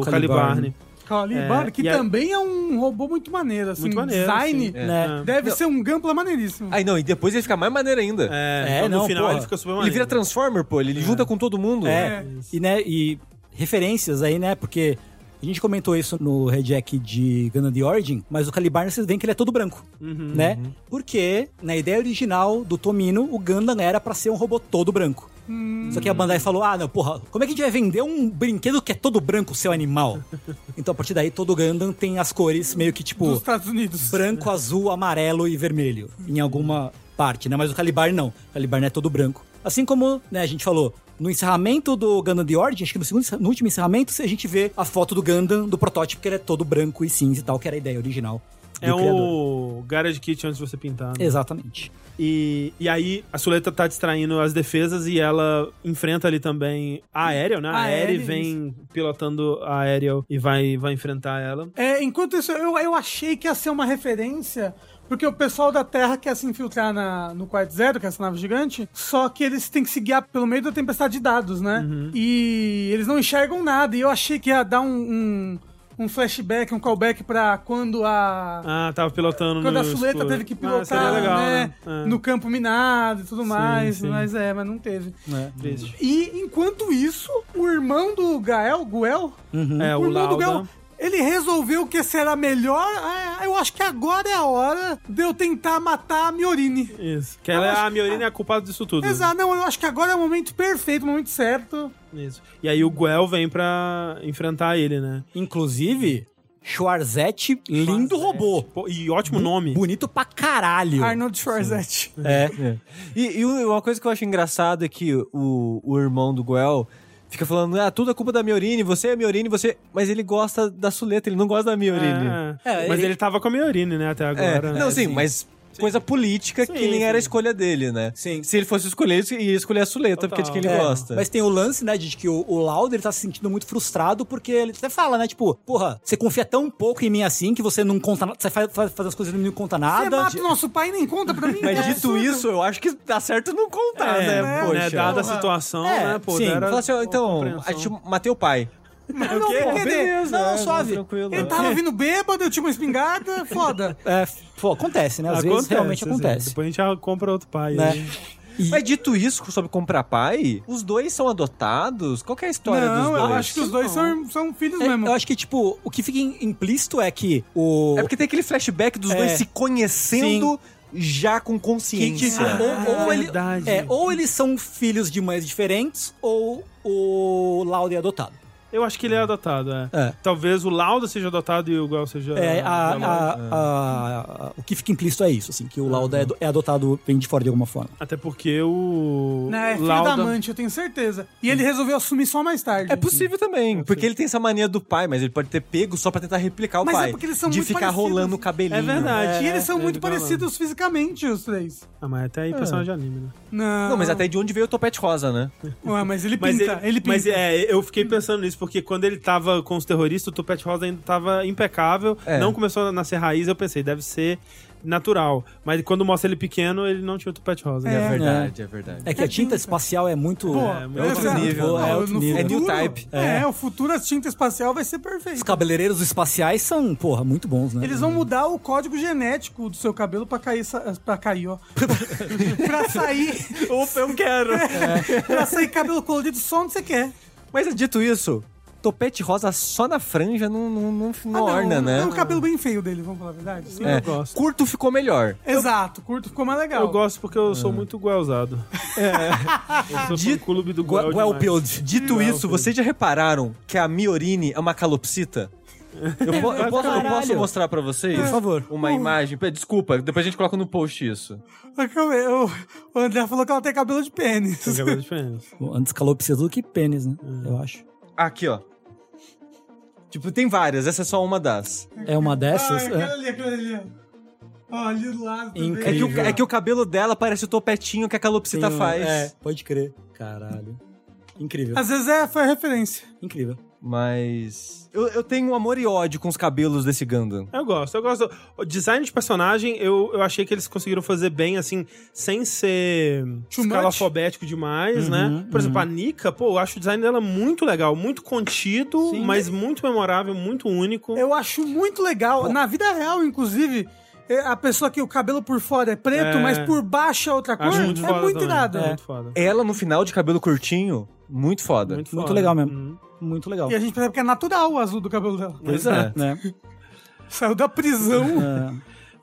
C: O
D: Calibarne.
C: Calibarne.
E: Caliban,
D: É,
E: que
D: e a-
E: também é um robô muito maneiro, assim.
D: Muito maneiro,
E: design
D: assim,
C: Né?
E: deve ser um Gampla maneiríssimo.
F: Aí não, e depois ele fica mais maneiro ainda.
D: É,
C: É,
D: então, no
C: não,
D: final
C: porra.
D: ele fica super
F: Ele
D: maneiro.
F: vira Transformer, pô, ele junta com todo mundo.
C: É, e, né, e referências aí, né? Porque a gente comentou isso no Rejack de Gundam The Origin, mas o Calibarn vocês veem que ele é todo branco, né? Porque na ideia original do Tomino, o Gundam era pra ser um robô todo branco. Só que a Bandai falou: ah, não, porra, como é que a gente vai vender um brinquedo que é todo branco, seu animal? então a partir daí todo Gundam tem as cores meio que tipo
E: Dos Estados Unidos.
C: branco, azul, amarelo e vermelho em alguma parte, né? Mas o Calibar não. O Calibar é todo branco. Assim como, né, a gente falou no encerramento do Gundam The Origin, acho que no, segundo, encerra- no último encerramento a gente vê a foto do Gundam, do protótipo, que ele é todo branco e cinza e tal, que era a ideia original do
D: É
C: criador.
D: o Garage Kit antes de você pintar. né?
C: Exatamente.
D: E, e aí a Suleta tá distraindo as defesas e ela enfrenta ali também a Aerial, né? A
E: A
D: Aerial
E: Aerial,
D: vem pilotando a Aerial e vai, vai enfrentar ela.
E: É, enquanto isso, eu, eu achei que ia ser uma referência, porque o pessoal da Terra quer se infiltrar na, no Quarto Zero, que é essa nave gigante, só que eles têm que se guiar pelo meio da
D: Uhum.
E: tempestade de dados, né? E eles não enxergam nada, e eu achei que ia dar um. um um flashback, um callback pra quando a.
D: Ah, tava pilotando
E: Quando
D: no
E: a Suleta
D: escuro.
E: teve que
D: Ah,
E: pilotar,
D: seria legal,
E: né?
D: É.
E: No campo minado e tudo mais.
D: sim.
E: Mas é, mas não teve.
D: Ah, é, Triste.
E: E enquanto isso, o irmão do Gael, Guel,
D: É, o
E: irmão do Gael,
D: Lauda.
E: ele resolveu que será melhor. Ah, eu acho que agora é a hora de eu tentar matar a Miorine.
D: Isso. Que ela, é-
E: acho-
D: a Miorina é a culpada disso tudo.
E: Exato, não, eu acho que agora é o momento perfeito, o momento certo.
D: Isso. E aí o Guel vem pra enfrentar ele, né?
C: Inclusive, Schwarzette, lindo robô.
D: Pô, e ótimo nome.
C: Bonito pra caralho.
E: Arnold Schwarzenegger.
C: É.
F: E, e uma coisa que eu acho engraçada é que o, o irmão do Guel fica falando, ah, tudo é culpa da Miorine, você é a Miorine, você... Mas ele gosta da Suleta, ele não gosta da Miorine.
D: É, é.
C: É,
D: Mas
C: ele-
D: ele tava com a Miorine, né, até
F: É,
D: agora.
F: não, sim, mas coisa política que nem
D: sim.
F: era a escolha dele, né?
C: Sim.
F: Se ele fosse escolher, ele ia escolher a Suleta, porque é de quem ele
C: É,
F: gosta.
C: Mas tem o lance, né, de que o, o Lauder ele tá se sentindo muito frustrado porque ele até fala, né, tipo, porra, você confia tão pouco em mim assim que você não conta nada, você faz, faz, faz as coisas e não me conta
E: Você
C: nada.
E: mata o nosso pai e nem conta pra mim.
F: Mas
E: é
F: dito
E: absurdo.
F: isso, eu acho que né, dá certo não contar,
D: É,
F: né?
D: né,
F: Poxa.
D: dada a situação,
C: É,
D: né, pô,
C: sim,
D: dera-
F: Fala assim, ó, então, a gente matei o pai. É
E: Mas não, vou querer.
C: É, Não,
E: é,
C: suave.
F: Tranquilo.
E: Ele tava vindo bêbado, eu tinha uma espingarda, foda.
C: É, pô, acontece, né? Às vezes realmente
D: assim,
C: acontece.
D: Depois a gente já compra outro pai.
C: Né?
D: aí.
F: Mas dito isso, sobre comprar pai, os dois são adotados? Qual que é a história dos
E: Não,
F: dois? Tá
E: eu acho que os dois são, são filhos
C: É,
E: mesmo.
C: eu acho que, tipo, o que fica im- implícito é que o.
F: É porque tem aquele flashback dos
C: É.
F: dois se conhecendo já com
C: que, que-
F: consciência.
C: ou, ou ele-
D: verdade.
C: é, ou eles são filhos de mães diferentes, ou o Lauder é adotado.
D: Eu acho que ele é adotado, é.
C: É.
D: Talvez o Lauda seja adotado e o Guel seja...
C: É, a-
D: Não,
C: a- a- a- o que fica implícito é isso, assim, que o Lauda é do- é, adotado, vem de fora de alguma forma.
D: Até porque o
E: Né, é filho
D: Lauda...
E: da amante, eu tenho certeza. E ele resolveu assumir só mais tarde.
F: É possível também, porque ele tem essa mania do pai, mas ele pode ter pego só pra tentar replicar o
E: Mas é
F: pai.
E: porque eles são
F: de
E: muito
F: ficar
E: parecidos.
F: rolando o cabelinho.
D: É verdade.
E: E eles são
D: é,
E: muito
D: ele tá lá.
E: parecidos fisicamente, os três.
D: Ah, mas até
C: É.
D: aí personagem de anime, né?
E: Não,
F: Não, mas até de onde veio o topete rosa, né?
E: Ué, mas ele pinta,
D: Mas,
E: ele,
D: ele,
E: pinta.
D: mas é, eu fiquei pensando nisso, porque quando ele tava com os terroristas, o Topete Rosa ainda tava impecável,
F: É.
D: não começou a nascer raiz, eu pensei, deve ser natural. Mas quando mostra ele pequeno, ele não tinha o Topete Rosa. Né?
E: É.
F: é verdade.
C: É que a tinta espacial é muito.
E: Pô,
C: é,
D: muito
E: essa-
F: nível,
E: Não,
C: né? É outro
E: no
C: nível.
F: É new
E: futuro-
F: type.
E: É, o futuro a tinta espacial vai ser perfeito.
C: Os cabeleireiros espaciais são, porra, muito bons, né?
E: Eles vão mudar o código genético do seu cabelo pra cair, sa- pra cair, ó. pra sair,
F: Opa, eu quero!
E: pra sair cabelo colorido só onde você quer.
F: Mas dito isso, topete rosa só na franja não, não, não, não
E: Ah,
F: orna, né?
E: É um cabelo bem feio dele, vamos falar a verdade.
D: Eu
F: É.
D: gosto.
F: Curto ficou melhor.
E: Exato, curto ficou mais legal.
D: Eu gosto porque eu
C: Ah.
D: sou muito guelzado. É. Eu sou do clube do
C: Gua-
D: Guel.
C: Well
D: demais.
C: build.
F: Dito
D: Não,
F: isso,
D: filho.
F: vocês já repararam que a Miorine é uma calopsita? Eu, po- eu posso, eu
C: Caralho.
F: posso mostrar pra vocês?
C: Por favor.
F: Uma imagem. Pe- Desculpa, depois a gente coloca no post isso.
E: Só É que eu- eu- o André falou que ela tem cabelo de pênis.
D: Tem cabelo diferente.
C: Bom, Antes calou precisa do que pênis, né? Eu acho.
F: Aqui, ó. Tipo, tem várias, essa é só uma das.
C: É uma dessas. é.
E: ali, aquele ali. ó. Ó, ali do lado também.
F: É que, o,
C: Incrível.
F: é que o cabelo dela parece o topetinho que a
C: Tem
F: calopsita
C: um-
F: faz.
C: É, pode crer. Caralho. Incrível,
E: Às vezes é, foi referência.
C: incrível.
F: Mas. Eu, eu tenho um amor e ódio com os cabelos desse Gundam.
D: Eu gosto, eu gosto. O design de personagem, eu, eu achei que eles conseguiram fazer bem, assim, sem ser
E: Too
D: escalafobético demais, né?
C: Uhum,
D: Por exemplo, a Nika, pô, eu acho o design dela muito legal, muito contido, mas muito memorável, muito único.
E: Eu acho muito legal. Na vida real, inclusive, é a pessoa que o cabelo por fora é preto,
D: É.
E: mas por baixo é outra cor,
D: acho muito
E: é
D: foda
E: muito
D: também.
E: irado.
D: É muito foda.
F: Ela no final de cabelo curtinho, muito foda.
D: Muito,
C: É, Muito
D: foda.
C: legal mesmo.
D: Uhum.
C: Muito legal.
E: E a gente percebe que é natural o azul do cabelo dela.
F: Pois é.
C: Né?
E: Saiu da prisão.
C: É.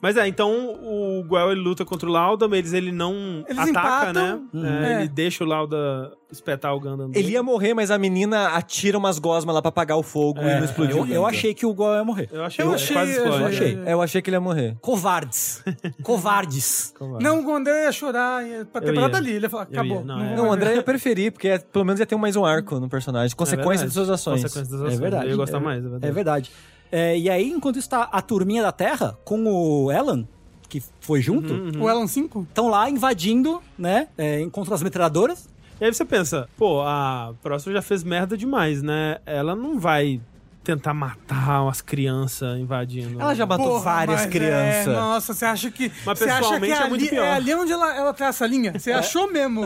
D: Mas é, então o Guel ele luta contra o Lauda, mas ele não
E: Eles
D: ataca,
E: empatam.
D: né?
E: Uhum.
D: É,
E: É.
D: Ele deixa o Lauda espetar o Gundam. dele.
F: Ele ia morrer, mas a menina atira umas gosmas lá pra apagar o fogo e não explodiu.
C: Eu, eu achei que o Gol ia morrer.
D: Eu achei,
E: Eu
D: ele
E: achei,
D: quase explode.
E: eu
C: achei.
F: É, eu achei que ele ia morrer.
C: Covardes. Covardes.
E: Não, o André ia chorar, ia pra
D: é. Eu ia.
E: temporada ali. Ele ia falar,
D: Eu ia.
E: acabou.
D: Não,
E: não
D: é.
E: vou
F: Não, o
E: mais
F: André ia preferir, porque é- pelo menos ia ter mais um arco no personagem. Consequência
D: É
F: das suas ações.
D: Consequência das ações.
C: É verdade.
D: Eu ia gostar
C: é,
D: mais, é verdade.
C: É verdade. É, e aí, enquanto está a turminha da Terra com o Elan, que foi junto,
D: Uhum.
E: ver. O Elon 5?
C: estão lá invadindo, né? É, encontram as metralhadoras.
D: E aí você pensa, pô, a próxima já fez merda demais, né? Ela não vai tentar matar umas crianças invadindo. né?
F: Ela já matou
E: Porra,
F: várias
E: mas
F: crianças.
E: É, nossa, você acha que.
D: Mas
E: você acha que
D: pessoalmente é
E: ali,
D: muito pior. É.
E: ali onde ela, ela traça a linha? Você achou mesmo?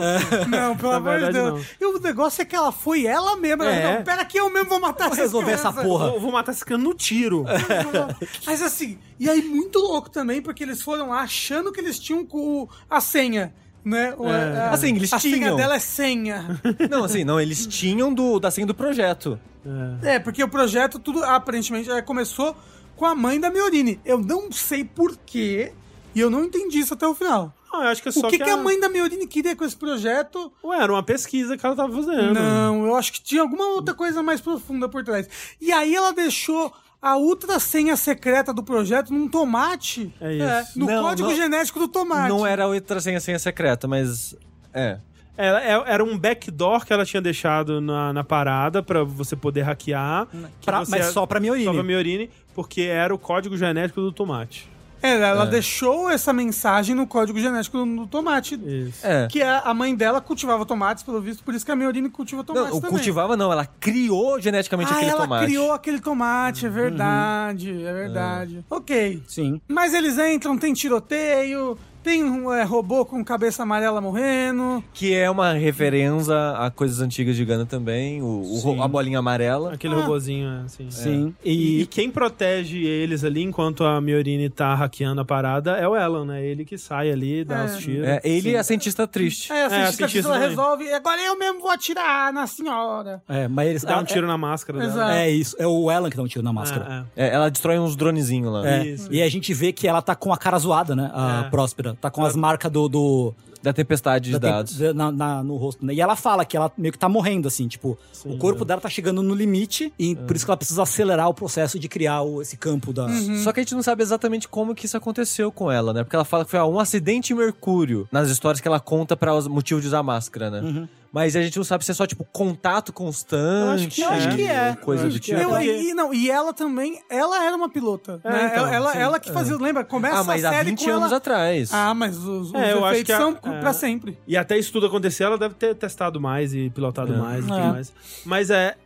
E: Não, pelo
D: Na
E: amor de
D: verdade,
E: Deus. E o negócio é que ela foi ela mesma. Ela,
F: É.
E: Não, pera que eu mesmo vou matar
C: Vou
E: essas
C: resolver essa
E: crianças."
C: porra.
D: Vou, vou matar essa criança no tiro.
E: É. Mas assim, e aí muito louco também, porque eles foram lá achando que eles tinham com a senha. Né? O- A,
F: Assim, eles
E: a senha
F: tinham.
E: dela é senha.
F: Não, assim, não, eles tinham do, da senha do projeto.
E: É, porque o projeto, tudo aparentemente, é, começou com a mãe da Miorine. Eu não sei porquê e eu não entendi isso até o final.
D: Não, eu acho que é só
E: o que,
D: que,
E: que a mãe da Miorine queria com esse projeto?
D: Ué, era uma pesquisa que ela tava fazendo.
E: Não, eu acho que tinha alguma outra coisa mais profunda por trás. E aí ela deixou a ultra senha secreta do projeto num tomate.
D: É isso.
E: no
F: Não,
E: código
F: não-
E: genético do tomate.
F: Não é- era outra senha, senha secreta, mas. É.
D: Era, é- era um backdoor que ela tinha deixado na, na parada pra você poder hackear. que
C: Pra-
D: você-
C: mas só pra minha
D: Só pra
C: orina.
D: Miorine, porque era o código genético do tomate.
E: É, ela deixou essa mensagem no código genético do, do tomate.
D: Isso.
F: É.
E: Que a, a mãe dela cultivava tomates, pelo visto, por isso que a Miorine cultiva
F: Não,
E: tomates
F: o
E: também.
F: cultivava não, ela criou geneticamente
E: ah,
F: aquele
E: ela
F: tomate. Uhum.
E: criou aquele tomate, é verdade, é verdade. Ok.
C: Sim.
E: Mas eles entram, tem tiroteio, tem um é, robô com cabeça amarela morrendo.
F: Que é uma referência a coisas antigas de Gana também, o, o ro- a bolinha amarela.
D: Aquele robozinho, assim.
C: Sim.
D: E,
C: E,
D: e quem protege eles ali enquanto a Miorine tá hackeando a parada é o Elan, né? Ele que sai ali, dá
E: É.
D: os tiros.
F: É, ele é cientista triste.
E: É, a
D: É, a
E: cientista
D: cientista
E: ela
D: também.
E: resolve, agora eu mesmo vou atirar na senhora.
C: é, mas eles.
D: Dá um
C: é-
D: tiro na máscara dela.
E: Exato.
C: É, isso. É o Alan que dá um tiro na máscara.
D: É, é.
F: É, ela destrói uns dronezinhos lá.
C: É,
D: Isso.
C: E a gente vê que ela tá com a cara zoada, né? A
D: É.
C: Próspera. Tá com as marcas do. do
F: Da tempestade de
C: da-
F: dados.
C: na- na- no rosto, né? E ela fala que ela meio que tá morrendo, assim, tipo, o corpo dela tá chegando no limite,
D: É.
C: e por isso que ela precisa acelerar o processo de criar o- esse campo da.
E: Uhum.
F: Só que a gente não sabe exatamente como que isso aconteceu com ela, né? Porque ela fala que foi ah, um acidente em Mercúrio nas histórias que ela conta para os motivos de usar máscara, né?
E: Uhum.
F: Mas a gente não sabe se é só, tipo, contato constante.
D: Eu acho que
E: Eu acho que é.
F: ou Coisa do tipo.
E: Eu, e, não, e ela também, ela era uma pilota. né?
D: então,
E: ela, ela,
D: sim.
E: ela que fazia, lembra? Começa
F: Ah, mas
E: a
F: há
E: série
F: 20
E: com
F: anos
E: ela...
F: atrás.
E: Ah, mas os, os
D: É, eu acho
E: efeitos
D: que a-
E: são
D: é.
E: pra sempre.
D: E até isso tudo acontecer, ela deve ter testado mais e
F: É.
D: pilotado mais e tudo mais. Mas é.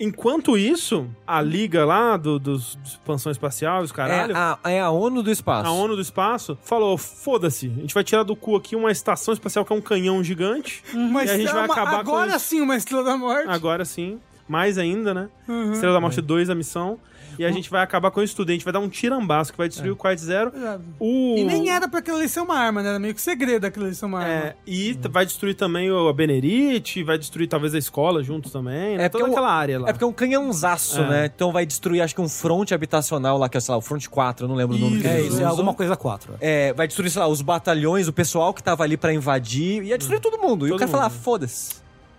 D: Enquanto isso, a liga lá do, dos dos expansão espacial, e os
F: é,
D: caralho.
F: a, é a ONU do espaço.
D: A ONU do espaço falou: foda-se, a gente vai tirar do cu aqui uma estação espacial que é um canhão gigante.
E: Mas
D: Uhum. E a gente
E: é
D: vai
E: uma-
D: acabar com
E: agora
D: isso.
E: sim uma estrela da morte.
D: Agora sim, mais ainda, né? Estrela da Morte
F: É.
D: 2, a missão. E a gente vai acabar com isso tudo. A gente vai dar um tirambaço que vai
F: É.
D: destruir o Quart Zero.
E: Exato.
D: O...
E: E nem é. era pra aquela ali ser uma arma, né? Era meio que segredo aquela ali ser uma arma.
D: É,
F: Uhum.
D: e t- vai destruir também o- a Benerite, vai destruir talvez a escola junto também. né? Toda
F: é um-
D: aquela área lá.
F: É porque é um canhãozaço,
D: É.
F: né? Então vai destruir, acho que um fronte habitacional lá, que é, sei lá, o fronte 4, eu não lembro o nome que
C: É
F: eles
C: isso, é
F: usam.
C: alguma coisa quatro.
F: É, vai destruir, sei lá, os batalhões, o pessoal que tava ali pra invadir. Ia
E: Hum.
F: destruir todo mundo. E o
D: Todo
F: cara fala, ah,
D: mundo.
F: foda-se.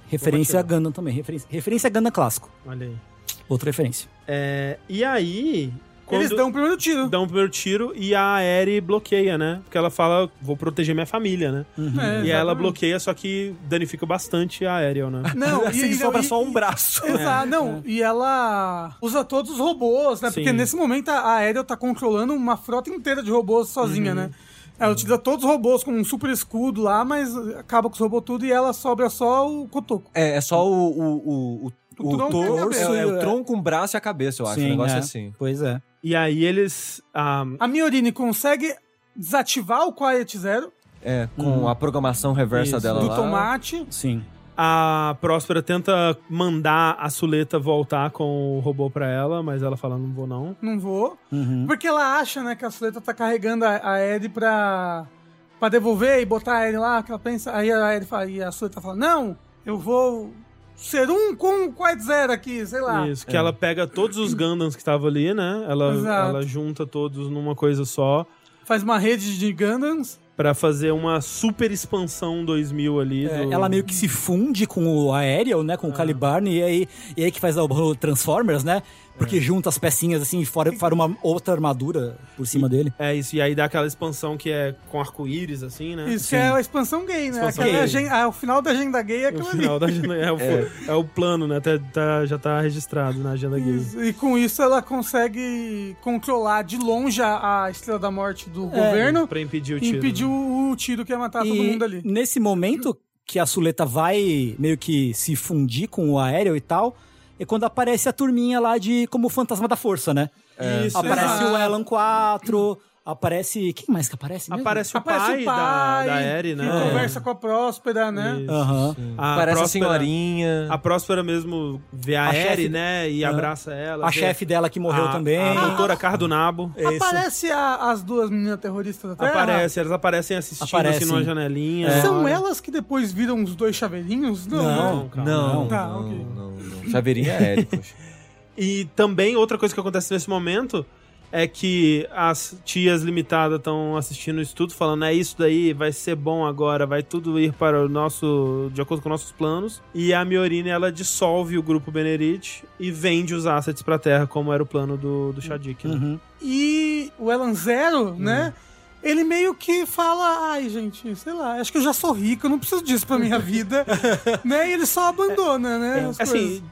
C: Referência a Gundam também. Referência, referência a Gundam clássico.
D: Olha aí.
C: Outra referência.
D: É, e aí. Quando
E: Eles dão um o primeiro tiro.
D: dão o primeiro tiro e a Eri bloqueia, né? Porque ela fala, vou proteger minha família, né?
E: É,
D: e ela
E: exatamente.
D: bloqueia, só que danifica bastante a Ariel, né?
E: Não,
F: Assim,
E: e,
F: sobra
E: e-
F: só um braço.
E: Exato, não. E ela usa todos os robôs, né? Porque
D: Sim.
E: nesse momento a Aerial tá controlando uma frota inteira de robôs sozinha, né? Ela utiliza todos os robôs com um super escudo lá, mas acaba com os robôs tudo e ela sobra só o cotoco.
F: É, é só o, o, o, o,
E: O
F: o
E: tronco e a
F: torso,
E: cabeça.
F: é, é o tronco, um braço e a cabeça, eu acho. um negócio
C: é.
F: assim.
C: Pois é.
D: E aí eles. ah,
E: A Miorine consegue desativar o Quiet Zero
F: É, com a programação reversa
D: Isso.
F: dela
E: do
F: lá.
E: tomate.
C: Sim.
D: a Próspera tenta mandar a Suleta voltar com o robô pra ela, mas ela fala, não vou não.
E: Não vou.
D: Hum?
C: Uhum.
E: Porque ela acha, né, que a Suleta tá carregando a, a Ellie pra, pra devolver e botar a Ellie lá, que ela pensa. Aí a Ellie fala, e a Suleta fala, não, eu vou ser um com o Quad Zero aqui, sei lá.
D: Isso, que ela pega todos os Gundams que estavam ali, né? Ela,
E: É. Exato.
D: ela junta todos numa coisa só
E: Faz uma rede de Gundams.
D: pra fazer uma super expansão 2000 ali.
C: É,
D: do-
C: ela meio que se funde com o Aerial, né? Com o Calibarn, e aí, e aí que faz o rolo Transformers, né? Porque junta as pecinhas assim e fora, fora uma outra armadura por cima dele.
D: É isso, e aí dá aquela expansão que é com arco-íris, assim, né?
E: Isso que é a expansão gay, né?
D: Expansão
E: Aquela
D: gay.
E: agen- ah, o final da agenda gay é
D: No
E: aquilo ali.
D: final da agenda- é, o, é o plano, né? Tá- tá- já tá registrado na agenda gay.
E: Isso, E com isso ela consegue controlar de longe a a Estrela da Morte
D: É.
E: do governo
D: Pra impedir o
E: e
D: tiro.
E: impedir o, o tiro que ia matar todo
C: E
E: mundo ali.
C: Nesse momento que a Suleta vai meio que se fundir com o Aéreo e tal, é quando aparece a turminha lá de como o Fantasma da Força, né?
D: Isso,
C: aparece
D: exato.
C: o Elan 4, aparece. Quem mais que aparece? Mesmo?
D: Aparece o
E: Aparece
D: pai,
E: o
D: da,
E: pai,
D: da Eri, né?
E: Que conversa com a Próspera, né?
D: Isso.
C: Aham.
D: A
F: Parece a
D: Próspera-
F: senhorinha.
D: A Próspera mesmo vê a,
C: A
D: Eri,
C: chefe-
D: né? E abraça ela.
C: A
D: vê-
C: chefe dela que morreu
D: a-
C: também.
D: A doutora Cardonabo.
C: É isso.
E: Aparece a- as duas meninas terroristas da Terra.
D: Aparece, elas aparecem assistindo assim
C: Aparecem.
D: numa janelinha.
E: É.
D: né?
E: São
D: Olha.
E: elas que depois viram os dois chaveirinhos? Não,
C: Não.
E: né?
F: Não,
E: Tá,
F: não,
E: ok.
F: não, não. Chaveirinha é Eri, poxa.
D: E também outra coisa que acontece nesse momento é que as tias limitadas estão assistindo isso tudo, falando é isso daí, vai ser bom agora, vai tudo ir para o nosso, de acordo com nossos planos. E a Miorina ela dissolve o grupo Benerit e vende os assets para Terra, como era o plano do, do Shadik.
E: Hum,
D: né?
C: Uhum.
E: E o Elan Zero,
D: Hum.
E: né? Ele meio que fala, ai gente, sei lá, acho que eu já sou rico, eu não preciso disso pra minha vida. né? E ele só abandona, né? as coisas.
D: Assim,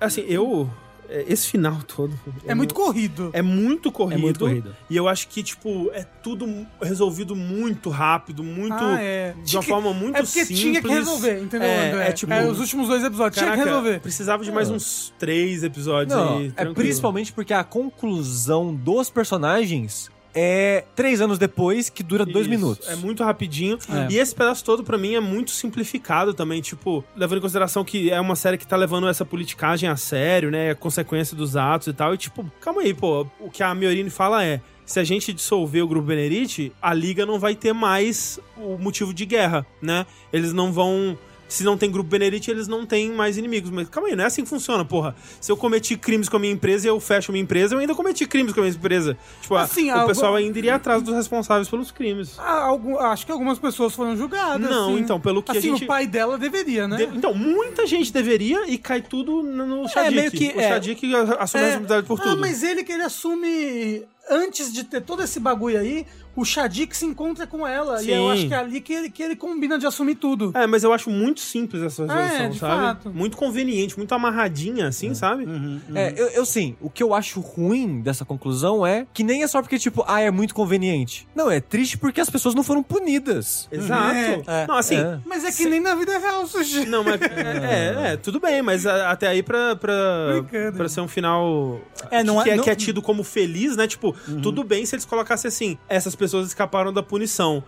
D: assim, eu é, esse final todo
E: é muito corrido.
D: é muito
C: É
D: corrido,
C: muito corrido.
D: e eu acho que tipo é tudo resolvido muito rápido, muito
E: ah, é.
D: de
E: Tinha
D: uma
E: que-
D: forma muito
E: É porque
D: simples.
E: tinha que resolver, entendeu?
D: É,
E: André?
D: é tipo-
E: os últimos dois episódios, tinha
D: Caraca,
E: que resolver.
D: precisava de mais uns três episódios
F: Não,
D: aí.
F: é
D: tranquilo.
F: principalmente porque a conclusão dos personagens é três anos depois, que dura dois
D: Isso,
F: minutos.
D: É muito rapidinho.
C: É.
D: E esse pedaço todo, pra mim, é muito simplificado também. Tipo, levando em consideração que é uma série que tá levando essa politicagem a sério, né? A consequência dos atos e tal. E, tipo, calma aí, pô. O que a Miorine fala é. Se a gente dissolver o grupo Benerit, a Liga não vai ter mais o motivo de guerra, né? Eles não vão. Se não tem grupo Benerit, eles não têm mais inimigos. Mas calma aí, não é assim que funciona, porra. Se eu cometi crimes com a minha empresa e eu fecho a minha empresa, eu ainda cometi crimes com a minha empresa. Tipo, a-
E: Assim,
D: o
E: algo-
D: pessoal ainda iria atrás dos responsáveis pelos crimes.
E: Ah, algum- acho que algumas pessoas foram julgadas.
D: Não,
E: assim.
D: então, pelo que a
E: assim,
D: gente-
E: o pai dela deveria, né?
D: De- Então, muita gente deveria e cai tudo no no Shadik.
C: meio que-
D: O
C: é.
D: Shadik assume a responsabilidade por
E: Ah,
D: tudo.
E: mas ele que ele assume. Antes de ter todo esse bagulho aí, o Shadik se encontra com ela. E
D: Sim.
E: eu acho que é ali que ele, que ele combina de assumir tudo.
D: É, mas eu acho muito simples essa resolução,
E: É, de
D: sabe?
E: fato.
D: Muito conveniente, muito amarradinha, assim, sabe?
F: É, eu, eu sim, o que eu acho ruim dessa conclusão é que nem é só porque, tipo, ah, é muito conveniente. Não, é triste porque as pessoas não foram punidas.
D: Exato.
F: É,
D: Não, assim...
F: é.
E: Mas é que nem na vida real, Sushi.
D: Não, mas... É, é, tudo bem, mas a- até aí pra, pra,
E: Brincando.
D: pra ser um final
C: É, não
D: que,
C: é-
D: é,
C: não- Uhum.
D: que é tido como feliz, né? Tipo, tudo bem se eles colocassem assim, essas pessoas escaparam da punição.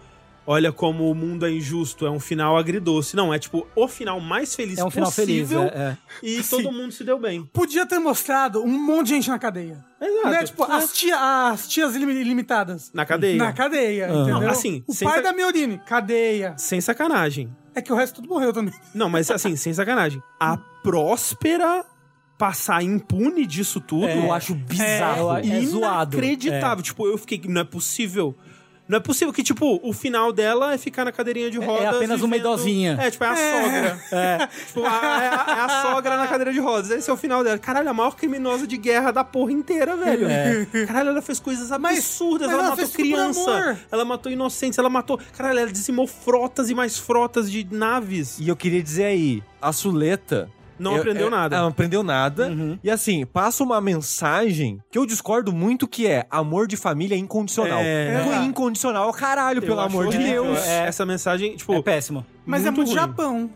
D: Olha como o mundo é injusto, é um final agridoce. Não, é tipo o final mais feliz
C: É um final
D: possível
C: feliz. É, é.
D: E todo mundo se deu bem.
E: Podia ter mostrado um monte de gente na cadeia.
D: Exato.
E: Né? Tipo, as, tia- as tias ilim- ilimitadas.
D: Na cadeia.
E: Na cadeia, entendeu?
D: Não, assim,
E: o
D: sem
E: pai
D: sa-
E: da Miorine, cadeia.
D: Sem sacanagem.
E: É que o resto tudo morreu também.
D: Não, mas assim, sem sacanagem. A próspera passar impune disso tudo,
F: Eu acho bizarro.
C: É, eu- zoado.
D: Inacreditável. Tipo, eu fiquei. Não é possível. Não é possível que, tipo, o final dela é ficar na cadeirinha de rodas.
C: apenas uma
D: vivendo-
C: idosinha.
D: É, tipo, é a sogra. É. Tipo, a- é a, é a sogra na cadeira de rodas. Esse é o final dela. Caralho, a maior criminosa de guerra da porra inteira, velho. Caralho, ela fez coisas absurdas.
E: mas
D: ela,
E: ela
D: matou
E: fez tudo por amor.
D: criança. Ela matou inocentes. Ela matou. Caralho, ela dizimou frotas e mais frotas de naves.
F: E eu queria dizer aí, a Suleta.
D: Não
F: eu-
D: aprendeu
F: é-
D: nada. Uhum.
F: Ela não aprendeu nada. E assim, passa uma mensagem que eu discordo muito que é amor de família incondicional.
D: É.
F: Com Incondicional, caralho,
D: Eu
F: pelo
D: acho
F: amor de
D: horrível.
F: Deus.
D: É, Essa mensagem, tipo.
C: É péssimo.
E: Mas é muito
D: ruim.
E: Japão.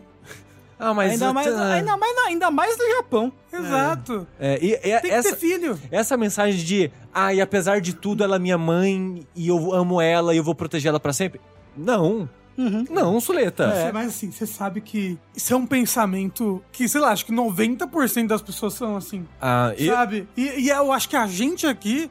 F: Ah, mas.
C: ainda, mais, ainda, mais, ainda mais no Japão.
E: Exato.
F: É, e- e
E: Tem que
F: essa,
E: ter filho.
F: Essa mensagem de, ah, e apesar de tudo, ela é minha mãe, e eu amo ela, e eu vou proteger ela pra sempre. Não.
D: Uhum.
F: Não, Suleta.
D: É.
E: Você- Mas assim, você sabe que isso é um pensamento que, sei lá, acho que 90% das pessoas são assim,
F: Ah, e-
E: sabe? E, e eu acho que a gente aqui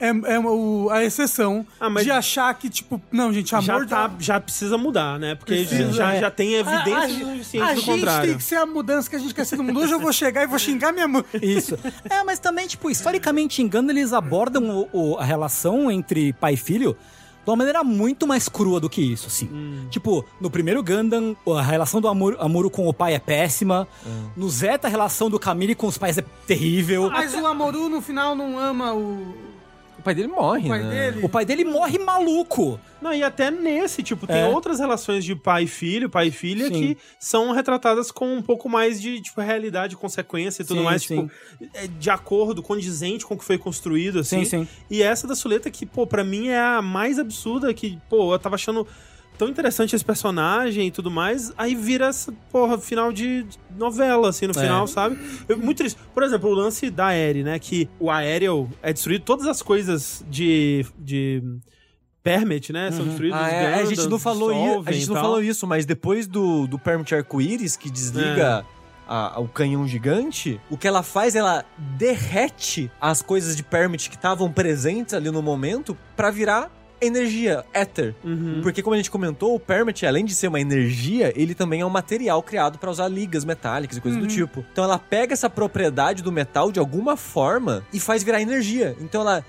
E: é, é o- a exceção
D: Ah, mas-
E: de achar que, tipo, não, gente, amor
D: já, tá-
E: da-
D: já precisa mudar, né? Porque
E: Precisa,
D: já,
E: é.
D: já tem
E: A, a,
D: evidência suficiente
E: a
D: do
E: gente
D: contrário.
E: tem que ser a mudança que a gente quer ser no mundo. Hoje eu vou chegar e vou xingar minha mãe.
C: Isso. é, mas também, tipo, historicamente engano, eles abordam o- o- a relação entre pai e filho de uma maneira muito mais crua do que isso, assim. Tipo, no primeiro Gundam, a relação do Amuro, Amuro com o pai é péssima. No Zeta, a relação do Camille com os pais é terrível.
E: Mas o Amoru, no final, não ama o
F: o pai dele morre,
E: pai
F: né?
E: dele.
C: O pai dele morre maluco.
D: Não, e até nesse, tipo, tem
C: É.
D: outras relações de pai e filho, pai e filha,
C: Sim.
D: que são retratadas com um pouco mais de, tipo, realidade, consequência e tudo
C: Sim,
D: mais,
C: sim.
D: tipo, é, de acordo, condizente com o que foi construído, assim.
C: Sim, sim.
D: E essa da Suleta que, pô, pra mim é a mais absurda, que, pô, eu tava achando tão interessante esse personagem e tudo mais, aí vira essa porra final de de novela, assim, no final, sabe? Eu- muito triste. Por exemplo, o lance da Eri, né? Que o Aerial é destruído, todas as coisas de. de Permit, né? São destruídos.
F: Ah, é, a gente
D: Gundam
F: não falou isso, a
D: dissolvem e
F: gente não
D: tal.
F: falou isso, mas depois do, do Permit Arco-Íris, que
D: É.
F: desliga a- a- o canhão gigante, o que ela faz, ela derrete as coisas de Permit que estavam presentes ali no momento pra virar energia, éter.
D: Uhum.
F: Porque como a gente comentou, o Permit, além de ser uma energia, ele também é um material criado pra usar ligas metálicas e
D: Uhum.
F: coisas do tipo. Então ela pega essa propriedade do metal de alguma forma e faz virar energia. Então ela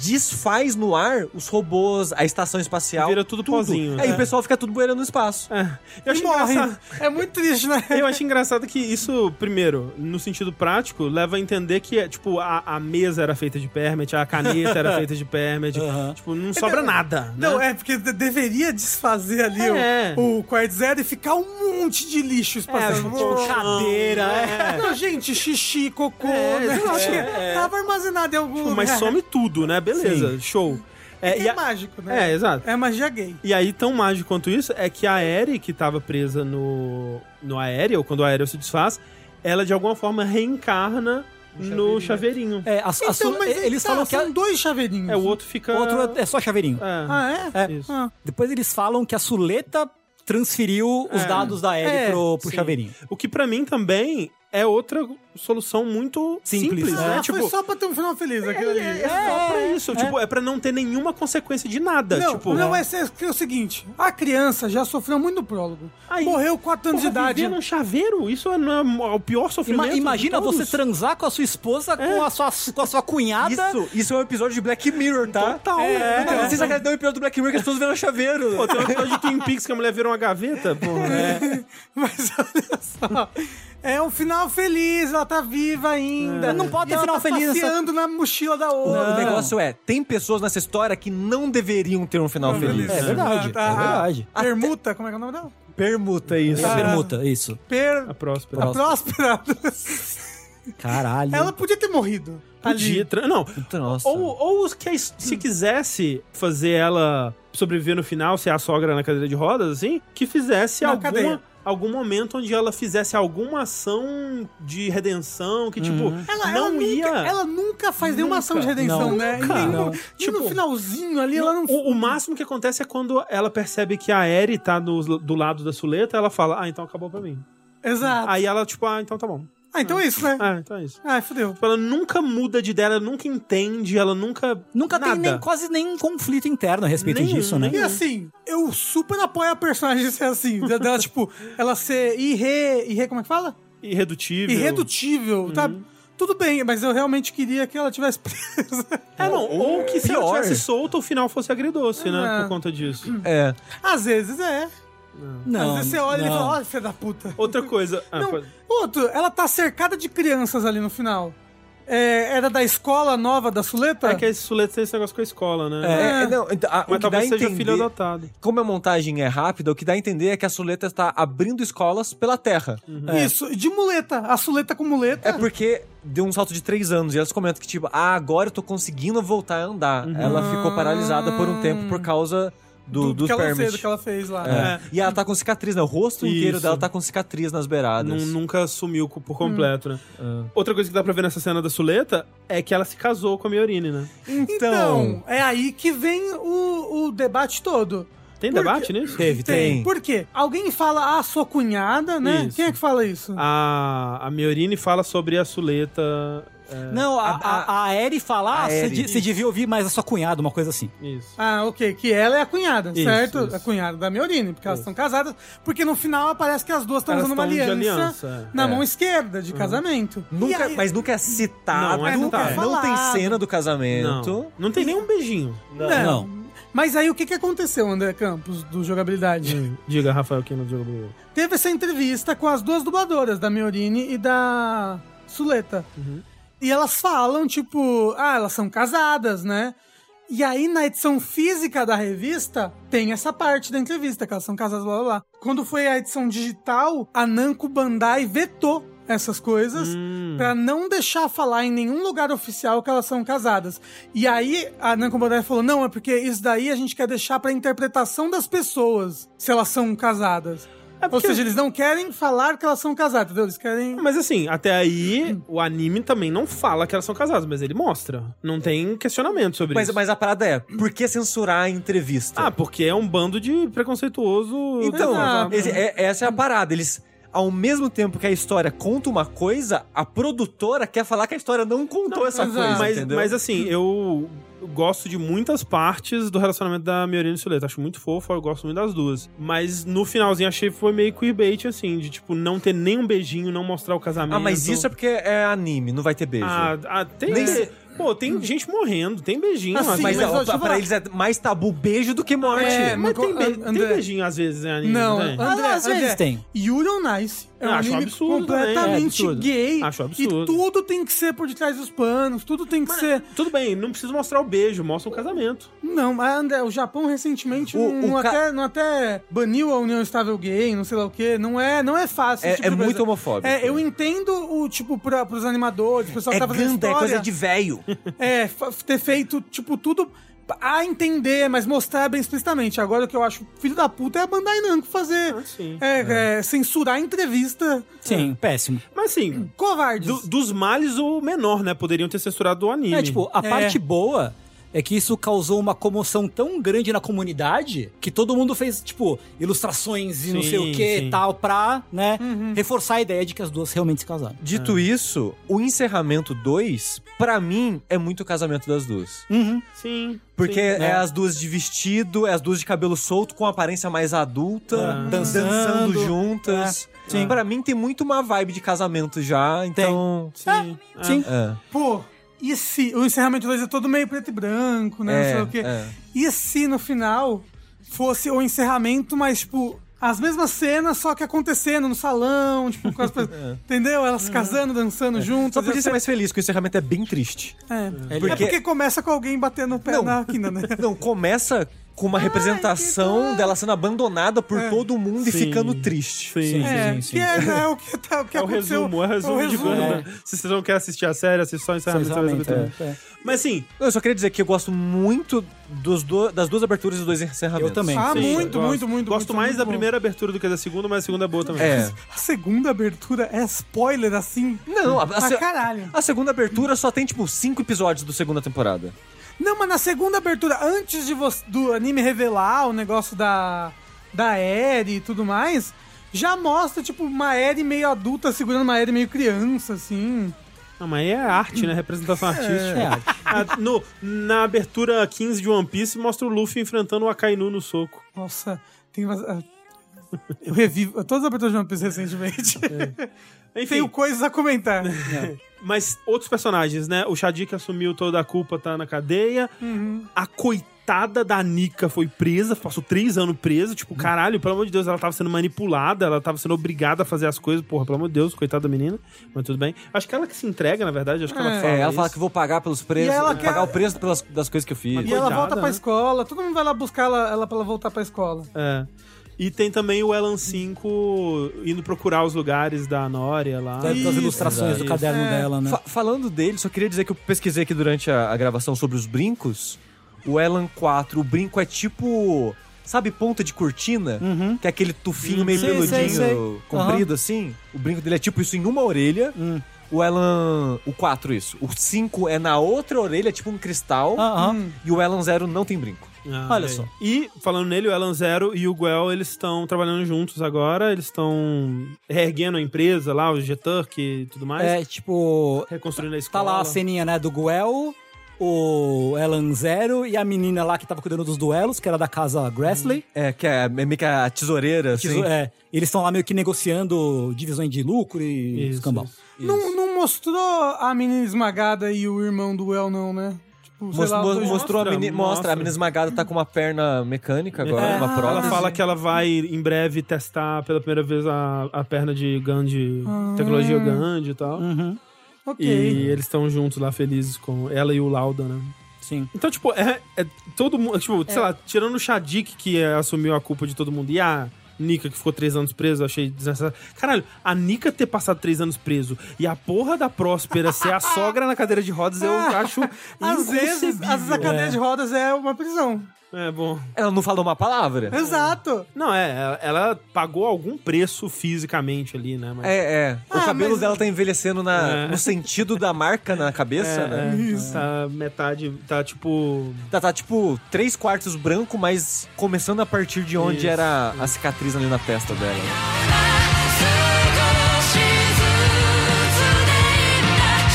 F: desfaz no ar os robôs, a estação espacial.
D: Então Vira tudo pozinho,
F: Aí
D: né?
F: o pessoal fica tudo boiando no espaço.
D: É, Eu acho engraçado-
E: É muito triste, né?
D: Eu acho engraçado que isso, primeiro, no sentido prático, leva a entender que, é, tipo, a, a mesa era feita de permit, a caneta era feita de permit. Tipo, não sobra nada, né?
E: Não, é porque de- deveria desfazer ali
D: É.
E: o, o quarto zero e ficar um monte de lixo espaçado.
D: tipo, cadeira, é.
E: Não, gente, xixi, cocô,
D: É,
E: né?
D: é,
E: Acho que
D: é.
E: tava armazenado em algum
D: Tipo, mas some tudo, né? Beleza, show. É,
E: É,
D: e a-
E: mágico, né?
D: é, exato.
E: É magia gay.
D: E aí, tão mágico quanto isso, é que a Eri, que tava presa no, no Aéreo, quando o Aéreo se desfaz, ela de alguma forma reencarna no chaveirinho.
C: É, as- as-
E: Então, mas aí
C: eles
E: tá,
C: falam que a-
E: são dois chaveirinhos.
D: É, o outro fica.
C: o outro é só chaveirinho.
D: É.
E: Ah, é?
C: É.
D: Isso.
E: Ah.
C: Depois eles falam que a Suleta transferiu os
D: É.
C: dados da Ellie
E: É,
C: pro, pro
D: sim.
C: chaveirinho.
D: O que pra mim também é outra solução muito
C: Simples,
D: simples,
C: né?
D: né?
E: Ah, foi
D: Tipo,
E: só pra ter um final feliz aquilo ali.
D: é só pra isso. Tipo, é pra não ter nenhuma consequência de nada.
E: Não,
D: tipo,
E: não é, sério, porque é o seguinte, a criança já sofreu muito no prólogo.
D: Aí-
E: Morreu 4 anos
D: porra,
E: de idade.
D: viver num chaveiro, isso é, não é o pior sofrimento.
C: Ima- imagina
D: de todos.
C: você transar com a sua esposa, com, a sua, com a sua cunhada.
F: É. Isso, isso é um episódio de Black Mirror, tá?
D: Total. É.
F: Então, Vocês acreditam no episódio do Black Mirror que as pessoas viram chaveiro?
D: Pô, tem um episódio de Twin Peaks que a mulher vira uma gaveta, porra.
E: É. Mas olha só. É um final feliz, ela tá viva ainda.
C: Não pode ter
E: ela
C: final
E: tá
C: feliz, essa-
E: passeando na mochila da
F: O
E: outra.
F: negócio é, tem pessoas nessa história que não deveriam ter um final feliz.
C: É verdade,
E: Ah, tá.
C: é verdade.
E: Permuta, como é que é o nome dela?
F: Permuta isso. né?
C: É a permuta, isso.
E: Per...
D: A próspera.
E: A próspera.
C: Caralho.
E: ela podia ter morrido.
D: Podia, tra- não.
F: Nossa.
D: Ou, ou os que a- se quisesse fazer ela sobreviver no final, ser a sogra na cadeira de rodas, assim, que fizesse
E: Na
D: alguma,
E: cadeia.
D: algum momento onde ela fizesse alguma ação de redenção, que, tipo,
E: Ela,
D: não
E: ela nunca,
D: ia...
E: ela nunca faz nenhuma ação de redenção,
C: Não.
E: né?
C: Nunca.
E: E nenhum-
C: Não.
E: e no finalzinho ali, ela não...
D: O, o máximo que acontece é quando ela percebe que a Eri tá no- do lado da Suleta, ela fala, ah, então acabou pra mim.
E: Exato.
D: Aí ela, tipo, ah, então tá bom.
E: Ah, então é isso, né?
D: Ah, então é isso.
E: Ai, fodeu.
D: Tipo, ela nunca muda de ideia, ela nunca entende, ela nunca.
C: Nunca
D: nada.
C: tem nem, quase nenhum conflito interno a respeito
D: Nenhum,
C: disso, né?
E: E assim, eu super apoio a personagem ser assim. de- Dela, tipo, ela ser irre... irre... Como é que fala?
D: Irredutível. Uhum.
E: Irredutível, tá? Tudo bem, mas eu realmente queria que ela tivesse presa.
D: É, não. Ou que se ela
F: Pior.
D: tivesse solta, o final fosse agridoce, né?
E: Ah.
D: Por conta disso.
F: É.
E: Às vezes é.
C: Não,
E: Às vezes você olha e
C: não.
E: fala, olha, filha da puta.
D: Ah, Outra coisa. ah,
E: Não,
D: pode-
E: outro, ela tá cercada de crianças ali no final. É, era da escola nova da Suleta?
D: É que esse Suleta tem esse negócio com a escola,
F: É,
D: né?
F: é, não, então, a- o
D: Mas
F: que dá a
D: talvez seja
F: entender-
D: filho adotado.
F: Como a montagem é rápida, o que dá a entender é que a Suleta está abrindo escolas pela Terra.
D: é.
E: Isso, de muleta. A Suleta com muleta.
F: É porque deu um salto de três anos e elas comentam que, tipo, ah, agora eu tô conseguindo voltar a andar. Ela ficou paralisada por um tempo por causa
E: do
F: do, dos
E: que ela fez, do
F: permits.
E: que ela fez lá.
F: É. E ela tá com cicatriz, né? O rosto inteiro
D: Isso.
F: dela tá com cicatriz nas beiradas.
D: Nun- nunca sumiu co- por completo, né? Outra coisa que dá pra ver nessa cena da Suleta é que ela se casou com a Miorine, né?
E: Então, é aí que vem o, o debate todo.
D: Tem
E: Por
D: debate nisso?
F: Teve, tem.
E: Por quê? Alguém fala, ah, sua cunhada, né?
D: Isso.
E: Quem é que fala isso?
D: A, a Miorine fala sobre a Suleta.
C: Não, a, a, a Eri fala,
F: É. A
C: ah, você
F: Eri.
C: de- você devia ouvir mais a sua cunhada, uma coisa assim.
D: Isso.
E: Ah, ok. Que ela é a cunhada,
D: Isso,
E: certo?
D: isso.
E: A cunhada da Miorine, porque elas estão casadas. Porque no final parece que as duas estão
D: Elas
E: tá usando uma
D: tão de
E: aliança,
D: aliança, é.
E: na mão esquerda de casamento. E
F: Nunca,
E: aí-
F: Mas nunca é
C: Ah,
F: citado.
D: Não, é
F: nunca
D: citado.
F: não tem
E: Falado.
F: cena do casamento.
D: Não. não tem nem um beijinho.
E: Não. Mas aí o que, que aconteceu, André Campos, do Jogabilidade?
D: Diga, Rafael, quem não jogou Blue.
E: teve essa entrevista com as duas dubladoras, da Miorine e da Suleta. E elas falam, tipo, ah, elas são casadas, né? E aí, na edição física da revista, tem essa parte da entrevista, que elas são casadas, blá blá blá. Quando foi a edição digital, a Namco Bandai vetou essas coisas
D: Hum.
E: pra não deixar falar em nenhum lugar oficial que elas são casadas. E aí a Nankomodai falou: "Não, é porque isso daí a gente quer deixar pra interpretação das pessoas se elas são casadas".
D: É
F: É
E: Ou seja, eles não querem falar que elas são casadas, entendeu? Eles querem
D: Mas assim, até aí, o anime também não fala que elas são casadas, mas ele mostra. Não tem questionamento sobre
F: Mas,
D: isso.
F: mas a parada é, por que censurar a entrevista?
D: Ah, porque é um bando de preconceituoso.
F: Então,
E: Exato.
F: esse- é- essa é a parada. Eles, ao mesmo tempo que a história conta uma coisa, a produtora quer falar que a história não contou essa
E: exato.
F: coisa.
D: mas,
F: entendeu?
D: mas assim, eu gosto de muitas partes do relacionamento da Miorina e Suleta. Acho muito fofo, eu gosto muito das duas. Mas no finalzinho achei que foi meio queerbait, assim, de tipo, não ter nenhum beijinho, não mostrar o casamento.
F: ah, mas isso é porque é anime, não vai ter beijo.
D: Ah, ah, tem.
F: Nem se-
D: Pô, tem gente morrendo, tem beijinho.
E: Assim,
D: assim,
F: mas
E: mas
F: ó,
E: ó, deixa
F: pra,
E: eu falar.
F: pra eles é mais tabu beijo do que morte.
E: É,
D: mas tem, be-
E: An-
D: tem
E: André.
D: beijinho às vezes, né, anime?
E: Não,
D: tem?
F: Ah,
E: André,
C: às
E: André,
C: vezes tem.
E: Yuri on Ice é um
D: Acho
E: anime
F: né?
D: absurdo também, é
E: completamente
D: absurdo.
E: gay.
D: Acho
F: um
D: absurdo.
E: E tudo tem que ser por detrás dos panos, tudo tem que ser.
D: Tudo bem, não precisa mostrar o beijo, mostra o casamento.
E: Não, mas André, o Japão recentemente
F: O-
E: não,
F: o ca-
E: até, não até baniu a união estável gay, não sei lá o quê. Não é, não é fácil.
F: É-
E: esse tipo
F: é
E: de coisa.
F: muito homofóbico. né?
E: É, eu entendo o tipo pra, pros animadores, o pessoal que
F: É
E: tá fazendo
F: ganda, é
E: história,
F: coisa de velho.
E: é, fa- ter feito tipo tudo a entender, mas mostrar bem explicitamente. Agora o que eu acho filho da puta é a Bandai Namco fazer
D: sim.
E: é, é, censurar a entrevista.
C: Sim, péssimo.
D: Mas assim,
E: Covardes.
D: do- dos males o menor, né? Poderiam ter censurado o anime.
C: É, tipo, a
E: É.
C: parte boa é que isso causou uma comoção tão grande na comunidade que todo mundo fez, tipo, ilustrações e não
D: Sim,
C: sei o que
D: sim.
C: e tal, pra, né,
E: Uhum.
C: reforçar a ideia de que as duas realmente se casaram.
F: Dito isso, o encerramento 2, pra mim, é muito o casamento das duas.
D: Sim.
F: Porque é,
C: né?
F: as duas de vestido, é as duas de cabelo solto, com aparência mais adulta,
D: Ah.
F: dançando,
C: Dançando.
F: juntas.
C: É. Sim.
F: Pra mim tem muito uma vibe de casamento já, então.
D: Sim. sim.
C: Sim.
F: É.
E: Pô, e se o encerramento 2 é todo meio preto e branco, né?
F: É,
E: não sei o quê.
F: é.
E: E se no final fosse o encerramento, mas tipo. As mesmas cenas, só que acontecendo no salão, tipo, com as pessoas. Entendeu? Elas casando, dançando juntas.
F: É. Só podia
E: eu
F: ser
E: sei-
F: mais feliz, porque o encerramento é bem triste.
E: É. É
F: porque-
E: porque... começa com alguém batendo o pé
F: Não.
E: na quina, né?
F: Não, começa com uma representação dela sendo abandonada por
E: É.
F: todo mundo e
D: Sim.
F: ficando triste.
D: Sim.
E: É, que é, né, o que, tá, o que
D: É o
E: aconteceu.
D: resumo, é o resumo, de
E: resumo.
D: Gundam. Se vocês não querem assistir a série, assiste só o encerramento.
C: Exatamente,
D: sabe?
C: é, é.
D: Mas assim,
F: Eu só queria dizer que eu gosto muito dos do- das duas aberturas e dos dois encerramentos.
C: Eu também.
E: Ah,
D: sim,
E: muito,
D: gosto.
E: muito, muito.
D: Gosto
E: muito,
D: mais
E: muito
D: da
E: bom.
D: primeira abertura do que da segunda, mas a segunda é boa também.
F: É.
E: A segunda abertura é spoiler, assim.
F: Não, a, a
E: Pra
F: se-
E: caralho.
F: a segunda abertura só tem, tipo, cinco episódios do segunda temporada.
E: Não, mas na segunda abertura, antes de você, do anime revelar o negócio da, da Eri e tudo mais, já mostra, tipo, uma Eri meio adulta segurando uma Eri meio criança, assim.
D: Ah, mas aí é arte, né? Representação artística.
C: É arte.
D: Ah, no- na abertura 15 de One Piece, mostra o Luffy enfrentando o Akainu no soco.
E: Nossa, tem umas... ah, Eu revivo todas as aberturas de One Piece recentemente.
F: É.
D: Enfim,
E: Tenho coisas a comentar.
D: mas outros personagens, né? O Shadi que assumiu toda a culpa tá na cadeia. A coitada da Nika foi presa, passou três anos presa. Tipo, caralho, pelo amor de Deus, ela tava sendo manipulada, ela tava sendo obrigada a fazer as coisas. Porra, pelo amor de Deus, coitada da menina. Mas tudo bem. Acho que ela que se entrega, na verdade. Acho que ela
E: É,
D: fala.
F: É, ela
D: isso.
F: fala que vou pagar pelos preços,
E: E ela
F: vou
E: quer-
F: pagar o preço pelas, das coisas que eu fiz.
E: E ela
D: Coitada,
E: volta pra
D: né?
E: escola, todo mundo vai lá buscar ela, ela pra ela voltar pra escola.
D: É. E tem também o Elan 5 indo procurar os lugares da Noria lá.
C: Das das
E: Isso,
C: ilustrações do
D: isso.
C: caderno
E: É.
C: dela, né?
F: Fa- falando dele, só queria dizer que eu pesquisei aqui durante a, a gravação sobre os brincos. O Elan 4, o brinco é tipo. Sabe ponta de cortina? Que é aquele tufinho meio
C: Sei, sei,
F: peludinho,
C: sei.
F: comprido assim. O brinco dele é tipo isso em uma orelha. O Elan. O 4, isso. O 5 é na outra orelha, tipo um cristal.
C: Aham.
F: E o Elan 0 não tem brinco.
D: Ah,
C: Olha
D: ok.
C: só.
D: E, falando nele, o Elan Zero e o Guel, eles estão trabalhando juntos agora, eles estão reerguendo a empresa lá, o G-Turk e tudo mais,
C: É, tipo,
D: reconstruindo a
C: tá
D: escola.
C: lá a ceninha, né, do Guel, o Elan Zero e a menina lá que tava cuidando dos duelos, que era da casa Grassley.
F: É, que é, é meio que a tesoureira, assim.
C: Tesouro- é, eles estão lá meio que negociando divisões de lucro e
D: Isso,
C: escambau.
D: isso.
E: Não, não mostrou a menina esmagada e o irmão do El, não, né? Tipo, sei
F: Mos-
E: lá,
F: mo-
E: os dois-
F: mostrou a
D: Mostra,
F: menina. Mostra, a
D: mostra.
F: menina esmagada tá com uma perna mecânica agora,
D: É.
C: Ah,
F: uma prótese.
D: Ela fala que ela vai, em breve, testar pela primeira vez a, a perna de Gandhi,
C: Ah.
D: tecnologia Gandhi e tal.
E: Ok.
D: E eles estão juntos lá, felizes com ela e o Lauda, né?
C: Sim.
D: Então, tipo, é, é todo mundo. Tipo, sei lá, tirando o Shadik, que é, assumiu a culpa de todo mundo, e a Nika que ficou três anos preso, eu achei desnecessário. Caralho, a Nika ter passado três anos preso e a porra da Próspera ser a sogra na cadeira de rodas, eu acho
E: Às vezes, às vezes a
D: inconcebível.
E: cadeia de rodas é uma prisão.
D: É bom.
F: Ela não falou uma
E: É.
F: palavra.
E: Exato.
D: Não, é, ela- ela pagou algum preço fisicamente ali, né? Mas...
F: É, é. O
E: Ah,
F: cabelo
E: mas-
F: dela tá envelhecendo na,
D: É.
F: no sentido da marca na cabeça, né?
E: É
D: Isso. Tá metade, tá tipo.
F: Tá, tá tipo três quartos branco, mas começando a partir de onde
D: Isso,
F: era a cicatriz ali na testa dela.
H: 少しずつでいいんだ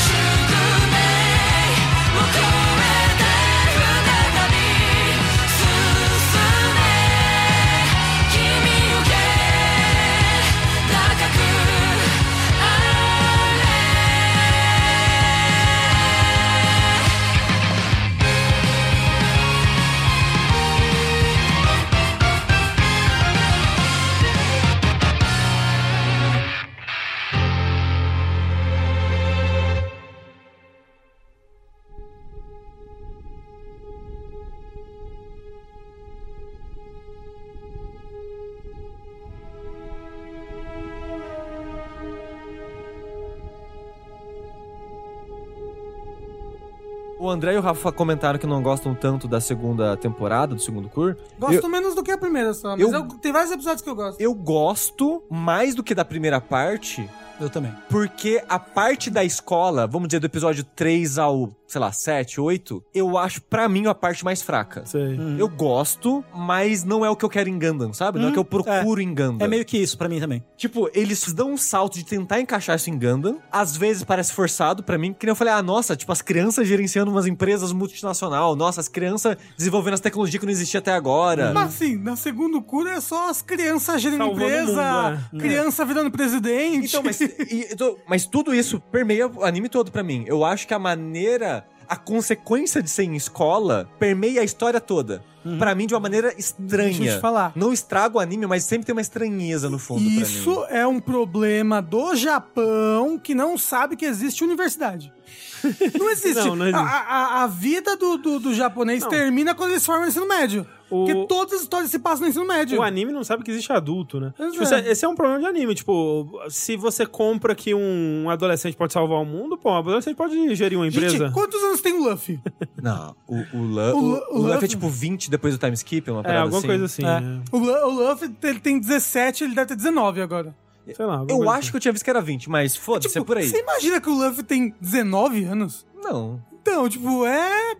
H: 宿命を超えて再び進め君よけ高くあれ
F: O André e o Rafa comentaram que não gostam tanto da segunda temporada, do segundo cur.
E: Gosto menos do que a primeira só, mas
F: eu-
E: eu- tem vários episódios que eu gosto.
F: Eu gosto mais do que da primeira parte,
C: Eu também.
F: Porque a parte da escola, vamos dizer, do episódio 3 ao, sei lá, 7, 8, eu acho, pra mim, a parte mais fraca.
D: Sei.
C: Hum. Uhum.
F: Eu gosto, mas não é o que eu quero em Gundam, sabe? Não é o que eu procuro em Gundam.
C: É meio que isso pra mim também.
F: Tipo, eles dão um salto de tentar encaixar isso em Gundam. Às vezes parece forçado pra mim, que nem eu falei, ah, nossa, tipo, as crianças gerenciando umas empresas multinacional, nossa, as crianças desenvolvendo as tecnologias que não existia até agora.
E: Mas assim, na segundo cura é só as crianças gerando
D: É. Salvando o
E: empresa,
D: mundo, é, né?
E: criança virando presidente.
F: Então, mas, e- então, mas tudo isso permeia o anime todo pra mim. Eu acho que a maneira, a consequência de ser em escola permeia a história toda. Pra mim, de uma maneira estranha.
E: Deixa eu te falar.
F: Não estraga o anime, mas sempre tem uma estranheza no fundo pra mim.
E: Isso é um problema do Japão que não sabe que existe universidade. Não existe.
D: Não, não existe.
E: A, a- a vida do, do- do japonês termina quando eles formam o ensino médio.
D: O-
E: Porque todas as histórias se passam no ensino médio.
D: O anime não sabe que existe adulto, né?
E: Tipo, Pois
D: Tipo,
E: é.
D: isso é- Esse é um problema de anime. Tipo, se você compra que um adolescente pode salvar o mundo, pô, um adolescente pode gerir uma
E: Gente,
D: empresa.
E: quantos anos tem o Luffy?
F: Não, o, o, Lu-
E: O
F: o-
E: Lu-
F: o
E: o
F: Luffy
E: Luffy-
F: é tipo 20 depois do time skip, uma
D: é,
F: parada
D: alguma
F: assim.
D: coisa assim. né?
E: O, Lu- o Luffy ele tem 17, ele deve ter 19 agora. Tipo,
D: Sei lá. alguma
F: Eu
D: coisa assim.
F: acho que eu tinha visto que era 20, mas foda-se, é por aí.
E: Você imagina que o Luffy tem 19 anos?
F: Não.
E: Então, tipo, é.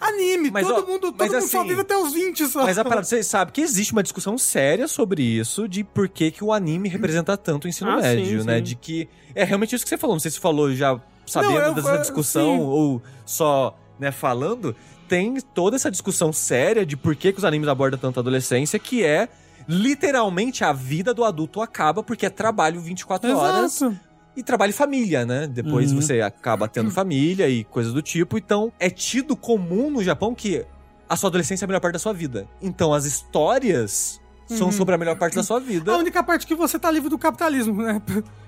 E: Anime.
F: Mas,
E: todo
F: ó,
E: mundo, todo
F: mas
E: mundo só
F: assim-
E: vive até os 20 só.
F: Mas a parada, vocês sabem que existe uma discussão séria sobre isso, de por que, que o anime representa tanto o ensino
D: Ah, sim,
F: médio, né?
D: sim.
F: De que. É realmente isso que você falou. Não sei se falou já sabendo
E: Não, eu-
F: dessa
E: eu-
F: discussão
E: sim.
F: ou só, né, falando. Tem toda essa discussão séria de por que, que os animes abordam tanto a adolescência, que é. Literalmente a vida do adulto acaba porque é trabalho 24 horas
E: Exato.
F: e trabalho e família, né? Depois
C: Uhum.
F: você acaba tendo família e coisas do tipo. Então, é tido comum no Japão que a sua adolescência é a melhor parte da sua vida. Então, as histórias são sobre a melhor parte da sua
E: Uhum. A
F: vida.
E: única parte que você tá livre do capitalismo, né?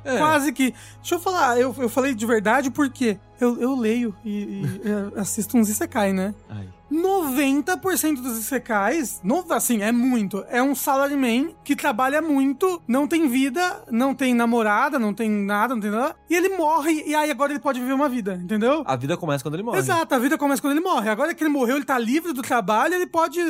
F: É.
E: Quase que. Deixa eu falar, eu, eu falei de verdade porque eu, eu leio e, e, é, assisto uns Isekai, né?
F: Ai.
E: 90% dos Isekais, no, assim, é muito. É um salaryman que trabalha muito, não tem vida, não tem namorada, não tem nada, não tem nada. E ele morre, e aí agora ele pode viver uma vida, entendeu?
F: A vida começa quando ele morre.
E: Exato, a vida começa quando ele morre. Agora que ele morreu, ele tá livre do trabalho, ele pode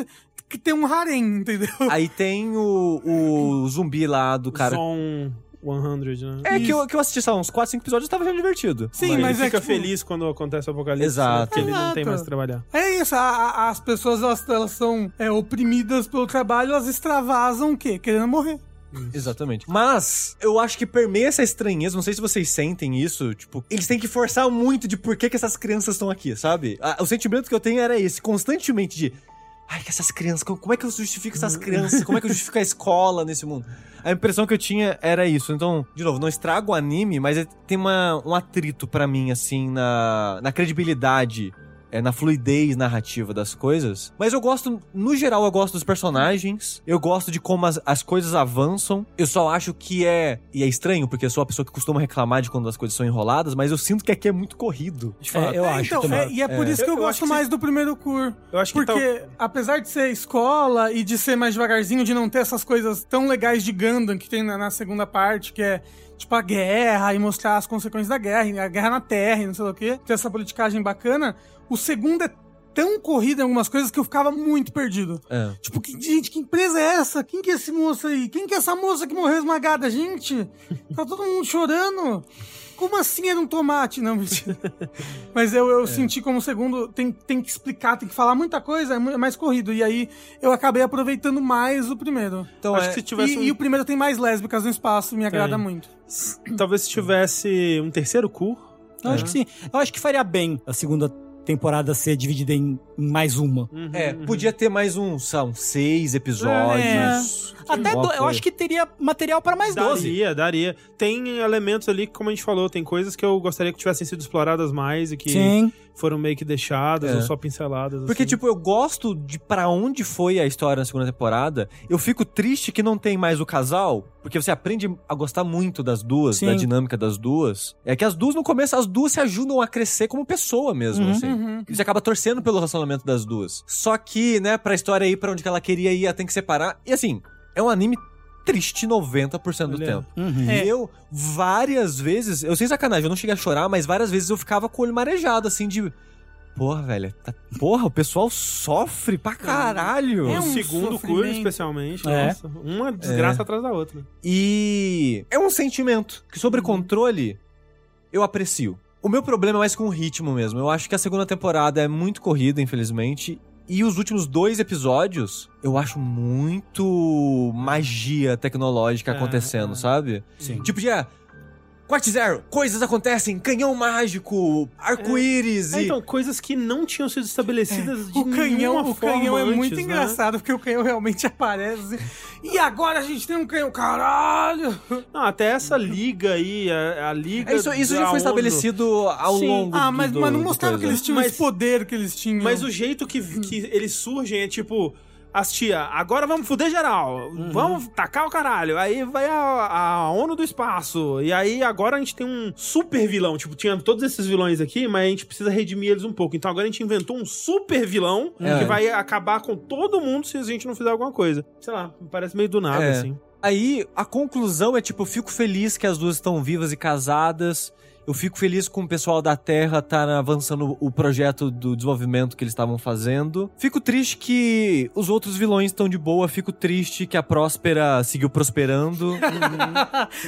E: ter um harém, entendeu?
F: Aí tem o, o zumbi lá do
D: Cara...
F: cara.
D: Só um 100, né?
F: É que eu, que eu assisti só uns 4, 5 episódios e tava achando divertido.
E: Sim,
D: ele
E: mas é
D: fica
E: tipo-
D: feliz quando acontece o apocalipse,
F: Exato.
D: né? porque ele não tem
E: Exato.
D: mais que trabalhar.
E: É isso, a- a- as pessoas elas, elas são é, oprimidas pelo trabalho, elas extravasam o quê? Querendo morrer.
F: Exatamente. Mas eu acho que permeia essa estranheza. Não sei se vocês sentem isso. Tipo, eles têm que forçar muito de por que, que essas crianças estão aqui, sabe? Ah, O sentimento que eu tenho era esse, constantemente de. Ai, que essas crianças, como como é que eu justifico essas crianças? Como é que eu justifico a escola nesse mundo? A impressão que eu tinha era isso. Então, de novo, não estrago o anime, mas é- tem uma, um atrito pra mim, assim, na, na credibilidade é, na fluidez narrativa das coisas. Mas eu gosto, no geral, eu gosto dos personagens, eu gosto de como as, as coisas avançam. Eu só acho que é. E é estranho, porque eu sou a pessoa que costuma reclamar de quando as coisas são enroladas, mas eu sinto que aqui é muito corrido.
C: De fato. eu acho
E: Então,
C: também.
E: é- e é por isso que eu,
D: Eu- eu acho
E: gosto
D: que
E: mais do primeiro cur.
D: Eu acho que
E: Porque, apesar de ser escola e de ser mais devagarzinho, de não ter essas coisas tão legais de Gundam que tem na, na segunda parte, que é tipo a guerra e mostrar as consequências da guerra, e a guerra na terra e não sei lá o quê, ter essa politicagem bacana, o segundo é tão corrido em algumas coisas que eu ficava muito perdido.
F: É.
E: Tipo, que, gente, que empresa é essa? Quem que é esse moço aí? Quem que é essa moça que morreu esmagada? Gente, tá todo mundo chorando. Como assim era um tomate? Não, mentira. Mas eu,
F: É.
E: eu senti como segundo, tem, tem que explicar, tem que falar muita coisa, é mu- é mais corrido. E aí eu acabei aproveitando mais o primeiro.
F: Então,
D: Acho
F: é-
D: que se tivesse
E: e,
D: um-
E: e o primeiro tem mais lésbicas no espaço, me agrada muito.
D: Talvez se tivesse um terceiro cu.
C: Eu acho que sim. Eu acho que faria bem a segunda temporada ser dividida em em mais uma.
F: É,
D: uhum,
F: podia ter mais um, são seis episódios.
C: Até do- eu acho que teria material para mais 12.
D: uhum. Daria, daria. Tem elementos ali que, como a gente falou, tem coisas que eu gostaria que tivessem sido exploradas mais e que
C: Sim.
D: foram meio que deixadas
F: É.
D: ou só pinceladas.
F: Porque,
D: assim.
F: tipo, eu gosto de pra onde foi a história na segunda temporada. Eu fico triste que não tem mais o casal, porque você aprende a gostar muito das duas,
C: Sim.
F: da dinâmica das duas. É que as duas, no começo, as duas se ajudam a crescer como pessoa mesmo, assim.
E: Uhum.
F: E você acaba torcendo pelo relacionamento das duas. Só que, né, pra história ir pra onde que ela queria ir, ela tem que separar. E, assim, é um anime triste 90% do
D: Olha.
F: tempo.
C: Uhum.
E: É.
F: E eu, várias vezes, eu sem sacanagem, eu não cheguei a chorar, mas várias vezes eu ficava com o olho marejado, assim, de. Porra, velho. tá- Porra, o pessoal sofre pra caralho.
E: É
D: o
E: um
D: segundo curso,
E: sofrimento.
D: especialmente.
C: É.
D: Nossa, uma desgraça atrás da outra.
F: E é um sentimento que, sobre
D: Uhum.
F: controle, eu aprecio. O meu problema é mais com o ritmo mesmo. Eu acho que a segunda temporada é muito corrida, infelizmente. E os últimos dois episódios, eu acho muito magia tecnológica
D: É,
F: acontecendo,
D: é.
F: sabe?
C: Sim.
F: Tipo, já. Quart Zero, coisas acontecem, canhão mágico, arco-íris
D: É,
F: e.
D: então, coisas que não tinham sido estabelecidas de
E: É. O canhão,
D: nenhuma
E: o
D: forma
E: canhão é
D: antes,
E: muito
D: né?
E: engraçado, porque o canhão realmente aparece. E agora a gente tem um canhão, caralho!
D: Não, até essa liga aí, a, a liga.
F: É, isso, isso já
D: da
F: foi
D: ONU.
F: estabelecido ao
D: Sim.
F: longo
E: Ah,
F: do- é.
E: mas,
F: do-
E: mas não
F: do
E: mostrava
F: coisa.
E: que eles tinham
D: Mas-
E: esse poder que eles tinham.
D: Mas o jeito que, que eles surgem é tipo. As tia, agora vamos foder geral, vamos tacar o caralho. Aí vai a, a ONU do espaço. E aí agora a gente tem um super vilão. Tipo, tinha todos esses vilões aqui, mas a gente precisa redimir eles um pouco. Então agora a gente inventou um super vilão
F: É.
D: que vai acabar com todo mundo se a gente não fizer alguma coisa. Sei lá, parece meio do nada,
F: É.
D: assim.
F: Aí a conclusão é tipo, eu fico feliz que as duas estão vivas e casadas. Eu fico feliz com o pessoal da Terra tá avançando o projeto do desenvolvimento que eles estavam fazendo. Fico triste que os outros vilões estão de boa. Fico triste que a Próspera seguiu prosperando.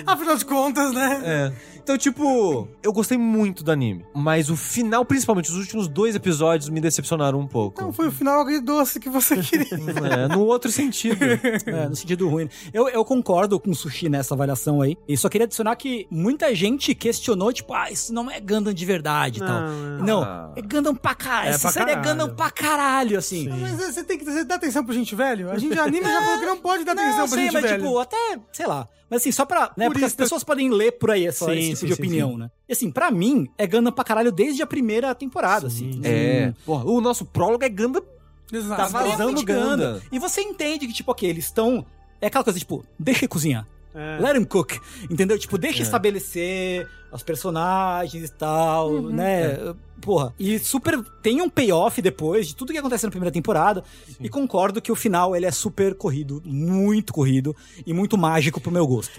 E: Afinal de contas, né?
F: É. Então, tipo, eu gostei muito do anime. Mas o final, principalmente, os últimos dois episódios me decepcionaram um pouco.
E: Então foi o final agridoce que você queria.
F: É, no outro sentido.
C: É, no sentido ruim. Eu, eu concordo com o Sushi nessa avaliação aí. E só queria adicionar que muita gente questionou, tipo, ah, isso não é Gundam de verdade e tal.
D: Não,
C: Não,
F: Ah.
C: é Gundam pra caralho.
D: É
C: Essa
D: pra
C: série é
D: caralho.
C: Gundam pra caralho, assim.
E: Mas é, você tem que você dá atenção pro gente velho? A gente de anime já falou que não pode dar atenção
C: Não,
D: um
E: pra
C: sei,
E: gente
C: mas
E: velho.
C: tipo, até, sei lá. Mas assim, só pra. Né, porque as
E: Purista.
C: pessoas podem ler por aí essa,
D: Sim,
C: esse tipo
D: sim,
C: de
D: sim,
C: opinião, né? E assim, pra mim, é Gundam pra caralho desde a primeira temporada, assim.
F: É. Porra, o nosso prólogo é Ganda
E: Exato.
F: tá vazando
C: Extremamente Gundam.
F: Ganda.
C: E você entende que, tipo, ok, eles estão. É aquela coisa, tipo, deixa eu cozinhar.
D: é.
C: Let him cook, entendeu? Tipo,
F: É.
C: deixa estabelecer os personagens e tal,
F: Uhum.
C: né?
F: É.
C: Porra, e super tem um payoff depois de tudo que acontece na primeira temporada. E concordo que o final ele é super corrido, muito corrido e muito mágico pro meu gosto.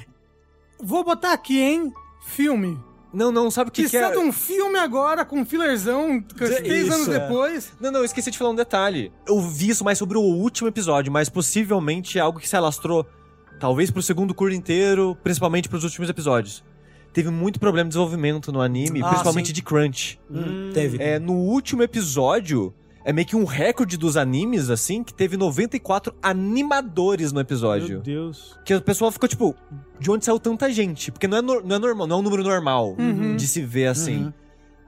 E: Vou botar aqui, hein? Filme.
F: Não, não, sabe o que,
E: Que
F: que é?
E: sendo um filme agora com fillerzão três
F: Isso,
E: anos
F: é.
E: depois.
F: Não, não, eu esqueci de falar um detalhe. Eu vi isso mais sobre o último episódio, mas possivelmente é algo que se alastrou talvez pro segundo curso inteiro, principalmente pros últimos episódios. Teve muito problema de desenvolvimento no anime,
C: Ah,
F: principalmente
C: sim.
F: de crunch.
C: Hum, teve.
F: É, no último episódio, é meio que um recorde dos animes, assim, que teve 94 animadores no
D: Meu
F: episódio.
D: Deus.
F: Que o pessoal ficou tipo, de onde saiu tanta gente? Porque não é, nor- não é normal, não é um número normal de se ver assim.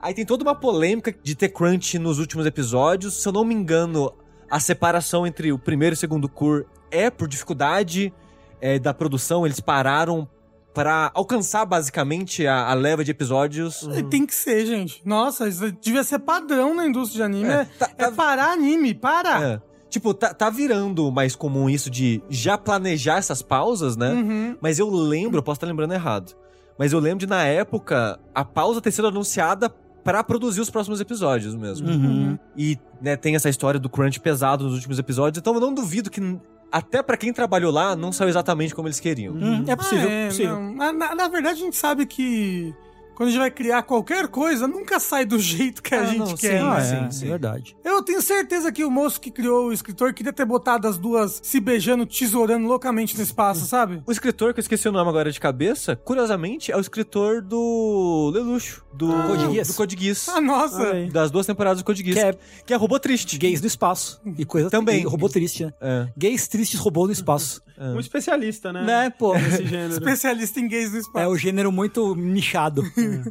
F: Aí tem toda uma polêmica de ter crunch nos últimos episódios. Se eu não me engano, a separação entre o primeiro e o segundo cur é por dificuldade é, da produção. Eles pararam pra alcançar basicamente a, a leva de episódios.
E: Tem que ser, gente. Nossa, isso é- devia ser padrão na indústria de anime. É,
F: tá-
E: é parar anime, para!
F: É. Tipo, tá, tá virando mais comum isso de já planejar essas pausas, né?
E: Uhum.
F: Mas eu lembro, eu posso estar lembrando errado. Mas eu lembro de, na época, a pausa ter sido anunciada pra produzir os próximos episódios mesmo.
C: Uhum.
F: E né, tem essa história do crunch pesado nos últimos episódios. Então eu não duvido que, n- até pra quem trabalhou lá, não saiu exatamente como eles queriam.
C: Hum, é possível,
E: Ah, é,
C: possível.
E: não. Na, na- na verdade, a gente sabe que quando a gente vai criar qualquer coisa, nunca sai do jeito que a
F: Ah,
E: gente
F: não,
E: quer.
F: sim,
E: né?
C: Ah,
F: sim,
C: é,
F: sim.
C: é verdade.
E: Eu tenho certeza que o moço que criou o escritor queria ter botado as duas se beijando, tesourando loucamente no espaço, sabe?
F: O escritor, que eu esqueci o nome agora de cabeça, curiosamente, é o escritor do Lelouch, do
C: Ah. Code Geass.
F: do Code Geass.
E: Ah, nossa!
C: Olha aí.
F: das duas temporadas do Code Geass.
C: Que é
F: que é robô triste.
C: gays do espaço. E coisa
F: Também.
C: E robô triste, né?
F: É.
C: Gays tristes robô no espaço.
D: Um especialista, né?
C: Né, pô?
D: Nesse gênero.
E: Especialista em gays no
C: É
E: espaço.
C: o gênero muito nichado,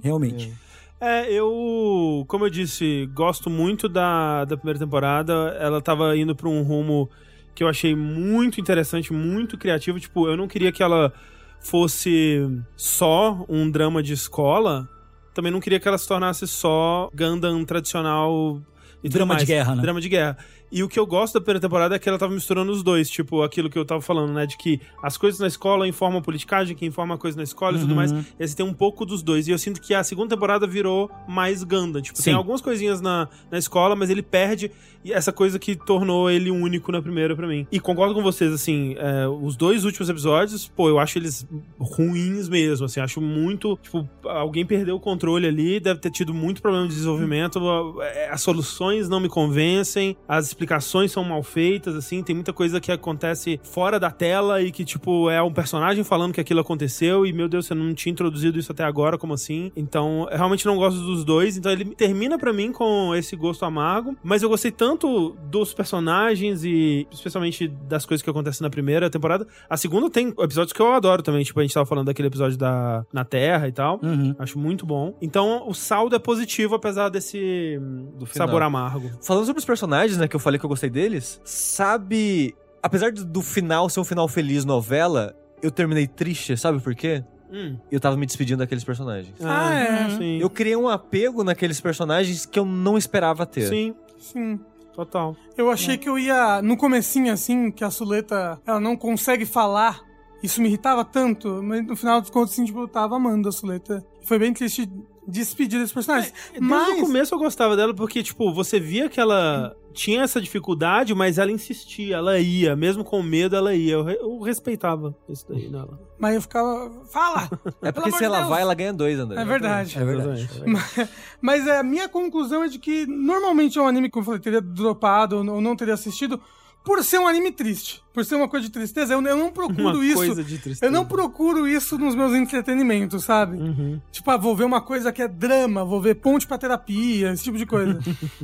C: realmente.
D: É, eu, como eu disse, gosto muito da, da primeira temporada. Ela tava indo pra um rumo que eu achei muito interessante, muito criativo. Tipo, eu não queria que ela fosse só um drama de escola. Também não queria que ela se tornasse só Gundam tradicional e tudo
C: Drama de
D: mais.
C: guerra, né?
D: Drama de guerra. E o que eu gosto da primeira temporada é que ela tava misturando os dois. Tipo, aquilo que eu tava falando, né? De que as coisas na escola informam a politicagem, que informa a coisa na escola e tudo mais.
C: Uhum.
D: Esse tem um pouco dos dois. E eu sinto que a segunda temporada virou mais Gundam. Tipo, tem
C: Sim.
D: algumas coisinhas na, na escola, mas ele perde e essa coisa que tornou ele único na primeira pra mim. E concordo com vocês, assim, é, os dois últimos episódios, pô, eu acho eles ruins mesmo, assim. Acho muito, tipo, alguém perdeu o controle ali, deve ter tido muito problema de desenvolvimento. a- é, As soluções não me convencem, as explicações são mal feitas, assim. Tem muita coisa que acontece fora da tela e que, tipo, é um personagem falando que aquilo aconteceu e, meu Deus, você não tinha introduzido isso até agora, como assim? Então, eu realmente não gosto dos dois. Então, ele termina pra mim com esse gosto amargo, mas eu gostei tanto dos personagens e, especialmente, das coisas que acontecem na primeira temporada. A segunda tem episódios que eu adoro também, tipo, a gente tava falando daquele episódio da Na Terra e tal.
C: Uhum.
D: Acho muito bom. Então, o saldo é positivo, apesar desse hum,
F: Do final.
D: sabor amargo.
F: Falando sobre os personagens, né, que eu falei que eu gostei deles, sabe. Apesar do- do final ser um final feliz novela, eu terminei triste, sabe por quê?
D: Hum.
F: Eu tava me despedindo daqueles personagens.
E: Ah, é.
D: Sim.
F: Eu criei um apego naqueles personagens que eu não esperava ter.
D: Sim,
E: Sim.
D: total.
E: Eu achei que eu ia. No comecinho, assim, que a Suleta ela não consegue falar. Isso me irritava tanto, mas no final dos contos, assim, tipo, eu tava amando a Suleta. Foi bem triste despedir desse
F: É,
E: personagem.
D: Mas no
E: mas.
D: começo eu gostava dela porque, tipo, você via que ela tinha essa dificuldade, mas ela insistia, ela ia. Mesmo com medo, ela ia. Eu, re- eu respeitava isso daí nela.
E: Mas eu ficava. Fala!
F: É
E: Pelo
F: porque
E: amor
F: se
E: de
F: ela
E: Deus.
F: vai, ela ganha dois, André.
E: É verdade.
G: É verdade.
E: Mas é, a minha conclusão é de que normalmente é um anime que eu falei, teria dropado ou não- ou não teria assistido por ser um anime triste. Por ser uma coisa de tristeza, eu, eu não procuro
D: Uma
E: isso.
D: coisa de tristeza.
E: Eu não procuro isso nos meus entretenimentos, sabe?
D: Uhum.
E: Tipo, ah, vou ver uma coisa que é drama, vou ver ponte pra terapia, esse tipo de coisa.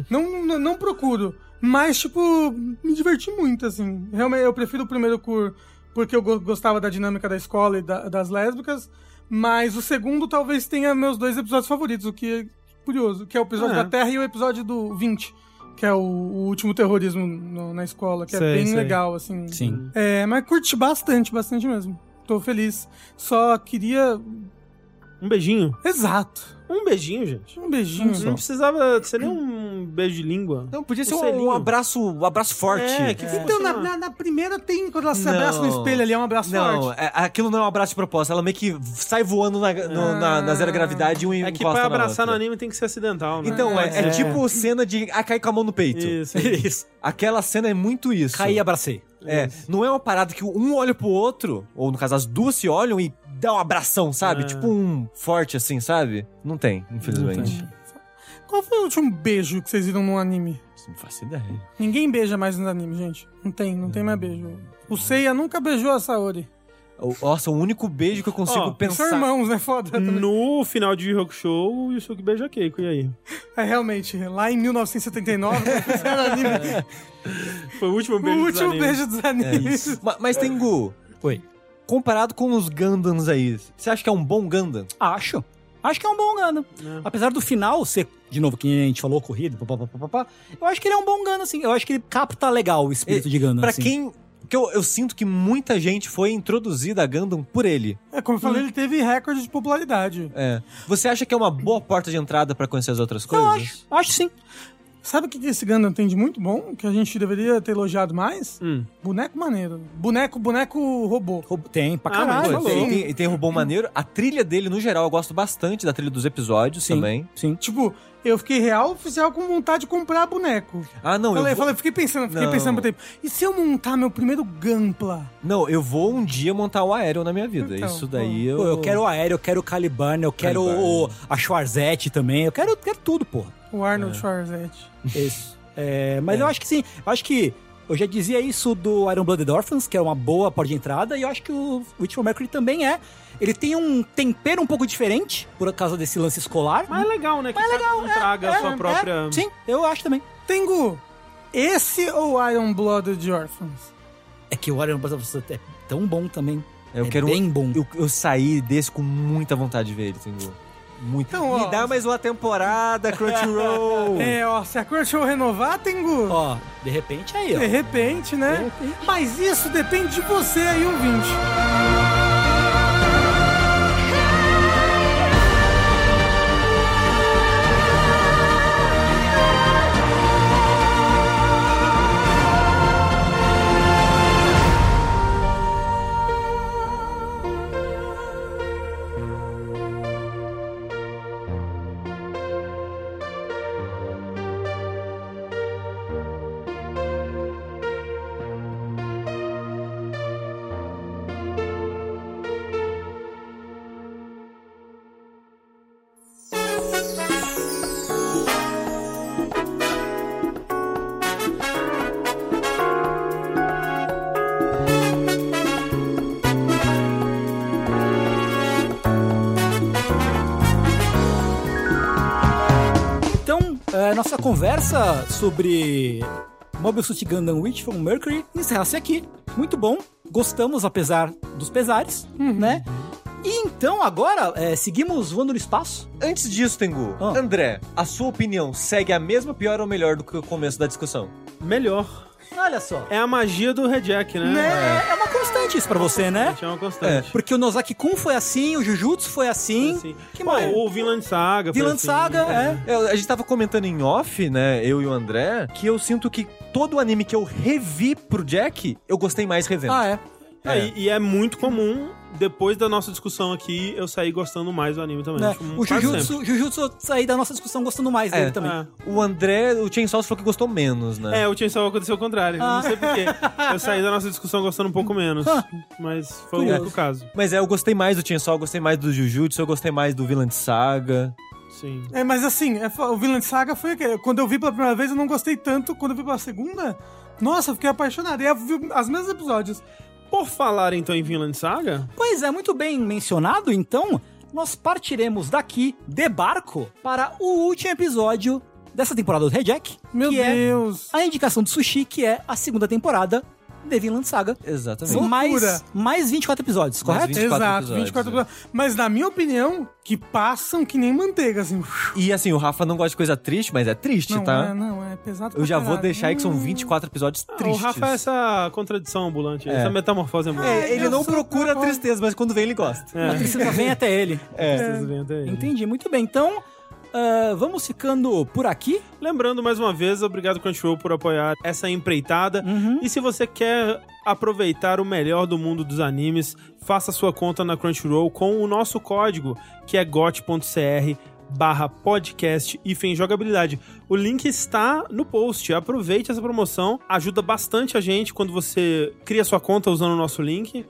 E: não, não, não procuro. Mas, tipo, me diverti muito, assim. Realmente, eu prefiro o primeiro por, porque eu go- gostava da dinâmica da escola e da- das lésbicas. Mas o segundo talvez tenha meus dois episódios favoritos, o que é curioso, que é o episódio
D: Ah, é.
E: da Terra e o episódio do 20, que é o, o último terrorismo no- na escola, que
D: Sei,
E: é bem
D: sei.
E: legal, assim.
C: Sim.
E: É, mas curti bastante, bastante mesmo. Tô feliz. Só queria.
D: Um beijinho.
E: Exato.
D: Um beijinho, gente.
E: Um beijinho.
D: Não precisava ser nem um beijo de língua.
F: Não, podia ser
D: Um
F: um,
D: selinho.
F: abraço, um abraço forte.
D: É, que fosse
E: Então, na,
D: uma-
E: na- na primeira tem. Quando ela se
F: Não.
E: abraça no espelho ali, é um abraço
F: Não,
E: forte.
F: é- aquilo não é um abraço de proposta. Ela meio que sai voando na, no- na- na zero gravidade e um
D: Ah. É que
F: encosta
D: pra
F: na
D: abraçar no
F: outra.
D: anime tem que ser acidental, né?
F: Então, é, é tipo cena de ah, cair com a mão no peito.
D: Isso.
C: Isso.
F: Aquela cena é muito isso.
C: Caí e abracei.
F: É, não é uma parada que um olha pro outro, ou no caso as duas se olham e dá um abração, sabe?
D: É.
F: Tipo um forte assim, sabe? Não tem, infelizmente. Não,
E: Qual foi o último beijo que vocês viram num anime?
F: não faço ideia.
E: Ninguém beija mais nos animes, gente. Não tem, não tem mais beijo. O Seiya nunca beijou a Saori.
F: O- Nossa, o único beijo que eu consigo
D: Ó,
E: Eles São
F: pensar.
E: irmãos, né? Foda. também.
D: No final de Rock Show, o Yusuke beija Keiko, e aí?
E: É, realmente. Lá em 1979, né, fizeram anime.
D: Foi o último
E: o
D: beijo dos
E: último
D: animes.
E: beijo dos animes.
F: Ma- Mas, Tengu,
C: Oi.
F: comparado com os Gundams aí, você acha que é um bom Gundam?
C: Acho. Acho que é um bom Gano. Apesar do final ser, de novo, que a gente falou, corrido, papapá, eu acho que ele é um bom Gano, assim. Eu acho que ele capta legal o espírito de Gano.
F: Pra
C: assim.
F: quem Porque eu, eu sinto que muita gente foi introduzida a Gundam por ele.
E: É, como eu falei, ele teve recorde de popularidade.
F: É. Você acha que é uma boa porta de entrada pra conhecer as outras coisas?
C: Eu acho, acho sim.
E: Sabe o que esse Gundam tem de muito bom? Que a gente deveria ter elogiado mais?
F: Hum.
E: Boneco maneiro. Boneco, boneco robô.
C: Robo- Tem, pra
D: Ah, mas
C: caralho.
F: Pô,
D: falou.
F: e, tem, e tem robô maneiro. A trilha dele, no geral, eu gosto bastante da trilha dos episódios
C: Sim.
F: também.
C: Sim.
E: Tipo, eu fiquei real oficial com vontade de comprar boneco.
F: Ah, não,
E: falei,
F: eu vou...
E: falei, fiquei pensando, fiquei
F: Não.
E: pensando por tempo. E se eu montar meu primeiro Gampla?
F: Não, eu vou um dia montar o aéreo na minha vida.
E: Então,
F: Isso daí eu...
C: Pô, eu quero o aéreo, eu quero o Caliban, eu quero
F: Caliban.
C: o, a Schwarzette também, eu quero, eu quero tudo, porra.
E: O Arnold
F: É.
E: Schwarzenegger.
C: Isso. É, mas eu acho que sim, eu acho que eu já dizia isso do Iron Blooded Orphans, que é uma boa porta de entrada, e eu acho que o Witch for Mercury também é. Ele tem um tempero um pouco diferente, por causa desse lance escolar.
D: Mas é legal, né? Que cada um traga a
C: É,
D: sua
C: é,
D: própria.
C: sim, eu acho também.
E: Tengu, esse ou Iron Blooded Orphans?
C: É que o Iron Blooded Orphans é tão bom também.
F: Eu
C: é
F: quero um-
C: bem bom.
F: Eu, eu saí desse com muita vontade de ver ele, Tengu. Muito.
E: Então, ó-
F: Me dá mais uma temporada, Crunchyroll!
E: É, ó, se a Crunchyroll renovar, Tengu,
C: Ó, de repente aí, ó.
E: de repente, né? Mas isso depende de você aí, ouvinte.
C: Então, é, nossa conversa sobre Mobile Suit Gundam Witch from Mercury encerra-se aqui. Muito bom. Gostamos, apesar dos pesares,
D: Uhum.
C: né? E então, agora, é, seguimos voando no espaço.
F: Antes disso, Tengu,
C: Ah.
F: André, a sua opinião segue a mesma, pior ou melhor do que o começo da discussão?
D: Melhor.
C: Olha só.
D: É a magia do Rejack, né?
C: Né? É uma constante isso pra você, né?
D: É uma constante.
C: Porque o Nozaki Kun foi assim, o Jujutsu foi assim.
D: Assim.
C: Que
D: Pô,
C: mais?
D: o Vinland Saga. foi
C: Vinland
D: assim.
C: Saga, é.
F: É, a gente tava comentando em off, né, eu e o André, que eu sinto que todo anime que eu revi pro Jack, eu gostei mais revendo.
C: Ah, é.
D: É, e- E é muito comum, depois da nossa discussão aqui, eu sair gostando mais do anime também.
C: Né?
D: Tipo,
C: O
D: quase
C: Jujutsu, Jujutsu eu saí da nossa discussão gostando mais
F: É.
C: dele também.
D: sempre.
F: O André, o Chainsaw falou que gostou menos, né?
D: É. É, o Chainsaw aconteceu o contrário. Não sei porquê.
F: Ah.
D: Eu saí da nossa discussão gostando um pouco menos. Mas foi o
C: Curioso.
D: único caso.
F: Mas é, eu gostei mais do Chainsaw, eu gostei mais do Jujutsu, eu gostei mais do Vinland Saga.
D: Sim.
E: É, mas assim, é, fa- o Vinland Saga foi aquele. Quando eu vi pela primeira vez, eu não gostei tanto. Quando eu vi pela segunda, nossa, eu fiquei apaixonado. E eu vi as mesmos episódios.
D: Por falar então em Vinland Saga,
C: Pois é, muito bem mencionado, então nós partiremos daqui de barco para o último episódio dessa temporada do Hey Jack,
E: Meu
C: que é
E: Deus.
C: a indicação do Sushi, que é a segunda temporada de Vinland Saga.
F: Exatamente.
E: Loucura.
C: Mais, mais 24 episódios,
F: É Mais
C: correto?
F: 20. 24
E: Exato,
F: episódios,
E: 24
F: é.
E: episódios. Mas na minha opinião, que passam que nem manteiga, assim.
F: E assim, o Rafa não gosta de coisa triste, mas é triste,
E: Não,
F: tá?
E: é, não, é pesado pra
F: Eu já vou
E: caralho.
F: deixar aí que são
E: Hum.
F: 24 episódios
D: ah, o
F: tristes.
D: Rafa é essa contradição ambulante,
F: É.
D: essa metamorfose ambulante.
F: É, ele
E: Eu
F: não
E: sou
F: procura
E: tão-
F: tristeza, mas quando vem ele gosta. É.
C: A tristeza vem até ele.
D: Vocês veem até aí.
C: Entendi, muito bem. Então, ah, vamos ficando por aqui.
D: Lembrando mais uma vez, obrigado Crunchyroll por apoiar essa empreitada. E se você quer aproveitar o melhor do mundo dos animes, faça sua conta na Crunchyroll com o nosso código, que é got.cr barra podcast e jogabilidade. O link está no post. Aproveite essa promoção. Ajuda bastante a gente quando você cria sua conta usando o nosso link.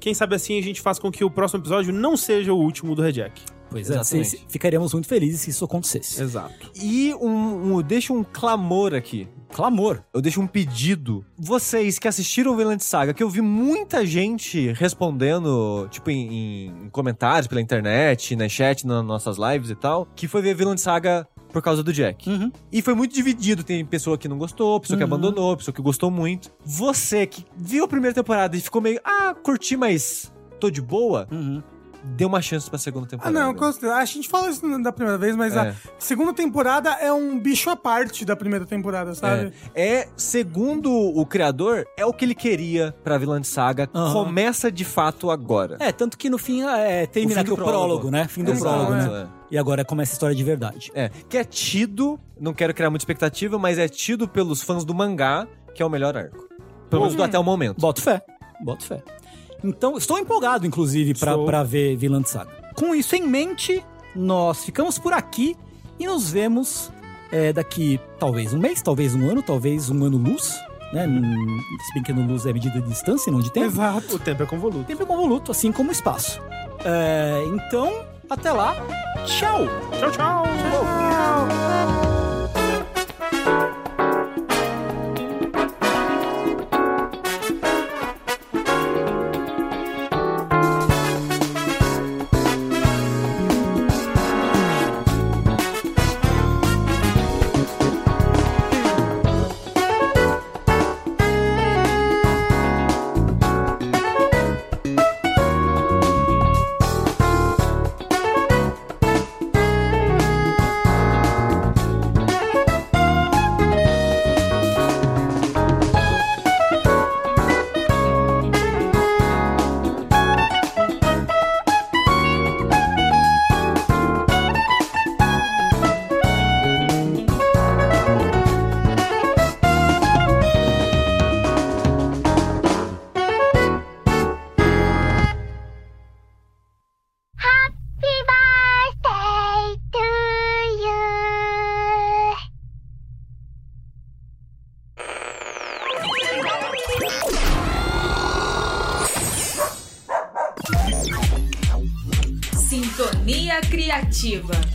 D: Quem sabe assim a gente faz com que o próximo episódio não seja o último do Rejack.
C: Pois
F: é,
C: Vocês, ficaríamos muito felizes se isso acontecesse.
D: Exato.
F: E um, um, eu deixo um clamor aqui.
C: Clamor.
F: Eu deixo um pedido. Vocês que assistiram Vinland Saga, que eu vi muita gente respondendo, tipo, em, em comentários pela internet, na chat, nas nossas lives e tal, que foi ver Vinland Saga por causa do Jack.
C: Uhum.
F: E foi muito dividido. Tem pessoa que não gostou, pessoa que abandonou, pessoa que gostou muito. Você que viu a primeira temporada e ficou meio, ah, curti, mas tô de boa.
C: Uhum.
F: dê uma chance pra segunda
E: Ah,
F: temporada.
E: não, com certeza. A gente falou isso na- da primeira vez, mas
F: É.
E: a segunda temporada é um bicho à parte da primeira temporada, sabe?
F: É. É, segundo o criador, é o que ele queria pra vilã de saga.
C: Aham.
F: Começa de fato agora.
C: É, tanto que no fim é, termina
F: O fim
C: aqui
F: do
C: o prólogo,
F: prólogo,
C: né? Fim do
F: Exato,
C: prólogo,
F: é.
C: né? E agora começa a história de verdade.
F: É, que é tido, não quero criar muita expectativa, mas é tido pelos fãs do mangá, que é o melhor arco. Pelo
C: Uhum.
F: menos do até o momento.
C: Boto fé, boto fé. Então, estou empolgado, inclusive, pra,
D: Estou.
C: pra ver Vilã de Saga. Com isso em mente, nós ficamos por aqui e nos vemos é, daqui talvez um mês, talvez um ano, talvez um ano-luz, né? Hum, Se bem que ano-luz é medida de distância, e não de tempo.
E: Exato.
D: O tempo é convoluto.
C: Tempo é convoluto, assim como o espaço. É, então, até lá. Tchau!
D: Tchau, tchau.
H: birthday to you.
K: Sintonia Criativa.